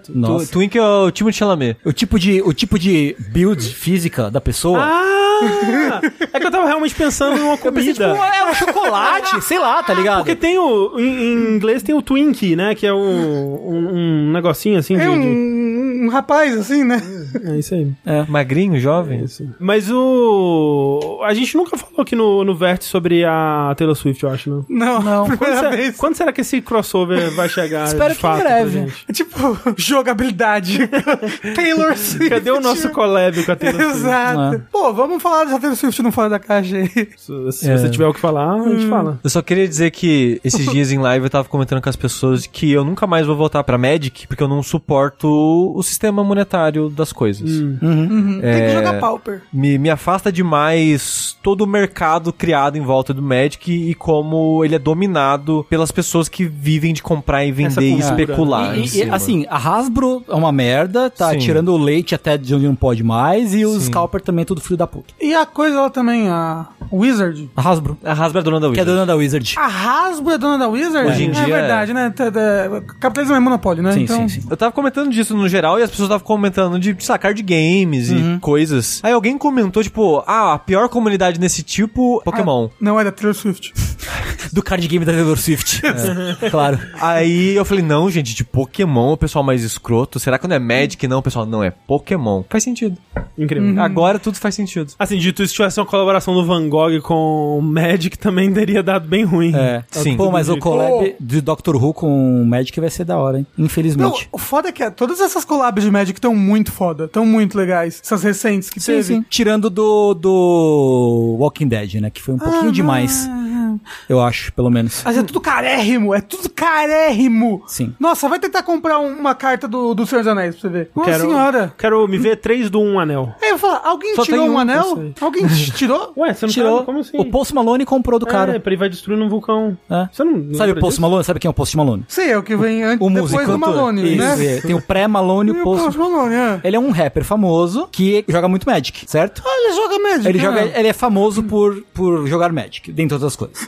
Speaker 2: Tu,
Speaker 4: nossa.
Speaker 2: Twink é o time de Chalamet.
Speaker 4: O tipo de, o tipo de build física da pessoa.
Speaker 1: Ah! É que eu tava realmente pensando numa
Speaker 4: eu pensei, tipo,
Speaker 1: comida.
Speaker 4: é um chocolate, sei lá, tá ligado?
Speaker 1: Porque tem o. Em, em inglês tem o Twinkie, né? Que é o, um, um negocinho assim.
Speaker 3: É
Speaker 1: de- de-
Speaker 3: um, um rapaz assim, né?
Speaker 1: é isso aí.
Speaker 2: Magrinho, jovem.
Speaker 1: Mas o. A gente nunca falou aqui no, no Vértice sobre a Taylor Swift, eu acho, né?
Speaker 3: Não, [LAUGHS] não.
Speaker 1: Quando,
Speaker 3: Primeira
Speaker 1: será-
Speaker 3: vez.
Speaker 1: quando será que esse crossover vai chegar?
Speaker 4: Espero
Speaker 1: de
Speaker 4: que
Speaker 1: fato,
Speaker 4: em
Speaker 1: pra
Speaker 4: breve.
Speaker 1: gente?
Speaker 3: Tipo, [LAUGHS] jogabilidade. Taylor Swift.
Speaker 1: Cadê o
Speaker 3: [LAUGHS]
Speaker 1: nosso collab com a Taylor Swift?
Speaker 3: Exato. Pô, vamos falar da Taylor Swift no Fora da Caixa aí.
Speaker 1: Se, se você tiver o que falar, a gente fala.
Speaker 2: Eu só queria dizer que esses dias em live eu tava comentando com as pessoas que eu nunca mais vou voltar pra Magic porque eu não suporto o sistema monetário das coisas.
Speaker 3: Tem que jogar Pauper.
Speaker 2: Me, me afasta demais todo o mercado criado em volta do Magic e como ele é dominado pelas pessoas que vivem de comprar e
Speaker 1: Essa
Speaker 2: vender e
Speaker 1: cultura,
Speaker 2: especular.
Speaker 4: E-
Speaker 2: em
Speaker 4: e-
Speaker 2: cima.
Speaker 4: assim, a Hasbro é uma merda, tá
Speaker 2: Sim.
Speaker 4: tirando o leite até de onde não pode mais, e os Scalper também é tudo filho da puta.
Speaker 3: E a coisa lá também, a Wizard.
Speaker 4: A Hasbro,
Speaker 2: a rasga é dona da
Speaker 4: que é
Speaker 2: Wizard.
Speaker 4: dona da Wizard.
Speaker 3: A Hasbro é dona da Wizard?
Speaker 2: Hoje em
Speaker 3: É
Speaker 2: dia é.
Speaker 3: verdade, né? Tá- tá- Capitalismo é monopólio, né?
Speaker 4: sim,
Speaker 3: então,
Speaker 4: sim, sim.
Speaker 2: Eu tava comentando disso no geral e as pessoas estavam comentando de sacar de games e coisas. Aí alguém comentou, tipo, ah, a pior comunidade nesse tipo, Pokémon.
Speaker 3: Não, é da Taylor Swift.
Speaker 4: Do card game da Taylor Swift.
Speaker 2: É,
Speaker 4: [LAUGHS] Claro.
Speaker 2: Aí eu falei, não, gente, de Pokémon, o pessoal mais escroto. Será que não é Magic? Não, o pessoal, não, é Pokémon. Uhum. Faz sentido.
Speaker 1: Incrível.
Speaker 2: Agora tudo faz sentido.
Speaker 1: Assim, dito isso, se tivesse uma colaboração do Van Gogh com o Magic, também teria dado bem ruim.
Speaker 4: É.
Speaker 2: Sim.
Speaker 4: Pô, mas o collab de Doctor Who com o Magic vai ser da hora, hein?
Speaker 3: Não,
Speaker 4: Infelizmente.
Speaker 3: o foda é que todas essas collabs de Magic estão muito foda, estão muito legais. Essas recentes que teve.
Speaker 4: Tirando do, do Walking Dead, né? Que foi um pouquinho demais. Eu acho, pelo menos.
Speaker 3: Mas é tudo carérrimo, é tudo carérrimo.
Speaker 4: Sim.
Speaker 3: Nossa, vai tentar comprar um- uma carta do, do Senhor dos Anéis pra você ver. Nossa
Speaker 1: Quero-
Speaker 3: senhora.
Speaker 1: Quero me ver três do um anel.
Speaker 3: Aí eu falo, alguém
Speaker 2: Só
Speaker 3: tirou
Speaker 2: tem
Speaker 3: um,
Speaker 2: um,
Speaker 3: anel?
Speaker 1: eu sei.
Speaker 3: Alguém t- tirou?
Speaker 1: Ué, você não
Speaker 4: Tirou.
Speaker 1: sabe? Como assim?
Speaker 4: O Post Malone comprou do
Speaker 1: É,
Speaker 4: cara.
Speaker 1: pra ele vai destruindo um vulcão.
Speaker 4: É.
Speaker 1: Você não, não
Speaker 4: Sabe o
Speaker 1: lembra
Speaker 4: Post
Speaker 1: disso?
Speaker 4: Malone? Sabe quem é o Post Malone?
Speaker 3: Sei, é o que vem antes,
Speaker 4: O
Speaker 3: depois
Speaker 4: músico.
Speaker 3: do Malone,
Speaker 4: Isso,
Speaker 3: né?
Speaker 4: é. Tem o pré-Malone
Speaker 3: E
Speaker 4: e o
Speaker 3: o
Speaker 4: post...
Speaker 3: Post Malone, é.
Speaker 4: Ele é um rapper famoso que joga muito Magic, certo?
Speaker 3: Ah, ele joga Magic.
Speaker 4: Ele,
Speaker 3: né?
Speaker 4: joga, ele é famoso por, por jogar Magic, dentre outras coisas.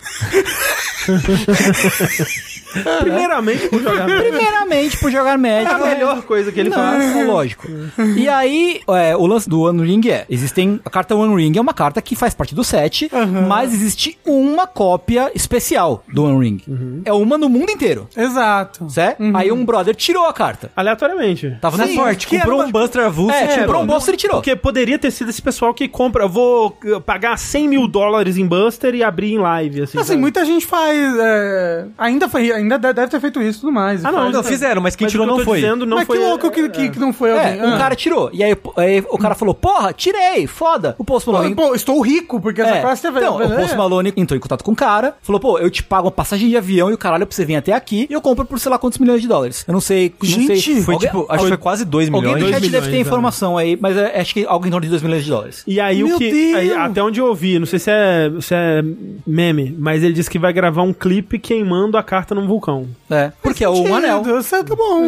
Speaker 1: Primeiramente, por jogar.
Speaker 4: Primeiramente por jogar Magic.
Speaker 1: É a melhor coisa que ele
Speaker 4: Não,
Speaker 1: faz.
Speaker 4: é lógico. E aí, é, o lance do One Ring é: existem. A carta One Ring é uma carta que faz parte do set, mas existe uma cópia especial do One Ring. É uma no mundo inteiro.
Speaker 3: Exato.
Speaker 4: Certo? Aí um brother tirou a carta.
Speaker 1: Aleatoriamente.
Speaker 4: Tava
Speaker 2: Na
Speaker 4: na
Speaker 2: sorte,
Speaker 4: sorte,
Speaker 2: comprou um Buster avulso.
Speaker 4: É,
Speaker 2: e tirou.
Speaker 4: comprou um bolso e ele tirou.
Speaker 1: Porque poderia ter sido esse pessoal que compra, eu vou eh, pagar 100 mil dólares em Buster e abrir em live, assim.
Speaker 3: Assim,
Speaker 1: sabe?
Speaker 3: muita gente faz. é, Ainda, foi, ainda de- deve ter feito isso e tudo mais.
Speaker 1: Ah,
Speaker 2: Não, fizeram, mas quem
Speaker 1: Mas
Speaker 2: tirou
Speaker 1: o que eu
Speaker 2: não
Speaker 1: tô
Speaker 2: foi.
Speaker 1: Dizendo, não
Speaker 3: Mas
Speaker 1: foi
Speaker 3: que louco que, que, que não foi alguém.
Speaker 4: É, um
Speaker 3: Ah.
Speaker 4: cara tirou. E aí, pô, aí o cara falou: Porra, tirei, foda. O Post Malone.
Speaker 3: Pô, estou rico, porque essa
Speaker 4: É,
Speaker 3: classe teve.
Speaker 4: Então, o
Speaker 3: né?
Speaker 4: Post Malone entrou em contato com o cara, falou, pô, eu te pago uma passagem de avião e o caralho é pra você vir até aqui e eu compro por sei lá quantos milhões de dólares. Eu não sei, não
Speaker 3: Gente,
Speaker 4: sei.
Speaker 2: Foi
Speaker 4: Alguém-
Speaker 2: tipo, acho que foi quase 2
Speaker 4: Alguém
Speaker 2: milhões.
Speaker 4: do
Speaker 1: dois
Speaker 4: chat
Speaker 1: milhões,
Speaker 4: deve ter
Speaker 1: né?
Speaker 4: informação aí, mas é- acho que algo em torno de 2 milhões de dólares.
Speaker 1: E aí
Speaker 3: Meu
Speaker 1: o que.
Speaker 3: Deus!
Speaker 1: aí, até onde eu ouvi, não sei se é, se é meme, mas ele disse que vai gravar um clipe queimando a carta num vulcão.
Speaker 4: É. Porque é um
Speaker 3: Meu
Speaker 4: anel.
Speaker 3: Deus, isso é tá bom.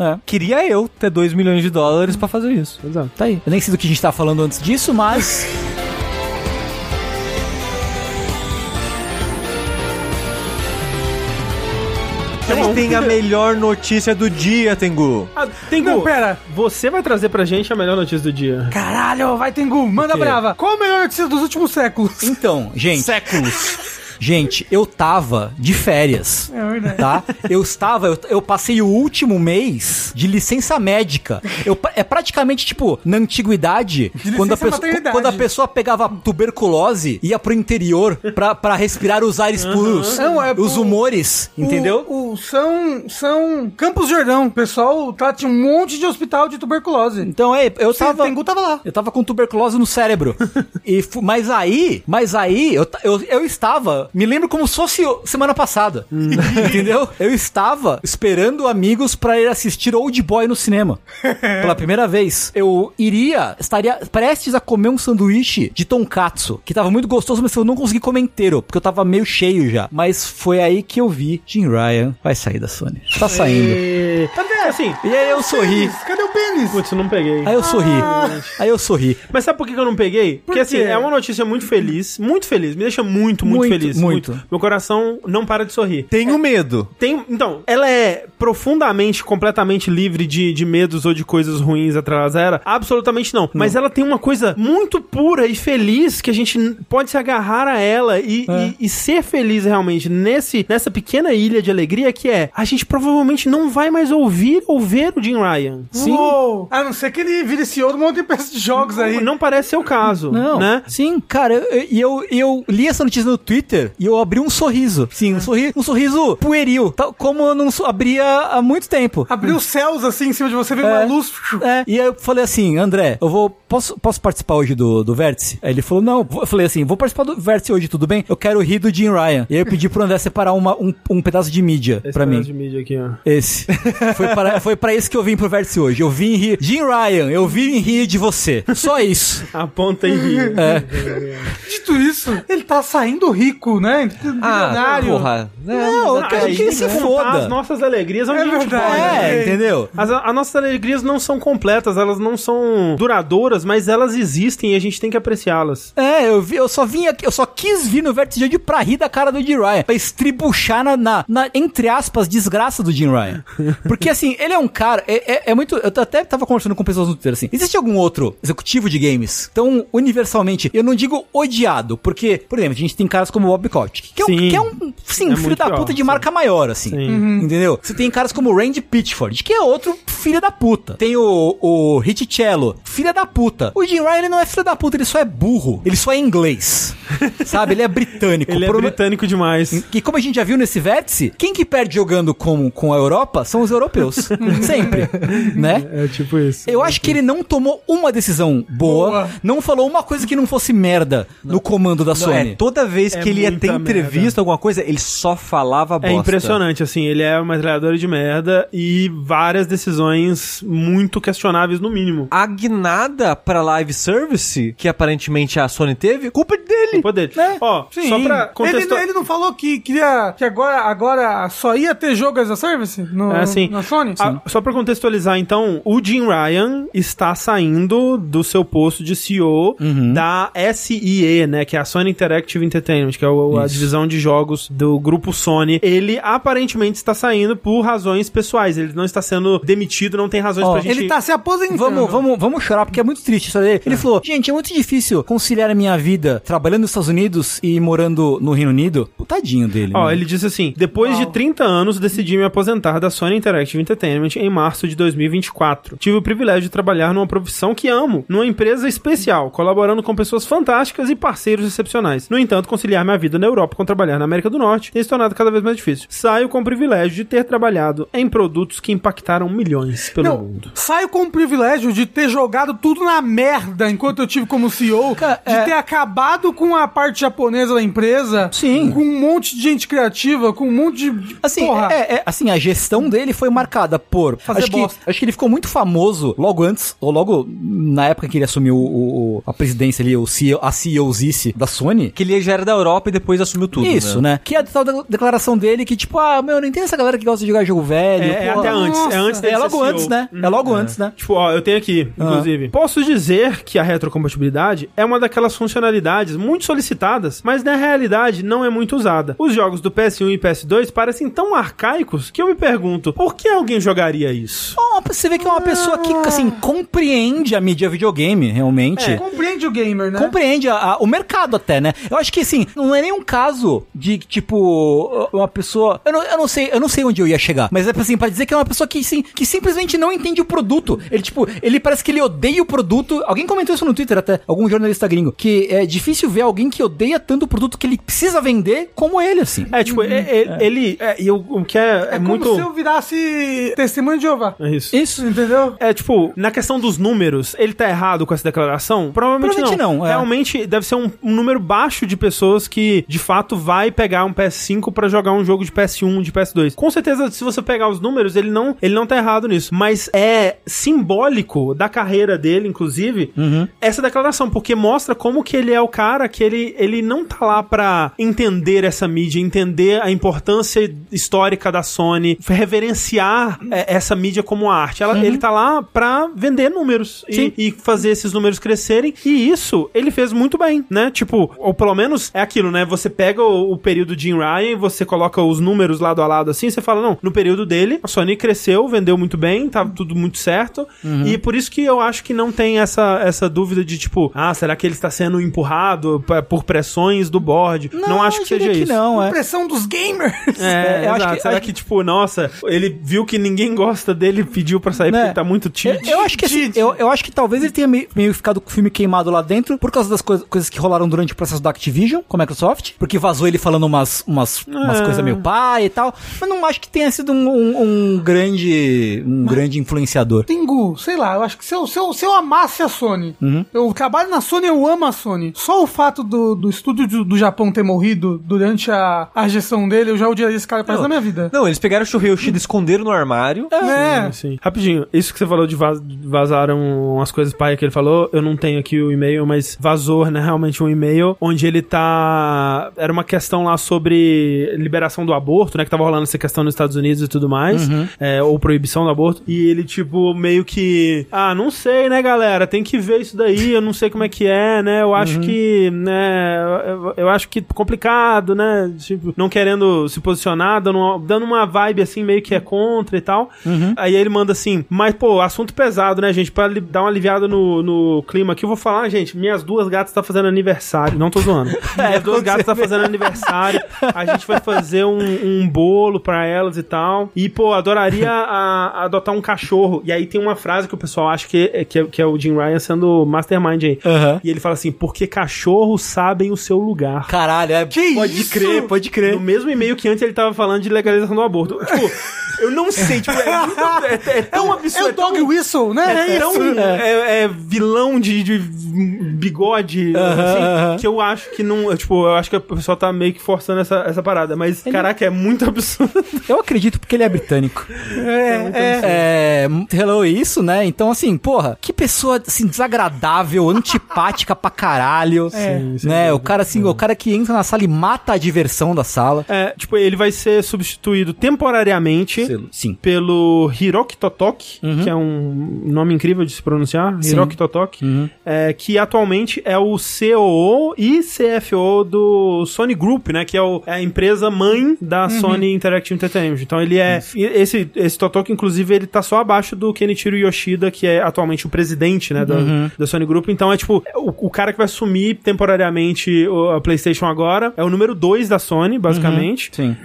Speaker 4: É.
Speaker 2: Queria eu ter 2 milhões de dólares pra fazer isso.
Speaker 1: Exato.
Speaker 4: Tá aí. Eu nem sei do que a gente tava falando antes disso, mas.
Speaker 2: Mas tem a melhor notícia do dia, Tengu.
Speaker 1: Ah, Tengu,
Speaker 3: Não, pera.
Speaker 1: você vai trazer pra gente a melhor notícia do dia.
Speaker 3: Caralho, vai Tengu, manda brava. Qual a melhor notícia dos últimos séculos?
Speaker 4: Então, gente. Séculos. Gente, eu tava de férias.
Speaker 3: É verdade.
Speaker 4: Tá? Eu estava, eu, eu passei o último mês de licença médica. Eu, pa- é praticamente tipo, na antiguidade,
Speaker 3: licença
Speaker 4: quando a, pessoa,
Speaker 3: maternidade.
Speaker 4: quando a pessoa pegava tuberculose, ia pro interior pra, pra respirar os ares puros,
Speaker 3: Não, é
Speaker 4: os
Speaker 3: pro-
Speaker 4: humores, entendeu?
Speaker 3: O, o São, São Campos Jordão. O pessoal tá, tinha um monte de hospital de tuberculose.
Speaker 4: Então, é, eu
Speaker 3: Tava...
Speaker 4: tava.
Speaker 3: Tengu tava lá.
Speaker 4: Eu
Speaker 3: [LAUGHS]
Speaker 4: tava com tuberculose no cérebro. e fu- mas aí, mas aí eu, ta- eu, eu estava Me lembro como se fosse o- semana passada.
Speaker 3: Hum.
Speaker 4: [LAUGHS] Entendeu? Eu estava esperando amigos pra ir assistir Old Boy
Speaker 3: [LAUGHS]
Speaker 4: no cinema. Pela primeira vez. Eu iria, estaria prestes a comer um sanduíche de tonkatsu, que tava muito gostoso, mas eu não consegui comer inteiro, porque eu tava meio cheio já. Mas foi aí que eu vi Jim Ryan vai sair da Sony. Tá saindo.
Speaker 1: E... Cadê? Assim,
Speaker 4: E aí eu sorri.
Speaker 3: Cadê o pênis?
Speaker 1: putz, eu não peguei.
Speaker 4: Aí eu sorri. Aí eu sorri.
Speaker 1: Mas sabe por que que eu não peguei? Porque assim,
Speaker 3: quê?
Speaker 1: é uma notícia muito feliz, muito feliz, me deixa muito, muito,
Speaker 4: Muito,
Speaker 1: feliz.
Speaker 4: muito.
Speaker 1: Meu coração não para de sorrir.
Speaker 2: Tenho medo.
Speaker 1: Tem, então, ela é profundamente, completamente livre de, de medos ou de coisas ruins atrás dela? Absolutamente não. Mas ela tem uma coisa muito pura e feliz que a gente n- pode se agarrar a ela e, e- e ser feliz realmente nesse, nessa pequena ilha de alegria que é a gente provavelmente não vai mais ouvir ou ver o Jim Ryan.
Speaker 3: Uou. A não ser que ele vire CEO de um monte de peça de jogos aí.
Speaker 1: Não parece ser o caso,
Speaker 4: Não.
Speaker 1: né?
Speaker 4: Sim, cara, eu- e eu, e eu, li essa notícia no Twitter e eu abri um sorriso. Sim, um, sorri um sorriso pueril, tal como eu não so- abria há muito tempo.
Speaker 3: Abriu os céus assim em cima de você, veio
Speaker 4: É.
Speaker 3: uma luz. [LAUGHS]
Speaker 4: É, e aí eu falei assim, André, eu vou. Posso, posso participar hoje do, do vértice? Aí ele falou, não. Eu falei assim, vou participar do vértice hoje, tudo bem? Eu quero rir do Jim Ryan. E aí eu pedi pro André separar uma, um, um pedaço de mídia pra mim.
Speaker 1: pedaço de mídia aqui, ó.
Speaker 4: Esse. Foi para, foi para isso que eu vim pro vértice hoje. Eu vim rir. Jim Ryan, eu vim rir de você. Só isso. É.
Speaker 1: Aponta e ri. [LAUGHS]
Speaker 3: Dito isso, ele tá saindo rico, né?
Speaker 1: Ah,
Speaker 4: Ah,
Speaker 3: Milionário.
Speaker 2: porra.
Speaker 1: Né?
Speaker 4: Não, eu quero
Speaker 1: A gente
Speaker 4: que
Speaker 1: tem
Speaker 4: se
Speaker 1: contar As
Speaker 4: foda.
Speaker 1: nossas alegrias onde
Speaker 3: É
Speaker 1: a gente
Speaker 3: verdade.
Speaker 1: pode, né?
Speaker 4: É, entendeu?
Speaker 1: As, as nossas alegrias não são completas, elas não são duradouras, mas elas existem e a gente tem que apreciá-las.
Speaker 4: É, eu, vi, eu só vim aqui, eu só quis vir no vértice de hoje pra rir da cara do Jim Ryan, pra estribuchar na, na, na, entre aspas, desgraça do Jim Ryan. Porque assim, ele é um cara, é, é- é muito. Eu t- até tava conversando com pessoas no Twitter assim: existe algum outro executivo de games tão universalmente, eu não digo odiado, porque, por exemplo, a gente tem caras como o Bob Kotick, que é um,
Speaker 1: Sim.
Speaker 4: que é um sim,
Speaker 1: É
Speaker 4: filho
Speaker 1: muito
Speaker 4: da
Speaker 1: pior,
Speaker 4: puta de
Speaker 1: sim.
Speaker 4: marca maior, assim.
Speaker 1: Sim.
Speaker 4: Entendeu? Você tem caras como o Randy Pitchford, que é outro filho da puta. Tem o, o Richello, filha da puta. O Jim Ryan ele não é filho da puta, ele só é burro. Ele só
Speaker 1: [LAUGHS]
Speaker 4: é inglês. Sabe? Ele é britânico.
Speaker 1: Ele é
Speaker 4: Pro-
Speaker 1: britânico demais.
Speaker 4: E como a gente já viu nesse vértice, quem que perde jogando com, com a Europa são os europeus. Sempre. Né?
Speaker 1: É tipo isso.
Speaker 4: Eu acho que ele não tomou uma decisão boa,
Speaker 3: Boa.
Speaker 4: não falou uma coisa que não fosse merda no comando da Sony.
Speaker 2: é, toda vez
Speaker 1: É
Speaker 2: que ele ia
Speaker 1: muita
Speaker 2: ter entrevista,
Speaker 1: merda.
Speaker 2: alguma coisa, ele só falava
Speaker 1: É
Speaker 2: bosta.
Speaker 1: impressionante, assim, ele é uma metralhadora de merda e várias decisões muito questionáveis, no mínimo.
Speaker 2: A guinada pra live service, que aparentemente a Sony teve, culpa dele.
Speaker 1: Culpa dele. Ó,
Speaker 3: né? Sim.
Speaker 1: só pra contexto...
Speaker 3: ele, ele não falou que queria que agora, agora só ia ter jogo as a service no,
Speaker 1: É, sim.
Speaker 3: na Sony?
Speaker 1: Ah, só pra contextualizar, então, o Jim Ryan está saindo do seu posto de CEO da SIE, né? Que é a Sony Interactive Entertainment, que é o- a
Speaker 4: Isso.
Speaker 1: divisão de jogos do grupo Sony. Ele aparentemente está saindo por razões pessoais. Ele não está sendo demitido, não tem razões
Speaker 4: Ó,
Speaker 1: pra gente.
Speaker 3: Ele tá se aposentando.
Speaker 1: Então.
Speaker 4: Vamos, vamos, vamos chorar, porque é muito triste isso dele.
Speaker 1: Tá.
Speaker 4: Ele falou, gente, é muito difícil conciliar a minha vida trabalhando nos Estados Unidos e morando no Reino Unido. Putadinho dele.
Speaker 1: Ó,
Speaker 4: né?
Speaker 1: ele disse assim: depois de 30 anos, decidi me aposentar da Sony Interactive Entertainment em março de 2024. Tive o privilégio de trabalhar numa profissão que amo, numa empresa especial, colaborando com pessoas fantásticas e parceiros excepcionais. No entanto, conciliar minha vida na Europa com trabalhar na América do Norte tem se tornado cada vez mais difícil. Saio com o privilégio de ter trabalhado em produtos que impactaram milhões pelo
Speaker 3: Não,
Speaker 1: mundo.
Speaker 3: saio com o privilégio de ter jogado tudo na merda enquanto eu tive como CEO,
Speaker 4: Cara,
Speaker 3: de
Speaker 4: é.
Speaker 3: ter acabado com a parte japonesa da empresa,
Speaker 4: Sim.
Speaker 3: com um monte de gente criativa, com um monte de
Speaker 4: Assim,
Speaker 3: porra.
Speaker 4: é, é- assim, a gestão dele foi marcada por.
Speaker 3: Fazer
Speaker 4: acho, que,
Speaker 3: bosta.
Speaker 4: acho que ele ficou muito famoso logo antes, ou logo na época que ele assumiu o- o- a presidência ali, o CEO, a CEOzice da Sony.
Speaker 2: Que ele já era da Europa e depois assumiu tudo.
Speaker 4: Isso, né? Que é a tal da- declaração dele que, tipo, ah, meu, não entendo essa galera que gosta de jogar jogo velho.
Speaker 1: É, é
Speaker 4: porra.
Speaker 1: até antes.
Speaker 3: nossa.
Speaker 1: É antes dele
Speaker 4: É
Speaker 1: ser
Speaker 4: logo
Speaker 1: CEO.
Speaker 4: antes, né? É logo antes, né?
Speaker 1: Tipo, ó, eu tenho aqui,
Speaker 3: Ah.
Speaker 1: inclusive. Posso dizer que a retrocompatibilidade é uma daquelas funcionalidades muito solicitadas, mas na realidade não é muito usada. Os jogos do PS1 e PS2 parecem tão arcaicos que eu me pergunto, por que alguém jogaria isso?
Speaker 4: Ó, Você vê que é uma pessoa que,
Speaker 1: Ah.
Speaker 4: assim, compreende a mídia videogame, realmente.
Speaker 1: É.
Speaker 3: Compreende o gamer, né?
Speaker 4: Compreende a- a- o mercado até, né? Eu acho que assim, não é nenhum caso de tipo uma pessoa. Eu não, eu não sei, eu não sei onde eu ia chegar, mas é assim, pra dizer que é uma pessoa que, sim, que simplesmente não entende o produto. Ele, tipo, ele parece que ele odeia o produto. Alguém comentou isso no Twitter até, algum jornalista gringo, que é difícil ver alguém que odeia tanto o produto que ele precisa vender como ele, assim.
Speaker 1: É, tipo, é- é- ele. é, e o, o que é, é
Speaker 3: Uhum. é como
Speaker 1: muito.
Speaker 3: se eu virasse testemunho de Jeová.
Speaker 1: É isso.
Speaker 4: Isso.
Speaker 3: Entendeu?
Speaker 1: É, tipo, na questão dos números, ele tá errado com essa declaração? provavelmente,
Speaker 4: Provavelmente
Speaker 1: não.
Speaker 4: não, é.
Speaker 1: Realmente deve ser um, um número baixo de pessoas que de fato vai pegar um PS5 pra jogar um jogo de PS1, de PS2. Com certeza, se você pegar os números, ele não, ele não tá errado nisso. Mas é simbólico da carreira dele, inclusive,
Speaker 4: Uhum.
Speaker 1: essa declaração, porque mostra como que ele é o cara que ele, ele não tá lá pra entender essa mídia, entender a importância histórica da Sony, reverenciar é, essa mídia como arte. Ela- Ele tá lá pra vender números e, e fazer esses números crescerem. E isso ele fez muito bem, né? Tipo, ou pelo menos é aquilo, né? Você pega o, o período de Jim Ryan, você coloca os números lado a lado assim, você fala, não, no período dele, a Sony cresceu, vendeu muito bem, tava tudo muito certo. E por isso que eu acho que não tem essa, essa dúvida de tipo, ah, será que ele está sendo empurrado pra- por pressões do board? Não, acho que
Speaker 4: eu
Speaker 1: seja
Speaker 4: diria
Speaker 1: isso.
Speaker 4: não, é.
Speaker 3: Impressão dos gamers.
Speaker 1: É,
Speaker 4: É, eu acho
Speaker 1: exato.
Speaker 4: que-
Speaker 1: Será
Speaker 4: acho-
Speaker 1: que, tipo, nossa, ele viu que ninguém gosta dele e pediu pra sair
Speaker 4: Né?
Speaker 1: porque tá muito
Speaker 4: Eu,
Speaker 1: tímido?
Speaker 4: eu acho que assim, eu, eu acho que talvez ele tenha me- meio ficado com o filme queimado lá dentro por causa das coisa- coisas que rolaram durante o processo da Activision com a Microsoft, porque vazou ele falando umas, umas, umas
Speaker 3: É.
Speaker 4: coisas meio pai e tal. Mas não acho que tenha sido um, um- um grande um grande influenciador.
Speaker 3: Tengu, sei lá, eu acho que se eu, se eu, se eu amasse a Sony, eu trabalho na Sony, eu amo a Sony. Só o fato do, do estúdio do, do Japão ter morrido durante a, a gestão dele, eu já odiaria esse cara pra da minha vida.
Speaker 2: Não, eles pegaram o Shuhei Yoshida, esconderam no armário.
Speaker 3: É,
Speaker 1: Sim. Rapidinho, isso que você falou de vaz- vazaram as coisas pai que ele falou, eu não tenho aqui o e-mail, mas vazou, né, realmente um e-mail onde ele tá era uma questão lá sobre liberação do aborto, né, que tava rolando essa questão nos Estados Unidos e tudo mais, é, ou proibição do aborto, e ele tipo meio que, ah, não sei, né, galera, tem que ver isso daí, eu não sei como é que é, né? Eu acho que, né, eu, eu acho que complicado, né? Tipo, não querendo se posicionar, dando uma, dando uma vibe assim meio que é contra e tal. Aí ele manda assim, mas pô, assunto pesado, né, gente? Pra li- dar uma aliviada no, no clima aqui, eu vou falar, gente, minhas duas gatas tá fazendo aniversário, não tô zoando. minhas duas gatas tá fazendo aniversário, a gente vai fazer um, um bolo pra elas e tal. E pô, adoraria a- a adotar um cachorro. E aí tem uma frase que o pessoal acha que é, que é, que é o Jim Ryan sendo mastermind aí.
Speaker 4: Aham.
Speaker 1: E ele fala assim, porque cachorros sabem o seu lugar.
Speaker 4: Caralho, é,
Speaker 3: Que
Speaker 4: pode
Speaker 3: isso?
Speaker 4: crer, pode
Speaker 1: No
Speaker 4: crer.
Speaker 1: mesmo e-mail que antes ele tava falando de legalização do aborto. Tipo, eu não sei, tipo, é, muito- é- é tão
Speaker 3: é
Speaker 1: absurdo.
Speaker 3: o dog
Speaker 1: tão,
Speaker 3: whistle, né? É,
Speaker 1: é,
Speaker 3: isso.
Speaker 1: tão- é- é vilão de, de bigode, assim, que eu acho que não. eu, Tipo, eu acho que o pessoal tá meio que forçando essa, essa parada. Mas, caraca, é muito absurdo.
Speaker 4: Eu acredito porque ele é britânico. É, é, hello isso, né? Então assim, porra, que pessoa assim desagradável, antipática pra caralho, né? o cara assim, o cara que entra na sala e mata a diversão da sala.
Speaker 1: É, tipo, ele vai ser substituído temporariamente.
Speaker 4: Sim.
Speaker 1: pelo Hiroki Totoki, que é um nome incrível de se pronunciar, Hiroki Totoki, é, que atualmente é o COO e CFO do Sony Group, né, que é, o- é a empresa mãe da Sony Interactive Entertainment. Então ele é e esse esse Totoki inclusive ele tá só abaixo do Kenichiro Yoshida, que é atualmente o presidente, né, da, da Sony Group. Então é tipo o, o cara que vai assumir temporariamente o- a PlayStation agora, é o número 2 da Sony, basicamente.
Speaker 4: Sim.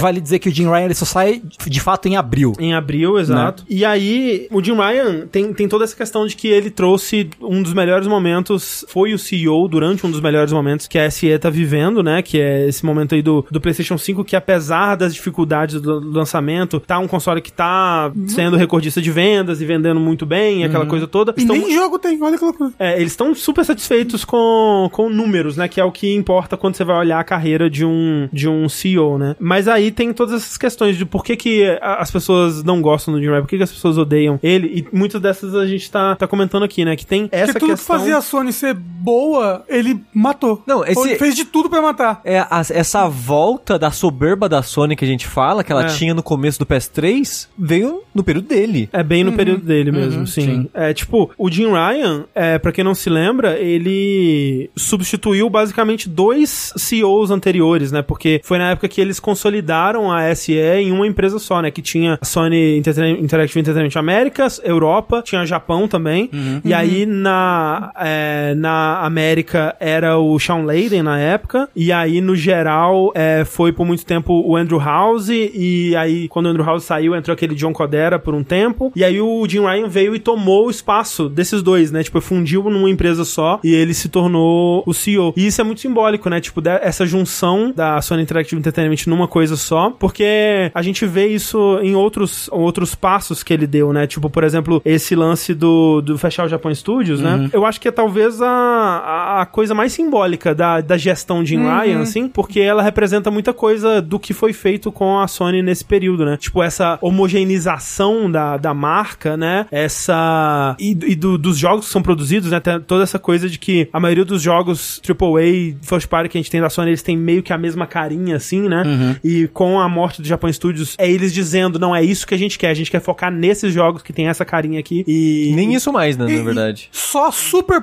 Speaker 4: Vale dizer que o Jim Ryan ele só sai de fato em abril.
Speaker 1: Em abril, exato.
Speaker 3: Né?
Speaker 1: E aí, o Jim Ryan tem, tem toda essa questão de que ele trouxe um dos melhores momentos, foi o CEO durante um dos melhores momentos que a SE tá vivendo, né? Que é esse momento aí do, do PlayStation 5, que apesar das dificuldades do lançamento, tá um console que tá sendo recordista de vendas e vendendo muito bem, aquela coisa toda.
Speaker 3: Uhum. E
Speaker 1: Estão-
Speaker 3: nem jogo tem, olha que loucura.
Speaker 1: é, eles estão super satisfeitos com, com números, né? Que é o que importa quando você vai olhar a carreira de um, de um CEO, né? Mas aí tem todas essas questões de por que, que a- as pessoas não gostam do Jim Ryan, por que, que as pessoas odeiam ele, e muitas dessas a gente tá, tá comentando aqui, né? Que tem essa
Speaker 3: Porque tudo
Speaker 1: questão...
Speaker 3: que fazia a Sony ser boa, ele matou.
Speaker 2: Não, esse-
Speaker 3: Ou ele fez de tudo pra matar.
Speaker 2: É, a- essa volta da soberba da Sony que a gente fala, que ela
Speaker 1: É.
Speaker 2: tinha no começo do PS3, veio no período dele.
Speaker 1: É bem no período dele mesmo, sim. É tipo, o Jim Ryan, é, para quem não se lembra, ele substituiu basicamente dois CEOs anteriores, né? Porque foi na época que eles consolidaram a SE em uma empresa só, né? Que tinha a Sony Entertain- Interactive Entertainment Américas, Europa, tinha Japão também. E aí na, é, na América era o Sean Layden na época. E aí no geral é, foi por muito tempo o Andrew House. E aí quando o Andrew House saiu, entrou aquele John Codera por um tempo. E aí o Jim Ryan veio e tomou o espaço desses dois, né? Tipo, fundiu numa empresa só e ele se tornou o CEO. E isso é muito simbólico, né? Tipo, da- essa junção da Sony Interactive Entertainment numa coisa só. Porque a gente vê isso em outros, outros passos que ele deu, né? Tipo, por exemplo, esse lance do, do fechar o Japão Studios, né? Eu acho que é talvez a, a- a coisa mais simbólica da, da gestão de Ryan, assim, porque ela representa muita coisa do que foi feito com a Sony nesse período, né? Tipo, essa homogeneização da, da marca, né? Essa. E, e do- dos jogos que são produzidos, né? Tem toda essa coisa de que a maioria dos jogos AAA, First Party que a gente tem da Sony, eles têm meio que a mesma carinha, assim, né? E com a morte do Japan Studios, é eles dizendo, não, é isso que a gente quer, a gente quer focar nesses jogos que tem essa carinha aqui. E.
Speaker 2: Nem isso mais, né, na verdade.
Speaker 3: Só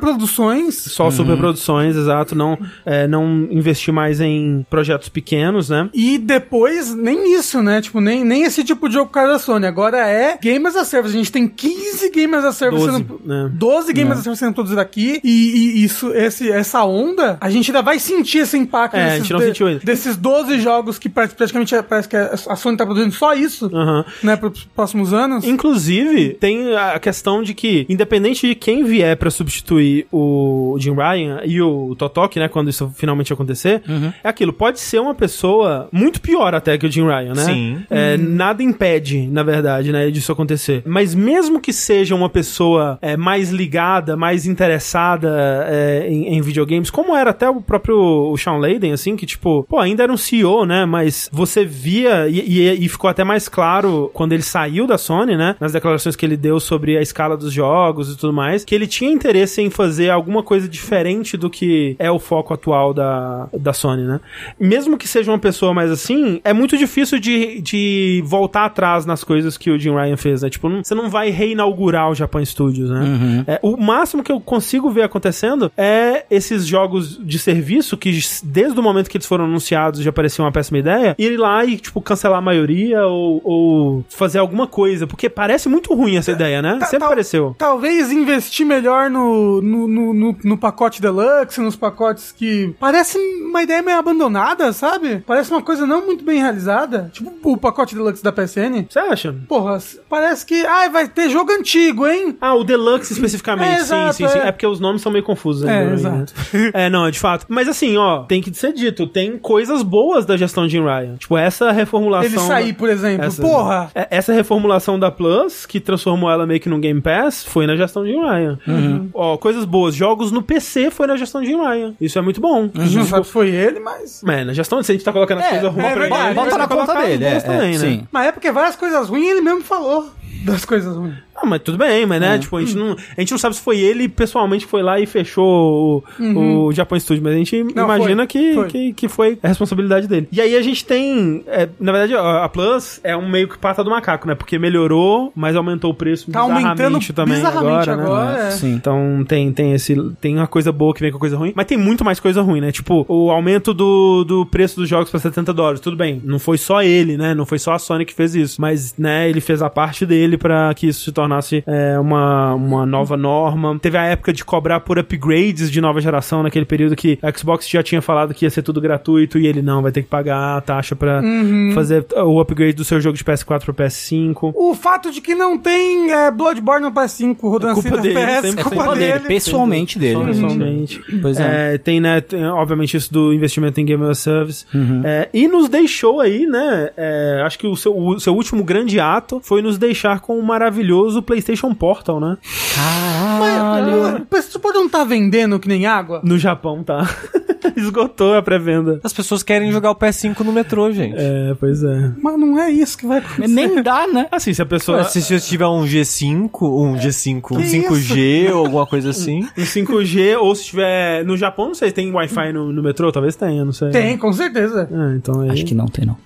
Speaker 3: superproduções
Speaker 1: Só superproduções, exato. Não, é, não investir mais em projetos pequenos, né?
Speaker 3: e depois nem isso, né? Tipo, nem, nem esse tipo de jogo cara da Sony. Agora é Game as a Service. A gente tem 15 Game as a Service
Speaker 1: 12,
Speaker 3: sendo...
Speaker 1: né?
Speaker 3: 12 Game as a Service sendo produzidos aqui e, e isso, esse, essa onda, a gente ainda vai sentir esse impacto
Speaker 1: É, a
Speaker 3: desses
Speaker 1: gente não sentiu ainda.
Speaker 3: desses 12 jogos que pra- praticamente parece que a Sony tá produzindo só isso,
Speaker 1: Aham.
Speaker 3: né, pros próximos anos.
Speaker 1: Inclusive, tem a questão de que, independente de quem vier pra substituir o Jim Ryan e o Totok, né, quando isso finalmente acontecer, é aquilo. Pode ser uma pessoa muito pior até que o Jim Ryan, né?
Speaker 2: Sim.
Speaker 1: É, Nada impede, na verdade, né, disso acontecer. Mas mesmo que seja uma pessoa é, mais ligada, mais interessada é, em, em videogames, como era até o próprio o Sean Layden, assim, que tipo, pô, ainda era um CEO, né, mas você via, e, e- e ficou até mais claro quando ele saiu da Sony, né, nas declarações que ele deu sobre a escala dos jogos e tudo mais, que ele tinha interesse em fazer alguma coisa diferente do que é o foco atual da, da Sony, né. Mesmo que seja uma pessoa mais assim, é muito difícil de, de voltar atrás nas coisas que o Jim Ryan fez, né? Tipo, não- você não vai reinaugurar o Japan Studios, né? É, o máximo que eu consigo ver acontecendo é esses jogos de serviço que s- desde o momento que eles foram anunciados já parecia uma péssima ideia, ir lá e, tipo, cancelar a maioria ou, ou fazer alguma coisa, porque parece muito ruim essa ideia, né?
Speaker 3: Tá-
Speaker 1: Sempre
Speaker 3: tal-
Speaker 1: pareceu.
Speaker 3: Talvez investir melhor no, no, no, no- no pacote deluxe, nos pacotes que. Parece uma ideia meio abandonada, sabe? Parece uma coisa não muito bem realizada. Tipo o pacote deluxe da PSN.
Speaker 1: Você acha?
Speaker 3: Porra, s- parece que. Ai, vai ter jogo antigo, hein?
Speaker 1: Ah, o Deluxe especificamente,
Speaker 3: É,
Speaker 1: sim,
Speaker 3: exato,
Speaker 1: sim, sim.
Speaker 3: é.
Speaker 1: É porque os nomes são meio confusos ainda.
Speaker 3: É,
Speaker 1: né?
Speaker 3: exato.
Speaker 1: [LAUGHS] É, não, de fato. Mas assim, ó, tem que ser dito, tem coisas boas da gestão de Jim Ryan. Tipo, essa reformulação...
Speaker 3: Ele sair, por exemplo.
Speaker 1: Essa-
Speaker 3: Porra!
Speaker 1: É, Essa reformulação da Plus, que transformou ela meio que num Game Pass, foi na gestão de Jim Ryan. Uhum. Ó, coisas boas. Jogos no PC foi na gestão de Jim Ryan. Isso é muito bom.
Speaker 3: A gente não sabe se foi ele, mas.
Speaker 1: É, na gestão, se a gente tá colocando as coisas ruins pra
Speaker 3: é
Speaker 1: ele,
Speaker 3: verdade.
Speaker 1: a gente
Speaker 3: Bota
Speaker 1: vai
Speaker 4: na
Speaker 1: colocar
Speaker 4: conta
Speaker 1: as
Speaker 4: dele,
Speaker 1: boas né?
Speaker 4: é, é, sim.
Speaker 3: Mas é porque várias coisas ruins ele mesmo falou das coisas ruins.
Speaker 1: Ah, mas tudo bem, mas
Speaker 3: É.
Speaker 1: né? Tipo, a
Speaker 3: Hum.
Speaker 1: gente, não, a gente não sabe se foi ele pessoalmente que foi lá e fechou o, o Japan Studio, mas a gente
Speaker 3: Uhum. Não,
Speaker 1: imagina
Speaker 3: foi,
Speaker 1: que,
Speaker 3: foi.
Speaker 1: Que, que foi a responsabilidade dele. E aí a gente tem. é, na verdade, a a Plus é um meio que pata do macaco, né? Porque melhorou, mas aumentou o preço
Speaker 3: Tá aumentando
Speaker 1: bizarramente também
Speaker 3: bizarramente
Speaker 1: agora, né?
Speaker 3: agora, é.
Speaker 4: Sim.
Speaker 1: Então tem, tem esse. Tem uma coisa boa que vem com a coisa ruim, mas tem muito mais coisa ruim, né? Tipo, o aumento do, do preço dos jogos pra 70 dólares. Tudo bem, não foi só ele, né? Não foi só a Sony que fez isso. Mas, né, ele fez a parte dele pra que isso se tornasse é, uma, uma nova norma. Teve a época de cobrar por upgrades de nova geração, naquele período que a Xbox já tinha falado que ia ser tudo gratuito e ele não, vai ter que pagar a taxa pra fazer o upgrade do seu jogo de PS4 pra PS5.
Speaker 3: O fato de que não tem é, Bloodborne no PS5 rodando
Speaker 1: É Culpa
Speaker 3: assim no
Speaker 1: dele,
Speaker 3: PS,
Speaker 1: sempre-
Speaker 3: culpa
Speaker 1: sempre-
Speaker 4: É Culpa dele,
Speaker 3: dele.
Speaker 4: pessoalmente dele.
Speaker 1: Pessoalmente.
Speaker 4: Pois é.
Speaker 1: É, tem, né, tem, obviamente, isso do investimento em Game as a Service.
Speaker 4: Uhum.
Speaker 1: É, e nos deixou aí, né? é, acho que o seu, o seu último grande ato foi nos deixar com o maravilhoso PlayStation Portal, né?
Speaker 3: Mas, mas esse suporte não tá vendendo que nem água?
Speaker 1: No Japão, tá? [LAUGHS] Esgotou a pré-venda.
Speaker 2: As pessoas querem jogar o PS5 no metrô, gente.
Speaker 1: É, pois é.
Speaker 3: Mas não é isso que vai acontecer.
Speaker 4: Nem dá, né?
Speaker 1: Assim, se a pessoa.
Speaker 2: Cara, se você tiver um G5, um G5, um 5G ou alguma coisa assim.
Speaker 1: Um 5G, [LAUGHS] ou se tiver. No Japão, não sei, tem Wi-Fi no, no metrô? Talvez tenha, não sei.
Speaker 3: Tem, com certeza.
Speaker 1: Ah, então aí.
Speaker 4: Acho que não tem, não.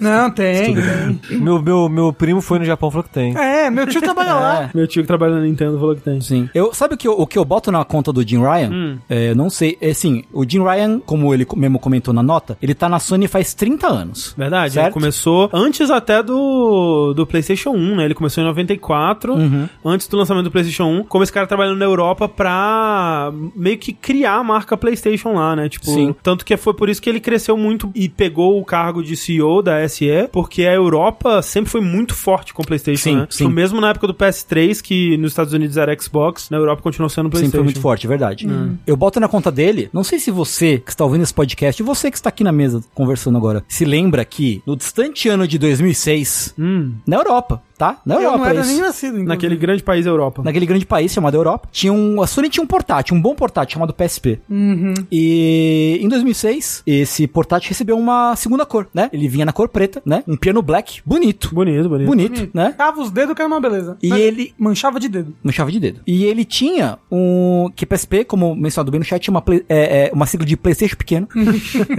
Speaker 3: Não, tem. tem.
Speaker 2: Meu, meu, meu primo foi no Japão e falou que tem.
Speaker 3: É, meu tio trabalha lá.
Speaker 1: Meu tio que trabalha na Nintendo falou que tem.
Speaker 4: Sim. Eu, sabe o que eu, o que eu boto na conta do Jim Ryan? É, eu não sei. É, assim, o Jim Ryan, como ele co- mesmo comentou na nota, ele tá na Sony faz 30 anos.
Speaker 1: Verdade,
Speaker 4: Certo?
Speaker 1: ele começou antes até do, do PlayStation 1, né? Ele começou em 94,
Speaker 4: Uhum.
Speaker 1: antes do lançamento do PlayStation 1, como esse cara trabalhando na Europa pra meio que criar a marca PlayStation lá, né? Tipo,
Speaker 4: Sim.
Speaker 1: tanto que foi por isso que ele cresceu muito e pegou o cargo de CEO da SE, porque a Europa sempre foi muito forte com o PlayStation,
Speaker 4: Sim,
Speaker 1: né?
Speaker 4: sim.
Speaker 1: Tipo, mesmo na época do PS3, que nos Estados Unidos era Xbox, na Europa continuou sendo PlayStation.
Speaker 4: Sempre foi muito forte, é verdade.
Speaker 2: Hum.
Speaker 4: Eu boto na conta dele, não sei se você que está ouvindo esse podcast, e você que está aqui na mesa conversando agora, se lembra que no distante ano de 2006,
Speaker 1: Hum,
Speaker 4: na Europa, tá? Na
Speaker 3: Eu não
Speaker 4: Europa,
Speaker 3: era
Speaker 4: isso.
Speaker 3: nem nascido. inclusive.
Speaker 1: naquele grande país Europa.
Speaker 4: Tipo, Naquele grande país chamado Europa, tinha um, a Sony tinha um portátil, um bom portátil chamado PSP.
Speaker 3: Uhum.
Speaker 4: E em 2006, esse portátil recebeu uma segunda cor, né? Ele vinha na cor preta, né? Um piano black, bonito,
Speaker 1: Bonito, bonito.
Speaker 4: bonito, né?
Speaker 3: Cava os dedos que era uma beleza.
Speaker 4: E
Speaker 3: Mas
Speaker 4: ele
Speaker 3: Manchava de dedo.
Speaker 4: no chave de dedo. E ele tinha um que PSP, como mencionado bem no chat, é uma, play- é, é uma sigla de PlayStation pequeno,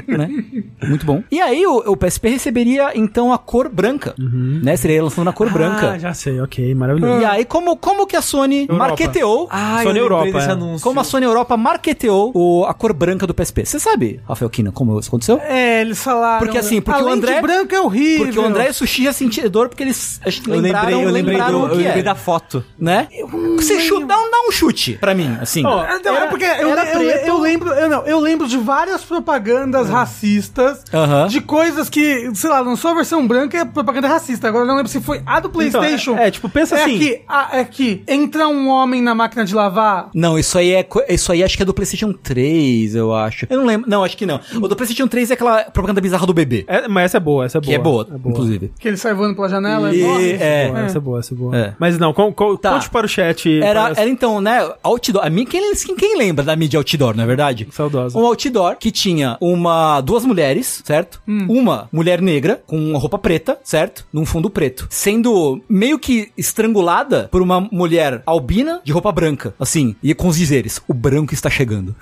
Speaker 4: né? Muito bom. E aí o, o PSP receberia então a cor branca, né? Seria lançando na cor branca.
Speaker 1: Ah, já sei, ok, maravilhoso.
Speaker 4: E aí como como que a Sony
Speaker 1: Europa.
Speaker 4: marketeou? Ah,
Speaker 1: Sony
Speaker 2: eu lembrei
Speaker 1: Europa,
Speaker 2: desse
Speaker 1: é.
Speaker 2: anúncio.
Speaker 4: como assim? a Sony Europa marketeou o- a cor branca do PSP. Você sabe, Rafael Kina, como isso aconteceu?
Speaker 3: É, eles falaram.
Speaker 4: Porque assim, porque
Speaker 3: a
Speaker 4: o
Speaker 3: lente
Speaker 4: André-
Speaker 3: branca é horrível.
Speaker 4: Porque o André e o Sushi já sentiram dor porque eles acho que
Speaker 2: Eu lembrei,
Speaker 4: lembraram,
Speaker 2: eu lembrei, do,
Speaker 4: lembraram
Speaker 2: eu
Speaker 4: o que
Speaker 2: lembrei
Speaker 4: é,
Speaker 2: da foto.
Speaker 4: né? Você chuta, dá um- dá um chute pra mim, assim.
Speaker 1: Ó,
Speaker 3: Ah, não, é porque eu,
Speaker 1: era
Speaker 3: eu-
Speaker 1: preto.
Speaker 3: eu lembro, eu não, eu lembro de várias propagandas racistas,
Speaker 4: Aham.
Speaker 3: de coisas que, sei lá, lançou a versão branca e é propaganda racista. Agora eu não lembro se foi a do
Speaker 1: Então,
Speaker 3: PlayStation.
Speaker 1: é, é, tipo, pensa
Speaker 3: É
Speaker 1: assim.
Speaker 3: que, a- é que entra um homem na máquina de lavar.
Speaker 4: Não, isso aí é. co- Isso aí acho que é do PlayStation 3, eu acho. Eu não lembro. Não, acho que não. O do PlayStation 3 é aquela propaganda bizarra do bebê.
Speaker 1: É, mas essa é boa, essa é boa.
Speaker 4: Que é boa, inclusive.
Speaker 3: Que ele sai voando pela janela
Speaker 4: E-
Speaker 3: morre.
Speaker 4: é.
Speaker 1: Boa, Essa é boa, essa é boa.
Speaker 4: É.
Speaker 1: Mas não, con- con-
Speaker 4: Tá.
Speaker 1: conte para o chat.
Speaker 4: Era,
Speaker 1: parece-
Speaker 4: era então, né? Outdoor. A mim, quem, quem- quem lembra da mídia outdoor, não é verdade?
Speaker 1: Saudosa.
Speaker 4: Um outdoor que tinha uma duas mulheres, certo? Uma mulher negra com uma roupa preta, certo? Num fundo preto. Sendo meio que estrangulada por uma mulher albina de roupa branca, assim, e com os dizeres: o branco está chegando.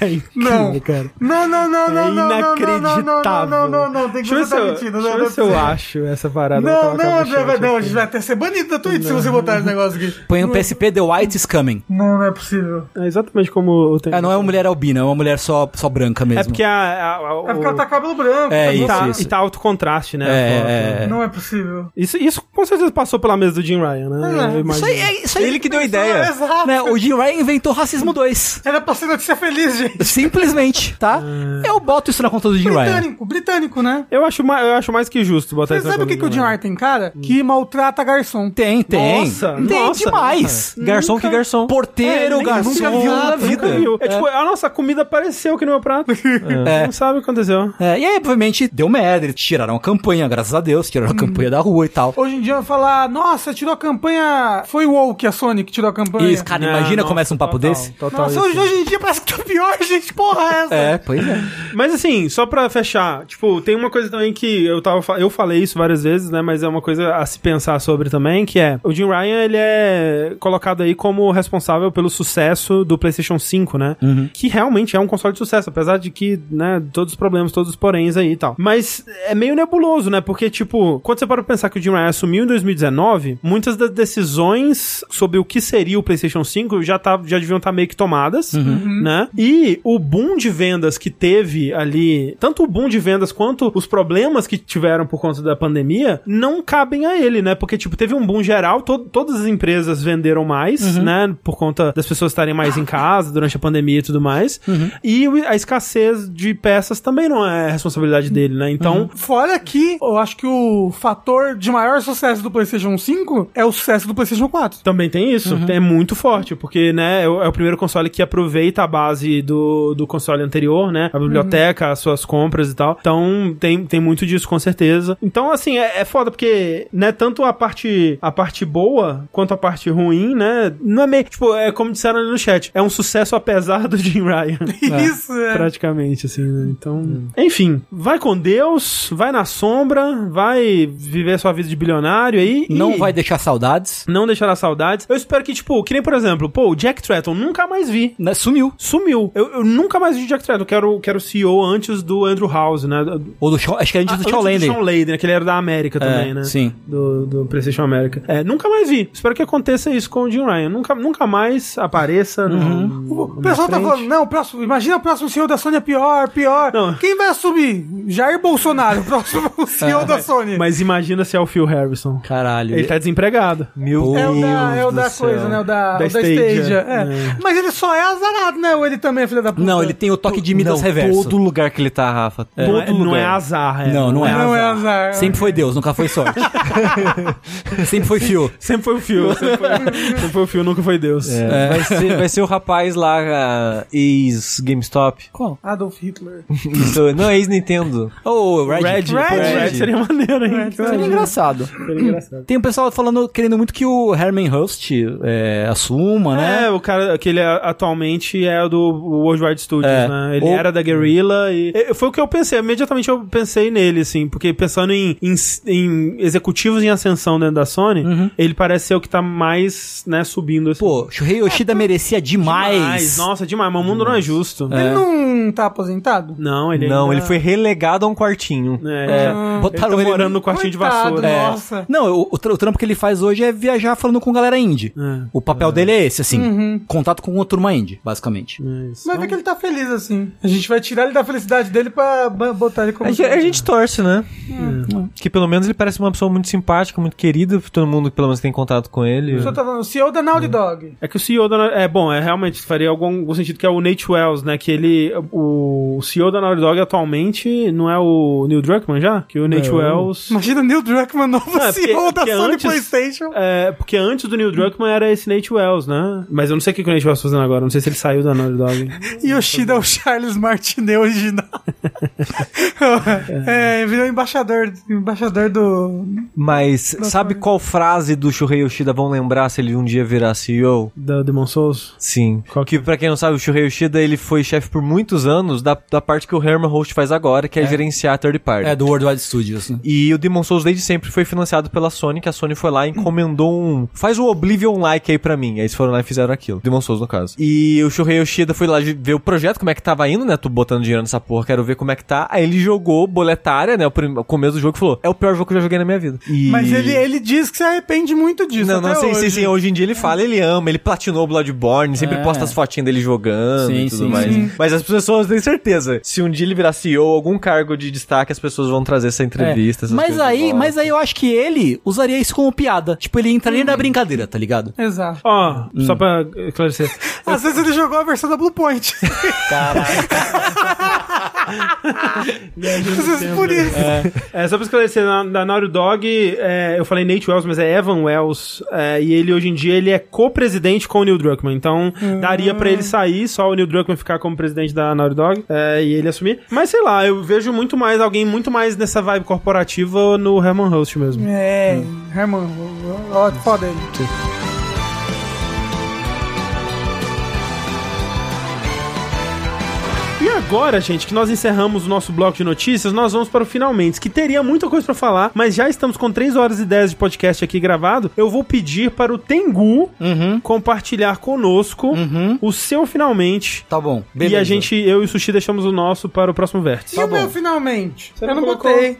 Speaker 1: É [LAUGHS] incrível,
Speaker 3: Não.
Speaker 1: cara.
Speaker 3: Não, não, não, não,
Speaker 1: É
Speaker 3: não, não,
Speaker 1: inacreditável.
Speaker 3: não, não, não, não, não, não, tem
Speaker 1: Deixa
Speaker 3: que
Speaker 1: eu ver
Speaker 3: botar
Speaker 1: se eu-
Speaker 3: metido,
Speaker 1: Deixa eu
Speaker 3: tá não,
Speaker 1: ver
Speaker 3: não
Speaker 1: se eu
Speaker 3: precisa.
Speaker 1: acho tá essa parada. eu
Speaker 3: Não, é
Speaker 1: vou colocar
Speaker 3: não,
Speaker 1: no
Speaker 3: André,
Speaker 1: chat
Speaker 3: vai- não, a
Speaker 1: aqui.
Speaker 3: gente vai até ser banido da Twitch se você botar esse negócio aqui.
Speaker 4: Põe um o PSP The White is coming.
Speaker 3: Não, não é possível.
Speaker 1: É exatamente como eu tenho.
Speaker 4: Ah, não é uma mulher albina, é uma mulher só, só branca mesmo.
Speaker 1: É porque a. a- a-
Speaker 3: É porque ela
Speaker 1: o-
Speaker 3: tá com cabelo branco.
Speaker 4: É,
Speaker 3: tá
Speaker 1: e,
Speaker 4: isso,
Speaker 1: tá,
Speaker 4: isso.
Speaker 1: e tá alto contraste, né? a
Speaker 4: É,
Speaker 1: foto.
Speaker 4: é, é.
Speaker 3: Não é possível.
Speaker 1: Isso, isso com certeza passou pela mesa do Jim Ryan, né? Eu
Speaker 4: Isso
Speaker 1: imagino.
Speaker 4: aí, é, isso aí
Speaker 2: Ele que deu a
Speaker 3: Ah,
Speaker 2: ideia.
Speaker 3: Exato.
Speaker 4: Né, o Jim Ryan inventou Racismo 2.
Speaker 3: Era pra ser notícia feliz, gente.
Speaker 4: Simplesmente, tá?
Speaker 1: Ah.
Speaker 4: Eu boto isso na conta do Jim Ryan.
Speaker 3: Britânico, britânico, né?
Speaker 1: Eu acho, ma- eu acho mais que justo botar
Speaker 3: Você
Speaker 1: isso na né?
Speaker 3: sabe o que, que
Speaker 1: conta
Speaker 3: o
Speaker 1: do
Speaker 3: Jim Ryan tem, cara?
Speaker 1: Hum.
Speaker 3: Que maltrata garçom.
Speaker 4: Tem, tem.
Speaker 1: Nossa,
Speaker 4: tem
Speaker 1: nossa, É.
Speaker 4: demais.
Speaker 2: Garçom que garçom.
Speaker 4: Porteiro,
Speaker 1: nem-
Speaker 4: garçom.
Speaker 1: nunca viu
Speaker 3: na
Speaker 1: Ryan. Nunca
Speaker 4: vida.
Speaker 1: viu. É, tipo, a nossa comida apareceu que no meu prato. Não sabe o que aconteceu.
Speaker 4: É, e aí, obviamente, deu merda. Eles tiraram a campanha, graças a Deus. Tiraram
Speaker 1: Hum.
Speaker 4: a campanha da rua e tal.
Speaker 3: Hoje em dia eu falar, nossa, tirou a campanha. Foi o Woke a Sony que tirou a campanha.
Speaker 4: Isso, cara, imagina,
Speaker 1: É, Não,
Speaker 4: começa um papo
Speaker 1: total,
Speaker 4: desse.
Speaker 1: Total,
Speaker 3: Nossa,
Speaker 1: isso.
Speaker 3: hoje, hoje em dia parece que tá pior, [LAUGHS] gente. Porra, essa.
Speaker 4: É, pois é.
Speaker 1: Mas assim, só pra fechar, tipo, tem uma coisa também que eu tava fa- eu falei isso várias vezes, né, mas é uma coisa a se pensar sobre também, que é o Jim Ryan, ele é colocado aí como responsável pelo sucesso do PlayStation 5, né? Que realmente é um console de sucesso, apesar de que, né, todos os problemas, todos os poréns aí e tal. Mas é meio nebuloso, né? Porque tipo, quando você para pra pensar que o Jim Ryan assumiu em 2019, muitas das decisões sobre o que seria o PlayStation 5 já tá já deviam estar meio que tomadas, né? E o boom de vendas que teve ali, tanto o boom de vendas quanto os problemas que tiveram por conta da pandemia, não cabem a ele, né? Porque, tipo, teve um boom geral, to- todas as empresas venderam mais, né? Por conta das pessoas estarem mais em casa durante a pandemia e tudo mais. E o- a escassez de peças também não é responsabilidade dele, né? Então,
Speaker 3: Fora que eu acho que o fator de maior sucesso do PlayStation 5 é o sucesso do PlayStation 4.
Speaker 1: Também tem isso.
Speaker 4: Uhum.
Speaker 1: É muito forte, porque, né, é o, é o primeiro console que aproveita a base do, do console anterior, né? A
Speaker 4: Uhum.
Speaker 1: biblioteca, as suas compras e tal. Então, tem, tem muito disso, com certeza. Então, assim, é, é foda, porque, né, tanto a parte, a parte boa quanto a parte ruim, né? Não é meio. Tipo, é como disseram ali no chat, é um sucesso apesar do Jim
Speaker 4: [LAUGHS]
Speaker 1: Ryan.
Speaker 3: Isso, é.
Speaker 1: Praticamente, assim, né? Então.
Speaker 4: Uhum.
Speaker 1: Enfim, vai com Deus, vai na sombra, vai viver sua vida de bilionário aí. e-
Speaker 4: Não vai deixar saudades.
Speaker 1: não deixará saudades. Eu espero que, tipo, que nem, por exemplo, pô, o Jack Tretton, nunca mais vi.
Speaker 4: Né, Sumiu.
Speaker 1: Sumiu. Eu, eu nunca mais vi o Jack Tretton, que era, o, que era o CEO antes do Andrew House, né? Do-
Speaker 4: Ou do Shawn, acho que era antes
Speaker 1: Ah, antes
Speaker 4: Ah, do Shawn
Speaker 1: Do
Speaker 4: Lander.
Speaker 1: Shawn Laden, né? Que ele era da América também,
Speaker 4: É,
Speaker 1: né?
Speaker 4: sim.
Speaker 1: Do, do PlayStation América. É, nunca mais vi. Espero que aconteça isso com o Jim Ryan. Nunca, nunca mais apareça. no- no-
Speaker 3: O
Speaker 1: na
Speaker 3: pessoal tá
Speaker 1: frente.
Speaker 3: falando, não, o próximo, imagina o próximo CEO da Sony é pior, pior.
Speaker 1: Não.
Speaker 3: Quem vai assumir? Jair Bolsonaro, o próximo CEO da Sony.
Speaker 1: Mas imagina se é o Phil Harris. Robson.
Speaker 4: Caralho.
Speaker 1: Ele tá desempregado.
Speaker 2: Meu
Speaker 3: É o da,
Speaker 2: Deus
Speaker 3: é o
Speaker 2: do
Speaker 3: da
Speaker 2: céu.
Speaker 3: coisa, né? O da,
Speaker 1: Da
Speaker 3: o da
Speaker 1: Stadia.
Speaker 3: Stadia. é. Mas ele só é azarado, né? Ou ele também é filho da puta?
Speaker 4: Não, ele tem o toque de Midas
Speaker 2: não,
Speaker 4: reverso.
Speaker 2: Todo lugar que ele tá, Rafa.
Speaker 1: É,
Speaker 2: todo
Speaker 1: não, é,
Speaker 2: lugar.
Speaker 1: não é azar, é.
Speaker 4: Não, não é.
Speaker 3: Não é
Speaker 4: azar.
Speaker 3: azar.
Speaker 4: Sempre foi Deus, nunca
Speaker 1: [LAUGHS]
Speaker 4: foi sorte. Sempre foi fio.
Speaker 1: Sempre foi o fio. Sempre foi, sempre foi o fio, nunca foi Deus.
Speaker 2: É, Vai, ser, vai ser o rapaz lá, ah, ex-GameStop.
Speaker 4: Qual?
Speaker 3: Adolf Hitler.
Speaker 2: Isso, não, é ex-Nintendo.
Speaker 4: Ô,
Speaker 1: Red,
Speaker 4: Red.
Speaker 1: pô,
Speaker 3: Red.
Speaker 1: Red É, seria maneiro, hein?
Speaker 4: Seria engraçado. Tem um pessoal falando, querendo muito que o Herman Hust é, assuma, [CLEARS THROAT] né?
Speaker 1: É, o cara que ele é- atualmente é do Worldwide Studios,
Speaker 4: É.
Speaker 1: né? Ele
Speaker 4: Ou-
Speaker 1: era da Guerrilla e... e Foi o que eu pensei, imediatamente eu pensei nele, assim, porque pensando em, em, em executivos em ascensão dentro da Sony, ele parece ser o que tá mais, né, subindo, assim.
Speaker 4: Pô, Shuhei Yoshida merecia demais.
Speaker 1: Demais, Nossa, demais, mas o mundo não é justo.
Speaker 3: Ele não tá aposentado?
Speaker 1: Não, ele
Speaker 2: Não,
Speaker 1: ainda-
Speaker 2: ele foi relegado a um quartinho.
Speaker 1: É, ele tá
Speaker 4: botaram ele-
Speaker 1: morando no quartinho de
Speaker 3: Coitado,
Speaker 1: vassoura.
Speaker 3: né?
Speaker 1: É.
Speaker 3: Nossa.
Speaker 4: Não, o, o tra- o trampo que ele faz hoje é viajar falando com galera indie.
Speaker 1: É. Uhum.
Speaker 4: O papel dele é esse, assim. Contato com a turma indie, basicamente.
Speaker 1: Mas-
Speaker 3: Mas vê que ele tá feliz assim. A gente vai tirar ele da felicidade dele pra ba- botar ele como.
Speaker 2: A gente, a gente torce, né? Que pelo menos ele parece uma pessoa muito simpática, muito querida. Todo mundo que pelo menos tem contato com ele.
Speaker 3: O senhor tá falando, o CEO da Naughty Dog.
Speaker 1: É que o CEO da é bom, é realmente faria algum, algum sentido que é o Nate Wells, né? Que ele o CEO da Naughty Dog atualmente não é o Neil Druckmann já? Que o Nate Wells
Speaker 3: Imagina o Neil Druckmann, novo
Speaker 2: é
Speaker 1: Ah,
Speaker 3: CEO
Speaker 1: porque-
Speaker 3: da
Speaker 1: porque
Speaker 3: Sony
Speaker 1: antes-
Speaker 3: PlayStation.
Speaker 1: é, porque antes do Neil Druckmann era esse Nate Wells, né? Mas eu não sei o que, que o Nate Wells tá fazendo agora, não sei se ele saiu da Naughty Dog. [LAUGHS]
Speaker 3: E Yoshida é o Charles Martinet
Speaker 2: [LAUGHS]
Speaker 3: original. [LAUGHS] é, virou embaixador, embaixador do.
Speaker 2: Mas sabe qual frase do Shuhei Yoshida vão lembrar se ele um dia virar CEO?
Speaker 1: da Demon Souls.
Speaker 2: Sim.
Speaker 1: Qual que-
Speaker 2: que é? pra quem não sabe, o Shuhei Yoshida ele foi chefe por muitos anos da, da parte que o Herman Host faz agora, que é, gerenciar a third party.
Speaker 4: É, do Worldwide Studios. né?
Speaker 2: E o Demon Souls desde sempre foi financiado pela Sony, que a Sony foi lá e encomendou um... Faz um Oblivion-like aí pra mim. Aí eles foram lá e fizeram aquilo. Demon Souls, no caso. E o Shuhei Yoshida foi lá ver o projeto, como é que tava indo, né? Tô botando dinheiro nessa porra, quero ver como é que tá. Aí ele jogou Boletária, né? O, prim... o começo do jogo e falou, é o pior jogo que eu já joguei na minha vida. E-
Speaker 3: Mas ele,
Speaker 4: é
Speaker 3: ele diz que se arrepende muito disso.
Speaker 2: Não, não,
Speaker 3: até
Speaker 2: sim,
Speaker 3: hoje.
Speaker 2: sim, sim. Hoje em dia ele fala, ele ama, ele platinou o Bloodborne, sempre
Speaker 4: É.
Speaker 2: posta as fotinhas dele jogando
Speaker 4: Sim,
Speaker 2: e tudo
Speaker 4: sim,
Speaker 2: mais.
Speaker 4: sim.
Speaker 2: Mas as pessoas têm certeza. Se um dia ele virar CEO, algum cargo de destaque, as pessoas vão trazer essa entrevista.
Speaker 4: É.
Speaker 2: essas
Speaker 4: Mas
Speaker 2: coisas de
Speaker 4: aí,
Speaker 2: volta.
Speaker 4: mas aí eu acho que ele usaria isso como piada. Tipo, ele entraria
Speaker 1: Uhum.
Speaker 4: na brincadeira, tá ligado?
Speaker 3: Exato.
Speaker 1: Ó, só pra esclarecer.
Speaker 3: Às vezes ele jogou a versão da Blue Point. [LAUGHS] Vocês por isso.
Speaker 1: É, só pra esclarecer, na, na Naughty Dog, é, eu falei Nate Wells, mas é Evan Wells, é, e ele hoje em dia ele é co-presidente com o Neil Druckmann, então daria pra ele sair, só o Neil Druckmann ficar como presidente da Naughty Dog, é, e ele assumir. Mas sei lá, eu vejo muito mais, alguém muito mais nessa vibe corporativa no Herman Host mesmo.
Speaker 3: É, Herman, ó, foda ele.
Speaker 1: E agora, gente, que nós encerramos o nosso bloco de notícias, nós vamos para o finalmente, que teria muita coisa pra falar, mas já estamos com 3 horas e 10 de podcast aqui gravado. Eu vou pedir para o Tengu
Speaker 2: Uhum.
Speaker 1: compartilhar conosco
Speaker 4: Hum.
Speaker 1: o seu finalmente.
Speaker 4: Uhum. Tá bom.
Speaker 1: E a gente, eu e o Sushi, deixamos o nosso para o próximo vértice.
Speaker 3: e o meu finalmente?
Speaker 1: Você
Speaker 3: eu
Speaker 1: não
Speaker 3: não
Speaker 1: colocou?
Speaker 3: botei.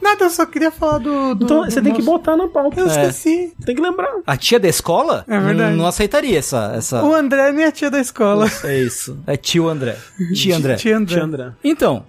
Speaker 3: Nada, eu só queria falar do. do-
Speaker 1: Então
Speaker 3: do
Speaker 1: você tem que
Speaker 3: nosso-
Speaker 1: botar na pauta.
Speaker 3: Eu
Speaker 4: É.
Speaker 3: esqueci.
Speaker 1: Tem que lembrar.
Speaker 4: A tia da escola
Speaker 3: É verdade.
Speaker 4: não aceitaria essa. essa...
Speaker 3: O André é minha tia da escola.
Speaker 4: É isso. É tio André. Tia André.
Speaker 3: Tia André. Tia André.
Speaker 1: Chandra.
Speaker 4: Então,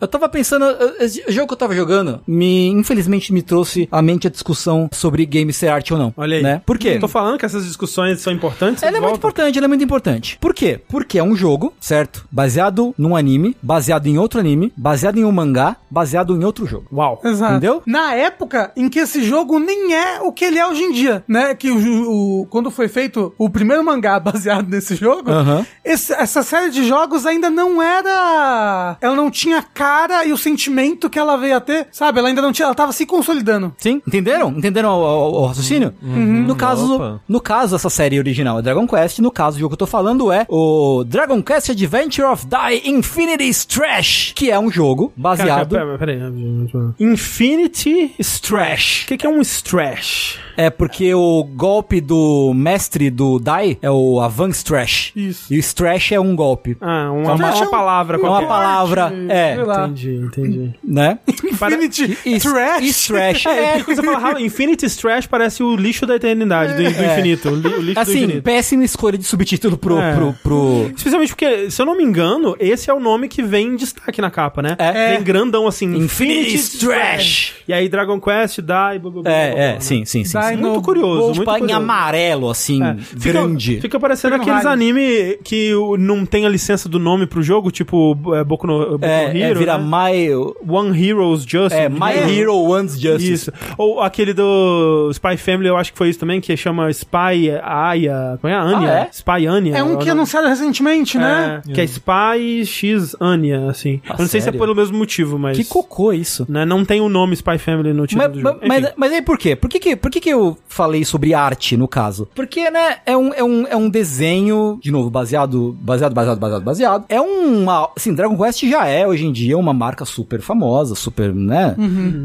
Speaker 4: eu tava pensando, eh, esse jogo que eu tava jogando, me infelizmente me trouxe à mente a discussão sobre game ser arte ou não.
Speaker 1: Olha aí.
Speaker 4: Né? Por quê?
Speaker 1: Eu tô falando que essas discussões são importantes.
Speaker 4: Ela é muito
Speaker 1: volta.
Speaker 4: importante, ela é muito importante. Por quê? Porque é um jogo, certo? Baseado num anime, baseado em outro anime, baseado em um mangá, baseado em outro jogo.
Speaker 1: Uau.
Speaker 3: Exato.
Speaker 4: Entendeu?
Speaker 3: Na época em que esse jogo nem é o que ele é hoje em dia, né? Que o, o- quando foi feito o primeiro mangá [LAUGHS] baseado nesse jogo,
Speaker 4: Aham.
Speaker 3: esse- essa série de jogos ainda não era. Ela não tinha a cara e o sentimento que ela veio a ter, sabe? Ela ainda não tinha. Ela tava se consolidando.
Speaker 4: Sim, entenderam? Entenderam o, o- o raciocínio? No caso,
Speaker 2: Opa.
Speaker 4: no caso essa série original é Dragon Quest, no caso o jogo que eu tô falando é o Dragon Quest Adventure of Die Infinity Strash, que é um jogo
Speaker 1: Cara,
Speaker 4: baseado
Speaker 1: pera- peraí. rapidinho. Infinity Strash. O que que é um Strash?
Speaker 4: É porque o golpe do mestre do Dai é o Avance Trash.
Speaker 3: Isso.
Speaker 4: E o Strash é um golpe.
Speaker 1: Ah, uma,
Speaker 3: Strash
Speaker 1: uma
Speaker 3: é um-
Speaker 1: palavra
Speaker 4: É uma
Speaker 1: qualquer.
Speaker 3: Golpe.
Speaker 4: palavra
Speaker 3: e
Speaker 4: É,
Speaker 3: Hum, né? sei lá.
Speaker 1: Entendi, entendi.
Speaker 4: né?
Speaker 3: Infinity
Speaker 4: E-
Speaker 3: Trash.
Speaker 4: E
Speaker 1: [LAUGHS]
Speaker 4: trash.
Speaker 1: É, porque você fala, "Halo, Infinity Trash parece o lixo da eternidade, do, do
Speaker 4: É.
Speaker 1: infinito. O, li- o lixo do [LAUGHS]
Speaker 4: Assim,
Speaker 1: infinito.
Speaker 4: péssima escolha de subtítulo pro.
Speaker 1: É.
Speaker 4: pro, pro...
Speaker 1: Especialmente porque, se eu não me engano, esse é o nome que vem em destaque na capa, né?
Speaker 4: É.
Speaker 1: Vem grandão assim,
Speaker 4: Infinity Trash.
Speaker 1: E aí Dragon Quest, Dai, blá, blá, blá, blá,
Speaker 4: É,
Speaker 1: blá.
Speaker 4: é, sim, sim,
Speaker 3: Dai-
Speaker 4: sim. sim.
Speaker 1: Muito
Speaker 3: No-
Speaker 1: curioso,
Speaker 4: Ou,
Speaker 1: muito
Speaker 4: tipo, em
Speaker 1: curioso.
Speaker 4: amarelo, assim,
Speaker 1: É. Fica-
Speaker 4: grande.
Speaker 1: Fica parecendo
Speaker 3: Fica no
Speaker 1: aqueles
Speaker 3: rádio.
Speaker 1: anime que o- não tem a licença do nome pro jogo, tipo é, Boku no, Boku
Speaker 4: é,
Speaker 1: no
Speaker 4: é,
Speaker 1: Hero,
Speaker 4: vira
Speaker 1: né?
Speaker 4: My.
Speaker 1: One Hero's Justice.
Speaker 4: É, My Hero One's Justice.
Speaker 1: Isso. Ou aquele do Spy Family, eu acho que foi isso também, que chama Spy Aya. Como é? Anya.
Speaker 4: Ah, é?
Speaker 1: Spy Anya.
Speaker 3: É um que
Speaker 1: eu não sei
Speaker 3: anunciaram recentemente, né?
Speaker 1: Que é Spy X Anya, assim.
Speaker 4: Ah,
Speaker 1: eu não sei se é
Speaker 4: sério?
Speaker 1: pelo mesmo motivo, mas.
Speaker 4: Que cocô é isso.
Speaker 1: né, Não tem o nome Spy Family no título
Speaker 4: Mas,
Speaker 1: do jogo.
Speaker 4: mas, é-
Speaker 1: Enfim.
Speaker 4: mas aí por quê? Por que, que, por que, que eu falei sobre arte, no caso? Porque, né, é um, é um, é um desenho, de novo, baseado, baseado, baseado, baseado, baseado. É uma, assim, Dragon Quest já é, hoje em dia, uma marca super famosa, super, né,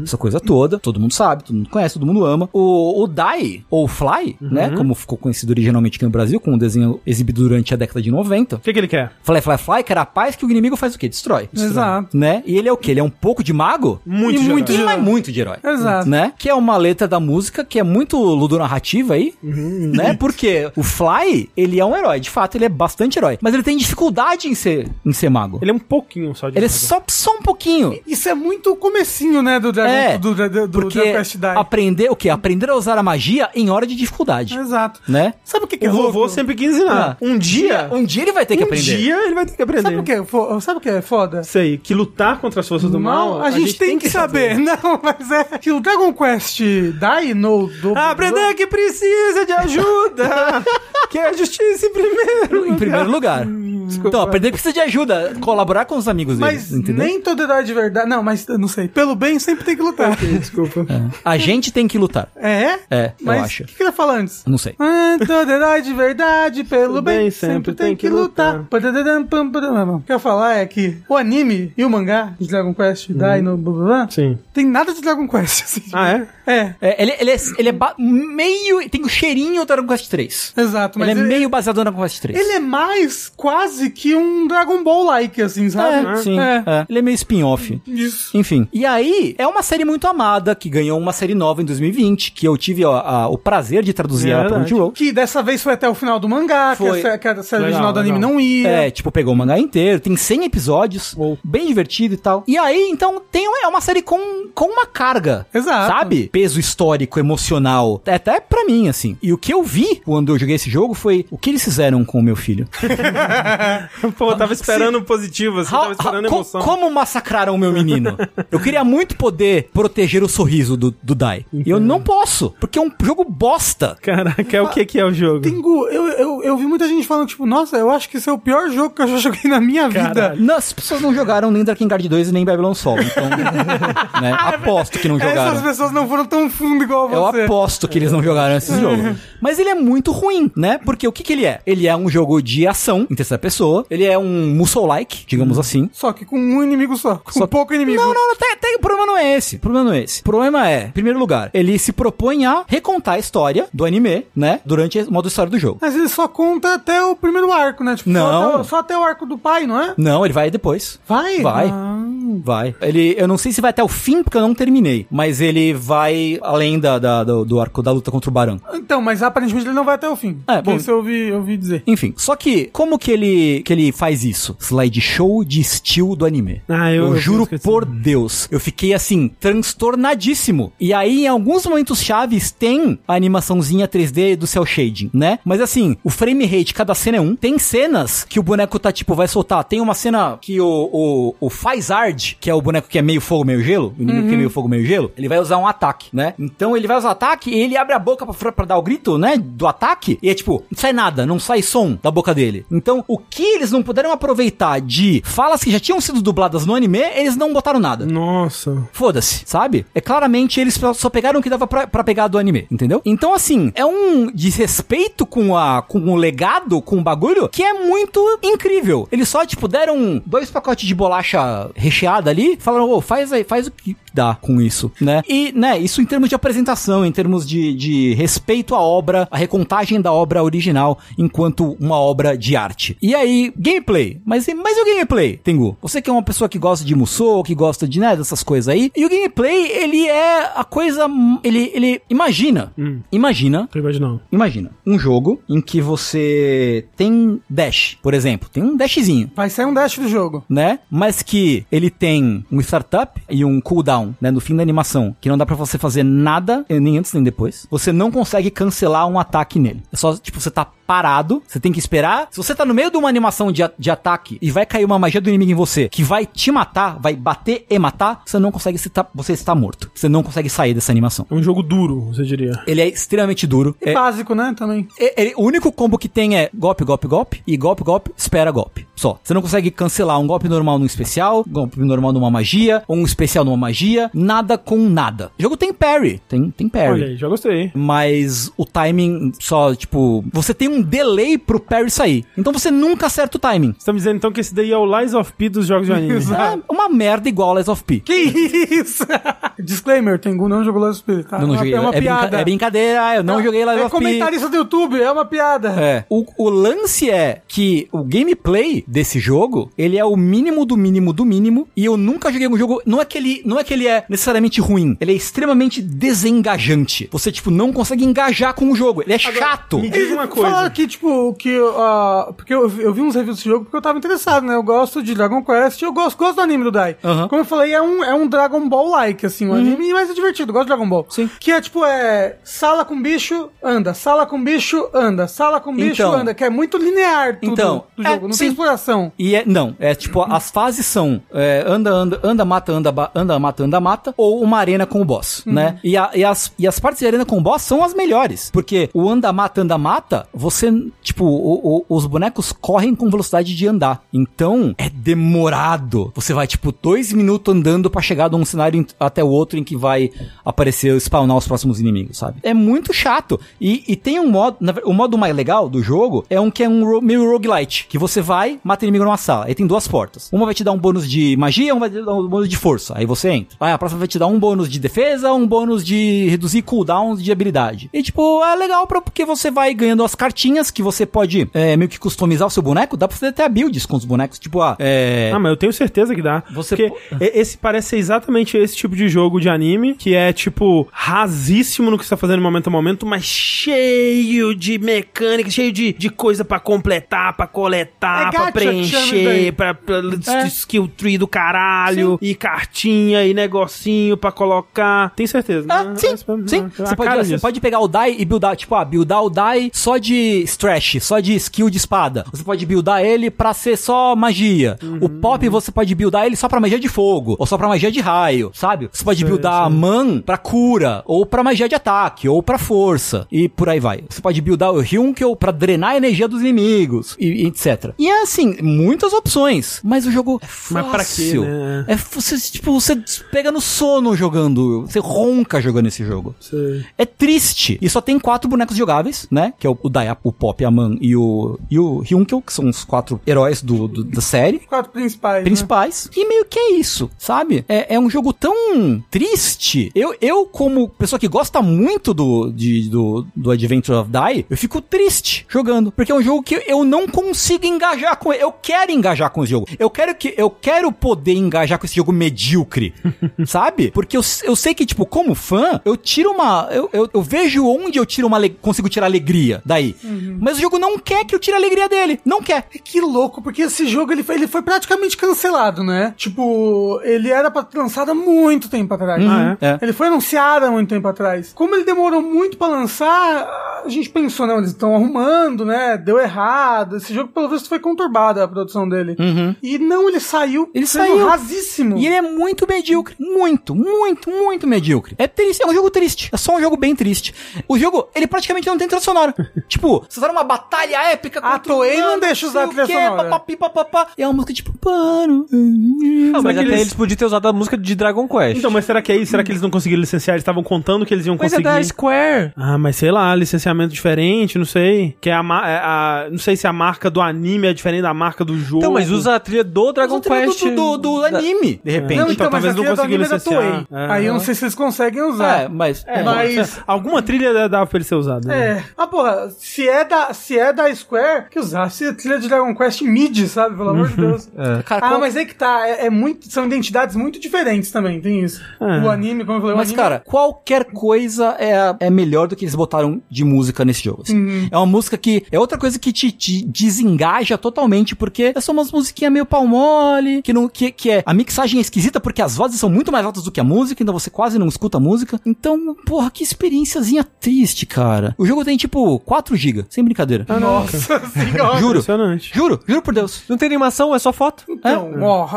Speaker 4: essa coisa toda. Todo mundo sabe, todo mundo conhece, todo mundo ama. O, o Dai, ou Fly, né,
Speaker 1: Uhum.
Speaker 4: como ficou conhecido originalmente aqui no Brasil, com um desenho exibido durante a década de 90.
Speaker 1: O que, que ele quer?
Speaker 4: Fly, Fly, Fly, que era a paz que o inimigo faz o quê? Destrói.
Speaker 3: Exato.
Speaker 4: Né? E ele é o quê? Ele é um pouco de mago?
Speaker 1: Muito
Speaker 3: E
Speaker 1: de
Speaker 3: muito
Speaker 1: herói.
Speaker 4: Que é muito de herói.
Speaker 3: Exato.
Speaker 4: Né? Que é uma letra da música que é muito ludonarrativa aí,
Speaker 3: Uhum.
Speaker 4: né? Porque o Fly, ele é um herói, de fato, ele é bastante herói. Mas ele tem dificuldade em ser, em ser mago. Ele,
Speaker 1: Ele é um pouquinho só de
Speaker 4: é
Speaker 1: jogo.
Speaker 4: só, só um pouquinho.
Speaker 3: Isso é muito o comecinho, né, do Dragon,
Speaker 4: É,
Speaker 3: do, do, do, do
Speaker 4: Porque
Speaker 3: Dragon Quest Die.
Speaker 4: aprender o quê? Aprender a usar a magia em hora de dificuldade,
Speaker 3: Exato.
Speaker 4: né?
Speaker 3: Sabe o que, que
Speaker 1: O
Speaker 3: é
Speaker 1: vovô
Speaker 3: louco?
Speaker 1: sempre quis
Speaker 3: Ah,
Speaker 1: ensinar. Um dia,
Speaker 4: Um dia ele vai ter que
Speaker 1: um
Speaker 4: aprender.
Speaker 1: dia ele vai ter que aprender.
Speaker 3: Sabe o que é fo- Sabe o que é foda?
Speaker 1: Sei, que lutar contra as forças do mal...
Speaker 3: a, gente, tem, que saber. [LAUGHS] Não, mas é que o Dragon Quest Die no do
Speaker 1: [LAUGHS] Ah, Aprender que precisa de ajuda! que é a justiça em primeiro
Speaker 4: Em primeiro lugar. Então, aprender que precisa de ajuda, colaborar com os amigos
Speaker 3: Mas
Speaker 4: dele, entendeu?
Speaker 3: nem todo herói de verdade. Não, mas eu não sei. Pelo bem sempre tem que lutar. Desculpa.
Speaker 4: É. A gente tem que lutar.
Speaker 3: É?
Speaker 4: É,
Speaker 3: mas
Speaker 4: eu acho.
Speaker 3: O que que ele fala antes?
Speaker 4: Não sei.
Speaker 3: Ah, todo herói de verdade, pelo bem, sempre, tem que lutar. Padadadam, pam, padadam. O que eu ia falar é que o anime e o mangá de Dragon Quest,
Speaker 4: Uhum.
Speaker 3: Dino, blá, blá, blá,
Speaker 1: Sim.
Speaker 3: tem nada de Dragon Quest. [LAUGHS] Assim,
Speaker 1: Ah, é?
Speaker 3: é?
Speaker 4: É, ele, ele é, ele é ba- meio. Tem o cheirinho do Dragon Quest 3.
Speaker 3: exato. Mas
Speaker 4: ele é meio baseado no Dragon Quest 3.
Speaker 3: ele é mais quase que um Dragon Ball-like, assim, sabe?
Speaker 4: É, sim. é. Ele é meio spin-off.
Speaker 3: Isso.
Speaker 4: Enfim. E aí, é uma série muito amada, que ganhou uma série nova em 2020, que eu tive ó, a- o prazer de traduzir
Speaker 1: É
Speaker 4: ela pra
Speaker 1: verdade.
Speaker 4: Crunchyroll.
Speaker 3: Que dessa vez foi até o final do mangá,
Speaker 4: Foi.
Speaker 3: que a sé- que a série
Speaker 1: Legal,
Speaker 3: original do anime
Speaker 1: legal.
Speaker 3: não ia.
Speaker 4: É, tipo, pegou o mangá inteiro, tem 100 episódios,
Speaker 1: Uou.
Speaker 4: bem divertido e tal. E aí, então, tem é uma série com, com uma carga.
Speaker 3: Exato.
Speaker 4: Sabe? Peso histórico, emocional. É Até pra mim, assim. E o que eu vi quando eu joguei esse jogo foi o que eles fizeram com o meu
Speaker 1: [LAUGHS]
Speaker 4: filho.
Speaker 1: [LAUGHS] Pô, eu tava esperando o positivo, assim,
Speaker 4: How-
Speaker 1: tava esperando
Speaker 4: how- Ah, co-
Speaker 1: emoção.
Speaker 4: como massacraram o meu menino? Eu queria muito poder proteger o sorriso do, do Dai. E eu não posso, porque é um jogo bosta.
Speaker 1: Caraca, é o que que é o jogo?
Speaker 3: Tengu, eu, eu, eu vi muita gente falando, tipo, nossa, eu acho que esse é o pior jogo que eu já [LAUGHS] joguei na minha vida.
Speaker 4: Não, as pessoas não jogaram nem Dark Guard 2 e nem Babylon Sol. Então,
Speaker 1: [LAUGHS]
Speaker 4: [LAUGHS] né, aposto que não
Speaker 3: Essas
Speaker 4: jogaram.
Speaker 3: pessoas não foram tão fundo igual
Speaker 4: Eu
Speaker 3: você. Uhum.
Speaker 4: aposto que eles não jogaram esse jogo. Mas ele é muito ruim, né? Porque o que, que ele é? Ele é um jogo de ação em terceira pessoa. Ele é um Musou-like, digamos assim.
Speaker 3: Só que com um inimigo só. Com
Speaker 4: Só-
Speaker 3: pouco Hum. inimigo.
Speaker 4: Não, não, não tem, tem- o problema não é esse. O problema não é esse. O problema é, em primeiro lugar, ele se propõe a recontar a história do anime, né? Durante o modo história do jogo.
Speaker 3: Mas ele só conta até o primeiro arco, né? Tipo, só
Speaker 4: Não.
Speaker 3: até o- Só até, o arco do pai, não é?
Speaker 4: Não, ele vai depois.
Speaker 3: Vai?
Speaker 4: Vai.
Speaker 3: Ah.
Speaker 4: Vai. Ele, eu não sei se vai até o fim, porque eu não terminei. Mas ele vai além da, da- do, do arco da luta contra o Barão.
Speaker 3: Então, mas aparentemente ele não vai até o fim.
Speaker 4: É, bom.
Speaker 3: Isso eu ouvi, eu ouvi dizer.
Speaker 4: Enfim, só que como que ele, que ele faz isso? Slideshow de estilo do anime.
Speaker 1: Ah, eu- eu
Speaker 4: juro
Speaker 1: esqueci.
Speaker 4: por Deus. Eu fiquei assim, transtornadíssimo. E aí, em alguns momentos chaves, tem a animaçãozinha 3D do cel shading, né? Mas assim, o frame rate, de cada cena é um. Tem cenas que o boneco tá, tipo, vai soltar. Tem uma cena que o, o, o Faizard, que é o boneco que é meio fogo, meio gelo, o inimigo que é meio fogo, meio gelo, ele vai usar um ataque, né? Então ele vai usar ataque e ele abre a boca pra, fra- pra dar o grito, né? Do ataque. E é tipo, não sai nada, não sai som da boca dele. Então, o que eles não puderam aproveitar de falas que já tinham sido dubladas no anime, eles não botaram nada.
Speaker 1: Nossa.
Speaker 4: Foda-se, sabe? É claramente eles só só pegaram o que dava pra, pra pegar do anime, entendeu? Então, assim, é um desrespeito com, a, com o legado, com um, o bagulho, que é muito incrível. Eles só, tipo, deram dois pacotes de bolacha piada ali, falaram, ô, faz aí, faz o que dá com isso, né? E, né, isso em termos de apresentação, em termos de, de respeito à obra, a recontagem da obra original enquanto uma obra de arte. E aí, gameplay. Mas, e- mas e o gameplay, Tengu? Você que é uma pessoa que gosta de Musou, que gosta de, né, dessas coisas aí, e o gameplay, ele é a coisa, ele, ele, imagina, imagina
Speaker 1: Tô imaginando.
Speaker 4: Imagina, um jogo em que você tem dash, por exemplo, tem um dashzinho,
Speaker 3: Vai sair um dash do jogo.
Speaker 4: né? Mas que ele tem um startup e um cooldown, né, no fim da animação, que não dá pra você fazer nada eh, nem antes nem depois. Você não consegue cancelar um ataque nele. É só tipo você tá parado, você tem que esperar. Se você tá no meio de uma animação de, a- de ataque e vai cair uma magia do inimigo em você, que vai te matar, vai bater e matar, você não consegue, você, tá- você está morto. Você não consegue sair dessa animação.
Speaker 1: É um jogo duro, você diria.
Speaker 4: Ele é extremamente duro.
Speaker 3: E
Speaker 4: É-
Speaker 3: básico, né, também.
Speaker 4: e- ele- É, o único combo que tem é golpe, golpe, golpe, e golpe, golpe, espera golpe. Só. Você não consegue cancelar um golpe normal num especial, golpe normal numa magia, um especial numa magia, nada com nada. O jogo tem parry. Tem, tem
Speaker 1: Olha
Speaker 4: parry.
Speaker 1: aí, já gostei.
Speaker 4: Mas o timing só, tipo, você tem um delay pro parry sair. Então você nunca acerta o timing.
Speaker 1: Você tá me dizendo então que esse daí é o Lies of P dos jogos de anime.
Speaker 4: É uma merda igual a Lies of P.
Speaker 3: Que
Speaker 4: [LAUGHS]
Speaker 3: isso? Disclaimer, Tengu não jogou Last Spirit, tá?
Speaker 4: Eu não joguei.
Speaker 3: é uma
Speaker 4: é, brinca-
Speaker 3: piada.
Speaker 4: é brincadeira, eu não, joguei Lies
Speaker 3: é
Speaker 4: of P.
Speaker 3: comentarista do YouTube, é uma piada.
Speaker 4: É. O, o lance é que o gameplay desse jogo, ele é o mínimo do mínimo do mínimo, e eu nunca joguei um jogo, não é que ele, não é que ele é necessariamente ruim, ele é extremamente desengajante. Você, tipo, não consegue engajar com o jogo, ele é chato.
Speaker 1: me diz
Speaker 3: [LAUGHS]
Speaker 1: uma
Speaker 3: Falaram
Speaker 1: coisa.
Speaker 3: que, tipo, o que. ah, porque eu, vi- eu vi uns reviews desse jogo porque eu tava interessado, né? Eu gosto de Dragon Quest e eu gosto, gosto do anime do Dai.
Speaker 4: Aham. Uhum.
Speaker 3: Como eu falei, é um, é um Dragon Ball-like, assim, o anime, mas é divertido, eu gosto de Dragon Ball.
Speaker 4: Sim.
Speaker 3: Que é tipo, é. Sala com bicho, anda. Sala com bicho, anda. Sala com bicho,
Speaker 4: Então.
Speaker 3: anda. Que é muito linear tudo
Speaker 4: Então,
Speaker 3: do
Speaker 4: é,
Speaker 3: jogo. não
Speaker 4: sim.
Speaker 3: tem exploração.
Speaker 4: E é, não, é tipo, as fases são é, anda, anda, anda, mata, anda, ba- anda, mata, anda, mata, ou uma arena com o boss, né? E, a- e as, e as partes de arena com o boss são as melhores, porque o anda, mata, anda, mata, você, tipo, o- o- os bonecos correm com velocidade de andar. Então, é demorado. Você vai, tipo, dois minutos andando pra chegar de um cenário em- até o outro em que vai aparecer, spawnar os próximos inimigos, sabe? É muito chato. E, e tem um modo, na ver- o modo mais legal do jogo é um que é um ro- meio roguelite, que você vai, mata inimigo numa sala, aí tem duas portas. Uma vai te dar um bônus de magia, uma vai te dar um bônus de força, aí você entra. Aí a próxima vai te dar um bônus de defesa, um bônus de reduzir cooldowns de habilidade. E tipo, é legal pra, porque você vai ganhando as cartinhas que você pode é, meio que customizar o seu boneco, dá pra fazer até builds com os bonecos, tipo, ah, é...
Speaker 1: Ah, mas eu tenho certeza que dá.
Speaker 4: Você
Speaker 1: porque
Speaker 4: po-
Speaker 1: e- esse parece ser exatamente esse tipo de jogo de anime, que é, tipo, rasíssimo no que você tá fazendo momento a momento, mas cheio de mecânica, cheio de, de coisa pra completar, pra
Speaker 3: É
Speaker 1: coletar, pra
Speaker 3: gacha que chama isso daí.
Speaker 1: preencher, pra, pra
Speaker 4: É.
Speaker 1: skill tree do caralho, e cartinha, e negocinho pra colocar. Tem certeza, né?
Speaker 4: Ah, sim, sim. Você pode, você pode pegar o Dai e buildar, tipo, ah, buildar o Dai só de stretch, só de skill de espada. Você pode buildar ele pra ser só magia. O
Speaker 1: Uhum.
Speaker 4: Pop você pode buildar ele só pra magia de fogo, ou só pra magia de raio, sabe? Você pode buildar a Man pra cura, ou pra magia de ataque, ou pra força, e por aí vai. Você pode buildar o Ryunkel pra drenar a energia dos inimigos, e, e etc. E é assim, muitas opções, mas o jogo é fácil.
Speaker 1: Mas pra quê, né?
Speaker 4: É, você, tipo, você pega no sono jogando, você ronca jogando esse jogo. É triste. E só tem quatro bonecos jogáveis, né? Que é o, o Daya, o Pop, a Man e o, e o Hyunkel, que são os quatro heróis do, do- da série.
Speaker 3: Quatro principais. né?
Speaker 4: Principais. E meio que é isso, sabe? É, é um jogo tão triste. Eu, eu como pessoa que gosta muito do, de- do, do Adventure of Die, eu fico triste jogando. Porque é um jogo que eu não consigo engajar com ele. Eu quero engajar com esse jogo. Eu quero que eu quero poder engajar com esse jogo medíocre. [LAUGHS] sabe? Porque eu, s- eu sei que, tipo, como fã, eu tiro uma. Eu, eu, eu vejo onde eu tiro uma ale- consigo tirar alegria daí.
Speaker 3: Uhum.
Speaker 4: Mas o jogo não quer que eu tire a alegria dele. Não quer.
Speaker 3: É que louco, porque esse jogo ele foi, ele foi praticamente cancelado, né? Tipo, ele era pra ter lançado há muito tempo atrás.
Speaker 1: Ah,
Speaker 4: é? É.
Speaker 3: Ele foi anunciado há muito tempo atrás. Como ele demorou muito pra lançar, a gente pensou, não, eles estão arrumando, né? Deu errado. Esse jogo, pelo visto, foi conturbado a produção dele. E não, ele saiu.
Speaker 4: Ele
Speaker 3: sendo
Speaker 4: saiu.
Speaker 3: rasíssimo.
Speaker 4: E ele é muito medíocre. Muito, muito, muito medíocre. É triste, é um jogo triste. É só um jogo bem triste. O jogo, ele praticamente não tem trilha sonora. [LAUGHS] tipo, vocês fizeram uma batalha épica
Speaker 3: A
Speaker 4: contra o
Speaker 3: Toei Ah, não
Speaker 4: humano,
Speaker 3: deixa usar
Speaker 4: sei o
Speaker 3: trilha
Speaker 4: quê,
Speaker 3: sonora.
Speaker 4: papapi, papapá. E é uma música tipo... pano.
Speaker 2: Ah, mas
Speaker 1: Será que
Speaker 2: até
Speaker 1: eles-
Speaker 2: eles podiam ter usado a música de Dragon Quest.
Speaker 1: Então, mas será que é isso? Será que eles não conseguiram licenciar? Eles estavam contando que eles iam
Speaker 2: mas é
Speaker 1: conseguir.
Speaker 2: da Square.
Speaker 1: Ah, mas sei lá, licenciar licenciamento diferente, não sei. Que é a, ma- é a- Não sei se a marca do anime é diferente da marca do jogo.
Speaker 2: Então, mas usa a trilha do Dragon Quest.
Speaker 4: é do, do, do anime, de repente.
Speaker 1: Então,
Speaker 3: Não, então, mas
Speaker 1: talvez
Speaker 3: aqui
Speaker 1: não
Speaker 3: é do
Speaker 1: conseguiu
Speaker 3: anime da
Speaker 1: licenciar.
Speaker 3: Toei.
Speaker 1: É.
Speaker 3: Aí eu não sei se vocês conseguem usar.
Speaker 4: É, mas...
Speaker 3: É, mas...
Speaker 1: Alguma trilha dava pra ele ser usado. né?
Speaker 3: É. Ah, porra, se é da, se é da Square, que usasse a trilha de Dragon Quest mid, sabe? Pelo amor de Deus.
Speaker 4: Cara,
Speaker 3: ah,
Speaker 4: qual-
Speaker 3: mas é que tá. É, é muito, são identidades muito diferentes também, tem isso.
Speaker 1: É.
Speaker 3: O anime, como eu falei, o
Speaker 4: Mas,
Speaker 3: anime-
Speaker 4: cara, qualquer coisa é, é melhor do que eles botaram de música nesse jogo. assim. É uma música que. É outra coisa que te, te desengaja totalmente, porque são umas musiquinhas meio pau mole, que, não, que, que é. A mixagem é esquisita porque as vozes são muito mais altas do que a música, então você quase não escuta a música. Então, porra, que experiênciazinha triste, cara. O jogo tem tipo 4 GB, sem brincadeira.
Speaker 3: é-
Speaker 1: Ah,
Speaker 3: Nossa [LAUGHS] senhora.
Speaker 4: Juro.
Speaker 1: Impressionante.
Speaker 4: Juro, juro por Deus.
Speaker 2: Não tem animação, é só foto.
Speaker 3: Então,
Speaker 1: [LAUGHS]
Speaker 3: ó,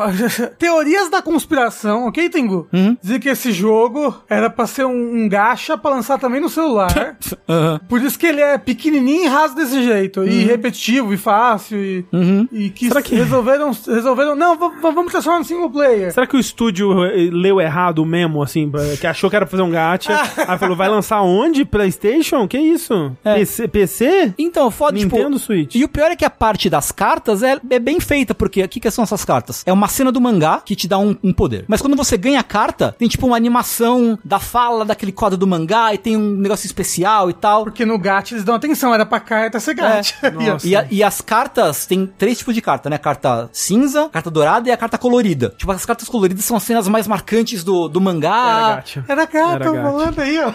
Speaker 3: teorias da conspiração, ok, Tengu? Dizer que esse jogo era pra ser um, um gacha pra lançar também no [LAUGHS] celular.
Speaker 4: Aham.
Speaker 3: Por isso que ele é pequenininho e raso desse jeito. E repetitivo, e fácil, e, e Uhum. que,
Speaker 1: Será que-
Speaker 3: resolveram... resolveram Não, v- v- vamos transformar no single player.
Speaker 1: Será que o estúdio eh, leu errado o memo, assim, pra- que achou que era pra fazer um gacha? aí falou, vai lançar onde? PlayStation? Que isso? PC? PC?
Speaker 4: Então, foda
Speaker 1: Nintendo Switch.
Speaker 4: E o pior é que a parte das cartas é, é bem feita, porque o que, que são essas cartas? É uma cena do mangá que te dá um, um poder. Mas quando você ganha a carta, tem tipo uma animação da fala daquele quadro do mangá e tem um negócio especial e tal.
Speaker 3: Porque no gacha eles dão atenção, era pra carta ser [LAUGHS] gacha.
Speaker 1: Nossa.
Speaker 4: E, a- e as cartas, tem três tipos de carta, né? Carta cinza, carta dourada e a carta colorida. Tipo, as cartas coloridas são as cenas mais marcantes do, do
Speaker 1: Era
Speaker 4: mangá.
Speaker 1: gacha.
Speaker 3: Era gacha,
Speaker 1: Era
Speaker 3: tô
Speaker 1: gacha.
Speaker 3: falando aí, ó.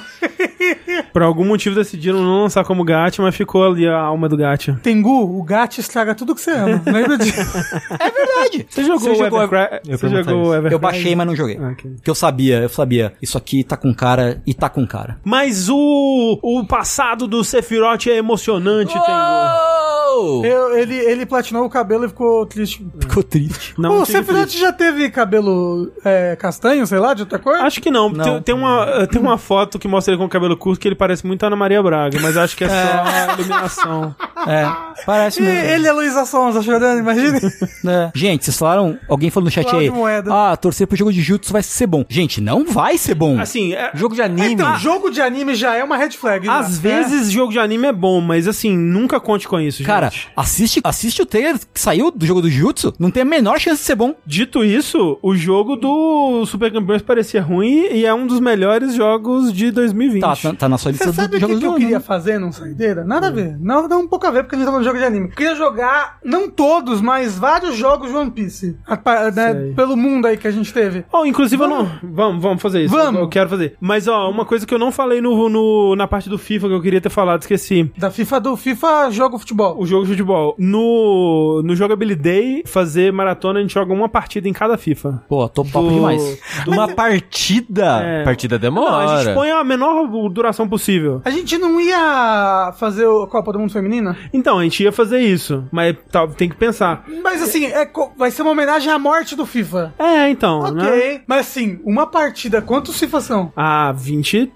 Speaker 1: Por algum motivo decidiram não lançar como gacha, mas ficou ali a alma do gacha.
Speaker 3: Tengu, o gacha estraga tudo que você [LAUGHS] ama. Lembra disso?
Speaker 4: É verdade.
Speaker 1: Você jogou
Speaker 4: Você
Speaker 1: o
Speaker 4: jogou
Speaker 1: Evercra...
Speaker 2: Eu
Speaker 1: Você
Speaker 2: pergunto
Speaker 1: jogou
Speaker 2: isso.
Speaker 1: o Evercra...
Speaker 4: Eu baixei, mas não joguei.
Speaker 1: é Ah, Ok.
Speaker 4: Porque eu sabia, eu sabia. Isso aqui tá com cara e tá com cara.
Speaker 1: Mas o, o passado do Sephiroth é emocionante, Tengu.
Speaker 4: Uou!
Speaker 3: Eu- ele, ele platinou o cabelo e ficou triste.
Speaker 4: Ficou triste.
Speaker 1: Não,
Speaker 3: Pô, o
Speaker 1: fique
Speaker 3: Sephiroth
Speaker 1: triste.
Speaker 3: já teve cabelo é, castanho, sei lá, de outra cor?
Speaker 1: Acho que não.
Speaker 4: Não.
Speaker 1: Tem, tem uma, tem uma foto que mostra ele com o cabelo curto que ele parece muito a Ana Maria Braga, mas acho
Speaker 4: [LAUGHS]
Speaker 1: que é só iluminação.
Speaker 4: É, parece
Speaker 3: E
Speaker 4: mesmo.
Speaker 3: ele é Luísa Sonza chorando, [LAUGHS] imagina.
Speaker 4: É. Gente, vocês falaram, alguém falou no chat
Speaker 3: Cláudio
Speaker 4: aí,
Speaker 3: Moedas.
Speaker 4: ah, torcer pro jogo de jutsu vai ser bom. Gente, não vai ser bom.
Speaker 1: Assim, é-
Speaker 2: Jogo de anime.
Speaker 3: então, jogo de anime já é uma red flag. né?
Speaker 1: às vezes jogo de anime é bom, mas assim, nunca conte com isso,
Speaker 4: Cara,
Speaker 1: gente.
Speaker 4: assiste, assiste o trailer que saiu do jogo do jutsu, não tem a menor chance de ser bom.
Speaker 1: Dito isso, o jogo do Super Campeões parecia ruim e é um dos melhores jogos de 2020.
Speaker 4: Tá, tá, tá na sua
Speaker 3: Você
Speaker 4: lista
Speaker 3: sabe
Speaker 4: do
Speaker 3: o que,
Speaker 4: jogo
Speaker 3: que
Speaker 4: do
Speaker 3: eu
Speaker 4: ano.
Speaker 3: queria fazer num saideira? Nada a ver. Não, dá um pouco a ver, porque a gente tá falando de jogo de anime. Eu queria jogar, não todos, mas vários jogos de One Piece. A pa- né,
Speaker 1: Sei.
Speaker 3: pelo mundo aí que a gente teve.
Speaker 1: Oh, inclusive eu não. Vamos, vamos fazer isso.
Speaker 3: Vamos.
Speaker 1: Eu quero fazer. Mas, ó, uma coisa que eu não falei no, no- na parte do FIFA que eu queria ter falado, esqueci.
Speaker 3: Da FIFA do FIFA Jogo Futebol.
Speaker 1: O jogo de futebol. No, no Jogability Day, fazer maratona, a gente joga uma partida em cada FIFA.
Speaker 4: Pô, tô top
Speaker 1: Do-
Speaker 4: demais.
Speaker 2: Uma partida.
Speaker 1: É.
Speaker 2: Partida demora.
Speaker 1: Não, a gente põe a menor duração possível.
Speaker 3: A gente não ia fazer o- a Copa do Mundo Feminina?
Speaker 1: Então, a gente ia fazer isso, mas tá, tem que pensar.
Speaker 3: Mas assim, é co- vai ser uma homenagem à morte do FIFA.
Speaker 1: É, então, né?
Speaker 3: Ok. Mas assim, uma partida, quantos FIFA são?
Speaker 1: Ah, 20.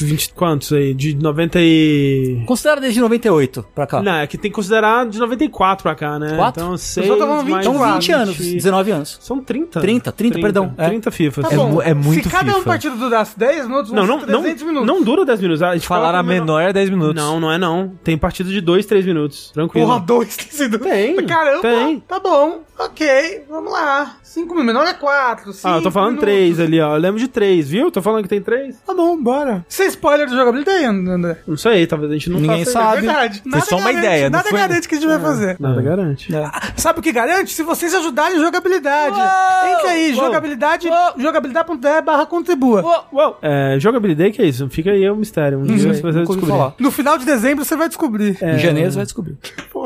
Speaker 1: 20 quantos aí? De 90 e.
Speaker 4: Considera desde 98 pra cá.
Speaker 1: Não, é que tem que considerar de 94 pra cá, né?
Speaker 4: Quatro?
Speaker 1: Então,
Speaker 4: Os
Speaker 1: 6.
Speaker 3: outros vão
Speaker 1: mais
Speaker 4: Então 20
Speaker 1: 20.
Speaker 4: anos, 19 anos.
Speaker 1: São 30.
Speaker 4: 30, 30, perdão. É.
Speaker 1: 30
Speaker 3: Tá
Speaker 1: FIFAs.
Speaker 2: É mu- é muito
Speaker 3: Se cada um
Speaker 2: FIFA.
Speaker 3: partido durasse 10 minutos,
Speaker 1: Não, não,
Speaker 3: vão ser
Speaker 1: não,
Speaker 3: 300 minutos.
Speaker 1: não dura 10 minutos. A gente
Speaker 2: Falar
Speaker 1: fala
Speaker 2: a
Speaker 1: que é
Speaker 2: menor é 10 minutos.
Speaker 1: Não, não é não. Tem partida de 2, 3 minutos. Tranquilo.
Speaker 3: Porra, dois, três minutos.
Speaker 1: Tem,
Speaker 3: Caramba,
Speaker 1: tem.
Speaker 3: tá bom. Ok, vamos lá. Cinco minutos, menor é quatro, cinco
Speaker 1: ah, eu tô falando
Speaker 3: minutos.
Speaker 1: 3 ali, ó. Eu lembro de 3, viu? Tô falando que tem 3.
Speaker 3: Tá bom, bora. Isso é spoiler do jogabilidade, André.
Speaker 1: Não sei, talvez a gente não
Speaker 4: Ninguém
Speaker 1: faça
Speaker 4: sabe.
Speaker 3: É verdade. Nada
Speaker 2: só uma
Speaker 3: garante,
Speaker 2: ideia, não
Speaker 3: Nada
Speaker 2: foi-
Speaker 3: garante que a gente
Speaker 1: É.
Speaker 3: vai fazer.
Speaker 1: Nada garante.
Speaker 3: Ah, Sabe o que garante? Se vocês ajudarem jogabilidade.
Speaker 4: Uou!
Speaker 3: Entra aí,
Speaker 4: Uou!
Speaker 3: jogabilidade,
Speaker 4: Uou!
Speaker 3: jogabilidade.de barra contribua.
Speaker 1: Uou, é, jogabilidade que é isso? Fica aí o mistério. Um dia você vai
Speaker 4: Nunca ouvi
Speaker 1: descobrir.
Speaker 4: falar.
Speaker 3: No final de dezembro você vai descobrir.
Speaker 1: É,
Speaker 4: Em janeiro você vai descobrir.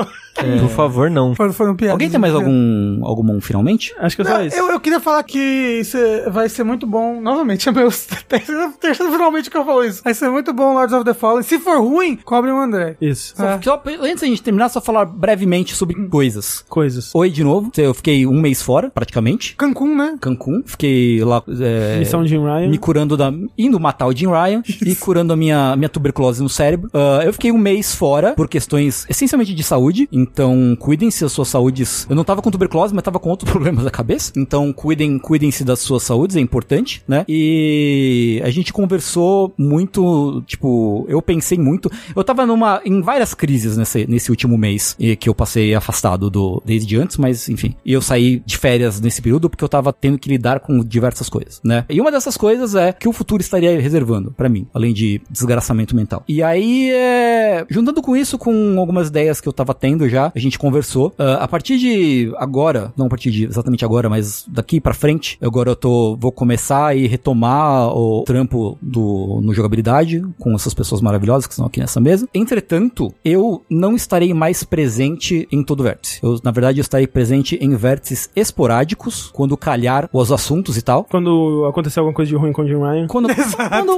Speaker 2: Por favor, não.
Speaker 3: Foram, foram piadas.
Speaker 4: Alguém tem mais algum, algum um finalmente?
Speaker 1: Acho que é só
Speaker 3: um Não,
Speaker 1: isso.
Speaker 3: eu, eu queria falar que isso é- vai ser muito bom. Novamente, [LAUGHS] é meu terceiro, terceiro finalmente que eu falo isso. Vai ser muito bom Lords of the Fallen. Se for ruim, cobre o André.
Speaker 1: Isso.
Speaker 4: Só-
Speaker 3: Ah.
Speaker 4: só- antes da gente terminar, só falar brevemente sobre coisas.
Speaker 1: Coisas.
Speaker 4: Oi de novo, eu fiquei um mês fora, praticamente.
Speaker 3: Cancún, né?
Speaker 4: Cancún, fiquei lá. é,
Speaker 1: Missão Jim Ryan.
Speaker 4: me curando da. indo matar o Jim Ryan e curando a minha, minha tuberculose no cérebro. Ah, eu fiquei um mês fora por questões essencialmente de saúde. Em Então, cuidem-se das suas saúdes. Eu não tava com tuberculose, mas tava com [LAUGHS] outros problemas da cabeça. Então, cuidem, cuidem-se das suas saúdes, é importante, né? E a gente conversou muito, tipo, eu pensei muito. Eu tava numa em várias crises nesse, nesse último mês e que eu passei afastado do desde antes, mas enfim. E eu saí de férias nesse período porque eu tava tendo que lidar com diversas coisas, né? E uma dessas coisas é que o futuro estaria reservando pra mim, além de desgraçamento mental. E aí, é, juntando com isso, com algumas ideias que eu tava tendo já, a gente conversou. Ah, a partir de agora, não a partir de exatamente agora, mas daqui pra frente, agora eu tô, vou começar e retomar o trampo do, no jogabilidade com essas pessoas maravilhosas que estão aqui nessa mesa. Entretanto, eu não estarei mais presente em todo vértice. Eu, na verdade, eu estarei presente em vértices esporádicos, quando calhar os assuntos e tal.
Speaker 1: Quando acontecer alguma coisa de ruim com o Jim Ryan.
Speaker 4: Quando, quando,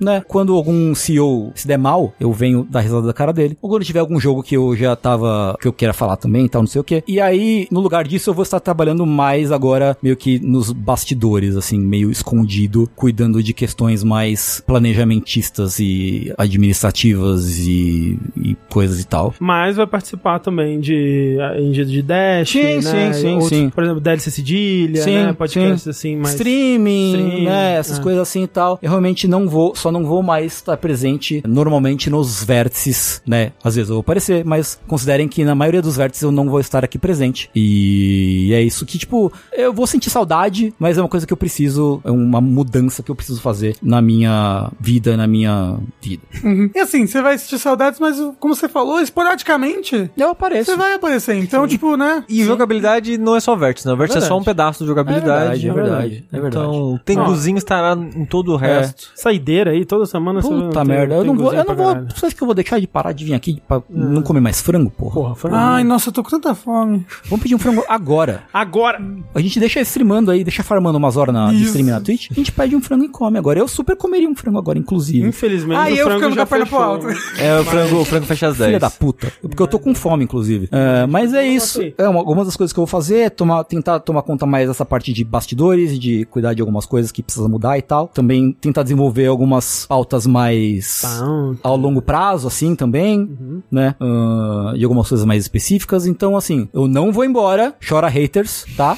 Speaker 4: né, quando algum CEO se der mal, eu venho dar risada da cara dele. Ou quando tiver algum jogo que eu já tava, que eu queira falar também e tal, não sei o que. E aí, no lugar disso, eu vou estar trabalhando mais agora, meio que nos bastidores, assim, meio escondido, cuidando de questões mais planejamentistas e administrativas e, e coisas e tal.
Speaker 1: Mas vai participar também de eh, em dia de Dash.
Speaker 4: Sim,
Speaker 1: né?
Speaker 4: sim, sim,
Speaker 1: e outros,
Speaker 4: sim.
Speaker 1: Por exemplo, DLC Cedilha,
Speaker 4: Sim,
Speaker 1: né? Podcasts assim, mais.
Speaker 4: streaming,
Speaker 1: Streaming,
Speaker 4: né, essas
Speaker 1: é.
Speaker 4: coisas assim e tal. Eu realmente não vou, só não vou mais estar presente normalmente nos vértices, né? Às vezes eu vou aparecer, mas considerem que na maioria dos vértices eu não vou estar aqui presente. E é isso que, tipo, eu vou sentir saudade, mas é uma coisa que eu preciso, é uma mudança que eu preciso fazer na minha vida, na minha vida.
Speaker 3: E assim, você vai sentir saudades, mas como você falou, esporadicamente,
Speaker 4: Eu apareço.
Speaker 3: você vai aparecer. Então, tipo, né?
Speaker 2: E jogabilidade não é só vértice, né? Vértice é, só um
Speaker 1: Verdade.
Speaker 2: pedaço de jogabilidade.
Speaker 4: É verdade, é verdade, é verdade.
Speaker 2: Então, Tenguzinho estará em todo o resto.
Speaker 1: Saideira aí, toda semana você
Speaker 4: Puta
Speaker 1: vai- tem-
Speaker 4: merda, eu
Speaker 1: tem
Speaker 4: não vou,
Speaker 1: cozinha
Speaker 4: eu não
Speaker 1: pra
Speaker 4: vou,
Speaker 1: caralho.
Speaker 4: você acha que eu vou deixar de parar de vir aqui pra não comer mais frango, É. porra?
Speaker 1: Porra, foi
Speaker 3: Ai, nossa, eu tô com tanta fome.
Speaker 4: Vamos pedir um frango agora.
Speaker 1: Agora!
Speaker 4: A gente deixa streamando aí, deixa farmando umas horas na de
Speaker 3: Isso.
Speaker 4: stream na Twitch. A gente pede um frango e come agora. Eu super comeria um frango agora, inclusive.
Speaker 1: Infelizmente,
Speaker 3: Ai,
Speaker 1: o
Speaker 3: eu
Speaker 1: frango
Speaker 3: ficando com
Speaker 1: já
Speaker 3: a perna
Speaker 1: fechou.
Speaker 3: pro alto.
Speaker 2: É, o frango, o frango fecha às 10.
Speaker 4: Filha da puta. Porque eu tô com fome, inclusive. É, mas é isso.
Speaker 1: assim?
Speaker 4: É, uma, algumas das coisas que eu vou fazer é tomar, tentar tomar conta mais dessa parte de bastidores, de cuidar de algumas coisas que precisa mudar e tal. Também tentar desenvolver algumas pautas mais
Speaker 1: Pão.
Speaker 4: ao longo prazo, assim, também, né? Ah, e algumas coisas mais específicas. Então, assim, eu não vou embora. Chora haters, tá?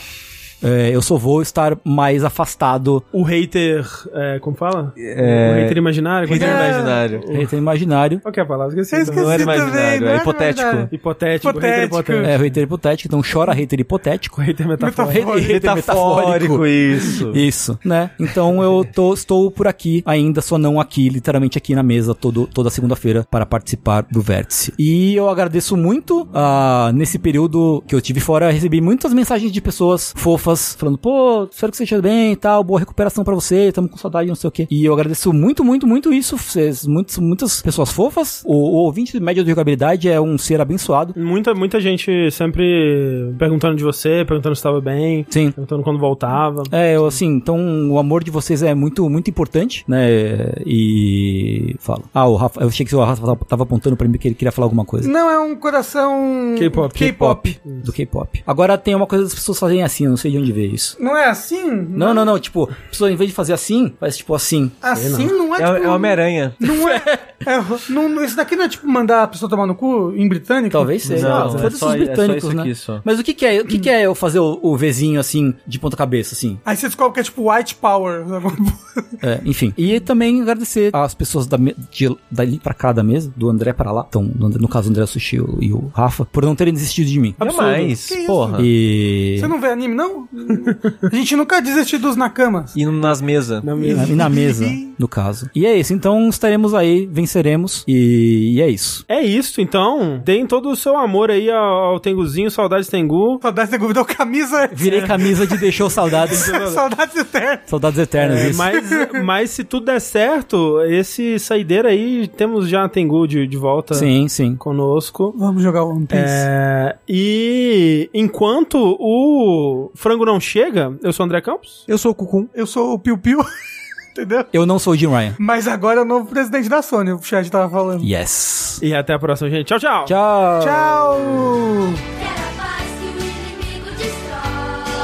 Speaker 4: É, eu só vou estar mais afastado
Speaker 1: O hater. é, como fala?
Speaker 4: É.
Speaker 1: O hater imaginário?
Speaker 2: Hater
Speaker 1: Como é que é?
Speaker 2: imaginário.
Speaker 4: Hater um imaginário.
Speaker 1: Qual que é a palavra? Esqueci.
Speaker 3: Eu esqueci
Speaker 2: Não era
Speaker 3: também,
Speaker 2: imaginário,
Speaker 3: não
Speaker 2: é
Speaker 3: era
Speaker 2: hipotético.
Speaker 4: Tá
Speaker 3: imaginário.
Speaker 1: Hipotético, hater
Speaker 3: Hipotético.
Speaker 1: hipotético.
Speaker 4: É, hater hipotético, então chora hater hipotético.
Speaker 1: Hater metafórico.
Speaker 3: Metafórico.
Speaker 4: Hater metafórico.
Speaker 2: isso.
Speaker 4: Isso, né? Então eu tô- estou por aqui ainda, só não aqui, literalmente aqui na mesa todo, toda segunda-feira para participar do Vértice. E eu agradeço muito, ah, nesse período que eu tive fora, eu recebi muitas mensagens de pessoas fofas, falando, pô, espero que você esteja bem e tal, boa recuperação pra você, tamo com saudade, não sei o quê. E eu agradeço muito, muito, muito isso, vocês, muitos, muitas pessoas fofas. O, o ouvinte médio de jogabilidade é um ser abençoado.
Speaker 1: Muita, muita gente sempre perguntando de você, perguntando se estava bem,
Speaker 4: Sim.
Speaker 1: perguntando quando voltava.
Speaker 4: É, eu, assim, então o amor de vocês é muito, muito importante, né? E. Fala. Ah, o Rafa, eu achei que o Rafa tava- tava apontando pra mim que ele queria falar alguma coisa.
Speaker 3: Não, é um coração...
Speaker 1: K-pop.
Speaker 3: K-pop.
Speaker 4: Do K-pop. Agora tem uma coisa das pessoas fazem assim, eu não sei de onde veio isso.
Speaker 3: Não é assim?
Speaker 4: Não, não, não. Tipo, a pessoa em vez de fazer assim, faz tipo assim.
Speaker 3: Assim não é,
Speaker 2: É,
Speaker 3: tipo...
Speaker 2: é Homem-Aranha.
Speaker 3: Não é... é não, não- isso daqui não é tipo mandar a pessoa tomar no cu em britânico?
Speaker 4: Talvez seja.
Speaker 2: Não,
Speaker 4: Ah,
Speaker 2: é
Speaker 4: Foda-se
Speaker 2: só-
Speaker 4: os
Speaker 2: é só
Speaker 4: britânicos,
Speaker 2: isso
Speaker 4: né?
Speaker 2: aqui, só.
Speaker 4: Mas o que, que é? O que, que é eu fazer o, o Vzinho assim, de ponta cabeça, assim?
Speaker 3: Aí você descobre que é tipo white power.
Speaker 4: É, enfim. E também agradecer às pessoas da me- de- dali pra cá da mesa, do André pra lá, então, do André- no caso, o André Sushi o- e o Rafa, por não terem desistido de mim.
Speaker 2: Absurdo. mais,
Speaker 3: Que isso?
Speaker 2: porra. E,
Speaker 4: E.
Speaker 3: Você não vê anime, não? A gente nunca desistiu dos nakamas.
Speaker 2: no- nas mesas.
Speaker 1: Na
Speaker 4: E
Speaker 1: minha-
Speaker 4: na- e na mesa, no caso. E é isso. Então estaremos aí, venceremos. E, e é isso.
Speaker 1: É isso, então. Deem todo o seu amor aí ao, ao Tenguzinho, saudades Tengu.
Speaker 3: Saudades da Gouvidão camisa.
Speaker 4: Virei camisa de deixou saudades.
Speaker 3: [LAUGHS] Saudades eternas.
Speaker 4: saudades eternas,
Speaker 1: É,
Speaker 4: isso.
Speaker 1: mas,
Speaker 4: [LAUGHS]
Speaker 1: mas se tudo der certo, esse saideira aí, temos já a Tengu de, de volta
Speaker 4: Sim, sim.
Speaker 1: conosco.
Speaker 3: Vamos jogar One Piece.
Speaker 1: É, e enquanto o frango não chega, eu sou o André Campos.
Speaker 2: Eu sou o Cucum.
Speaker 3: Eu sou o Piu Piu, [LAUGHS] entendeu?
Speaker 4: Eu não sou o Jim Ryan.
Speaker 3: Mas agora é o novo presidente da Sony, o chat tava falando.
Speaker 4: Yes.
Speaker 1: E até a próxima, gente. Tchau, tchau.
Speaker 4: Tchau.
Speaker 3: Tchau!
Speaker 5: Quero a paz que o inimigo destrói.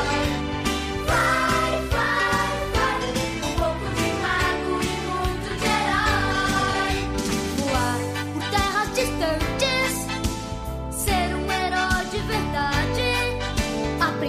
Speaker 5: Vai, vai, vai. Um pouco de mago e muito de herói. Voar por terras distantes. Ser um herói. Um é